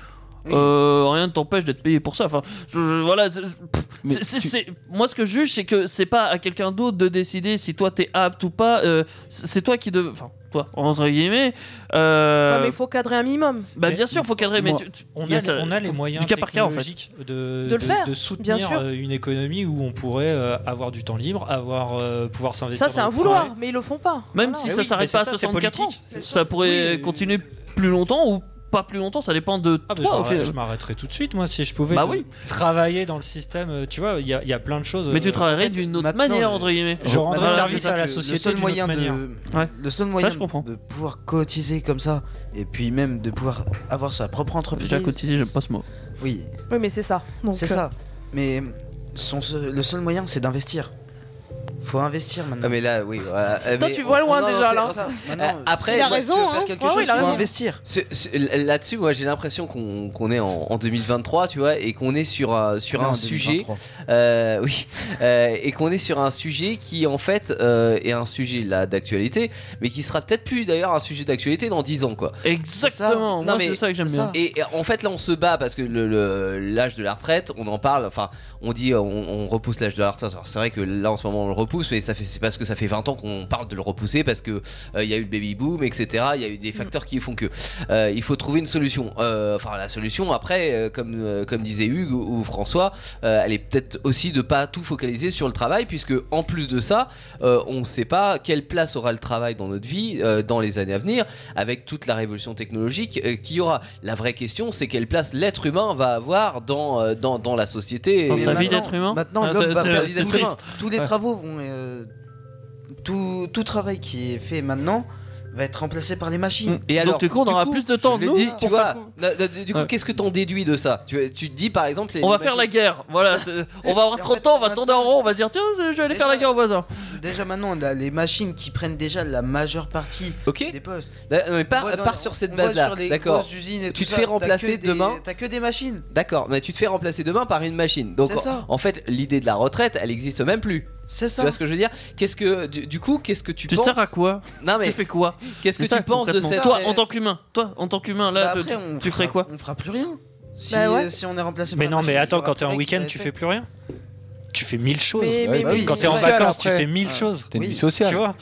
Speaker 3: Euh, rien ne t'empêche d'être payé pour ça. Enfin, je- je- voilà. c'est- pff, c'est- c'est- c'est- Moi, ce que je juge, c'est que c'est pas à quelqu'un d'autre de décider si toi t'es apte ou pas. euh, c'est c'est toi qui de, enfin, toi entre guillemets. euh,
Speaker 2: Ouais, mais il faut cadrer un minimum.
Speaker 3: bah bien sûr, faut cadrer, mais
Speaker 10: Moi,
Speaker 3: tu- tu-
Speaker 10: on,
Speaker 3: il y
Speaker 10: a,
Speaker 3: a ça-
Speaker 10: on a les
Speaker 3: faut-
Speaker 10: moyens
Speaker 3: du cas par cas en fait.
Speaker 10: technologiques de,
Speaker 2: De le faire,
Speaker 10: soutenir
Speaker 2: bien sûr.
Speaker 10: euh, une économie où on pourrait euh, avoir du temps libre, avoir euh, pouvoir s'investir.
Speaker 2: Ça, c'est
Speaker 10: dans
Speaker 2: un
Speaker 10: des
Speaker 2: vouloir, Ah,
Speaker 10: projets.
Speaker 2: mais ils le font pas.
Speaker 3: Même
Speaker 2: Voilà.
Speaker 10: Eh
Speaker 3: si ça s'arrête pas à 64 ans, ça pourrait continuer plus longtemps ou pas plus longtemps, ça dépend de
Speaker 10: Ah, bah, je
Speaker 3: toi au
Speaker 10: m'arrête-
Speaker 3: final.
Speaker 10: je m'arrêterais tout de suite moi si je pouvais
Speaker 3: Bah
Speaker 10: de-
Speaker 3: oui.
Speaker 10: travailler dans le système. euh, Tu vois, il y, a- il y a plein de choses.
Speaker 3: Mais tu
Speaker 10: euh,
Speaker 3: travaillerais
Speaker 10: en fait,
Speaker 3: d'une autre
Speaker 10: maintenant,
Speaker 3: manière,
Speaker 10: je-
Speaker 3: entre guillemets.
Speaker 10: Je
Speaker 5: Maintenant,
Speaker 10: rendrais
Speaker 5: c'est
Speaker 10: service
Speaker 5: ça
Speaker 10: à
Speaker 5: que
Speaker 10: la
Speaker 5: le
Speaker 10: société
Speaker 5: seul
Speaker 10: d'une
Speaker 5: moyen
Speaker 10: autre manière.
Speaker 5: de, le seul moyen de pouvoir cotiser comme ça et puis même de pouvoir avoir sa propre entreprise.
Speaker 3: Déjà, cotiser, j'aime pas ce mot.
Speaker 5: Oui,
Speaker 2: Oui, mais c'est ça. Donc,
Speaker 5: c'est
Speaker 2: euh,
Speaker 5: ça. Mais son seul- le seul moyen, c'est d'investir. Faut investir maintenant.
Speaker 4: Ah, mais là, oui. voilà. Euh,
Speaker 2: Toi,
Speaker 4: mais
Speaker 2: tu
Speaker 4: on-
Speaker 2: vois loin
Speaker 4: non, non,
Speaker 2: déjà,
Speaker 4: c'est-
Speaker 2: là.
Speaker 4: c'est ça.
Speaker 5: Maintenant,
Speaker 4: Euh,
Speaker 5: c'est-
Speaker 4: Après,
Speaker 2: Il a
Speaker 4: moi, si tu veux
Speaker 2: raison,
Speaker 4: faire
Speaker 2: hein.
Speaker 5: quelque
Speaker 2: Ouais,
Speaker 5: chose,
Speaker 2: ouais, il a
Speaker 5: faut
Speaker 2: raison.
Speaker 5: investir.
Speaker 4: Ce- ce- l- Là-dessus, moi j'ai l'impression qu'on qu'on est en, en 2023, tu vois, et qu'on est sur un, sur
Speaker 5: Non,
Speaker 4: un
Speaker 5: en
Speaker 4: sujet.
Speaker 5: 2023.
Speaker 4: euh, oui, euh, et qu'on est sur un sujet qui en fait euh, est un sujet là d'actualité, mais qui sera peut-être plus d'ailleurs un sujet d'actualité dans 10 ans, quoi.
Speaker 3: Exactement, moi c'est ça que j'aime bien.
Speaker 4: Et et en fait, là, on se bat parce que le- le- l'âge de la retraite, on en parle. Enfin, on dit euh, on, on repousse l'âge de la retraite. Alors, C'est vrai que là, en ce moment, on le repousse, mais ça fait c'est parce que ça fait 20 ans qu'on parle de le repousser parce que euh, il y a eu le baby boom, etc. Il y a eu
Speaker 3: Mm.
Speaker 4: des facteurs qui font que euh, il faut trouver une solution. Euh, Enfin, la solution après, euh, comme euh, comme disait Hugues ou, ou François, euh, elle est peut-être aussi de pas tout focaliser sur le travail, puisque en plus de ça, euh, on ne sait pas quelle place aura le travail dans notre vie euh, dans les années à venir, avec toute la révolution technologique euh, qu'il y aura. La vraie question, c'est quelle place l'être humain va avoir dans, euh, dans, dans la société.
Speaker 3: Dans
Speaker 4: et-
Speaker 3: sa vie d'être humain
Speaker 5: Maintenant,
Speaker 3: Ah,
Speaker 5: l'homme
Speaker 3: c'est-
Speaker 5: va
Speaker 3: c'est-
Speaker 5: faire
Speaker 3: c'est
Speaker 5: des êtres
Speaker 3: triste.
Speaker 5: humains. Tous les
Speaker 3: Ouais.
Speaker 5: travaux vont. euh, tout, tout travail qui est fait maintenant va être remplacé par les
Speaker 3: Mm. Mmh.
Speaker 5: machines.
Speaker 4: Et alors,
Speaker 5: tu
Speaker 4: je l'ai dit, tu vois, euh, euh, du coup, qu'est-ce que t'en déduis de ça tu, tu te dis par exemple, les-
Speaker 3: On va
Speaker 4: les
Speaker 3: faire la
Speaker 4: machines-
Speaker 3: guerre, voilà. c'est- On va avoir 30 ans, on va tourner en rond, on va se dire tiens, je vais aller faire la guerre au voisin.
Speaker 5: Déjà maintenant, on a les machines qui prennent déjà la majeure partie des postes.
Speaker 4: Là, non, mais
Speaker 5: On
Speaker 4: pars,
Speaker 5: voit dans-
Speaker 4: pars sur cette
Speaker 5: on voit
Speaker 4: base-là,
Speaker 5: sur les
Speaker 4: d'accord.
Speaker 5: grosses usines et
Speaker 4: Tu
Speaker 5: tout
Speaker 4: te
Speaker 5: ça,
Speaker 4: fais
Speaker 5: t'as que
Speaker 4: remplacer
Speaker 5: des-
Speaker 4: demain.
Speaker 5: T'as que des machines.
Speaker 4: D'accord, mais tu te fais remplacer demain par une machine. Donc
Speaker 5: C'est ça.
Speaker 4: en, en fait, l'idée de la retraite, elle existe même plus.
Speaker 5: C'est
Speaker 4: Tu
Speaker 5: ça.
Speaker 4: vois ce que je veux dire Qu'est-ce que du, du coup, qu'est-ce que tu,
Speaker 3: Tu
Speaker 4: penses
Speaker 3: sers à quoi
Speaker 4: Non mais
Speaker 3: Tu fais quoi
Speaker 4: Qu'est-ce que
Speaker 3: C'est ça,
Speaker 4: tu penses de
Speaker 3: concrètement.
Speaker 4: cette
Speaker 3: Toi, en tant qu'humain, toi, en tant qu'humain, là,
Speaker 5: Bah
Speaker 3: tu-
Speaker 5: après, on
Speaker 3: tu ferais
Speaker 5: fera-
Speaker 3: quoi
Speaker 5: On fera plus rien. Si,
Speaker 2: Bah ouais.
Speaker 5: si on est remplacé
Speaker 10: Mais
Speaker 5: par
Speaker 10: non,
Speaker 5: la
Speaker 10: mais
Speaker 5: machine,
Speaker 10: attends,
Speaker 5: il y aura
Speaker 10: quand t'es en
Speaker 5: après qui
Speaker 10: week-end,
Speaker 5: va
Speaker 10: tu
Speaker 5: être
Speaker 10: fais plus rien Tu fais mille choses.
Speaker 2: Mais- mais- mais-
Speaker 10: quand t'es en
Speaker 2: oui.
Speaker 10: vacances, tu
Speaker 2: Après.
Speaker 10: fais mille choses.
Speaker 9: T'as une vie sociale.
Speaker 10: Tu vois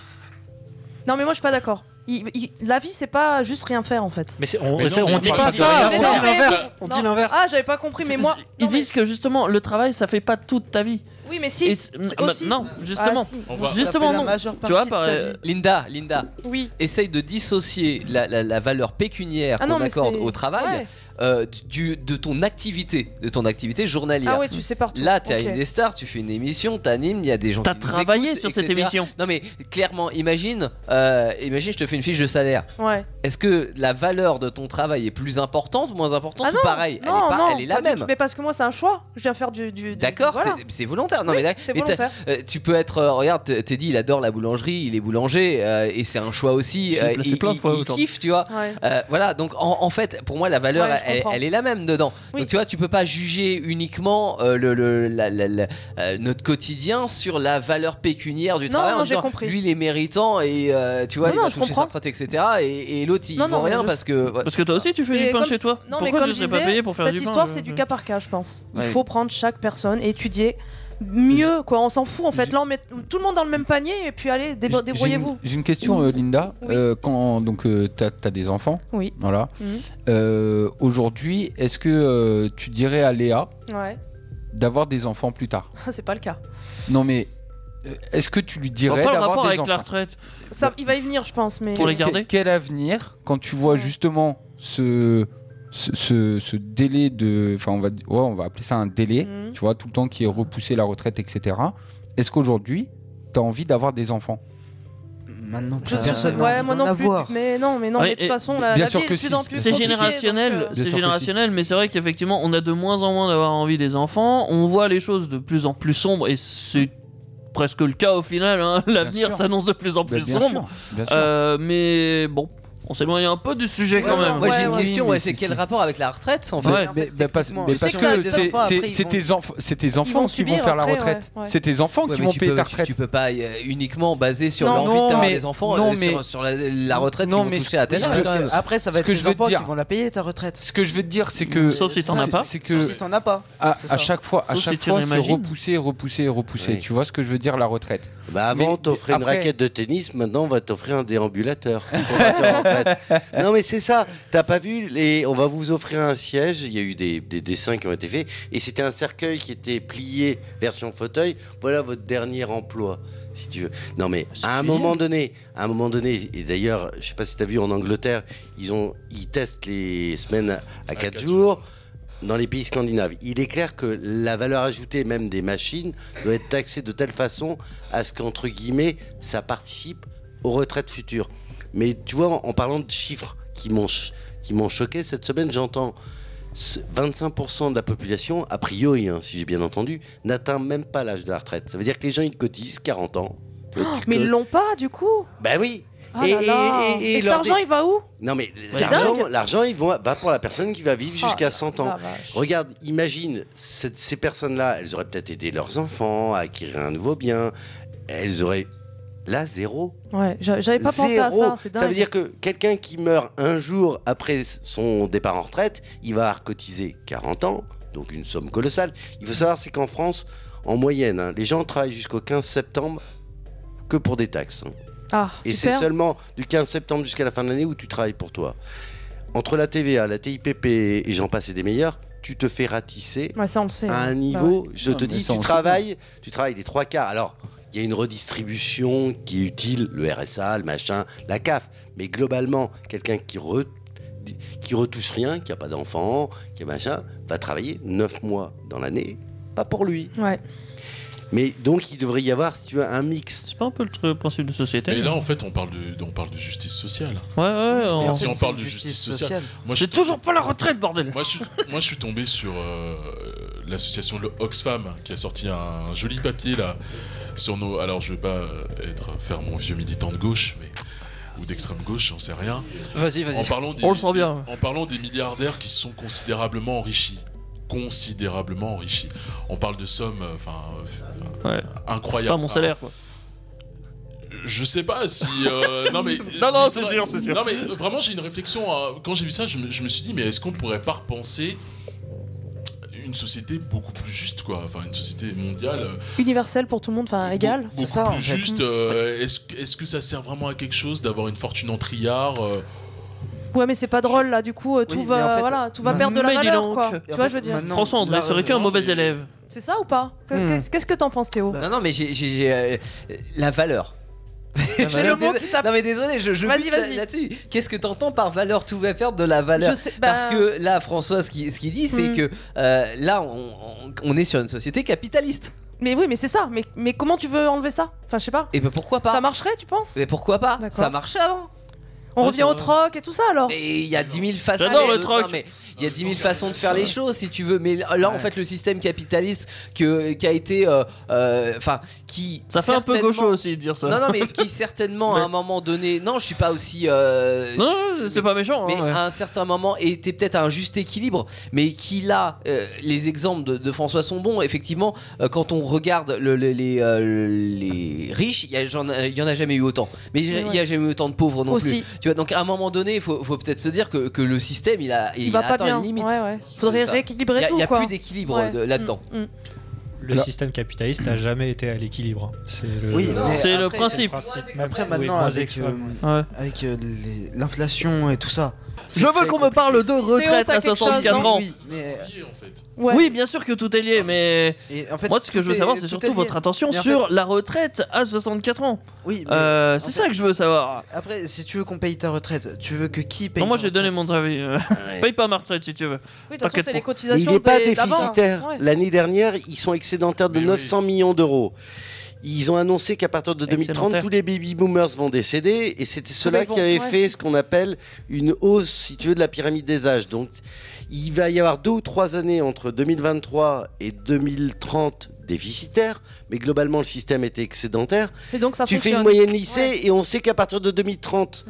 Speaker 2: Non, mais moi, je suis pas d'accord. Il- il- la vie, c'est pas juste rien faire en fait.
Speaker 10: Mais c'est- on,
Speaker 3: Mais non,
Speaker 10: c'est- on
Speaker 3: mais
Speaker 10: dit
Speaker 3: on
Speaker 10: pas
Speaker 3: dit
Speaker 10: ça,
Speaker 3: rien
Speaker 10: on
Speaker 3: faire.
Speaker 10: dit
Speaker 3: Non, mais-
Speaker 10: l'inverse. On
Speaker 2: Non.
Speaker 10: dit l'inverse.
Speaker 2: Ah, j'avais pas compris, mais moi.
Speaker 3: Ils disent que justement, le travail, ça fait pas toute ta vie.
Speaker 2: Oui, mais si.
Speaker 3: Et c'est-
Speaker 2: C'est
Speaker 3: bah,
Speaker 2: aussi-
Speaker 3: non, justement.
Speaker 2: Ah, si.
Speaker 3: On va- Justement,
Speaker 4: Ça fait la
Speaker 3: non.
Speaker 4: majeure
Speaker 3: Tu
Speaker 4: partie
Speaker 3: vois,
Speaker 4: de
Speaker 3: par-
Speaker 4: ta vie. Linda, Linda.
Speaker 2: euh, Oui.
Speaker 4: Essaye de dissocier la, la- la valeur pécuniaire
Speaker 2: Ah non,
Speaker 4: qu'on
Speaker 2: mais
Speaker 4: accorde
Speaker 2: c'est-
Speaker 4: au travail
Speaker 2: Ouais.
Speaker 4: euh, du, de ton activité, de ton activité journalière.
Speaker 2: Ah ouais, tu sais partout.
Speaker 4: Là, t'es
Speaker 2: Ok.
Speaker 4: à des stars, tu fais une émission, t'animes, il y a des gens
Speaker 3: T'as
Speaker 4: qui nous
Speaker 3: travaillé
Speaker 4: écoutent,
Speaker 3: sur cette
Speaker 4: etc..
Speaker 3: émission.
Speaker 4: Non mais clairement, imagine, euh, imagine, je te fais une fiche de salaire.
Speaker 2: Ouais.
Speaker 4: Est-ce que la valeur de ton travail est plus importante, moins importante,
Speaker 2: Ah
Speaker 4: ou
Speaker 2: non,
Speaker 4: pareil Elle
Speaker 2: non,
Speaker 4: est, pas-
Speaker 2: non,
Speaker 4: elle est la
Speaker 2: pas du
Speaker 4: même.
Speaker 2: tout. Mais parce que moi, c'est un choix. Je viens faire du. du- du-
Speaker 4: D'accord,
Speaker 2: voilà.
Speaker 4: c'est- c'est volontaire. Non,
Speaker 2: Oui,
Speaker 4: mais là,
Speaker 2: c'est
Speaker 4: mais t'as-
Speaker 2: volontaire.
Speaker 4: euh, tu peux être. euh, regarde, T- Teddy, il adore la boulangerie, il est boulanger, euh, et c'est un choix aussi. euh,
Speaker 3: Je l'ai placé
Speaker 4: il
Speaker 3: plein de
Speaker 4: il-
Speaker 3: fois
Speaker 4: il
Speaker 3: autant.
Speaker 4: kiffe, tu vois.
Speaker 3: Ouais.
Speaker 4: Euh, voilà, donc en, en fait, pour moi, la valeur,
Speaker 3: Ouais, je
Speaker 4: elle,
Speaker 3: comprends.
Speaker 4: elle est la même dedans. Donc tu vois, tu peux pas juger uniquement euh, le, le- la- la- la- euh, notre quotidien sur la valeur pécuniaire du
Speaker 2: Non,
Speaker 4: travail.
Speaker 2: non,
Speaker 4: en
Speaker 2: j'ai
Speaker 4: disant,
Speaker 2: compris.
Speaker 4: Lui, il est méritant, et euh, tu vois,
Speaker 2: Non,
Speaker 4: il
Speaker 2: non,
Speaker 4: va
Speaker 2: je
Speaker 4: toucher sa
Speaker 2: comprends.
Speaker 4: retraite, etc. Et, et l'autre, il
Speaker 2: Non,
Speaker 4: vaut
Speaker 2: non, mais
Speaker 4: rien
Speaker 2: je-
Speaker 4: parce que.
Speaker 3: Parce que toi aussi, tu fais
Speaker 2: Mais
Speaker 3: du pain
Speaker 2: comme-
Speaker 3: chez toi.
Speaker 2: Non, mais
Speaker 3: Pourquoi
Speaker 2: comme
Speaker 3: tu
Speaker 2: je
Speaker 3: serais pas
Speaker 2: disais,
Speaker 3: payé pour faire
Speaker 2: cette
Speaker 3: du pain euh,
Speaker 2: histoire,
Speaker 3: je-
Speaker 2: c'est du
Speaker 3: je-
Speaker 2: cas par cas, je pense. Il
Speaker 3: Ouais.
Speaker 2: faut prendre chaque personne, et étudier mieux, quoi. On s'en fout, en fait. Là, on met tout le monde dans le même panier, et puis allez, débr-
Speaker 9: J'ai une-
Speaker 2: débrouillez-vous.
Speaker 9: J'ai une question, euh, Linda. Euh, quand donc euh, t'as as des enfants,
Speaker 2: Oui.
Speaker 9: Voilà.
Speaker 2: Mhm.
Speaker 9: Euh, Aujourd'hui, est-ce que euh, tu dirais à Léa
Speaker 2: Ouais,
Speaker 9: d'avoir des enfants plus tard
Speaker 2: c'est pas le cas.
Speaker 9: Non, mais euh, est-ce que tu lui dirais
Speaker 3: Pas le
Speaker 9: d'avoir
Speaker 4: Oh,
Speaker 3: rapport
Speaker 9: des
Speaker 3: avec la
Speaker 9: enfants
Speaker 3: retraite.
Speaker 2: Ça, il va y venir, je pense, mais.
Speaker 9: Que- que- Quel avenir quand tu vois justement ce, ce, ce- ce délai de. Enfin, on va, di- ouais, on va appeler ça un délai,
Speaker 2: Mhm.
Speaker 9: tu vois, tout le temps qui est repoussé la retraite, etc. Est-ce qu'aujourd'hui, tu as envie d'avoir des enfants
Speaker 5: Maintenant,
Speaker 2: Je-
Speaker 5: plus personne n'a
Speaker 2: ouais,
Speaker 5: envie
Speaker 2: moi
Speaker 5: d'en
Speaker 2: non plus.
Speaker 5: avoir.
Speaker 2: Mais non, mais non,
Speaker 3: Ouais,
Speaker 2: mais de toute
Speaker 3: Ah, et-
Speaker 2: façon, la,
Speaker 9: Bien
Speaker 2: la
Speaker 9: sûr
Speaker 2: vie est
Speaker 9: que
Speaker 2: de plus
Speaker 9: si-
Speaker 2: en plus
Speaker 3: C'est
Speaker 2: compliquée,
Speaker 3: générationnel,
Speaker 2: donc, euh,
Speaker 9: Bien
Speaker 3: c'est
Speaker 9: sûr que
Speaker 3: générationnel, mais c'est vrai qu'effectivement, on a de moins en moins d'avoir envie des enfants, on voit les choses de plus en plus sombres, et c'est presque le cas au final, hein. l'avenir
Speaker 9: sûr.
Speaker 3: s'annonce de plus en
Speaker 9: Bah,
Speaker 3: plus
Speaker 9: bien
Speaker 3: sombre.
Speaker 9: sûr, bien sûr.
Speaker 3: Euh, mais bon, on s'éloigne un peu du sujet quand même.
Speaker 4: Moi, j'ai une question, ouais, c'est quel rapport avec la retraite en fait
Speaker 9: Ouais, mais- mais parce, mais
Speaker 4: tu sais
Speaker 9: parce
Speaker 4: que t'as
Speaker 9: que
Speaker 4: des
Speaker 9: c'est-
Speaker 4: enfants, après,
Speaker 9: c'est
Speaker 4: ils
Speaker 9: c'est
Speaker 4: vont-
Speaker 9: tes, enfants- c'est tes enfants qui vont
Speaker 4: subir
Speaker 9: faire la
Speaker 4: après, ouais,
Speaker 9: retraite.
Speaker 4: ouais.
Speaker 9: C'est tes enfants
Speaker 4: Ouais,
Speaker 9: qui
Speaker 4: mais
Speaker 9: vont
Speaker 4: tu
Speaker 9: payer
Speaker 4: peux-
Speaker 9: ta
Speaker 4: tu-
Speaker 9: retraite.
Speaker 4: Tu peux pas euh, uniquement baser sur
Speaker 9: Non,
Speaker 4: l'envie
Speaker 9: non,
Speaker 4: d'avoir
Speaker 9: mais-
Speaker 4: des enfants,
Speaker 9: non,
Speaker 4: euh,
Speaker 9: mais-
Speaker 4: sur, sur la, la retraite
Speaker 9: Non,
Speaker 4: qui
Speaker 9: mais
Speaker 4: vont
Speaker 9: ce-
Speaker 4: toucher à tel
Speaker 9: ce que-
Speaker 4: âge.
Speaker 9: ce que-
Speaker 5: Après, ça va
Speaker 9: Ce
Speaker 5: être
Speaker 9: que
Speaker 5: les
Speaker 9: je veux te
Speaker 5: enfants
Speaker 9: dire-
Speaker 5: qui vont la payer ta retraite.
Speaker 9: Ce que je veux te dire, c'est que.
Speaker 5: Sauf si t'en as
Speaker 9: c'est-
Speaker 5: pas.
Speaker 9: C'est que.
Speaker 5: Sauf si t'en as pas.
Speaker 9: À,
Speaker 5: C'est
Speaker 9: à
Speaker 5: ça.
Speaker 9: chaque fois, à
Speaker 5: Sauf si
Speaker 9: chaque
Speaker 5: tu
Speaker 9: fois, c'est
Speaker 5: réimagines.
Speaker 9: repousser, repousser, repousser.
Speaker 14: Oui.
Speaker 9: Tu vois ce que je veux dire, la retraite.
Speaker 14: Bah avant, on t'offrait une
Speaker 9: après-
Speaker 14: raquette de tennis, maintenant on va t'offrir un déambulateur. pour partir en retraite. non mais c'est ça, t'as pas vu, les... on va vous offrir un siège, il y a eu des, des dessins qui ont été faits, et c'était un cercueil qui était plié version fauteuil, voilà votre dernier emploi. Si tu veux. Non mais à un
Speaker 9: génial.
Speaker 14: moment donné, à un moment donné, et d'ailleurs, je sais pas si t'as vu en Angleterre, ils ont, ils testent les semaines à 4 jours dans les pays scandinaves. Il est clair que la valeur ajoutée même des machines doit être taxée de telle façon à ce qu'entre guillemets, ça participe aux retraites futures. Mais tu vois, en- en parlant de chiffres qui m'ont ch- qui m'ont choqué cette semaine, j'entends ce- 25% de la population, a priori, hein, si j'ai bien entendu, n'atteint même pas l'âge de la retraite. Ça veut dire que les gens, ils cotisent 40 ans.
Speaker 2: Oh, mais ils
Speaker 14: l'ont
Speaker 2: l'ont pas, du coup.
Speaker 14: Ben oui
Speaker 2: Ah là là. Et cet
Speaker 14: leur
Speaker 2: argent,
Speaker 14: dé-
Speaker 2: il va où
Speaker 14: non mais
Speaker 2: C'est
Speaker 14: l'argent-
Speaker 2: dingue.
Speaker 14: l'argent, il va va pour la personne qui va vivre
Speaker 2: Oh,
Speaker 14: jusqu'à 100 ans.
Speaker 2: la vache.
Speaker 14: Regarde, imagine cette- ces personnes-là, elles auraient peut-être aidé leurs enfants à acquérir un nouveau bien. Elles auraient là zéro.
Speaker 2: Ouais, j'a- j'avais pas pensé à
Speaker 14: Zéro.
Speaker 2: ça. C'est dingue.
Speaker 14: Ça veut dire que quelqu'un qui meurt un jour après son départ en retraite, il va cotiser 40 ans, donc une somme colossale. Il faut savoir c'est qu'en France, en moyenne, hein, les gens travaillent jusqu'au 15 septembre que pour des taxes. hein.
Speaker 2: Ah,
Speaker 14: Et c'est
Speaker 2: super.
Speaker 14: seulement du 15 septembre jusqu'à la fin de l'année où tu travailles pour toi. Entre la TVA, la TIPP et j'en passe et des meilleurs, tu te fais ratisser
Speaker 2: Ouais, ça, on le sait.
Speaker 14: à
Speaker 2: hein.
Speaker 14: un
Speaker 2: Bah
Speaker 14: niveau,
Speaker 2: ouais.
Speaker 14: je te dis, tu travailles, tu travailles les trois quarts. Alors, il y a une redistribution qui est utile, le RSA, le machin, la CAF. Mais globalement, quelqu'un qui, re- qui retouche rien, qui n'a pas d'enfant, qui a machin, va travailler neuf mois dans l'année, pas pour lui.
Speaker 2: Ouais.
Speaker 14: Mais donc, il devrait y avoir, si tu veux, un mix.
Speaker 3: C'est pas un peu le tr- principe de société
Speaker 7: Et là, en fait, on parle de, on parle de justice sociale.
Speaker 3: Ouais, ouais,
Speaker 7: Et
Speaker 3: on-
Speaker 7: si on parle de justice, sociale, moi j'ai toujours
Speaker 3: pas la retraite, bordel.
Speaker 7: Moi, je suis, moi, je suis tombé sur euh, l'association le Oxfam qui a sorti un joli papier là sur nos. Alors, je vais pas euh, être faire mon vieux militant de gauche, mais ou d'extrême gauche, j'en sais rien.
Speaker 12: Vas-y, vas-y.
Speaker 7: En parlant des-
Speaker 12: On le sent bien.
Speaker 7: En parlant des milliardaires qui se sont considérablement enrichis, considérablement enrichis. On parle de sommes, euh, enfin, euh, incroyables.
Speaker 3: Pas mon salaire, quoi.
Speaker 7: Je sais pas si. euh, non, mais.
Speaker 3: Non, non, c'est sûr, c'est sûr.
Speaker 7: euh, Non, mais vraiment, j'ai une réflexion. hein. Quand j'ai vu ça, je me, je me suis dit, mais est-ce qu'on pourrait pas repenser une société beaucoup plus juste, quoi. Enfin, une société mondiale. euh,
Speaker 2: Universel pour tout le monde, enfin égal.
Speaker 7: beaucoup plus juste. euh, Est-ce que- est-ce que ça sert vraiment à quelque chose d'avoir une fortune en triard euh,
Speaker 2: Ouais, mais c'est pas drôle là, du coup, euh, tout
Speaker 7: Oui, mais
Speaker 2: va,
Speaker 7: en fait,
Speaker 2: voilà, tout va
Speaker 7: ma-
Speaker 2: perdre de la
Speaker 7: mais dis
Speaker 2: valeur,
Speaker 7: donc.
Speaker 2: quoi.
Speaker 7: Et
Speaker 2: Tu
Speaker 7: en
Speaker 2: vois,
Speaker 7: fait,
Speaker 2: je veux dire.
Speaker 7: maintenant-
Speaker 3: François André,
Speaker 4: Là,
Speaker 3: serais-tu un
Speaker 4: non,
Speaker 3: mauvais
Speaker 4: mais-
Speaker 3: élève
Speaker 2: C'est ça ou pas
Speaker 4: Hmm.
Speaker 2: Qu'est-ce qu'est-ce que t'en penses, Théo
Speaker 4: Non, non, mais j'ai- j'ai j'ai, euh, la valeur. Je suis
Speaker 2: le mot
Speaker 4: dés-
Speaker 2: qui tape.
Speaker 4: Non mais désolé, je, je
Speaker 2: Vas-y,
Speaker 4: bute là-
Speaker 2: vas-y.
Speaker 4: là-dessus. Qu'est-ce que t'entends par valeur Tout va perdre de la valeur.
Speaker 2: Je sais- bah-
Speaker 4: Parce que là, François, ce qu'il ce qu'il dit, c'est
Speaker 2: Hmm.
Speaker 4: que euh, là, on, on- on est sur une société capitaliste.
Speaker 2: Mais oui, mais c'est ça. Mais, mais comment tu veux enlever ça Enfin, je sais pas.
Speaker 4: Et ben pourquoi pas
Speaker 2: Ça marcherait, tu penses
Speaker 4: Mais pourquoi pas
Speaker 2: D'accord.
Speaker 4: Ça marchait avant.
Speaker 2: On
Speaker 4: Ouais,
Speaker 2: revient
Speaker 4: ça
Speaker 2: au
Speaker 4: va.
Speaker 2: troc et tout ça alors
Speaker 4: Et il
Speaker 3: Ah
Speaker 4: y a 10 000 façons.
Speaker 2: J'adore le
Speaker 4: de-
Speaker 2: troc.
Speaker 4: non, mais Il y a 10 000 façons de faire les choses si tu veux. Mais là, en fait, le système capitaliste que, qui a été. euh, euh, Enfin, qui.
Speaker 3: Ça fait un peu
Speaker 4: certainement-
Speaker 3: gaucho aussi de dire ça.
Speaker 4: Non, non, mais qui certainement à un moment donné. Non, je suis pas aussi. euh,
Speaker 3: Non, c'est pas méchant. hein,
Speaker 4: mais à un certain moment était peut-être à un juste équilibre, mais qui là, euh, les exemples de, de François sont bons. Effectivement, euh, quand on regarde le- le- les, euh, les riches, il y a- j'en- euh, il y en a jamais eu autant. Mais il y a-
Speaker 2: Ouais.
Speaker 4: il y a jamais eu autant de pauvres non
Speaker 2: Aussi.
Speaker 4: plus. Tu vois, donc à un moment donné, il faut, faut peut-être se dire que, que le système, il a,
Speaker 2: Il
Speaker 4: il
Speaker 2: va
Speaker 4: a
Speaker 2: pas
Speaker 4: atteint
Speaker 2: bien.
Speaker 4: une limite.
Speaker 2: Ouais, ouais. Faudrait
Speaker 4: Ça.
Speaker 2: rééquilibrer
Speaker 4: Il y a-
Speaker 2: tout,
Speaker 4: Il n'y a
Speaker 2: quoi.
Speaker 4: plus d'équilibre
Speaker 2: Ouais.
Speaker 4: de- là-dedans.
Speaker 2: Mm, mm.
Speaker 10: Le
Speaker 4: Là-
Speaker 10: système capitaliste n'a jamais été à l'équilibre. hein. C'est le,
Speaker 5: Oui, mais
Speaker 10: c'est
Speaker 5: après,
Speaker 10: le
Speaker 5: c'est
Speaker 10: principe.
Speaker 5: Mais après, maintenant,
Speaker 10: Oui, moins
Speaker 5: avec, euh,
Speaker 10: extrême, ouais.
Speaker 5: avec euh, les- l'inflation et tout ça.
Speaker 3: Je veux qu'on me parle de retraite
Speaker 5: t'as
Speaker 3: à
Speaker 5: quelque chose,
Speaker 3: 64
Speaker 5: non
Speaker 3: ans.
Speaker 5: Oui, mais-
Speaker 2: Ouais.
Speaker 3: euh, Oui, bien sûr que tout est lié, mais moi, ce que je veux
Speaker 5: tout est-
Speaker 3: savoir, c'est
Speaker 5: tout
Speaker 3: surtout
Speaker 5: est lié.
Speaker 3: votre attention
Speaker 5: Mais en
Speaker 3: sur
Speaker 5: fait-
Speaker 3: la retraite à 64 ans.
Speaker 5: Oui,
Speaker 3: Euh, c'est ça que je veux savoir.
Speaker 5: Après, si tu veux qu'on paye ta retraite, tu veux que qui paye
Speaker 3: Non, moi,
Speaker 5: ta
Speaker 3: j'ai donné mon avis. euh,
Speaker 4: Ah
Speaker 14: Ouais.
Speaker 3: Paye pas ma retraite si tu veux.
Speaker 2: Oui, de toute façon,
Speaker 3: T'inquiète
Speaker 2: c'est
Speaker 3: pas.
Speaker 2: les
Speaker 14: Mais
Speaker 2: cotisations.
Speaker 14: il n'est pas
Speaker 2: des- d'avant.
Speaker 14: déficitaire.
Speaker 2: Ouais.
Speaker 14: L'année dernière, ils sont excédentaires de 900 millions d'euros. Ils ont annoncé qu'à partir de 2030,
Speaker 3: Excédentaire.
Speaker 14: tous les baby boomers vont décéder. Et c'était ceux-là
Speaker 3: mais bon,
Speaker 14: qui avaient
Speaker 3: ouais.
Speaker 14: fait ce qu'on appelle une hausse, si tu veux, de la pyramide des âges. Donc, il va y avoir deux ou trois années entre 2023 et 2030 déficitaires. Mais globalement, le système était excédentaire.
Speaker 2: Et donc, ça
Speaker 14: tu fais une
Speaker 2: fonctionne. Mm.
Speaker 14: moyenne lycée et on sait qu'à partir de 2030,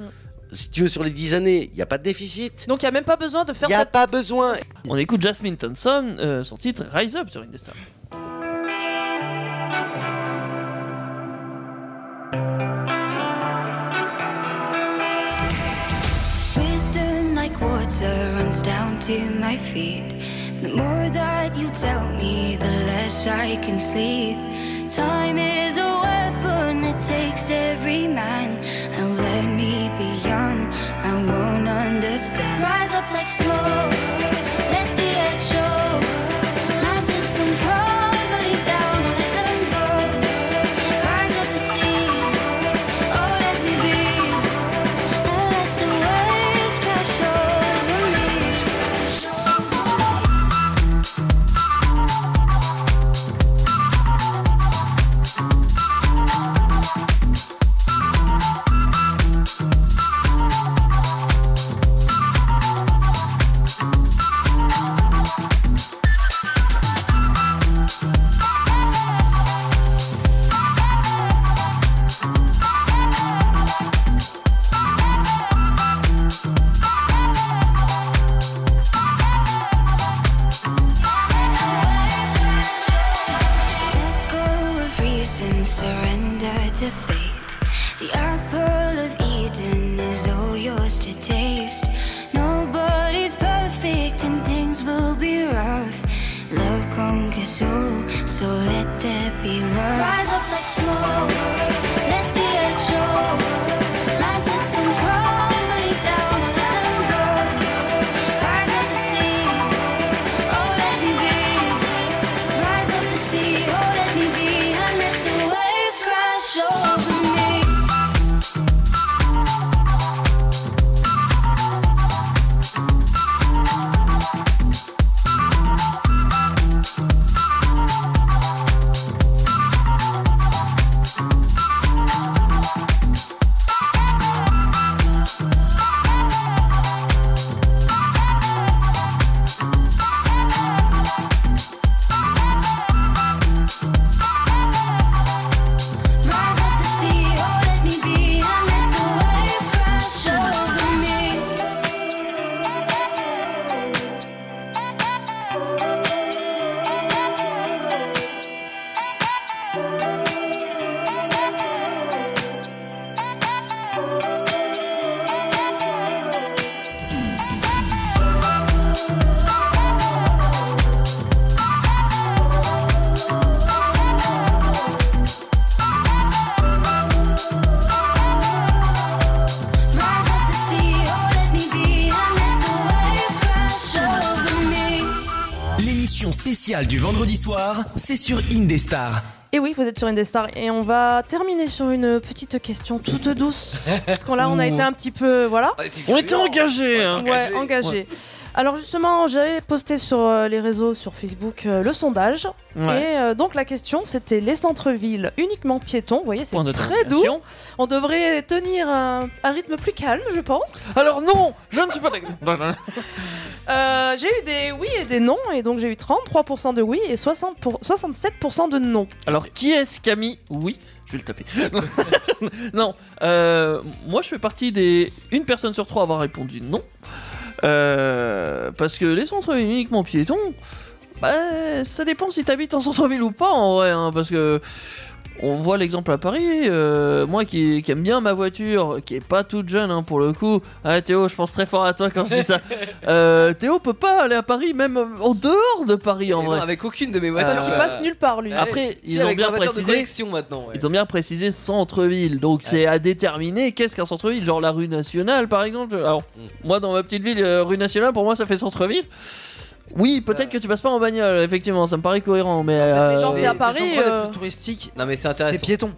Speaker 14: si tu veux, sur les 10 années, il n'y a pas de déficit.
Speaker 2: Donc, il n'y a même pas besoin de faire
Speaker 14: Il n'y a
Speaker 2: cette-
Speaker 14: pas besoin.
Speaker 3: On écoute Jasmine Thompson, euh, son titre Rise Up sur Indestar.
Speaker 22: Wisdom like water runs down to my feet. The more that you tell me, the less I can sleep. Time is a weapon that takes every man. And let me be young, I won't understand. Rise up like smoke, let the air show. Mountains come crumbling down, let them go. Rise up to sea, oh, let me be. Let the waves crash over me. Let go of reason, surrender to fate. The apple of Eden is all yours to taste. Nobody's perfect and things will be rough. Love conquers all, so let there be love. Rise up like smoke, let the air show. Mountains come crumbling down, let them go. Rise up to sea, oh let me be. Rise up to sea, oh let me be, and let the waves crash over me. oh, oh,
Speaker 13: spéciale du vendredi soir, c'est sur Indestar.
Speaker 2: Et oui, vous êtes sur une des stars. Et on va terminer sur une petite question toute douce. Parce qu'on là, on a été un petit peu. Voilà.
Speaker 3: On était engagés. hein.
Speaker 2: Ouais, engagé. Alors justement, j'avais posté sur euh, les réseaux, sur Facebook, euh, le sondage.
Speaker 3: Ouais.
Speaker 2: Et euh, donc la question, c'était les centres-villes uniquement piétons. Vous voyez, c'est
Speaker 3: Point
Speaker 2: très doux.
Speaker 3: d'interrogation.
Speaker 2: On devrait tenir un, un rythme plus calme, je pense.
Speaker 3: Alors non, je ne suis pas d'accord.
Speaker 2: Euh, j'ai eu des oui et des non, et donc j'ai eu 33% de oui et 60 pour- 67% de non.
Speaker 3: Alors, qui est-ce qui a mis Oui, je vais le taper. non, euh, moi je fais partie des. Une personne sur trois à avoir répondu non. Euh, parce que les centres-villes uniquement piétons, bah, ça dépend si t'habites en centre-ville ou pas en vrai. hein, parce que. On voit l'exemple à Paris, euh, moi qui, qui aime bien ma voiture, qui est pas toute jeune hein, pour le coup. Ah Théo, je pense très fort à toi quand je dis ça. Euh, Théo peut pas aller à Paris, même en dehors de Paris en
Speaker 4: Et
Speaker 3: vrai.
Speaker 4: non, avec aucune de mes voitures.
Speaker 3: Euh,
Speaker 4: euh,
Speaker 3: Après,
Speaker 4: si,
Speaker 3: ils ont
Speaker 4: avec ma
Speaker 3: bien
Speaker 4: voiture de
Speaker 3: précisé.
Speaker 4: collection maintenant. ouais.
Speaker 3: Ils ont bien précisé centre-ville, donc c'est à déterminer qu'est-ce qu'un centre-ville, genre la rue nationale par exemple. Alors, moi dans ma petite ville, euh, rue nationale, pour moi ça fait centre-ville. Oui, peut-être que tu passes pas en bagnole, effectivement, ça me paraît cohérent, mais. euh,
Speaker 2: gens, c'est à Paris,
Speaker 5: Les endroits
Speaker 2: euh,
Speaker 5: les plus touristiques,
Speaker 4: Non mais c'est intéressant.
Speaker 5: c'est piéton.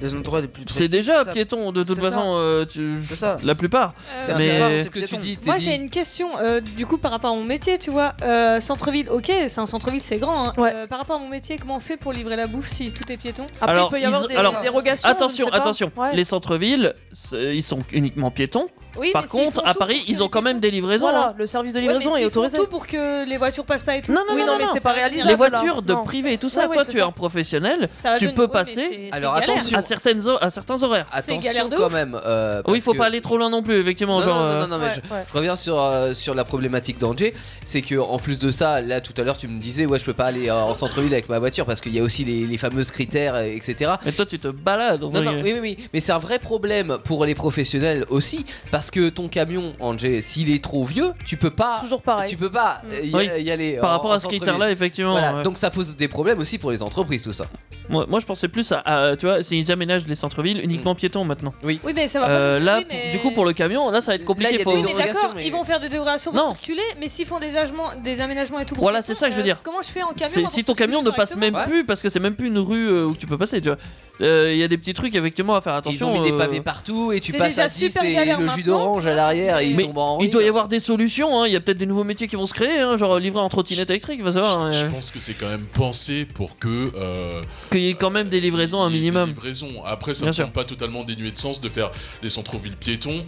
Speaker 5: Les endroits les plus
Speaker 3: C'est
Speaker 5: touristiques,
Speaker 3: déjà
Speaker 5: ça-
Speaker 3: piéton, de toute
Speaker 5: c'est ça.
Speaker 3: façon, euh, tu-
Speaker 5: C'est ça.
Speaker 3: la plupart.
Speaker 5: C'est
Speaker 3: mais...
Speaker 5: intéressant, ce que tu dis.
Speaker 11: Euh, Moi j'ai une question euh, du coup par rapport à mon métier, tu vois. Euh, centre-ville, ok, c'est un centre-ville, c'est grand. hein. Euh, par rapport à mon métier, comment on fait pour livrer la bouffe si tout est piéton
Speaker 3: Alors, ils- alors, Attention,
Speaker 11: je sais pas.
Speaker 3: attention.
Speaker 11: Ouais.
Speaker 3: Les centres-villes, c'est- ils sont uniquement piétons.
Speaker 11: Oui,
Speaker 3: Par
Speaker 11: mais s'ils
Speaker 3: contre,
Speaker 11: font
Speaker 3: à
Speaker 11: tout
Speaker 3: Paris, ils ont quand même des livraisons. hein.
Speaker 11: Voilà,
Speaker 2: le service de
Speaker 11: Ouais,
Speaker 2: livraison
Speaker 11: mais s'ils
Speaker 2: est
Speaker 11: font
Speaker 2: autorisé.
Speaker 11: tout pour que les voitures passent pas et tout.
Speaker 2: Non, non,
Speaker 11: Oui,
Speaker 2: non, non,
Speaker 11: mais
Speaker 2: non,
Speaker 11: c'est
Speaker 2: ça
Speaker 11: pas
Speaker 2: sert à rien.
Speaker 11: réalisable.
Speaker 3: Les
Speaker 2: là.
Speaker 3: voitures de
Speaker 2: Non.
Speaker 3: privé et tout
Speaker 2: Ouais,
Speaker 3: ça,
Speaker 2: ouais,
Speaker 3: toi
Speaker 2: c'est
Speaker 3: tu es
Speaker 2: ça.
Speaker 3: un professionnel,
Speaker 11: Ça
Speaker 3: tu
Speaker 11: donne-
Speaker 3: peux
Speaker 11: oui, mais
Speaker 3: passer
Speaker 11: c'est- Alors, c'est galère. hein. attention.
Speaker 3: à certaines ho- à certains horaires.
Speaker 4: Attention quand même. euh,
Speaker 3: Oui,
Speaker 4: parce
Speaker 3: faut
Speaker 4: que-
Speaker 3: pas aller trop loin non plus, effectivement.
Speaker 4: Non,
Speaker 3: genre,
Speaker 4: non,
Speaker 3: euh,
Speaker 4: non, non, mais je, je reviens sur, euh, sur la problématique d'Angers. C'est que en plus de ça, là tout à l'heure tu me disais, ouais, je peux pas aller euh, en centre-ville avec ma voiture parce qu'il y a aussi les, les fameuses critères, euh, etc.
Speaker 3: Mais toi tu te balades.
Speaker 4: Non, non, oui, oui, oui. Mais c'est un vrai problème pour les professionnels aussi parce que ton camion, Angers, s'il est trop vieux, tu peux pas.
Speaker 2: Toujours pareil.
Speaker 4: Tu peux pas euh, y,
Speaker 3: Oui,
Speaker 4: y aller.
Speaker 3: par
Speaker 4: en-
Speaker 3: rapport
Speaker 4: en
Speaker 3: à ce
Speaker 4: centre-ville.
Speaker 3: critère-là, effectivement,
Speaker 4: Voilà,
Speaker 3: ouais.
Speaker 4: Donc ça pose des problèmes aussi pour les entreprises, tout ça.
Speaker 3: Moi, moi, je pensais plus à, à, tu vois, s'ils aménagent les centres-villes uniquement piétons maintenant.
Speaker 4: Mm.
Speaker 3: Euh,
Speaker 4: Oui.
Speaker 11: Oui, mais ça va pas bouger,
Speaker 3: là,
Speaker 11: oui, mais-
Speaker 3: du coup, pour le camion, là, ça va être compliqué. faut-
Speaker 11: Oui, mais d'accord, ils vont faire des dérogations pour
Speaker 3: Non.
Speaker 11: circuler, mais s'ils font des, agements- des aménagements et tout. pour
Speaker 3: Voilà,
Speaker 11: piétons,
Speaker 3: c'est ça que je veux
Speaker 11: euh,
Speaker 3: dire.
Speaker 11: Comment je fais en camion
Speaker 3: C'est-
Speaker 11: moi,
Speaker 3: si
Speaker 11: pour
Speaker 3: ton camion ne passe
Speaker 11: correctement
Speaker 3: même plus parce que c'est même plus une rue euh, où tu peux passer, tu vois. Euh, Il y a des petits trucs effectivement à faire
Speaker 4: Ils
Speaker 3: attention.
Speaker 4: ont mis des
Speaker 3: euh,
Speaker 4: pavés partout et tu
Speaker 11: C'est
Speaker 4: passes
Speaker 11: déjà
Speaker 4: à 10
Speaker 11: super
Speaker 4: et
Speaker 11: galère
Speaker 4: le jus
Speaker 11: maintenant,
Speaker 4: d'orange à l'arrière et il
Speaker 3: Mais
Speaker 4: tombe en
Speaker 3: il
Speaker 4: ruine.
Speaker 3: doit y avoir des solutions, hein. il y a peut-être des nouveaux métiers qui vont se créer, hein, genre livrer en trottinette électrique, va savoir. hein.
Speaker 7: Je pense que c'est quand même pensé pour que. euh,
Speaker 3: Qu'il y ait quand même des livraisons un minimum.
Speaker 7: livraison. Après, ça
Speaker 3: Bien
Speaker 7: ne
Speaker 3: sûr.
Speaker 7: semble pas totalement dénué de sens de faire des centres-villes piétons,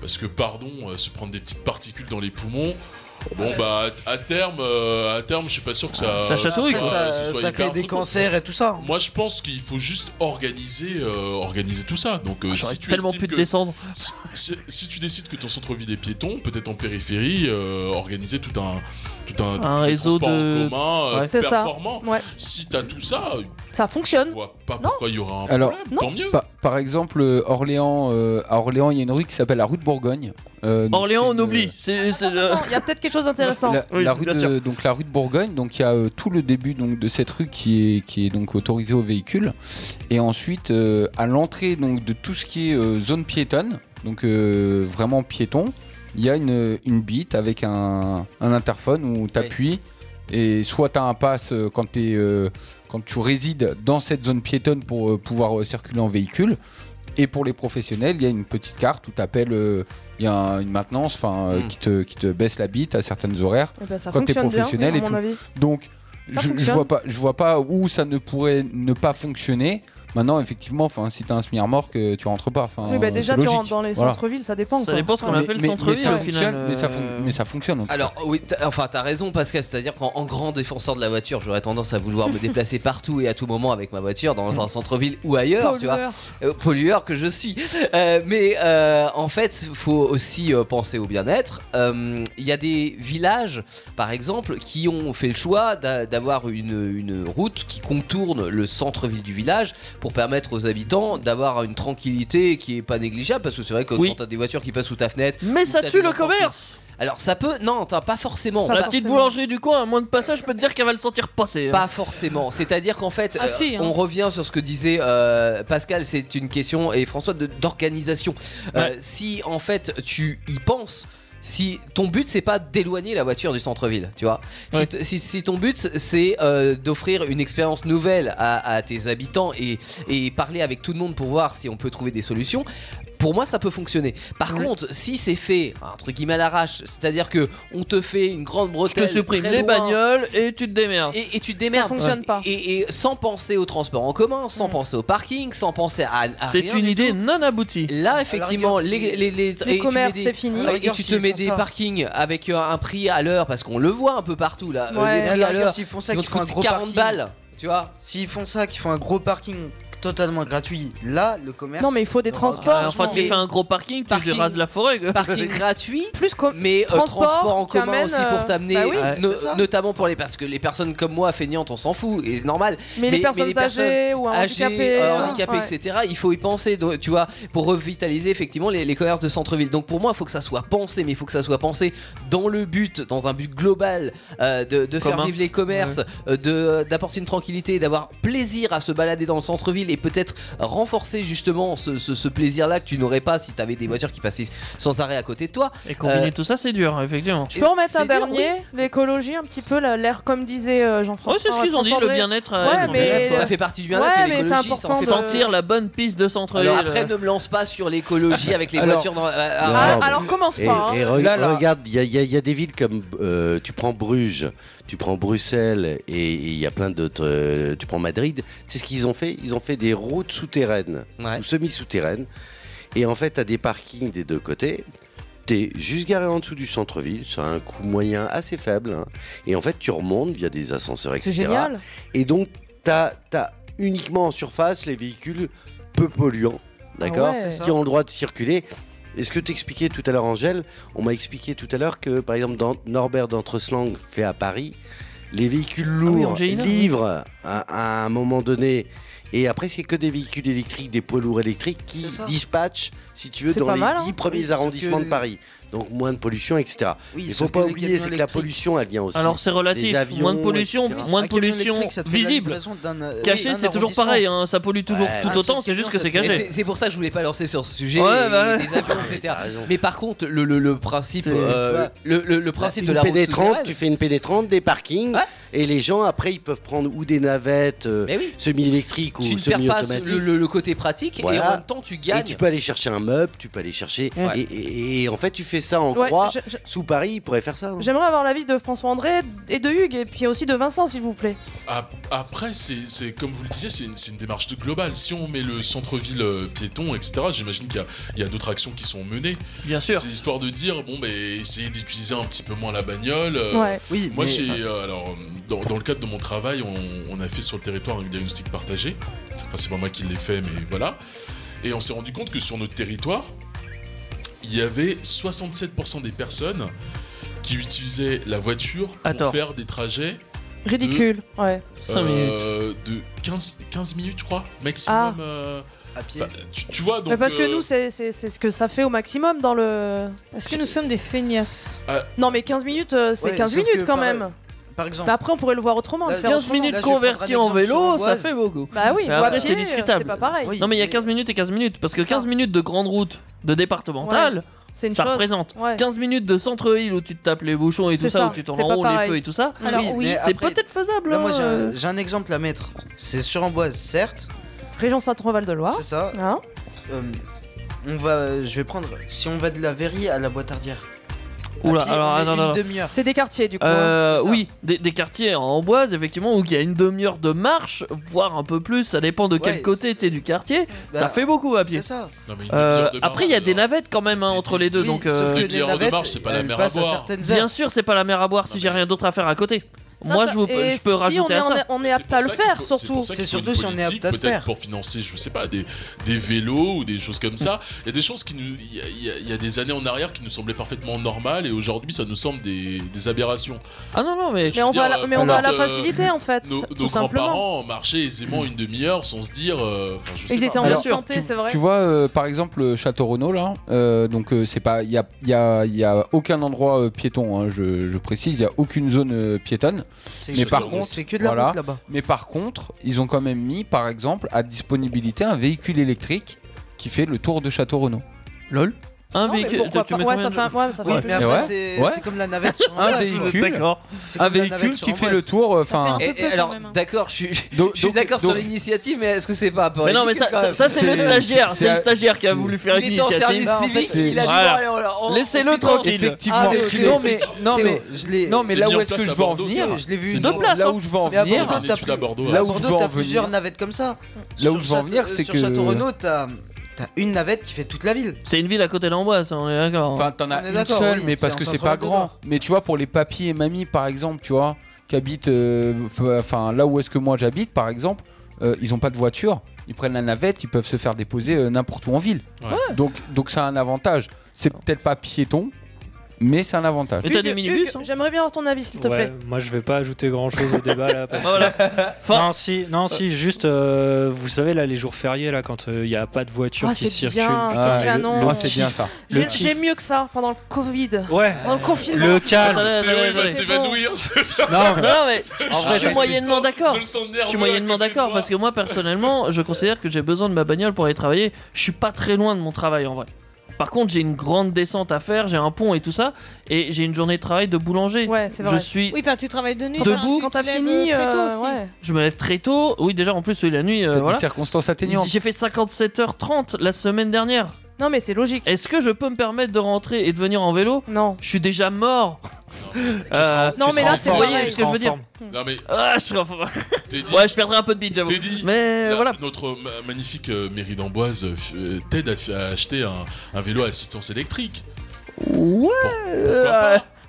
Speaker 7: parce que, pardon, euh, se prendre des petites particules dans les poumons. Bon bah à à terme, euh, à terme, je suis pas sûr que
Speaker 3: Ah,
Speaker 7: ça.
Speaker 4: Ah,
Speaker 5: Ça chatouille,
Speaker 7: soit-
Speaker 5: quoi.
Speaker 7: ce
Speaker 5: Ça-
Speaker 7: soit
Speaker 5: ça
Speaker 7: hyper
Speaker 5: crée des
Speaker 7: important.
Speaker 5: cancers et tout ça.
Speaker 7: Moi je pense qu'il faut juste organiser, euh, organiser tout ça. Donc euh,
Speaker 3: Ah, J'aurais
Speaker 7: si tu
Speaker 3: tellement
Speaker 7: estimes
Speaker 3: pu te
Speaker 7: que-
Speaker 3: descendre.
Speaker 7: Si, si- si tu décides que ton centre-ville est piéton, peut-être en périphérie, euh, organiser tout un, tout un,
Speaker 3: Un
Speaker 7: des
Speaker 3: réseau
Speaker 7: transports
Speaker 3: de-
Speaker 7: en commun euh,
Speaker 3: Ouais.
Speaker 2: C'est ça.
Speaker 7: performant.
Speaker 2: Ouais.
Speaker 7: Si t'as tout ça,
Speaker 2: Ça fonctionne.
Speaker 7: je vois pas pourquoi il y aura un
Speaker 9: Alors,
Speaker 7: problème. Tant mieux.
Speaker 9: pa- par exemple, euh, Orléans, euh, à Orléans, il y a une rue qui s'appelle la rue de Bourgogne. Euh, donc
Speaker 3: Orléans,
Speaker 9: c'est
Speaker 3: on
Speaker 9: une-
Speaker 3: oublie. C'est- c'est, euh,
Speaker 4: Ah,
Speaker 2: Il y a peut-être quelque chose d'intéressant.
Speaker 9: La, la rue de, donc la rue de Bourgogne, donc il y a euh, tout le début donc de cette rue qui est qui est donc autorisée aux véhicules, et ensuite euh, à l'entrée donc de tout ce qui est euh, zone piétonne, donc euh, vraiment piéton, il y a une, une bite avec un, un interphone où tu appuies et soit tu as un pass euh, quand t'es, euh, quand tu résides dans cette zone piétonne pour euh, pouvoir euh, circuler en véhicule. Et pour les professionnels, il y a une petite carte où tu appelles, il y a un- une maintenance enfin, euh,
Speaker 5: Mm.
Speaker 9: qui, te, qui te baisse la bite à certaines horaires
Speaker 5: Eh ben, ça
Speaker 9: quand tu es
Speaker 5: fonctionne bien,
Speaker 9: professionnel
Speaker 5: oui, à
Speaker 9: et
Speaker 5: mon
Speaker 9: tout.
Speaker 5: avis.
Speaker 9: Donc,
Speaker 5: Ça
Speaker 9: je, je
Speaker 5: fonctionne.
Speaker 9: vois pas, je vois pas où ça ne pourrait ne pas fonctionner. Maintenant, effectivement, enfin, si t'as un semi-remorque, euh, tu rentres pas. Enfin,
Speaker 2: Oui, bah
Speaker 9: euh,
Speaker 2: déjà,
Speaker 9: c'est
Speaker 2: tu
Speaker 9: logique.
Speaker 2: rentres dans les
Speaker 9: Voilà.
Speaker 2: centres-villes, ça dépend. quoi. Ouais.
Speaker 9: Mais- mais- mais ça
Speaker 4: hein, au
Speaker 9: fonctionne,
Speaker 4: final,
Speaker 9: Mais ça, fon-
Speaker 4: euh,
Speaker 9: mais ça fonctionne. en tout cas.
Speaker 4: Alors oui, t'as- enfin t'as raison Pascal, c'est-à-dire qu'en en grand défenseur de la voiture, j'aurais tendance à vouloir me déplacer partout et à tout moment avec ma voiture dans un centre-ville ou ailleurs, tu vois,
Speaker 5: Pollueur.
Speaker 4: Euh, pollueur que je suis. Euh, mais euh, en fait, faut aussi euh, penser au bien-être. Euh, Il y a des villages, par exemple, qui ont fait le choix d'a- d'avoir une, une route qui contourne le centre-ville du village pour permettre aux habitants d'avoir une tranquillité qui est pas négligeable parce que c'est vrai que
Speaker 3: Oui.
Speaker 4: quand t'as des voitures qui passent sous ta fenêtre,
Speaker 3: Mais
Speaker 4: ou
Speaker 3: ça
Speaker 4: t'as
Speaker 3: tue
Speaker 4: des
Speaker 3: le
Speaker 4: enfants qui-
Speaker 3: commerce
Speaker 4: alors ça peut, non, t'as pas forcément.
Speaker 3: La petite boulangerie du coin, à moins de passage, je peux te dire qu'elle va le sentir passer. hein.
Speaker 4: Pas forcément. C'est-à-dire qu'en fait,
Speaker 3: Ah,
Speaker 4: euh,
Speaker 3: si, hein.
Speaker 4: on revient sur ce que disait euh, Pascal, c'est une question, et François, de- d'organisation. Euh, si en fait tu y penses, si ton but c'est pas d'éloigner la voiture du centre-ville, tu vois. Si t- Si, si ton but c'est euh, d'offrir une expérience nouvelle à, à tes habitants et, et parler avec tout le monde pour voir si on peut trouver des solutions. Pour moi, ça peut fonctionner. Par contre, si c'est fait entre guillemets à l'arrache, c'est-à-dire que on te fait une grande bretelle,
Speaker 3: Je te supprime
Speaker 4: très
Speaker 3: les
Speaker 4: loin,
Speaker 3: bagnoles et tu te démerdes.
Speaker 4: et, et tu te démerdes.
Speaker 3: Ça fonctionne
Speaker 4: pas. Et, et sans penser au transport en commun, sans penser au parking, sans penser à, à Ah,
Speaker 3: C'est
Speaker 4: rien
Speaker 3: une
Speaker 4: du
Speaker 3: idée
Speaker 4: tout.
Speaker 3: non aboutie.
Speaker 4: Là, effectivement,
Speaker 3: si-
Speaker 4: les, les, les-
Speaker 3: Le
Speaker 4: et tu mets
Speaker 3: commerce,
Speaker 4: des-
Speaker 3: c'est fini.
Speaker 4: Et, tu te mets des parkings avec euh, un prix à l'heure parce qu'on le voit un peu partout là. euh,
Speaker 5: Ouais.
Speaker 4: les
Speaker 5: Et à
Speaker 4: prix
Speaker 5: la
Speaker 4: à
Speaker 5: rigueur,
Speaker 4: l'heure.
Speaker 5: s'ils font ça,
Speaker 4: ils vont
Speaker 5: qu'ils
Speaker 4: te
Speaker 5: font un
Speaker 4: coûter
Speaker 5: gros
Speaker 4: 40
Speaker 5: parking.
Speaker 4: balles, tu vois.
Speaker 5: S'ils font ça, qu'ils font un gros parking totalement gratuit, là, le commerce.
Speaker 2: Non, mais il faut des
Speaker 5: Non,
Speaker 2: transports.
Speaker 3: Ah, Enfin, tu fais un gros parking, tu te rases la forêt.
Speaker 4: Parking gratuit,
Speaker 2: plus
Speaker 4: mais euh,
Speaker 2: transport
Speaker 4: transport, en
Speaker 2: qui
Speaker 4: commun
Speaker 2: amène,
Speaker 4: aussi pour
Speaker 2: euh,
Speaker 4: t'amener,
Speaker 2: bah oui,
Speaker 4: no-
Speaker 2: c'est ça.
Speaker 4: notamment pour les parce que les personnes comme moi feignantes, on s'en fout, et c'est normal.
Speaker 2: Mais les personnes âgées ou
Speaker 4: âgées,
Speaker 2: handicapées,
Speaker 4: euh,
Speaker 2: ouais.
Speaker 4: handicapées,
Speaker 2: Ouais.
Speaker 4: etc. Il faut y penser, donc, tu vois, pour revitaliser effectivement les, les commerces de centre-ville. Donc pour moi, il faut que ça soit pensé, mais il faut que ça soit pensé dans le but, dans un but global euh, de, de faire
Speaker 3: Commun.
Speaker 4: vivre les commerces, euh, de d'apporter une tranquillité, d'avoir plaisir à se balader dans le centre-ville et peut-être renforcer justement ce, ce- ce plaisir-là que tu n'aurais pas si tu avais des voitures qui passaient sans arrêt à côté de toi. Euh,
Speaker 3: Et combiner tout ça, c'est dur, hein, effectivement.
Speaker 2: Je peux en mettre un
Speaker 4: C'est dur,
Speaker 2: dernier L'écologie, un petit peu, la- l'air comme disait euh, Jean-François.
Speaker 3: Ouais, c'est ce qu'ils ont dit,
Speaker 2: François
Speaker 3: le
Speaker 2: André.
Speaker 3: bien-être, euh,
Speaker 2: Ouais,
Speaker 3: être
Speaker 2: mais...
Speaker 3: bien-être.
Speaker 4: Ça fait partie du
Speaker 2: Ouais,
Speaker 4: bien-être et
Speaker 2: mais c'est
Speaker 4: l'écologie, ça en
Speaker 2: important
Speaker 4: fait
Speaker 2: de-
Speaker 4: partie.
Speaker 3: Sentir la bonne piste de centre-ville.
Speaker 4: Alors après, ne me lance pas sur l'écologie avec les
Speaker 14: Alors-
Speaker 4: voitures dans. euh,
Speaker 14: Non,
Speaker 4: euh,
Speaker 2: ah,
Speaker 14: mais- et,
Speaker 2: hein.
Speaker 14: et re-
Speaker 4: Là, là.
Speaker 14: regarde, il y, a- il y a- il y a des villes comme euh, tu prends Bruges, tu prends Bruxelles et et il y a plein d'autres. euh, tu prends Madrid. Tu sais ce qu'ils ont fait Ils ont fait des routes souterraines ou semi-souterraines. Et en fait, tu as des parkings des deux côtés. T'es juste garé en dessous du centre-ville, ça a un coût moyen assez faible. hein. Et en fait, tu remontes via des ascenseurs, etc.
Speaker 2: génial.
Speaker 14: Et donc, t'as as uniquement en surface les véhicules peu polluants, d'accord
Speaker 2: Ah ouais. C'est ça.
Speaker 14: Qui ont le droit de circuler. Et ce que t'expliquais tout à l'heure, Angèle, on m'a expliqué tout à l'heure que, par exemple, dans Norbert d'Entreslang fait à Paris, les véhicules
Speaker 3: Ah oui,
Speaker 14: lourds
Speaker 3: Angelina, oui.
Speaker 14: livrent à, à un moment donné. Et après, c'est que des véhicules électriques, des poids lourds électriques qui
Speaker 5: C'est ça.
Speaker 14: dispatchent, si tu veux,
Speaker 5: C'est
Speaker 14: dans
Speaker 5: pas
Speaker 14: les
Speaker 5: mal, hein.
Speaker 14: 10
Speaker 5: Oui,
Speaker 14: premiers
Speaker 5: sauf que
Speaker 14: arrondissements de
Speaker 5: les-
Speaker 14: Paris. Donc moins de pollution, etc.
Speaker 5: Oui,
Speaker 14: Il ne
Speaker 5: sauf
Speaker 14: faut pas
Speaker 5: que les
Speaker 14: oublier,
Speaker 5: camions
Speaker 14: c'est que la
Speaker 5: électriques-
Speaker 14: pollution, elle vient aussi.
Speaker 3: Alors, c'est relatif.
Speaker 14: des avions,
Speaker 3: moins de pollution,
Speaker 14: etc.
Speaker 3: moins de
Speaker 5: Un camion
Speaker 3: pollution
Speaker 5: électrique, Ah, ça te fait la
Speaker 3: visible.
Speaker 5: livraison d'un, euh,
Speaker 3: Caché,
Speaker 5: oui, un
Speaker 3: c'est toujours
Speaker 5: arrondissement.
Speaker 3: pareil, hein, ça pollue toujours
Speaker 4: Ouais.
Speaker 3: tout autant, c'est juste que c'est
Speaker 4: Mais c'est-
Speaker 3: caché.
Speaker 4: C'est pour ça que je voulais pas lancer sur ce sujet
Speaker 3: Ouais,
Speaker 4: les-
Speaker 3: bah ouais.
Speaker 4: les avions, etc. Mais par contre, le, le- le principe,
Speaker 14: C'est-
Speaker 4: euh,
Speaker 14: Voilà.
Speaker 4: le, le- le
Speaker 14: Bah,
Speaker 4: principe
Speaker 14: Une
Speaker 4: de la route
Speaker 14: pénétrante,
Speaker 4: souterraine,
Speaker 14: tu fais une pénétrante, des parkings, et les gens après ils peuvent prendre ou des navettes euh, semi-électriques ou
Speaker 4: tu ne perds pas ce-
Speaker 14: semi-automatiques.
Speaker 4: le, le- le côté pratique et
Speaker 14: Voilà.
Speaker 4: en même temps tu gagnes.
Speaker 14: Et tu peux aller chercher un meuble, tu peux aller chercher. Et,
Speaker 4: Ouais.
Speaker 14: et- et en fait, tu fais ça en
Speaker 2: Ouais,
Speaker 14: croix.
Speaker 2: je- je-
Speaker 14: Sous Paris, ils pourraient faire ça. hein.
Speaker 2: J'aimerais avoir l'avis de François André et de Hugues, et puis aussi de Vincent, s'il vous plaît.
Speaker 7: Ap- Après, c'est c'est- comme vous le disiez, c'est une, c'est une démarche de globale. Si on met le centre-ville euh, piéton, etc., j'imagine qu'il y a- il y a, d'autres actions qui sont menées.
Speaker 3: Bien sûr.
Speaker 7: C'est histoire de dire, bon, ben, essayez d'utiliser un petit peu moins la bagnole.
Speaker 3: Ouais. Oui,
Speaker 7: Moi,
Speaker 3: mais-
Speaker 7: j'ai. euh, alors, euh, dans, dans le cadre de mon travail, on, on a fait sur le territoire un diagnostic partagé. Enfin, c'est pas moi qui l'ai fait, mais voilà. Et on s'est rendu compte que sur notre territoire, il y avait 67% des personnes qui utilisaient la voiture pour
Speaker 2: Attends.
Speaker 7: faire des trajets de-
Speaker 2: Ridicule, ouais.
Speaker 7: euh, De 15, 15 minutes, je crois, maximum.
Speaker 2: Ah.
Speaker 7: euh, bah, tu, tu vois, donc.
Speaker 2: Mais parce que
Speaker 7: euh,
Speaker 2: nous, c'est c'est- c'est ce que ça fait au maximum dans le.
Speaker 11: Parce que nous sommes des feignasses.
Speaker 7: ah,
Speaker 2: Non, mais 15 minutes, euh, c'est
Speaker 5: Ouais,
Speaker 2: 15
Speaker 5: sauf
Speaker 2: minutes
Speaker 5: que
Speaker 2: quand
Speaker 5: par-
Speaker 2: même.
Speaker 5: Par exemple.
Speaker 2: Mais après, on pourrait le voir autrement. le faire
Speaker 3: 15
Speaker 2: autrement.
Speaker 3: minutes converties en vélo, ça fait beaucoup.
Speaker 2: Bah oui,
Speaker 3: Mais
Speaker 2: ou à
Speaker 3: après,
Speaker 2: pied,
Speaker 3: c'est
Speaker 2: euh,
Speaker 3: discutable.
Speaker 2: c'est pas pareil. Oui,
Speaker 3: non, mais il y a 15 minutes et 15 minutes, parce que 15 minutes de grande route, de départementale.
Speaker 2: Ouais. C'est une
Speaker 3: ça
Speaker 2: chose.
Speaker 3: représente
Speaker 2: Ouais.
Speaker 3: 15 minutes de centre-ville où tu te tapes les bouchons et tout
Speaker 2: C'est
Speaker 3: ça,
Speaker 2: ça,
Speaker 3: où tu tournes
Speaker 2: c'est
Speaker 3: en
Speaker 2: pas
Speaker 3: rond, les
Speaker 2: pareil.
Speaker 3: feux et tout ça.
Speaker 2: Alors, oui,
Speaker 5: mais
Speaker 3: c'est
Speaker 5: après-
Speaker 3: peut-être faisable.
Speaker 5: Là, moi,
Speaker 3: hein,
Speaker 5: j'ai
Speaker 3: euh.
Speaker 5: un, j'ai un exemple à mettre. C'est sur Amboise, certes.
Speaker 2: Région Centre-Val de Loire.
Speaker 5: C'est ça.
Speaker 2: Hein
Speaker 5: Euh, on va, je vais prendre. Si on va de la Verrie à la Ah, Boîtardière. à
Speaker 3: Oula,
Speaker 5: pied,
Speaker 3: alors,
Speaker 5: on met
Speaker 3: attends,
Speaker 5: une
Speaker 3: attends.
Speaker 5: demi-heure.
Speaker 2: C'est des quartiers du coup.
Speaker 3: Euh,
Speaker 2: hein, c'est ça.
Speaker 3: oui, des, des quartiers en Amboise, effectivement, où il y a une demi-heure de marche, voire un peu plus, ça dépend de quel côté tu es du quartier. ça
Speaker 5: Bah,
Speaker 3: fait beaucoup à pied.
Speaker 5: c'est ça.
Speaker 7: Non, mais une
Speaker 3: Euh,
Speaker 7: demi-heure de marche,
Speaker 3: après, il y a des navettes quand même hein, entre les deux, donc.
Speaker 7: sauf
Speaker 3: euh,
Speaker 7: que Une les demi-heure de navettes, marche, c'est pas la elles mer à passent à boire. certaines
Speaker 3: Bien
Speaker 7: heures.
Speaker 3: sûr, c'est pas la mer à boire si j'ai rien d'autre à faire à côté.
Speaker 2: Ça,
Speaker 3: Moi,
Speaker 2: ça-
Speaker 3: je, vous-
Speaker 2: et
Speaker 3: je peux
Speaker 2: si on
Speaker 3: rajouter
Speaker 2: est,
Speaker 3: à ça.
Speaker 2: on est apte à le faire,
Speaker 7: C'est pour
Speaker 2: surtout.
Speaker 7: ça qu'il faut une politique, peut-être pour financer, je sais pas, des, des vélos ou des choses comme ça. Il y a des choses qui nous. Il y, a- il y a- il y a des années en arrière qui nous semblaient parfaitement normales et aujourd'hui, ça nous semble des, des aberrations.
Speaker 3: Ah non, non, mais.
Speaker 2: Mais on
Speaker 7: veux
Speaker 2: va
Speaker 7: dire, euh,
Speaker 2: la- mais on va
Speaker 7: quand,
Speaker 2: la faciliter, en fait,
Speaker 7: Nos,
Speaker 2: tout
Speaker 7: nos
Speaker 2: simplement.
Speaker 7: grands-parents marchaient aisément une demi-heure sans se dire. euh, enfin, je sais
Speaker 2: Ils
Speaker 7: pas.
Speaker 2: étaient en bonne santé, c'est vrai.
Speaker 9: Tu vois, euh, par exemple, le Château Renault, là, euh, donc euh, c'est pas, il y a, il y a- il y a aucun endroit euh, piéton, hein, je, je précise, il y a aucune zone euh, piétonne. Mais
Speaker 5: que
Speaker 9: par
Speaker 5: de la route.
Speaker 9: contre,
Speaker 5: C'est que de la route, là-bas.
Speaker 9: Mais par contre, ils ont quand même mis, par exemple, à disponibilité un véhicule électrique qui fait le tour de Château Renault.
Speaker 3: Lol. Un
Speaker 2: Non, mais
Speaker 3: véhicule.
Speaker 2: pourquoi
Speaker 3: tu mets
Speaker 2: pas Ouais,
Speaker 3: combien
Speaker 2: ça
Speaker 3: de-
Speaker 2: fait un- ouais, ça fait
Speaker 5: Oui,
Speaker 2: un
Speaker 5: mais après,
Speaker 9: Ouais.
Speaker 5: c'est
Speaker 9: Ouais.
Speaker 5: c'est comme la navette sur
Speaker 9: un
Speaker 5: Amboise.
Speaker 9: véhicule,
Speaker 5: C'est
Speaker 9: un
Speaker 5: comme la navette
Speaker 9: véhicule
Speaker 5: sur
Speaker 9: qui fait
Speaker 5: Amboise.
Speaker 9: le tour. Enfin,
Speaker 4: Et- et alors,
Speaker 2: hein.
Speaker 4: d'accord, je suis, je suis d'accord sur l'initiative, mais est-ce que c'est pas un peu
Speaker 3: Mais non, mais
Speaker 4: ridicule,
Speaker 3: ça,
Speaker 4: quand
Speaker 3: ça,
Speaker 4: même
Speaker 3: ça, c'est le stagiaire, c'est le
Speaker 4: c'est-
Speaker 3: stagiaire qui a voulu faire une
Speaker 4: Il est en
Speaker 3: initiative.
Speaker 4: service civique, il a dit
Speaker 3: Voilà.
Speaker 4: bon, allez, on- on- on
Speaker 3: Laissez-le
Speaker 4: fait
Speaker 3: tranquille.
Speaker 9: Effectivement. Ah, non mais non mais
Speaker 5: je l'ai-
Speaker 9: non mais
Speaker 5: c'est
Speaker 9: là
Speaker 5: mis
Speaker 9: où
Speaker 5: en
Speaker 9: est-ce que
Speaker 5: place
Speaker 9: je
Speaker 5: à
Speaker 9: veux en
Speaker 5: Bordeaux,
Speaker 9: venir
Speaker 5: ça. Je l'ai vu
Speaker 9: c'est
Speaker 5: une
Speaker 9: donc
Speaker 5: place,
Speaker 9: Là
Speaker 5: hein.
Speaker 9: où je veux en
Speaker 5: Mais à
Speaker 9: venir.
Speaker 5: Bordeaux, t'as plus-
Speaker 9: Là où je veux
Speaker 5: Bordeaux,
Speaker 9: en
Speaker 5: t'as plusieurs
Speaker 9: venir.
Speaker 5: navettes comme ça.
Speaker 9: Là où je
Speaker 5: Sur
Speaker 9: veux en
Speaker 5: Château-
Speaker 9: venir, c'est
Speaker 5: sur
Speaker 9: que-
Speaker 5: Château Renaud, t'as t'as une navette qui fait toute la ville.
Speaker 3: C'est une ville à côté d'Amboise, on est d'accord.
Speaker 9: Enfin, t'en
Speaker 5: On
Speaker 9: as
Speaker 5: est
Speaker 9: une
Speaker 5: d'accord,
Speaker 9: seule,
Speaker 5: oui,
Speaker 9: mais parce
Speaker 5: c'est
Speaker 9: que
Speaker 5: en
Speaker 9: c'est
Speaker 5: centre-ville
Speaker 9: pas
Speaker 5: de
Speaker 9: grand.
Speaker 5: Bordeaux.
Speaker 9: Mais tu vois, pour les papis et mamies, par exemple, tu vois, qui habitent, euh, f- enfin là où est-ce que moi j'habite, par exemple, euh, ils ont pas de voiture, ils prennent la navette, ils peuvent se faire déposer euh, n'importe où en ville.
Speaker 3: Ouais. Ouais.
Speaker 9: Donc, donc ça a un avantage. C'est peut-être pas piéton, mais c'est un avantage.
Speaker 3: Mais t'as des
Speaker 2: Hugues,
Speaker 3: minibus
Speaker 2: Hugues, J'aimerais bien avoir ton avis, s'il te
Speaker 10: Ouais,
Speaker 2: plaît.
Speaker 10: moi je vais pas ajouter grand chose au débat là. parce que-
Speaker 3: Voilà.
Speaker 10: Non, si, non, si, juste, euh, vous savez, là, les jours fériés, là, quand il n'y a pas de voiture
Speaker 2: Ah,
Speaker 10: qui
Speaker 2: c'est
Speaker 10: circule,
Speaker 2: bien,
Speaker 10: putain,
Speaker 2: c'est
Speaker 10: mais
Speaker 2: bien,
Speaker 10: le-
Speaker 2: non.
Speaker 3: Ah,
Speaker 10: le
Speaker 2: C'est
Speaker 10: kiff,
Speaker 2: bien,
Speaker 9: ça.
Speaker 10: Le
Speaker 2: J'ai
Speaker 10: kiff.
Speaker 2: j'ai mieux que ça pendant le Covid.
Speaker 10: Ouais.
Speaker 2: Dans le confinement.
Speaker 10: Le calme.
Speaker 7: Théo, il va
Speaker 3: attendez.
Speaker 7: s'évanouir.
Speaker 10: Non, mais-
Speaker 3: Non, mais
Speaker 7: Je-
Speaker 3: en vrai, je
Speaker 7: je-
Speaker 3: suis moyennement d'accord.
Speaker 7: je le sens
Speaker 3: Je
Speaker 7: nerveux
Speaker 3: suis
Speaker 7: à
Speaker 3: moyennement d'accord parce que moi personnellement, je considère que j'ai besoin de ma bagnole pour aller travailler. Je suis pas très loin de mon travail en vrai. Par contre, j'ai une grande descente à faire, j'ai un pont et tout ça, et j'ai une journée de travail de boulanger. Je suis
Speaker 11: Oui, enfin, tu travailles de nuit.
Speaker 3: Debout.
Speaker 11: enfin, tu
Speaker 2: Quand
Speaker 11: te
Speaker 2: t'as
Speaker 11: lèves
Speaker 2: fini,
Speaker 11: très tôt
Speaker 2: euh,
Speaker 11: aussi.
Speaker 2: ouais.
Speaker 3: Je me lève très tôt. Oui, déjà, en plus, oui, la nuit. euh,
Speaker 9: T'as des
Speaker 3: voilà.
Speaker 9: circonstances atténuantes.
Speaker 3: J'ai fait 57h30 la semaine dernière.
Speaker 2: Non, mais c'est logique.
Speaker 3: Est-ce que je peux me permettre de rentrer et de venir en vélo
Speaker 2: Non.
Speaker 3: Je suis déjà mort. Euh,
Speaker 2: Non, tu mais seras là, en c'est forme.
Speaker 3: Vous voyez
Speaker 2: pareil.
Speaker 3: ce que je veux dire
Speaker 7: Non, mais
Speaker 3: Ah, je serai en forme. Ouais, je perdrai un peu de bite, j'avoue. Mais euh,
Speaker 7: la-
Speaker 3: voilà.
Speaker 7: notre ma- magnifique euh, mairie d'Amboise euh, f- euh, t'aide à, f- à acheter un, un vélo à assistance électrique.
Speaker 3: Ouais. euh.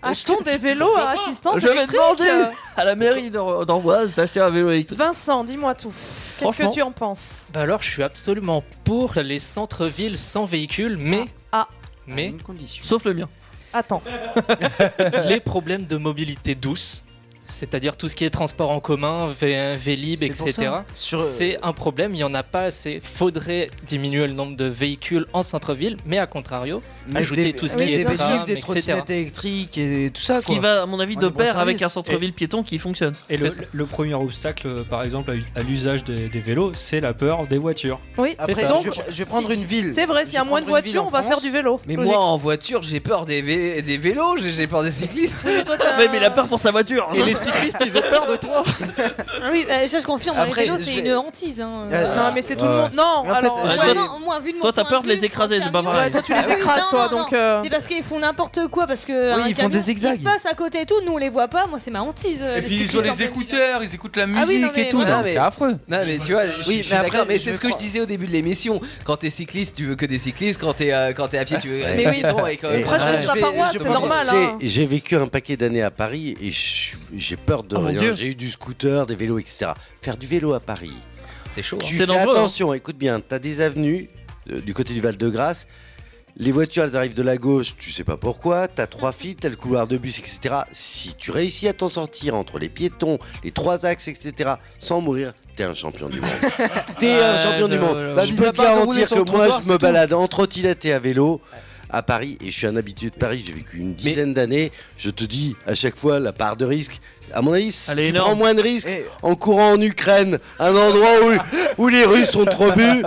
Speaker 2: Achetons des vélos à assistance
Speaker 3: Je vais
Speaker 2: électrique.
Speaker 3: demander à la mairie d'Am- d'Amboise d'acheter un vélo électrique.
Speaker 2: Vincent, dis-moi tout. Qu'est-ce
Speaker 12: Franchement.
Speaker 2: que tu en penses
Speaker 12: Bah alors, je suis absolument pour les centres-villes sans véhicule, mais.
Speaker 2: Ah.
Speaker 12: Mais.
Speaker 3: Sauf le mien.
Speaker 2: Attends.
Speaker 12: les problèmes de mobilité douce, c'est-à-dire tout ce qui est transport en commun, V- Vélib,
Speaker 5: C'est pour
Speaker 12: etc.
Speaker 5: ça. Sur- euh,
Speaker 12: C'est un problème, il n'y en a pas assez. Faudrait diminuer le nombre de véhicules en centre-ville, mais à contrario,
Speaker 5: Mais
Speaker 12: ajouter
Speaker 5: des-
Speaker 12: tout ce
Speaker 5: mais
Speaker 12: qui
Speaker 5: des
Speaker 12: est tram,
Speaker 5: véhicules, des
Speaker 12: etc.
Speaker 5: trottinettes électriques et tout ça.
Speaker 3: Ce qui
Speaker 5: quoi.
Speaker 3: va, à mon avis,
Speaker 5: On
Speaker 3: de
Speaker 5: est bon
Speaker 3: pair avec un
Speaker 5: service.
Speaker 3: centre-ville piéton qui fonctionne.
Speaker 10: Et le,
Speaker 3: C'est ça.
Speaker 10: le premier obstacle, par exemple, à u- à l'usage des, des vélos, c'est la peur des voitures.
Speaker 2: Oui,
Speaker 4: Après,
Speaker 2: c'est
Speaker 4: je-
Speaker 2: donc.
Speaker 4: je vais prendre
Speaker 2: si-
Speaker 4: une ville.
Speaker 2: C'est vrai, s'il y a moins de voitures, on va faire du vélo.
Speaker 4: Mais
Speaker 2: Logique.
Speaker 4: moi en voiture, j'ai peur des, vé- des vélos, j'ai- j'ai peur des cyclistes.
Speaker 3: Ouais, mais il a peur pour sa voiture.
Speaker 4: Et les
Speaker 12: cyclistes, ils ont peur de toi.
Speaker 11: Ah oui, euh, ça je confirme,
Speaker 4: Après,
Speaker 11: les vélos
Speaker 4: je
Speaker 11: c'est
Speaker 4: vais-
Speaker 11: une hantise. hein, euh.
Speaker 4: Euh,
Speaker 2: Non, mais c'est tout le monde. Non,
Speaker 4: Mais en fait,
Speaker 2: alors.
Speaker 3: Ouais,
Speaker 11: Ouais,
Speaker 3: toi-
Speaker 11: non, moi, vu de mon
Speaker 3: Toi, t'as
Speaker 11: point
Speaker 3: peur de les
Speaker 11: vue,
Speaker 3: écraser, c'est pas Ah
Speaker 11: camion-
Speaker 3: pareil.
Speaker 2: Ouais, toi, tu les écrases,
Speaker 11: Non,
Speaker 2: toi,
Speaker 11: non,
Speaker 2: donc.
Speaker 11: non.
Speaker 2: euh,
Speaker 11: C'est parce qu'ils font n'importe quoi, parce que.
Speaker 5: Oui,
Speaker 11: un
Speaker 5: ils font
Speaker 11: camion
Speaker 5: des
Speaker 11: qui
Speaker 5: zigzags.
Speaker 11: se passe à côté et tout, nous on les voit pas, moi c'est ma hantise. euh,
Speaker 9: Et
Speaker 11: les
Speaker 9: puis ils ont
Speaker 11: cyclistes en
Speaker 9: les
Speaker 11: fait.
Speaker 9: écouteurs, ils écoutent la
Speaker 11: Ah oui,
Speaker 9: musique
Speaker 11: non, mais
Speaker 9: et tout.
Speaker 11: voilà.
Speaker 9: Non,
Speaker 4: mais-
Speaker 9: c'est affreux.
Speaker 4: Non mais tu vois, je
Speaker 5: Oui,
Speaker 4: je suis
Speaker 5: mais après,
Speaker 4: d'accord, mais
Speaker 5: je
Speaker 4: c'est ce
Speaker 5: vais
Speaker 4: que je
Speaker 5: croire.
Speaker 4: disais au début de l'émission. Quand t'es cycliste, tu veux que des cyclistes. Quand t'es euh, quand t'es à pied, tu veux
Speaker 14: Mais
Speaker 4: des
Speaker 2: oui.
Speaker 4: piétons. Et quand-
Speaker 14: Et-
Speaker 4: quand
Speaker 14: Après, je
Speaker 4: t'es
Speaker 14: vais
Speaker 2: sur la
Speaker 4: fait-
Speaker 2: paroisse,
Speaker 4: je
Speaker 2: c'est
Speaker 4: pense-
Speaker 2: normal,
Speaker 14: Tu sais,
Speaker 2: hein.
Speaker 14: J'ai vécu un paquet d'années à Paris et je suis- j'ai peur de
Speaker 3: Oh, mon Dieu.
Speaker 14: rien. J'ai eu du scooter, des vélos, etc. Faire du vélo à Paris,
Speaker 4: C'est chaud.
Speaker 14: tu
Speaker 3: C'est
Speaker 14: fais
Speaker 3: dangereux,
Speaker 14: attention. Écoute bien, t'as des avenues euh, du côté du Val-de-Grâce. Les voitures, elles arrivent de la gauche, tu sais pas pourquoi. T'as trois files, t'as le couloir de bus, etc. Si tu réussis à t'en sortir entre les piétons, les trois axes, etc., sans mourir, t'es un champion du monde. T'es un
Speaker 3: Ouais,
Speaker 14: champion
Speaker 3: je-
Speaker 14: du monde.
Speaker 3: voilà.
Speaker 14: je
Speaker 5: Bah, mis
Speaker 14: peux
Speaker 5: à part de rouler
Speaker 14: garantir
Speaker 5: sur
Speaker 14: que
Speaker 5: le
Speaker 14: moi,
Speaker 5: trottoir,
Speaker 14: je me
Speaker 5: c'est tout.
Speaker 14: balade en trottinette et à vélo à Paris et je suis un habitué de Paris. J'ai vécu une dizaine d'années. Je te dis à chaque fois la part de risque. À mon avis,
Speaker 3: Elle est
Speaker 14: tu
Speaker 3: énorme.
Speaker 14: prends moins de risques
Speaker 5: Eh.
Speaker 14: en courant en Ukraine, un endroit où, où les Russes sont trop bu,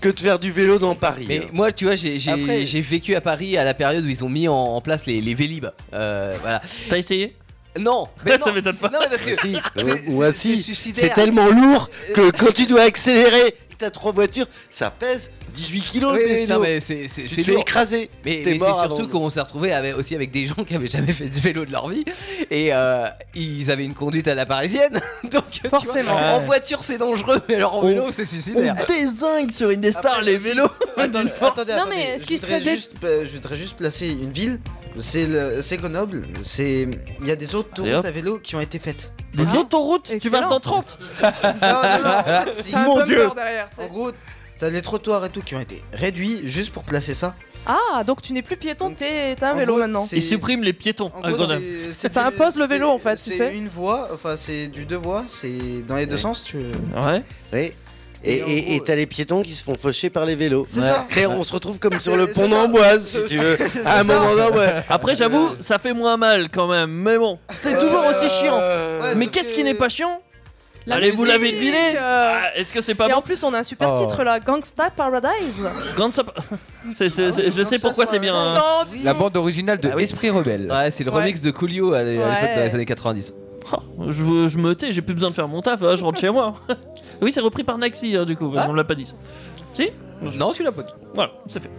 Speaker 14: que de faire du vélo dans Paris. hein.
Speaker 4: Mais moi, tu vois, j'ai j'ai-
Speaker 5: Après-
Speaker 4: j'ai vécu à Paris à la période où ils ont mis en, en place les, les Vélib. Euh, voilà.
Speaker 3: T'as essayé
Speaker 4: Non, mais
Speaker 3: Ça,
Speaker 4: non.
Speaker 3: ça m'étonne pas.
Speaker 4: Non, mais parce que
Speaker 14: Si,
Speaker 4: ah, c'est-
Speaker 14: ou
Speaker 4: c'est c'est
Speaker 14: assis,
Speaker 4: suicidaire. Euh,
Speaker 14: c'est tellement lourd que quand tu dois accélérer, t'as trois voitures, ça pèse 18 kilos.
Speaker 4: Oui,
Speaker 14: le
Speaker 4: oui,
Speaker 14: bestiau.
Speaker 4: non, mais c'est c'est-
Speaker 14: tu
Speaker 4: c'est
Speaker 14: te fais
Speaker 4: lourd.
Speaker 14: écraser.
Speaker 4: Mais,
Speaker 14: T'es
Speaker 4: mais
Speaker 14: mort
Speaker 4: c'est surtout
Speaker 14: avant.
Speaker 4: qu'on s'est retrouvé avec, aussi avec des gens qui avaient jamais fait de vélo de leur vie et euh, ils avaient une conduite à la parisienne. Donc tu vois,
Speaker 2: Forcément.
Speaker 4: en voiture c'est dangereux, mais
Speaker 14: Oh.
Speaker 5: Oh.
Speaker 4: alors en vélo c'est suicidaire.
Speaker 3: On dézingue sur Indestar
Speaker 5: Après,
Speaker 3: les
Speaker 5: aussi-
Speaker 3: vélos
Speaker 5: Ah, Attendez,
Speaker 3: d'une force.
Speaker 5: attendez,
Speaker 11: Non,
Speaker 5: attendez,
Speaker 11: mais ce
Speaker 5: je
Speaker 11: qui
Speaker 5: voudrais
Speaker 11: serait dé-
Speaker 5: juste, euh, je voudrais juste placer une ville. C'est le- c'est Grenoble. C'est il y a des
Speaker 3: Allez, hop.
Speaker 5: autoroutes à vélo qui ont été faites.
Speaker 3: Des autoroutes, tu vas à
Speaker 2: Excellent.
Speaker 3: 130
Speaker 5: Non, non, non, en fait, c'est-
Speaker 2: T'as un
Speaker 3: Mon
Speaker 2: bumper
Speaker 3: Dieu.
Speaker 2: derrière, tu
Speaker 5: en
Speaker 2: sais.
Speaker 5: gros, t'as les trottoirs et tout qui ont été réduits juste pour placer ça.
Speaker 2: Ah, donc tu n'es plus piéton, t'es t'es un
Speaker 5: En
Speaker 2: vélo
Speaker 5: gros,
Speaker 2: maintenant.
Speaker 5: c'est-
Speaker 3: Ils suppriment les piétons
Speaker 5: En
Speaker 3: à
Speaker 5: gros,
Speaker 3: Grenoble.
Speaker 5: c'est- c'est-
Speaker 2: Ça impose le vélo, en fait, tu
Speaker 5: c'est
Speaker 2: sais.
Speaker 5: une voie, enfin c'est du deux voies, c'est dans les deux
Speaker 14: Ouais.
Speaker 5: sens. Tu...
Speaker 3: Ouais.
Speaker 14: Oui.
Speaker 5: Et
Speaker 14: Et
Speaker 5: en
Speaker 14: et-
Speaker 5: gros-
Speaker 14: et t'as les piétons qui se font faucher par les vélos.
Speaker 5: C'est ça.
Speaker 14: C'est- On se retrouve comme sur
Speaker 5: C'est-
Speaker 14: le
Speaker 5: c'est
Speaker 14: pont
Speaker 5: ça.
Speaker 14: d'Amboise, si tu veux.
Speaker 5: C'est
Speaker 14: À un
Speaker 5: ça.
Speaker 14: moment d'Amboise.
Speaker 3: Après, j'avoue, ça fait moins mal quand même, mais bon, c'est toujours aussi chiant.
Speaker 14: Euh,
Speaker 3: Mais qu'est-ce qui n'est pas chiant
Speaker 2: La
Speaker 3: Allez, vous
Speaker 2: musique,
Speaker 3: l'avez deviné
Speaker 2: euh,
Speaker 3: Ah, Est-ce que c'est pas
Speaker 2: Et en
Speaker 3: bon
Speaker 2: plus, on a un super
Speaker 3: Oh.
Speaker 2: titre là, Gangsta Paradise.
Speaker 3: Grande sap- C'est- c'est- c'est- Je sais pourquoi c'est bien. hein. Ah
Speaker 2: Non,
Speaker 9: La bande originale de Esprit Rebelle.
Speaker 4: Ouais, c'est le
Speaker 2: Ouais.
Speaker 4: remix de Coolio à à l'époque
Speaker 2: Ouais.
Speaker 4: dans les années 90.
Speaker 3: Je, je me tais, j'ai plus besoin de faire mon taf, hein, je rentre chez moi. oui, c'est repris par Naxi, hein, du coup, parce qu'on l'a pas dit. ça. Si
Speaker 4: Non, tu l'as pas dit.
Speaker 3: Voilà, c'est fait.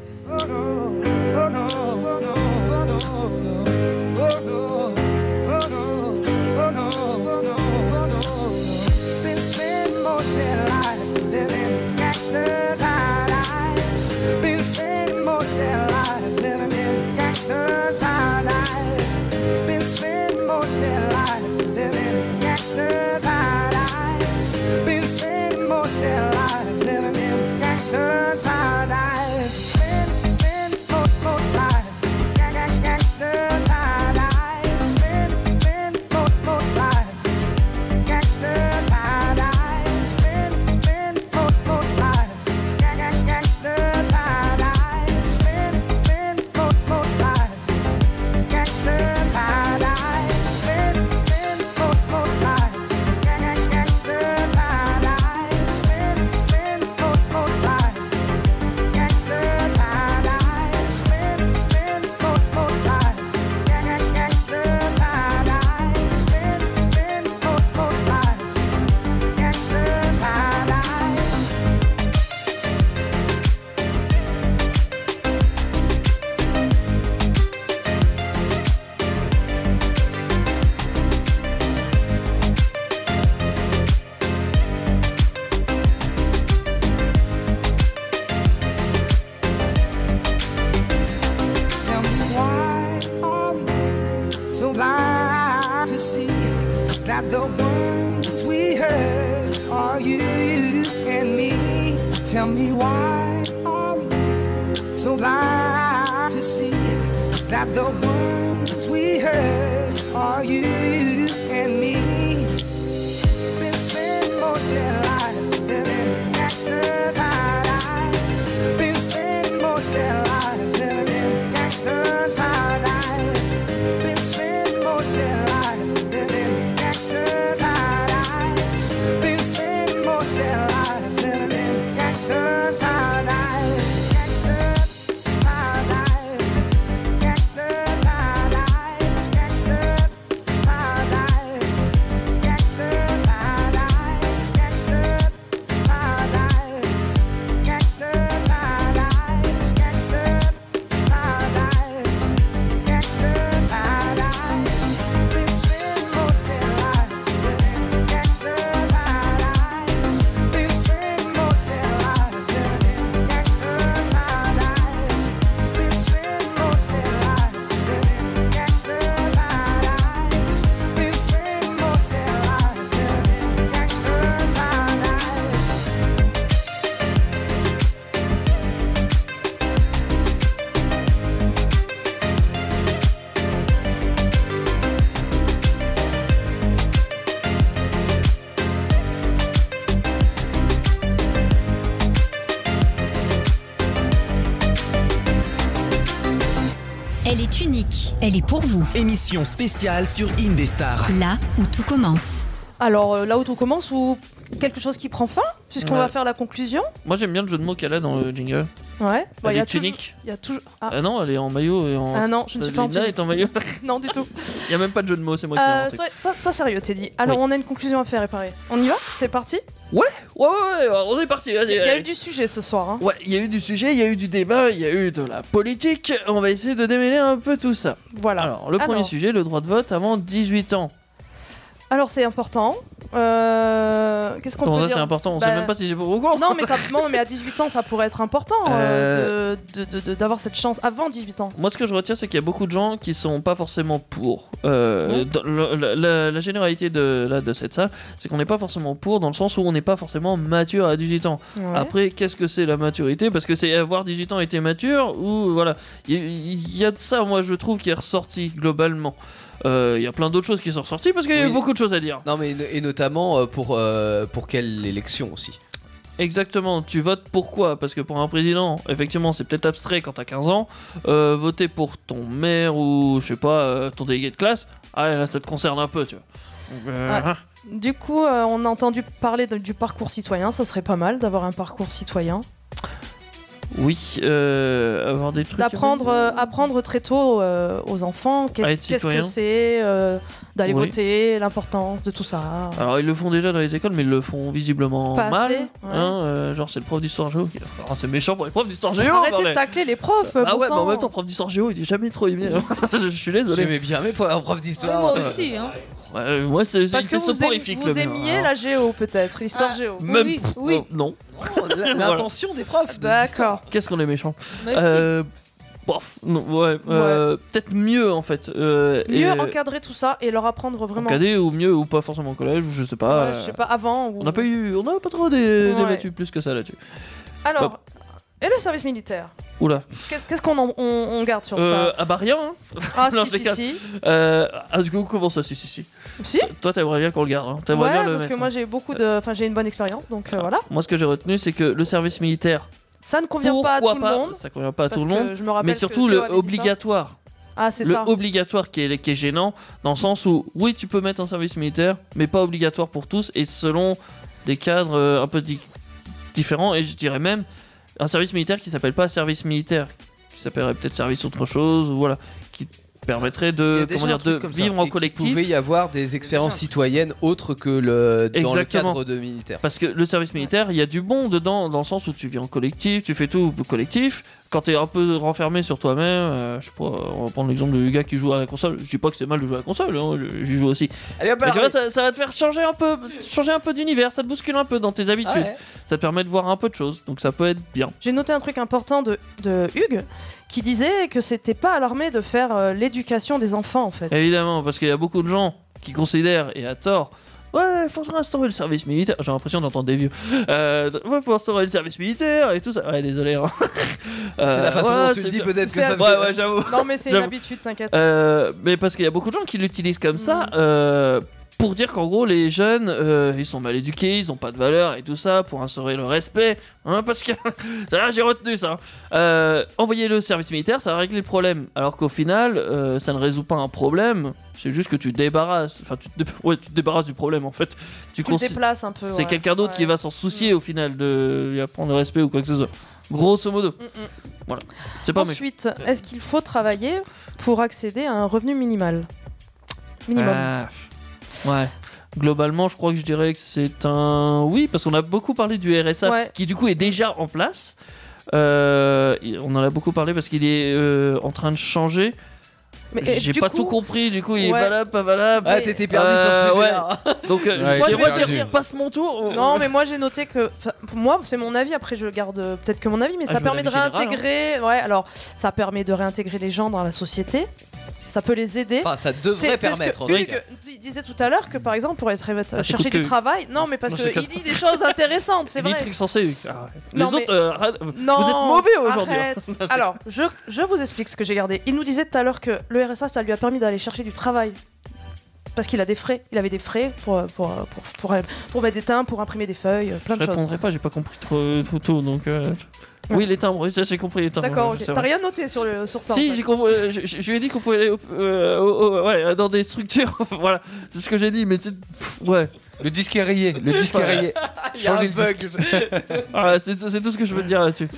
Speaker 15: Been spending most of their life living gangsters' paradise. Been spending most of their life living in gangsters' paradise. Been spending most of their life living in gangsters' paradise. Been spending most of their life living in gangsters' paradise. Spend- spend most- most life gang- gang- gangsters' paradise. Spend- spend most- most life Gangsters paradise, spin, spin, foot, foot, life. Gang, gang, gangsters paradise, spin, spin, foot, foot, life. Gangsters paradise, spin, spin, foot, foot, life. Gang, gang, gangsters paradise, spin, spin, foot, foot, life. Gangsters paradise, spin, spin, foot, foot, life. Gang, gang, gangsters paradise, spin, spin, foot, foot, life. Gangsters paradise. Tell me why are we so blind to see that the words we heard are you, you and me? Tell me why are we so blind to see that the words we heard are you, you and me? Been spending most of their life living gangsters' paradise. Been spending most of their life living in gangsters' paradise. Been spending most of their life living in gangsters' paradise. Been spending most of their life living in gangsters' paradise. Gangsters' paradise. Gangsters' paradise. Gangsters' paradise. Gangsters paradise, gangsters paradise, gangsters paradise, gangsters paradise, gangsters paradise. Been spending most their life living in gangsters paradise. Been spending most their life living in gangsters paradise. Been spending most their life living in gangsters paradise. Been spending most their life living in gangsters paradise.
Speaker 1: Elle est unique, elle est pour vous.
Speaker 13: Émission spéciale sur Indestar.
Speaker 1: Là où tout commence.
Speaker 2: Alors euh, là où on commence, ou quelque chose qui prend fin, puisqu'on
Speaker 3: Ouais.
Speaker 2: va faire la conclusion.
Speaker 3: Moi j'aime bien le jeu de mots qu'elle a dans le jingle.
Speaker 2: Ouais.
Speaker 3: Elle
Speaker 2: y a
Speaker 3: est tunique.
Speaker 2: toujours- Il y a toujours.
Speaker 3: Ah.
Speaker 2: Ah,
Speaker 3: non, elle est en maillot et en.
Speaker 2: Ah non, je ne suis pas en
Speaker 3: Lina
Speaker 2: tunique.
Speaker 3: est en maillot.
Speaker 2: non, du tout.
Speaker 3: Il y a même pas de jeu de mots, c'est moi qui l'ai
Speaker 2: Euh,
Speaker 3: inventé.
Speaker 2: sois, sois- sois sérieux, Teddy. Alors,
Speaker 3: Oui.
Speaker 2: on a une conclusion à faire, réparer. On y va C'est parti
Speaker 3: Ouais, ouais, ouais, ouais, on est parti.
Speaker 2: Il y a eu du sujet ce soir. hein.
Speaker 3: Ouais, il y a eu du sujet, il y a eu du débat, il y a eu de la politique. On va essayer de démêler un peu tout ça.
Speaker 2: Voilà.
Speaker 3: Alors, le premier
Speaker 2: Alors.
Speaker 3: sujet, le droit de vote avant 18 ans.
Speaker 2: Alors, c'est important. Euh, Qu'est-ce qu'on
Speaker 3: Comment
Speaker 2: peut
Speaker 3: ça,
Speaker 2: dire Ben,
Speaker 3: c'est important On sait même pas si j'ai pour ou
Speaker 2: Non, mais, ça, non, mais à 18 ans, ça pourrait être important euh, de- de- de- d'avoir cette chance avant 18 ans.
Speaker 3: Moi, ce que je retiens, c'est qu'il y a beaucoup de gens qui sont pas forcément pour. Euh, dans le- la, la- la généralité de, là, de cette salle, c'est qu'on n'est pas forcément pour dans le sens où on n'est pas forcément mature à 18 ans.
Speaker 12: Ouais.
Speaker 3: Après, qu'est-ce que c'est la maturité Parce que c'est avoir 18 ans et t'es mature ou voilà. Il y, il y a de ça, moi, je trouve, qui est ressorti globalement. Euh, Il y a plein d'autres choses qui sont ressorties parce qu'il y a eu
Speaker 4: Oui.
Speaker 3: beaucoup de choses à dire.
Speaker 4: Non, mais et notamment euh, pour, euh, pour quelle élection aussi
Speaker 3: Exactement, tu votes pourquoi Parce que pour un président, effectivement, c'est peut-être abstrait quand t'as 15 ans. Euh, voter pour ton maire ou, je sais pas, euh, ton délégué de classe, ah là, ça te concerne un peu, tu vois.
Speaker 2: Ouais.
Speaker 4: hein.
Speaker 2: Du coup, euh, on a entendu parler de- du parcours citoyen. Ça serait pas mal d'avoir un parcours citoyen.
Speaker 3: Oui, euh, avoir des trucs.
Speaker 2: D'apprendre euh, apprendre très tôt euh, aux enfants
Speaker 3: À
Speaker 2: qu'est-ce
Speaker 3: être
Speaker 2: qu'est-ce
Speaker 3: citoyen.
Speaker 2: que c'est, euh, d'aller
Speaker 3: Oui.
Speaker 2: voter, l'importance de tout ça.
Speaker 3: Alors ils le font déjà dans les écoles, mais ils le font visiblement
Speaker 2: Pas
Speaker 3: mal.
Speaker 2: assez, ouais.
Speaker 3: hein, euh, genre c'est le prof d'histoire géo. qui- Oh, c'est méchant pour les profs d'histoire géo.
Speaker 2: Arrêtez de
Speaker 3: bordel.
Speaker 2: tacler les profs.
Speaker 3: Ah
Speaker 2: bon
Speaker 3: ouais, mais en
Speaker 2: sang.
Speaker 3: même temps, prof d'histoire géo, il est jamais trop aimé. hein. je suis désolé.
Speaker 4: J'aimais bien mes profs- prof d'histoire.
Speaker 3: euh,
Speaker 2: Moi aussi. Hein.
Speaker 3: Ouais, euh, moi, c'est
Speaker 2: Parce que
Speaker 3: c'est
Speaker 2: vous,
Speaker 3: soporifique,
Speaker 2: aim- vous
Speaker 3: le mien. hein.
Speaker 2: aimiez
Speaker 3: Alors,
Speaker 2: la géo peut-être, l'histoire géo.
Speaker 3: Même pff, euh, non.
Speaker 4: la- l'intention des profs.
Speaker 2: D'accord.
Speaker 3: Qu'est-ce qu'on est méchant.
Speaker 2: Mais si.
Speaker 3: Euh, bof, non, ouais, euh, peut-être mieux en fait. euh,
Speaker 2: Mieux
Speaker 3: et-
Speaker 2: encadrer tout ça et leur apprendre vraiment.
Speaker 3: encadré ou mieux ou pas forcément au collège ou je sais pas.
Speaker 2: Ouais, je sais pas, avant ou-
Speaker 3: euh, On n'a pas eu, on n'a pas trop dé-
Speaker 2: Ouais.
Speaker 3: débattu plus que ça là-dessus.
Speaker 2: Alors,
Speaker 3: Hop.
Speaker 2: et le service militaire
Speaker 3: Oula.
Speaker 2: Qu'est- Qu'est-ce qu'on en- on, on garde sur
Speaker 3: Euh,
Speaker 2: ça
Speaker 3: ah bah rien. hein.
Speaker 2: Ah,
Speaker 3: Non,
Speaker 2: si,
Speaker 3: je
Speaker 2: si,
Speaker 3: déconne.
Speaker 2: si.
Speaker 3: Euh, ah, du coup, comment ça Si, si, si.
Speaker 2: Si
Speaker 3: Toi, t'aimerais bien qu'on le garde. Hein. T'aimerais
Speaker 2: Ouais,
Speaker 3: bien le
Speaker 2: parce
Speaker 3: mettre,
Speaker 2: que
Speaker 3: hein.
Speaker 2: moi j'ai beaucoup de. Enfin, j'ai une bonne expérience, donc euh, voilà.
Speaker 3: Moi, ce que j'ai retenu, c'est que le service militaire,
Speaker 2: Ça ne convient pas à tout
Speaker 3: pourquoi
Speaker 2: le monde.
Speaker 3: Ça convient pas à
Speaker 2: parce
Speaker 3: tout le
Speaker 2: que
Speaker 3: monde.
Speaker 2: je me rappelle
Speaker 3: mais
Speaker 2: que
Speaker 3: surtout,
Speaker 2: Théo
Speaker 3: le
Speaker 2: avait dit ça.
Speaker 3: obligatoire.
Speaker 2: Ah, c'est
Speaker 3: le
Speaker 2: ça.
Speaker 3: obligatoire qui est, qui est gênant, dans le sens où, oui, tu peux mettre un service militaire, mais pas obligatoire pour tous, et selon des cadres euh, un peu di- différents, et je dirais même un service militaire qui s'appelle pas service militaire, qui s'appellerait peut-être service autre chose, ou voilà, qui permettrait
Speaker 4: Il y
Speaker 3: de,
Speaker 4: a déjà
Speaker 3: comment
Speaker 4: un
Speaker 3: dire,
Speaker 4: truc
Speaker 3: de
Speaker 4: comme ça.
Speaker 3: vivre
Speaker 4: Et
Speaker 3: en
Speaker 4: qu'il
Speaker 3: collectif.
Speaker 4: pouvait y avoir des expériences citoyennes autres que le, euh, dans le
Speaker 3: Exactement.
Speaker 4: cadre de militaire.
Speaker 3: Parce que le service militaire, il y a du bon dedans, dans le sens où tu vis en collectif, tu fais tout collectif. Quand t'es un peu renfermé sur toi-même, euh, je sais pas, on va prendre l'exemple du gars qui joue à la console. Je dis pas que c'est mal de jouer à la console, hein, je- j'y joue aussi.
Speaker 4: Allez, hop,
Speaker 3: Mais tu
Speaker 4: arrête.
Speaker 3: vois, ça, ça va te faire changer un peu, changer un peu d'univers, ça te bouscule un peu dans tes habitudes.
Speaker 2: Ouais.
Speaker 3: Ça te permet de voir un peu de choses, donc ça peut être bien.
Speaker 2: J'ai noté un truc important de, de Hugues qui disait que c'était pas à l'armée de faire euh, l'éducation des enfants en
Speaker 3: Eh,
Speaker 2: fait.
Speaker 3: Évidemment, parce qu'il y a beaucoup de gens qui considèrent, et à tort, ouais, il faudrait instaurer le service militaire. J'ai l'impression d'entendre des vieux. Euh, ouais, faut instaurer le service militaire et tout ça. Ouais, désolé. hein. Euh,
Speaker 4: la façon
Speaker 3: ouais,
Speaker 4: dont tu le
Speaker 3: c'est
Speaker 4: dis
Speaker 3: bien.
Speaker 4: peut-être que ça se-
Speaker 3: Ouais, ouais, j'avoue.
Speaker 2: Non, mais c'est une
Speaker 3: J'avoue.
Speaker 2: habitude, t'inquiète.
Speaker 3: Euh, mais parce qu'il y a beaucoup de gens qui l'utilisent comme ça.
Speaker 2: Mm.
Speaker 3: euh, pour dire qu'en gros, les jeunes, euh, ils sont mal éduqués, ils ont pas de valeur et tout ça, pour instaurer le respect. Hein, parce que. Ah, j'ai retenu ça. Euh, envoyer le service militaire, ça va régler le problème. Alors qu'au final, euh, ça ne résout pas un problème. C'est juste que tu débarrasses. Enfin, tu te, dé- ouais, tu te débarrasses du problème en fait.
Speaker 2: Tu le déplaces un peu,
Speaker 3: C'est
Speaker 2: ouais. Mm.
Speaker 3: quelqu'un d'autre qui va s'en soucier au final de lui apprendre le respect ou quoi que ce soit. Grosso modo. Voilà. C'est pas méchant.
Speaker 2: Mm, Ensuite, est-ce qu'il faut travailler pour accéder à un revenu minimal Minimum.
Speaker 3: Ah, ouais. Globalement, je crois que je dirais que c'est un oui parce qu'on a beaucoup parlé du RSA
Speaker 2: Ouais.
Speaker 3: qui du coup est déjà en place. Euh, il- on en a beaucoup parlé parce qu'il est euh, en train de changer.
Speaker 2: Mais, euh,
Speaker 3: J'ai
Speaker 2: du
Speaker 3: pas
Speaker 2: coup-
Speaker 3: tout compris. Du coup, il est
Speaker 2: Ouais.
Speaker 3: valable, pas valable.
Speaker 2: Ah, t'étais
Speaker 4: perdu sur ce sujet-là.
Speaker 3: ouais. Donc, euh,
Speaker 4: Ouais,
Speaker 3: j'ai
Speaker 4: j'ai
Speaker 3: le droit de
Speaker 4: perdu.
Speaker 3: dire, passe mon tour.
Speaker 2: Non, mais moi j'ai noté que, enfin, pour moi, c'est mon avis. Après, je garde euh, peut-être que mon avis, mais
Speaker 3: Ah,
Speaker 2: ça
Speaker 3: je veux
Speaker 2: permet de
Speaker 3: l'avis
Speaker 4: hein.
Speaker 3: général,
Speaker 2: réintégrer. Ouais, alors ça permet de réintégrer les gens dans la société. Ça peut les aider.
Speaker 4: Enfin, ça devrait
Speaker 2: C'est- c'est ce que
Speaker 4: permettre, en tout
Speaker 2: Hugues
Speaker 4: cas.
Speaker 2: dis- disait tout à l'heure que, par exemple, pour être
Speaker 3: Ah,
Speaker 2: chercher
Speaker 3: t'écoutes
Speaker 2: du
Speaker 3: que-
Speaker 2: travail, non, mais parce
Speaker 3: Non, c'est
Speaker 2: qu'il
Speaker 3: que-
Speaker 2: dit des choses intéressantes, c'est
Speaker 3: Les
Speaker 2: vrai.
Speaker 3: trucs censés. Ah, ouais. Les
Speaker 2: Non,
Speaker 3: autres,
Speaker 2: mais-
Speaker 3: euh, ra-
Speaker 2: Non,
Speaker 3: vous êtes mauvais aujourd'hui. hein.
Speaker 2: arrête. Alors, je, je vous explique ce que j'ai gardé. Il nous disait tout à l'heure que le RSA, ça lui a permis d'aller chercher du travail. Parce qu'il a des frais. Il avait des frais pour, pour, pour, pour, pour mettre des timbres, pour imprimer des feuilles, euh, plein
Speaker 3: je
Speaker 2: de choses.
Speaker 3: répondrai pas. J'ai pas compris trop, trop tôt. Donc, euh, oui, les timbres. Oui, ça, j'ai compris les timbres.
Speaker 2: D'accord,
Speaker 3: ouais,
Speaker 2: ok.
Speaker 3: c'est
Speaker 2: T'as
Speaker 3: vrai.
Speaker 2: rien noté sur, le, sur ça en
Speaker 3: Si,
Speaker 2: fait.
Speaker 3: j'ai compris, euh, je, je- je lui ai dit qu'on pouvait aller au- euh, au- au- ouais, dans des structures. voilà, c'est ce que j'ai dit, mais c'est. pff, Ouais.
Speaker 9: Le disque est rayé, le disque est rayé.
Speaker 4: Il y a un
Speaker 9: Changez le
Speaker 4: bug.
Speaker 9: disque.
Speaker 3: Ah, c'est tout c'est tout ce que je veux te dire là-dessus.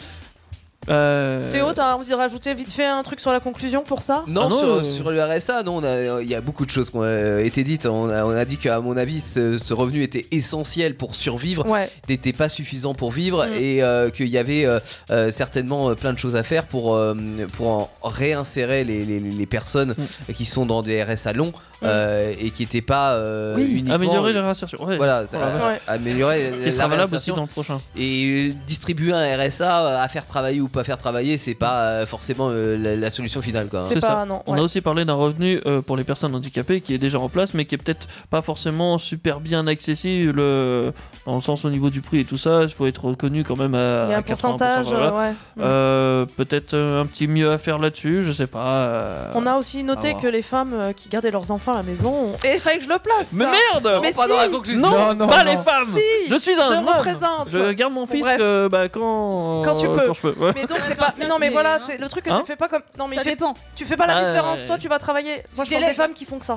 Speaker 3: Euh,
Speaker 2: Théo, t'as envie de rajouter vite fait un truc sur la conclusion pour ça
Speaker 4: Non, sur,
Speaker 3: euh,
Speaker 4: sur le RSA, non, on a- il y a beaucoup de choses qui ont euh, été dites. On a, on a dit qu'à mon avis, ce, ce revenu était essentiel pour survivre,
Speaker 2: Ouais.
Speaker 4: n'était pas suffisant pour vivre
Speaker 2: Mm.
Speaker 4: et euh, qu'il y avait euh, euh, certainement euh, plein de choses à faire pour, euh, pour en réinsérer les, les- les personnes
Speaker 3: Mm.
Speaker 4: qui sont dans des RSA longs euh, et qui n'étaient pas euh, uniquement.
Speaker 3: améliorer la réinsertion. Ouais.
Speaker 4: Voilà,
Speaker 3: Oh la
Speaker 4: euh,
Speaker 3: vache.
Speaker 4: améliorer la-
Speaker 3: Qui
Speaker 4: la
Speaker 3: sera valable aussi
Speaker 4: réinsertion.
Speaker 3: dans le prochain.
Speaker 4: Et euh, distribuer un RSA euh, à faire travailler ou pas faire travailler, c'est pas euh, forcément euh, la, la solution finale. Quoi. hein.
Speaker 3: C'est ça. On a aussi parlé d'un revenu euh, pour les personnes handicapées qui est déjà en place, mais qui est peut-être pas forcément super bien accessible euh, dans le sens au niveau du prix et tout ça. Il faut être reconnu quand même à,
Speaker 2: Il y a un
Speaker 3: à 80%,
Speaker 2: pourcentage,
Speaker 3: voilà.
Speaker 2: euh, ouais.
Speaker 3: Euh, peut-être euh, un petit mieux à faire là-dessus, je sais pas. euh,
Speaker 2: On a aussi
Speaker 3: à
Speaker 2: noté
Speaker 3: voir.
Speaker 2: que les femmes euh, qui gardaient leurs enfants à la maison. ont- Et il fallait que je le place hein.
Speaker 3: Mais
Speaker 2: ça.
Speaker 3: merde Oh,
Speaker 2: Mais si
Speaker 3: Non, pas les femmes
Speaker 2: Si,
Speaker 3: Je suis un
Speaker 2: Je
Speaker 3: homme
Speaker 2: représente
Speaker 3: Je garde mon
Speaker 2: Bon,
Speaker 3: fils
Speaker 2: bref.
Speaker 3: euh, bah, quand...
Speaker 2: Quand tu peux.
Speaker 3: Quand je peux. ouais.
Speaker 2: Mais mais donc c'est
Speaker 11: D'accord,
Speaker 2: pas.
Speaker 11: ça,
Speaker 2: mais non, mais
Speaker 11: c'est-
Speaker 2: voilà,
Speaker 11: hein.
Speaker 2: c'est le truc que
Speaker 3: Hein
Speaker 2: tu fais pas comme. Non, mais
Speaker 11: Ça
Speaker 2: il fait-
Speaker 11: dépend.
Speaker 2: Tu fais pas la
Speaker 3: Bah, Ouais,
Speaker 2: référence.
Speaker 3: Ah, ouais,
Speaker 2: Toi,
Speaker 3: ouais.
Speaker 2: tu vas travailler. Moi, je pense des
Speaker 11: délègues.
Speaker 2: femmes qui font que ça.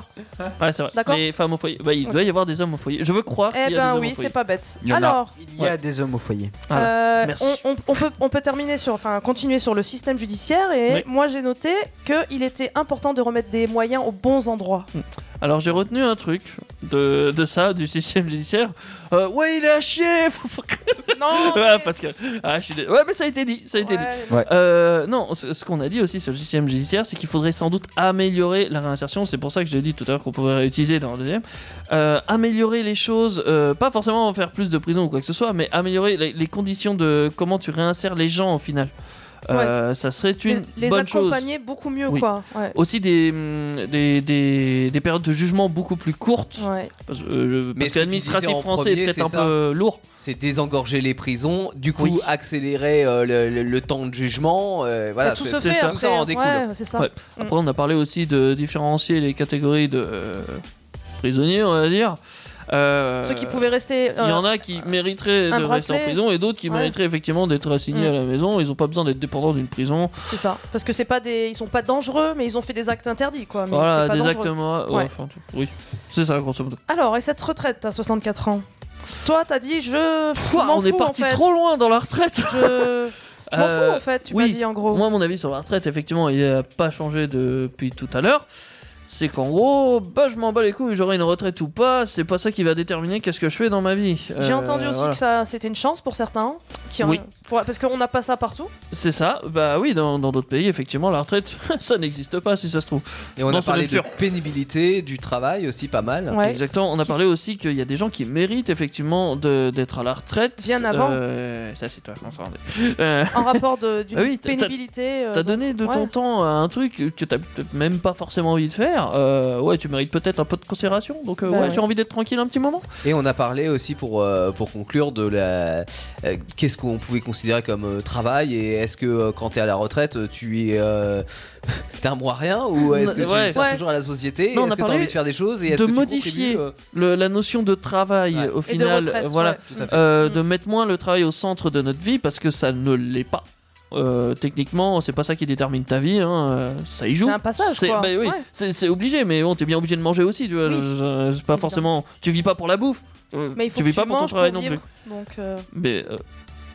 Speaker 3: Ouais, c'est vrai.
Speaker 2: D'accord.
Speaker 3: Les femmes au foyer. Bah, il doit y avoir des hommes au foyer. Je veux croire
Speaker 2: Eh
Speaker 3: qu'il y a des
Speaker 2: ben
Speaker 3: hommes
Speaker 2: oui,
Speaker 3: au foyer.
Speaker 2: c'est pas bête.
Speaker 5: Il y en a.
Speaker 2: Alors.
Speaker 5: Il y a des hommes au foyer.
Speaker 2: Euh,
Speaker 3: Merci.
Speaker 2: on, on- on peut, on peut terminer sur, enfin, continuer sur le système judiciaire et
Speaker 3: Oui.
Speaker 2: moi j'ai noté qu'il était important de remettre des moyens aux bons endroits.
Speaker 3: Mmh. Alors j'ai retenu un truc de, de ça, du système judiciaire. Euh, ouais, il est à chier faut- faut que-
Speaker 2: Non
Speaker 3: Ouais, parce que... Ah, je suis dé- Ouais, mais ça a été dit, ça a été dit. Euh, non, ce, ce qu'on a dit aussi sur le système judiciaire, c'est qu'il faudrait sans doute améliorer la réinsertion. C'est pour ça que j'ai dit tout à l'heure qu'on pourrait réutiliser dans le deuxième. Euh, améliorer les choses, euh, pas forcément en faire plus de prison ou quoi que ce soit, mais améliorer les, les conditions de comment tu réinsères les gens au final. Euh, ça serait une
Speaker 2: les
Speaker 3: bonne chose.
Speaker 2: accompagner beaucoup mieux
Speaker 3: Oui.
Speaker 2: quoi. Ouais.
Speaker 3: Aussi des, mm, des, des, des périodes de jugement beaucoup plus courtes.
Speaker 2: Ouais.
Speaker 3: Parce, euh, je-
Speaker 4: Mais
Speaker 3: parce
Speaker 4: ce
Speaker 3: que
Speaker 4: que tu
Speaker 3: l'administratif
Speaker 4: disais en
Speaker 3: français
Speaker 4: premier,
Speaker 3: est peut-être
Speaker 4: c'est
Speaker 3: un
Speaker 4: ça.
Speaker 3: peu euh, lourd.
Speaker 4: C'est désengorger les prisons, du coup
Speaker 3: Oui.
Speaker 4: accélérer euh, le, le- le temps de jugement. euh, voilà,
Speaker 3: tout
Speaker 4: c'est-
Speaker 3: se
Speaker 4: c'est
Speaker 3: fait
Speaker 4: ça.
Speaker 3: après,
Speaker 4: Tout ça en
Speaker 3: hein.
Speaker 4: découle.
Speaker 2: Ouais, c'est ça.
Speaker 3: Ouais.
Speaker 2: Mm.
Speaker 3: Après, on a parlé aussi de différencier les catégories de euh, prisonniers, on va dire. Euh,
Speaker 2: Ceux qui pouvaient rester.
Speaker 3: Il y
Speaker 2: euh,
Speaker 3: en a qui mériteraient de
Speaker 2: un
Speaker 3: rester en
Speaker 2: bracelet.
Speaker 3: prison et d'autres qui
Speaker 2: Ouais.
Speaker 3: mériteraient effectivement d'être assignés
Speaker 2: Mm.
Speaker 3: à la maison. Ils n'ont pas besoin d'être dépendants d'une prison.
Speaker 2: C'est ça. Parce que c'est pas des, ils sont pas dangereux, mais ils ont fait des actes interdits quoi. mais c'est
Speaker 3: voilà,
Speaker 2: pas
Speaker 3: des
Speaker 2: dangereux.
Speaker 3: actes moraux.
Speaker 2: Ouais.
Speaker 3: ouais, enfin, tu- Oui, c'est ça, grosso modo.
Speaker 2: Alors et cette retraite à 64 ans. Toi t'as dit je.
Speaker 3: Pouah,
Speaker 2: m'en
Speaker 3: on est
Speaker 2: fous, en
Speaker 3: parti
Speaker 2: fait.
Speaker 3: trop loin dans la retraite.
Speaker 2: Je, je m'en
Speaker 3: Euh,
Speaker 2: fous en fait. Tu
Speaker 3: oui.
Speaker 2: m'as dit en gros.
Speaker 3: Moi, mon avis sur la retraite, effectivement, il n'a pas changé depuis tout à l'heure. C'est qu'en gros, bah, je m'en bats les couilles, j'aurai une retraite ou pas, c'est pas ça qui va déterminer qu'est-ce que je fais dans ma vie.
Speaker 2: J'ai
Speaker 3: Euh,
Speaker 2: entendu aussi
Speaker 3: voilà.
Speaker 2: que ça c'était une chance pour certains. Qui en-
Speaker 3: Oui.
Speaker 2: pour- parce qu'on n'a pas ça partout.
Speaker 3: C'est ça, bah oui, dans dans d'autres pays, effectivement, la retraite, ça n'existe pas si ça se trouve.
Speaker 4: Et on
Speaker 3: Non,
Speaker 4: a
Speaker 3: ça doit
Speaker 4: parlé
Speaker 3: être
Speaker 4: de
Speaker 3: sûr.
Speaker 4: pénibilité, du travail aussi pas mal.
Speaker 3: Exactement, on a parlé aussi qu'il y a des gens qui méritent effectivement de- d'être à la retraite.
Speaker 2: Bien avant.
Speaker 3: Euh, ça, c'est toi, François. Euh,
Speaker 2: En rapport de- d'une
Speaker 3: Ah oui, t'as- t'as-
Speaker 2: pénibilité. euh,
Speaker 3: T'as
Speaker 2: donc-
Speaker 3: donné de
Speaker 2: ouais.
Speaker 3: ton temps à un truc que t'as peut-être même pas forcément envie de faire. euh, ouais, tu mérites peut-être un peu de considération. Donc euh,
Speaker 4: Bah
Speaker 3: ouais,
Speaker 4: ouais.
Speaker 3: j'ai envie d'être tranquille un petit moment.
Speaker 4: Et on a parlé aussi pour, euh, pour conclure de la euh, qu'est-ce qu'on pouvait considérer comme euh, travail et est-ce que euh, quand t'es à la retraite tu es euh, t'es un bon à rien ou est-ce que
Speaker 3: Ouais.
Speaker 4: tu sers
Speaker 3: Ouais.
Speaker 4: toujours à la société
Speaker 3: Non, on
Speaker 4: est-ce
Speaker 3: a
Speaker 4: que t'as
Speaker 3: parlé
Speaker 4: envie de faire des choses et est-ce
Speaker 3: de
Speaker 4: que tu
Speaker 3: modifier
Speaker 4: contribues, euh,
Speaker 3: le- la notion de travail au
Speaker 4: Et de
Speaker 3: final,
Speaker 4: retraite,
Speaker 3: euh, voilà,
Speaker 4: ouais. Tout à fait.
Speaker 2: Mm.
Speaker 3: Euh, de mettre moins le travail au centre de notre vie parce que ça ne l'est pas. Euh, techniquement, c'est pas ça qui détermine ta vie, hein, euh, ça y joue.
Speaker 2: C'est un passage,
Speaker 3: C'est-
Speaker 2: quoi.
Speaker 3: bah oui,
Speaker 2: Ouais.
Speaker 3: c'est c'est obligé, mais bon, t'es bien obligé de manger aussi, tu vois. euh, c'est pas forcément, tu vis pas pour la bouffe. euh,
Speaker 2: Mais il faut
Speaker 3: tu
Speaker 2: que
Speaker 3: vis pas pour ton
Speaker 2: manges
Speaker 3: travail non
Speaker 2: vivre.
Speaker 3: plus.
Speaker 2: Donc, euh,
Speaker 3: Mais euh,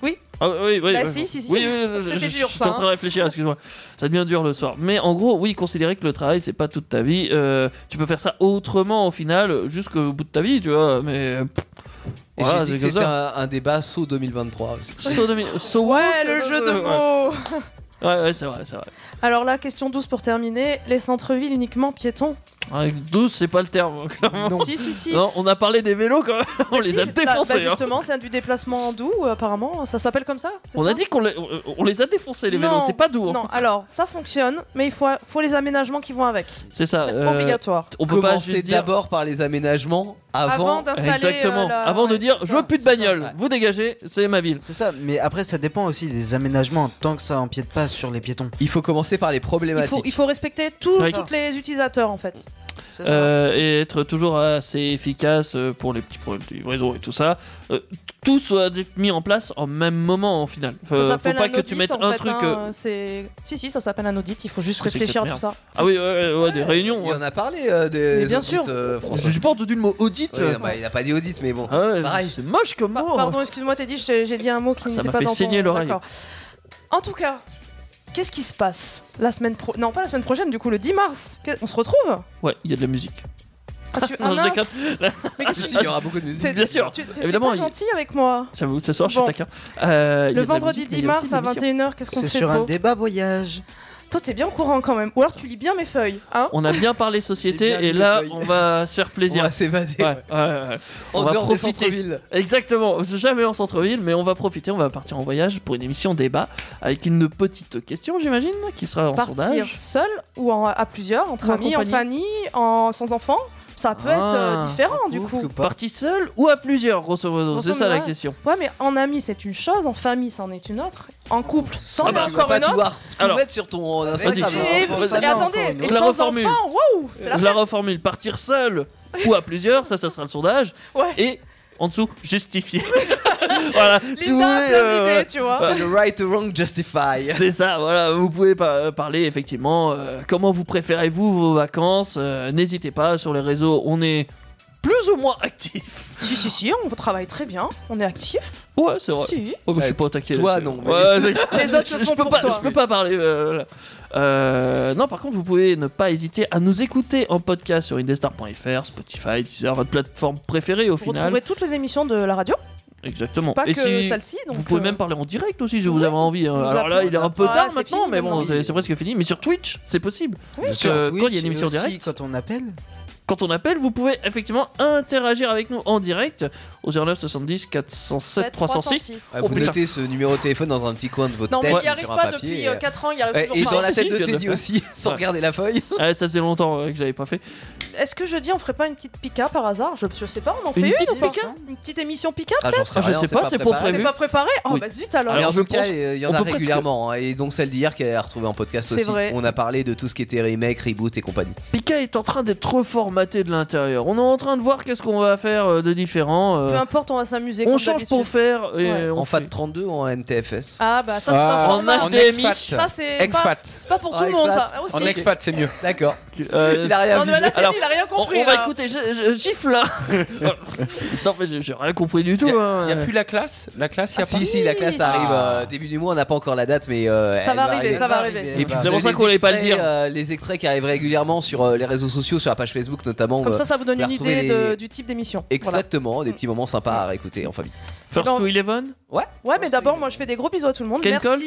Speaker 2: Oui.
Speaker 3: Ah oui, oui.
Speaker 2: Bah
Speaker 3: oui.
Speaker 2: si, si, si.
Speaker 3: Oui, oui, oui,
Speaker 2: C'était
Speaker 3: je- je-
Speaker 2: dur,
Speaker 3: Je suis
Speaker 2: ça,
Speaker 3: en train de
Speaker 2: hein.
Speaker 3: réfléchir, excuse-moi. Ça devient dur le soir. Mais en gros, oui, considérer que le travail, c'est pas toute ta vie. Euh, tu peux faire ça autrement au final, jusqu'au bout de ta vie, tu vois. Mais. euh, pff,
Speaker 4: et
Speaker 3: voilà,
Speaker 4: j'ai dit
Speaker 3: c'est
Speaker 4: que
Speaker 3: comme
Speaker 4: c'était
Speaker 3: ça.
Speaker 4: un, un débat saut 2023
Speaker 3: So domi- so
Speaker 2: Ouais,
Speaker 3: what
Speaker 2: le jeu de
Speaker 3: Ouais.
Speaker 2: mots
Speaker 3: Ouais, ouais, c'est vrai, c'est vrai.
Speaker 2: Alors là, question 12 pour terminer. Les centres-villes uniquement piétons
Speaker 3: Ouais, 12, c'est pas le terme. clairement.
Speaker 2: Non. Si, si, si.
Speaker 3: Non, on a parlé des vélos quand même. On les a
Speaker 2: Bah, bah,
Speaker 3: défoncés. hein.
Speaker 2: justement, c'est du déplacement doux, euh, apparemment. Ça s'appelle comme ça c'est
Speaker 3: On
Speaker 2: ça
Speaker 3: a dit qu'on les, on- on les a défoncés, les vélos.
Speaker 2: Non,
Speaker 3: C'est pas doux. hein.
Speaker 2: Non, alors ça fonctionne, mais il faut, faut les aménagements qui vont avec.
Speaker 3: C'est ça.
Speaker 2: C'est
Speaker 3: euh,
Speaker 2: obligatoire.
Speaker 3: On peut pas
Speaker 4: commencer
Speaker 3: juste dire.
Speaker 4: d'abord par les aménagements
Speaker 2: Avant
Speaker 4: avant, Ah
Speaker 2: d'installer,
Speaker 3: Exactement. Avant de dire, je veux plus de bagnole. Vous dégagez, c'est ma ville.
Speaker 5: C'est ça, mais après ça dépend aussi des aménagements tant que ça empiète pas sur les piétons.
Speaker 4: Il faut commencer par les
Speaker 3: bah,
Speaker 2: Il
Speaker 4: problématiques.
Speaker 2: faut, il faut respecter tous
Speaker 5: C'est vrai.
Speaker 2: toutes les utilisateurs en fait.
Speaker 3: Euh, et être toujours assez efficace euh, pour les petits problèmes de livraison et tout ça. Euh, tout soit mis en place en même moment en final. Euh,
Speaker 2: ça
Speaker 3: faut
Speaker 2: s'appelle
Speaker 3: pas
Speaker 2: un
Speaker 3: que tu
Speaker 2: audit,
Speaker 3: mettes
Speaker 2: en
Speaker 3: un
Speaker 2: fait,
Speaker 3: truc.
Speaker 2: hein,
Speaker 3: euh,
Speaker 2: euh, c'est- Si, si, ça s'appelle un audit. Il faut juste
Speaker 3: c'est que
Speaker 2: réfléchir à tout
Speaker 3: cette
Speaker 2: ça.
Speaker 3: merde. Ah oui, ouais, ouais, ouais, des réunions.
Speaker 4: il y en a parlé euh, des
Speaker 2: Mais bien
Speaker 4: audits,
Speaker 2: sûr.
Speaker 4: euh, François.
Speaker 3: J'ai pas entendu le mot audit.
Speaker 4: Ouais, non, bah, il a pas dit audit mais bon pareil
Speaker 3: Ah c'est moche comme
Speaker 5: Oh.
Speaker 3: mot hein.
Speaker 2: Pardon, excuse-moi, t'as dit, j'ai j'ai dit un mot qui
Speaker 4: ça
Speaker 2: n'était
Speaker 4: m'a
Speaker 2: pas
Speaker 4: fait
Speaker 2: dans ton-
Speaker 4: saigner l'oreille.
Speaker 2: D'accord. En tout cas, qu'est-ce qui se passe la semaine pro Non, pas la semaine prochaine, du coup, le 10 mars. Que- On se retrouve
Speaker 3: Ouais, il y a de la musique.
Speaker 2: Ah, tu- ah,
Speaker 3: non, je
Speaker 2: mince.
Speaker 3: déconne.
Speaker 2: Mais
Speaker 3: Ah,
Speaker 2: qu'est-ce que tu
Speaker 3: ah,
Speaker 2: dis C'est-
Speaker 3: Bien sûr,
Speaker 2: tu- tu- t'es
Speaker 3: évidemment.
Speaker 2: pas
Speaker 3: il-
Speaker 2: gentil avec moi.
Speaker 3: J'avoue, ce soir, je
Speaker 2: Bon.
Speaker 3: suis taquin. Euh, il y a de
Speaker 2: Le
Speaker 3: la
Speaker 2: vendredi
Speaker 3: musique, mais
Speaker 2: 10
Speaker 3: il y a aussi
Speaker 2: mars à
Speaker 3: des émissions.
Speaker 2: 21h, qu'est-ce qu'on fait
Speaker 5: C'est sur un
Speaker 2: Pau
Speaker 5: débat voyage.
Speaker 2: Toi, t'es bien au courant quand même. Ou alors, tu lis bien mes feuilles. Hein
Speaker 3: On a bien parlé société
Speaker 2: J'ai bien
Speaker 3: et
Speaker 2: mis
Speaker 3: là
Speaker 2: le
Speaker 3: on va se faire plaisir.
Speaker 4: On va s'évader.
Speaker 3: Ouais, ouais, ouais.
Speaker 4: En
Speaker 3: On va
Speaker 4: dehors des
Speaker 3: profiter.
Speaker 4: centres-villes.
Speaker 3: Exactement. Jamais en centre-ville, mais on va profiter. On va partir en voyage pour une émission débat avec une petite question, j'imagine, qui sera en
Speaker 2: Partir
Speaker 3: sondage.
Speaker 2: seul ou en- à plusieurs, entre
Speaker 3: Ou en
Speaker 2: amis, en
Speaker 3: compagnie.
Speaker 2: famille, en, sans enfants Ça peut être euh,
Speaker 3: Ah.
Speaker 2: différent du coup.
Speaker 3: Parti seul ou à plusieurs, grosso modo.
Speaker 2: Grosso
Speaker 3: C'est ça la
Speaker 2: modo, ouais.
Speaker 3: question.
Speaker 2: Ouais, mais en ami, c'est une chose, en famille, c'en est une autre. En couple, c'en
Speaker 4: Ah,
Speaker 2: est
Speaker 4: tu vas
Speaker 2: encore
Speaker 4: pas
Speaker 2: une
Speaker 4: tout,
Speaker 2: autre.
Speaker 4: ar- tout mettre sur ton euh,
Speaker 3: Vas-y.
Speaker 4: Instagram.
Speaker 2: Et, et attendez, et
Speaker 3: Je la
Speaker 2: sans
Speaker 3: reformule.
Speaker 2: enfants, waouh, c'est la
Speaker 3: Je la reformule. Partir seul ou à plusieurs, ça, ça sera le sondage.
Speaker 2: Ouais.
Speaker 3: Et en dessous, justifier. voilà, si vous voulez. euh,
Speaker 4: C'est le right to wrong justify.
Speaker 3: C'est ça, voilà. Vous pouvez par- parler effectivement. euh, comment vous préférez-vous vos vacances Euh, N'hésitez pas sur les réseaux. On est plus ou moins actif.
Speaker 2: Si, si, si, on travaille très bien, on est actif.
Speaker 3: Ouais, c'est vrai.
Speaker 2: Si.
Speaker 3: Oh, bah, je suis pas attaqué.
Speaker 4: toi,
Speaker 3: là-dessus.
Speaker 4: non, mais-
Speaker 3: Ouais, c'est-
Speaker 2: Les autres
Speaker 3: je,
Speaker 2: le
Speaker 3: je
Speaker 2: font
Speaker 3: peux
Speaker 2: pour
Speaker 3: pas,
Speaker 2: toi.
Speaker 3: je peux pas parler. euh, voilà. Euh, non, par contre, vous pouvez ne pas hésiter à nous écouter en podcast sur indestar.fr, Spotify, Deezer, votre plateforme préférée au
Speaker 2: Vous
Speaker 3: final.
Speaker 2: retrouverez toutes les émissions de la radio.
Speaker 3: Exactement.
Speaker 2: Pas
Speaker 3: Et
Speaker 2: que
Speaker 3: si-
Speaker 2: celle-ci, donc,
Speaker 3: vous pouvez
Speaker 2: euh,
Speaker 3: même parler en direct aussi si vous avez envie. hein.
Speaker 2: Nous
Speaker 3: Alors là,
Speaker 2: appelons-
Speaker 3: il est un peu
Speaker 2: Ah,
Speaker 3: tard
Speaker 2: c'est
Speaker 3: maintenant,
Speaker 2: fini
Speaker 3: mais bon,
Speaker 2: maintenant.
Speaker 3: c'est c'est presque fini. Mais sur Twitch, c'est possible.
Speaker 2: Oui.
Speaker 3: Parce
Speaker 5: Sur
Speaker 3: que
Speaker 5: Twitch
Speaker 3: quand il y a une émission
Speaker 5: et aussi
Speaker 3: directe.
Speaker 5: Quand on appelle.
Speaker 3: Quand on appelle, vous pouvez effectivement interagir avec nous en direct au 09 70 407 306.
Speaker 4: Ah,
Speaker 3: Oh,
Speaker 4: vous
Speaker 3: putain.
Speaker 4: notez ce numéro de téléphone dans un petit coin de votre
Speaker 2: Non, mais
Speaker 4: tête.
Speaker 2: il y arrive
Speaker 4: sur un
Speaker 2: pas
Speaker 4: papier,
Speaker 2: depuis,
Speaker 4: et,
Speaker 2: euh, quatre ans, il y arrive
Speaker 4: Ouais,
Speaker 2: toujours
Speaker 4: Et
Speaker 2: pas.
Speaker 4: dans la
Speaker 2: Si, si,
Speaker 4: tête de
Speaker 3: je viens de
Speaker 4: Teddy
Speaker 3: le
Speaker 4: aussi, sans
Speaker 3: Ouais.
Speaker 4: regarder la feuille.
Speaker 3: Ouais, ça faisait longtemps euh, que j'avais pas fait.
Speaker 2: Est-ce que jeudi on ferait pas une petite pica par hasard je, je sais pas, on en fait
Speaker 3: Une
Speaker 2: une,
Speaker 3: petite
Speaker 2: ou pas
Speaker 3: pica
Speaker 2: Une petite émission pica
Speaker 4: Ah, j'en
Speaker 2: peut-être
Speaker 4: sais rien, Je sais c'est pas, pas c'est pas préparé.
Speaker 2: C'est
Speaker 4: prévu.
Speaker 2: pas préparé Oh
Speaker 4: Oui.
Speaker 2: bah zut alors.
Speaker 4: en tout cas, euh, il y en a régulièrement. hein, et donc celle d'hier qui est retrouvée en podcast
Speaker 2: C'est
Speaker 4: aussi.
Speaker 2: vrai.
Speaker 4: On a parlé de tout ce qui était remake, reboot et compagnie.
Speaker 3: Pika est en train d'être reformaté de l'intérieur. On est en train de voir qu'est-ce qu'on va faire euh, de différent. euh,
Speaker 2: Peu importe, on va s'amuser.
Speaker 3: on
Speaker 2: comme
Speaker 3: change pour
Speaker 2: d'habitude.
Speaker 3: faire. et
Speaker 2: Ouais.
Speaker 3: on
Speaker 4: En
Speaker 3: fait.
Speaker 4: FAT32 en NTFS.
Speaker 2: Ah bah ça c'est un
Speaker 3: en
Speaker 2: format.
Speaker 3: HDMI.
Speaker 2: Ça c'est pas,
Speaker 4: Expat.
Speaker 2: c'est pas pour
Speaker 4: En
Speaker 2: tout le monde.
Speaker 4: Ah, expat.
Speaker 2: ça, Ah, aussi.
Speaker 4: En expat.
Speaker 9: Pat, c'est mieux.
Speaker 4: D'accord.
Speaker 3: Euh,
Speaker 4: Il a rien
Speaker 2: Non, mais là,
Speaker 4: vu.
Speaker 2: c'est dit, il a rien
Speaker 3: on,
Speaker 2: compris.
Speaker 3: on va
Speaker 2: là.
Speaker 3: écouter je- je- Gifle là. non mais j'ai j'ai rien compris du tout. Il
Speaker 9: y a plus la classe La classe, il y a
Speaker 4: Ah,
Speaker 9: pas
Speaker 4: si, si, la classe
Speaker 9: Ah.
Speaker 4: arrive euh, début du mois, on n'a pas encore la date, mais euh,
Speaker 2: Ça
Speaker 4: elle
Speaker 2: va arriver, ça va arriver.
Speaker 4: Et puis vous
Speaker 3: C'est pour
Speaker 4: avez
Speaker 3: ça
Speaker 4: les
Speaker 3: qu'on allait pas le
Speaker 4: extraits,
Speaker 3: dire.
Speaker 4: euh, les extraits qui arrivent régulièrement sur euh, les réseaux sociaux, sur la page Facebook notamment.
Speaker 2: Comme
Speaker 4: euh,
Speaker 2: ça, ça vous donne
Speaker 4: pouvez
Speaker 2: une
Speaker 4: retrouver
Speaker 2: idée
Speaker 4: les-
Speaker 2: de- du type d'émission. Voilà.
Speaker 4: Exactement, des petits moments sympas à réécouter en famille.
Speaker 3: First
Speaker 2: Non.
Speaker 3: to Eleven.
Speaker 4: Ouais.
Speaker 2: Ouais, mais d'abord, moi je fais des gros bisous à tout le monde.
Speaker 3: Ken
Speaker 2: Merci
Speaker 3: Colt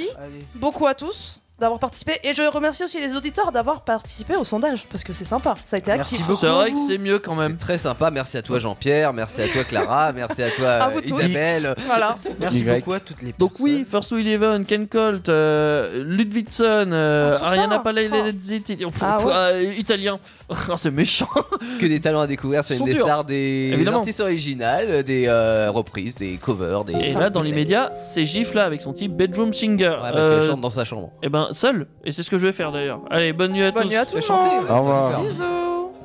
Speaker 2: beaucoup à tous d'avoir participé. Et je remercie aussi les auditeurs d'avoir participé au sondage parce que c'est sympa. Ça a été actif.
Speaker 3: C'est vrai que c'est mieux quand même.
Speaker 4: C'est très sympa. Merci à toi Jean-Pierre, merci à toi Clara, merci à toi
Speaker 2: À
Speaker 4: euh,
Speaker 2: vous tous.
Speaker 4: Isabelle.
Speaker 2: Voilà.
Speaker 5: Merci
Speaker 3: Y.
Speaker 5: beaucoup à toutes les
Speaker 3: Donc oui, First to Eleven, Ken Colt, euh, Ludvigson, euh,
Speaker 4: Ah, tout ça.
Speaker 3: Ariana
Speaker 4: Oh.
Speaker 3: Pagliaretti,
Speaker 4: Ah ouais.
Speaker 3: euh, italien. Oh, c'est méchant.
Speaker 4: Que des talents à découvrir
Speaker 3: Ils
Speaker 4: sur
Speaker 3: sont
Speaker 4: une des
Speaker 3: durs.
Speaker 4: stars, des
Speaker 3: Évidemment.
Speaker 4: artistes originales, des euh, reprises, des covers, des.
Speaker 3: Et là, dans l'immédiat, c'est Gifla avec son type Bedroom Singer. Euh, eh
Speaker 4: Ouais, parce qu'elle chante dans sa chambre.
Speaker 3: Et ben, seul. Et c'est ce que je vais faire d'ailleurs. Allez, bonne nuit à tous.
Speaker 2: Bonne nuit à tout le monde.
Speaker 4: Au revoir.
Speaker 2: Bisous.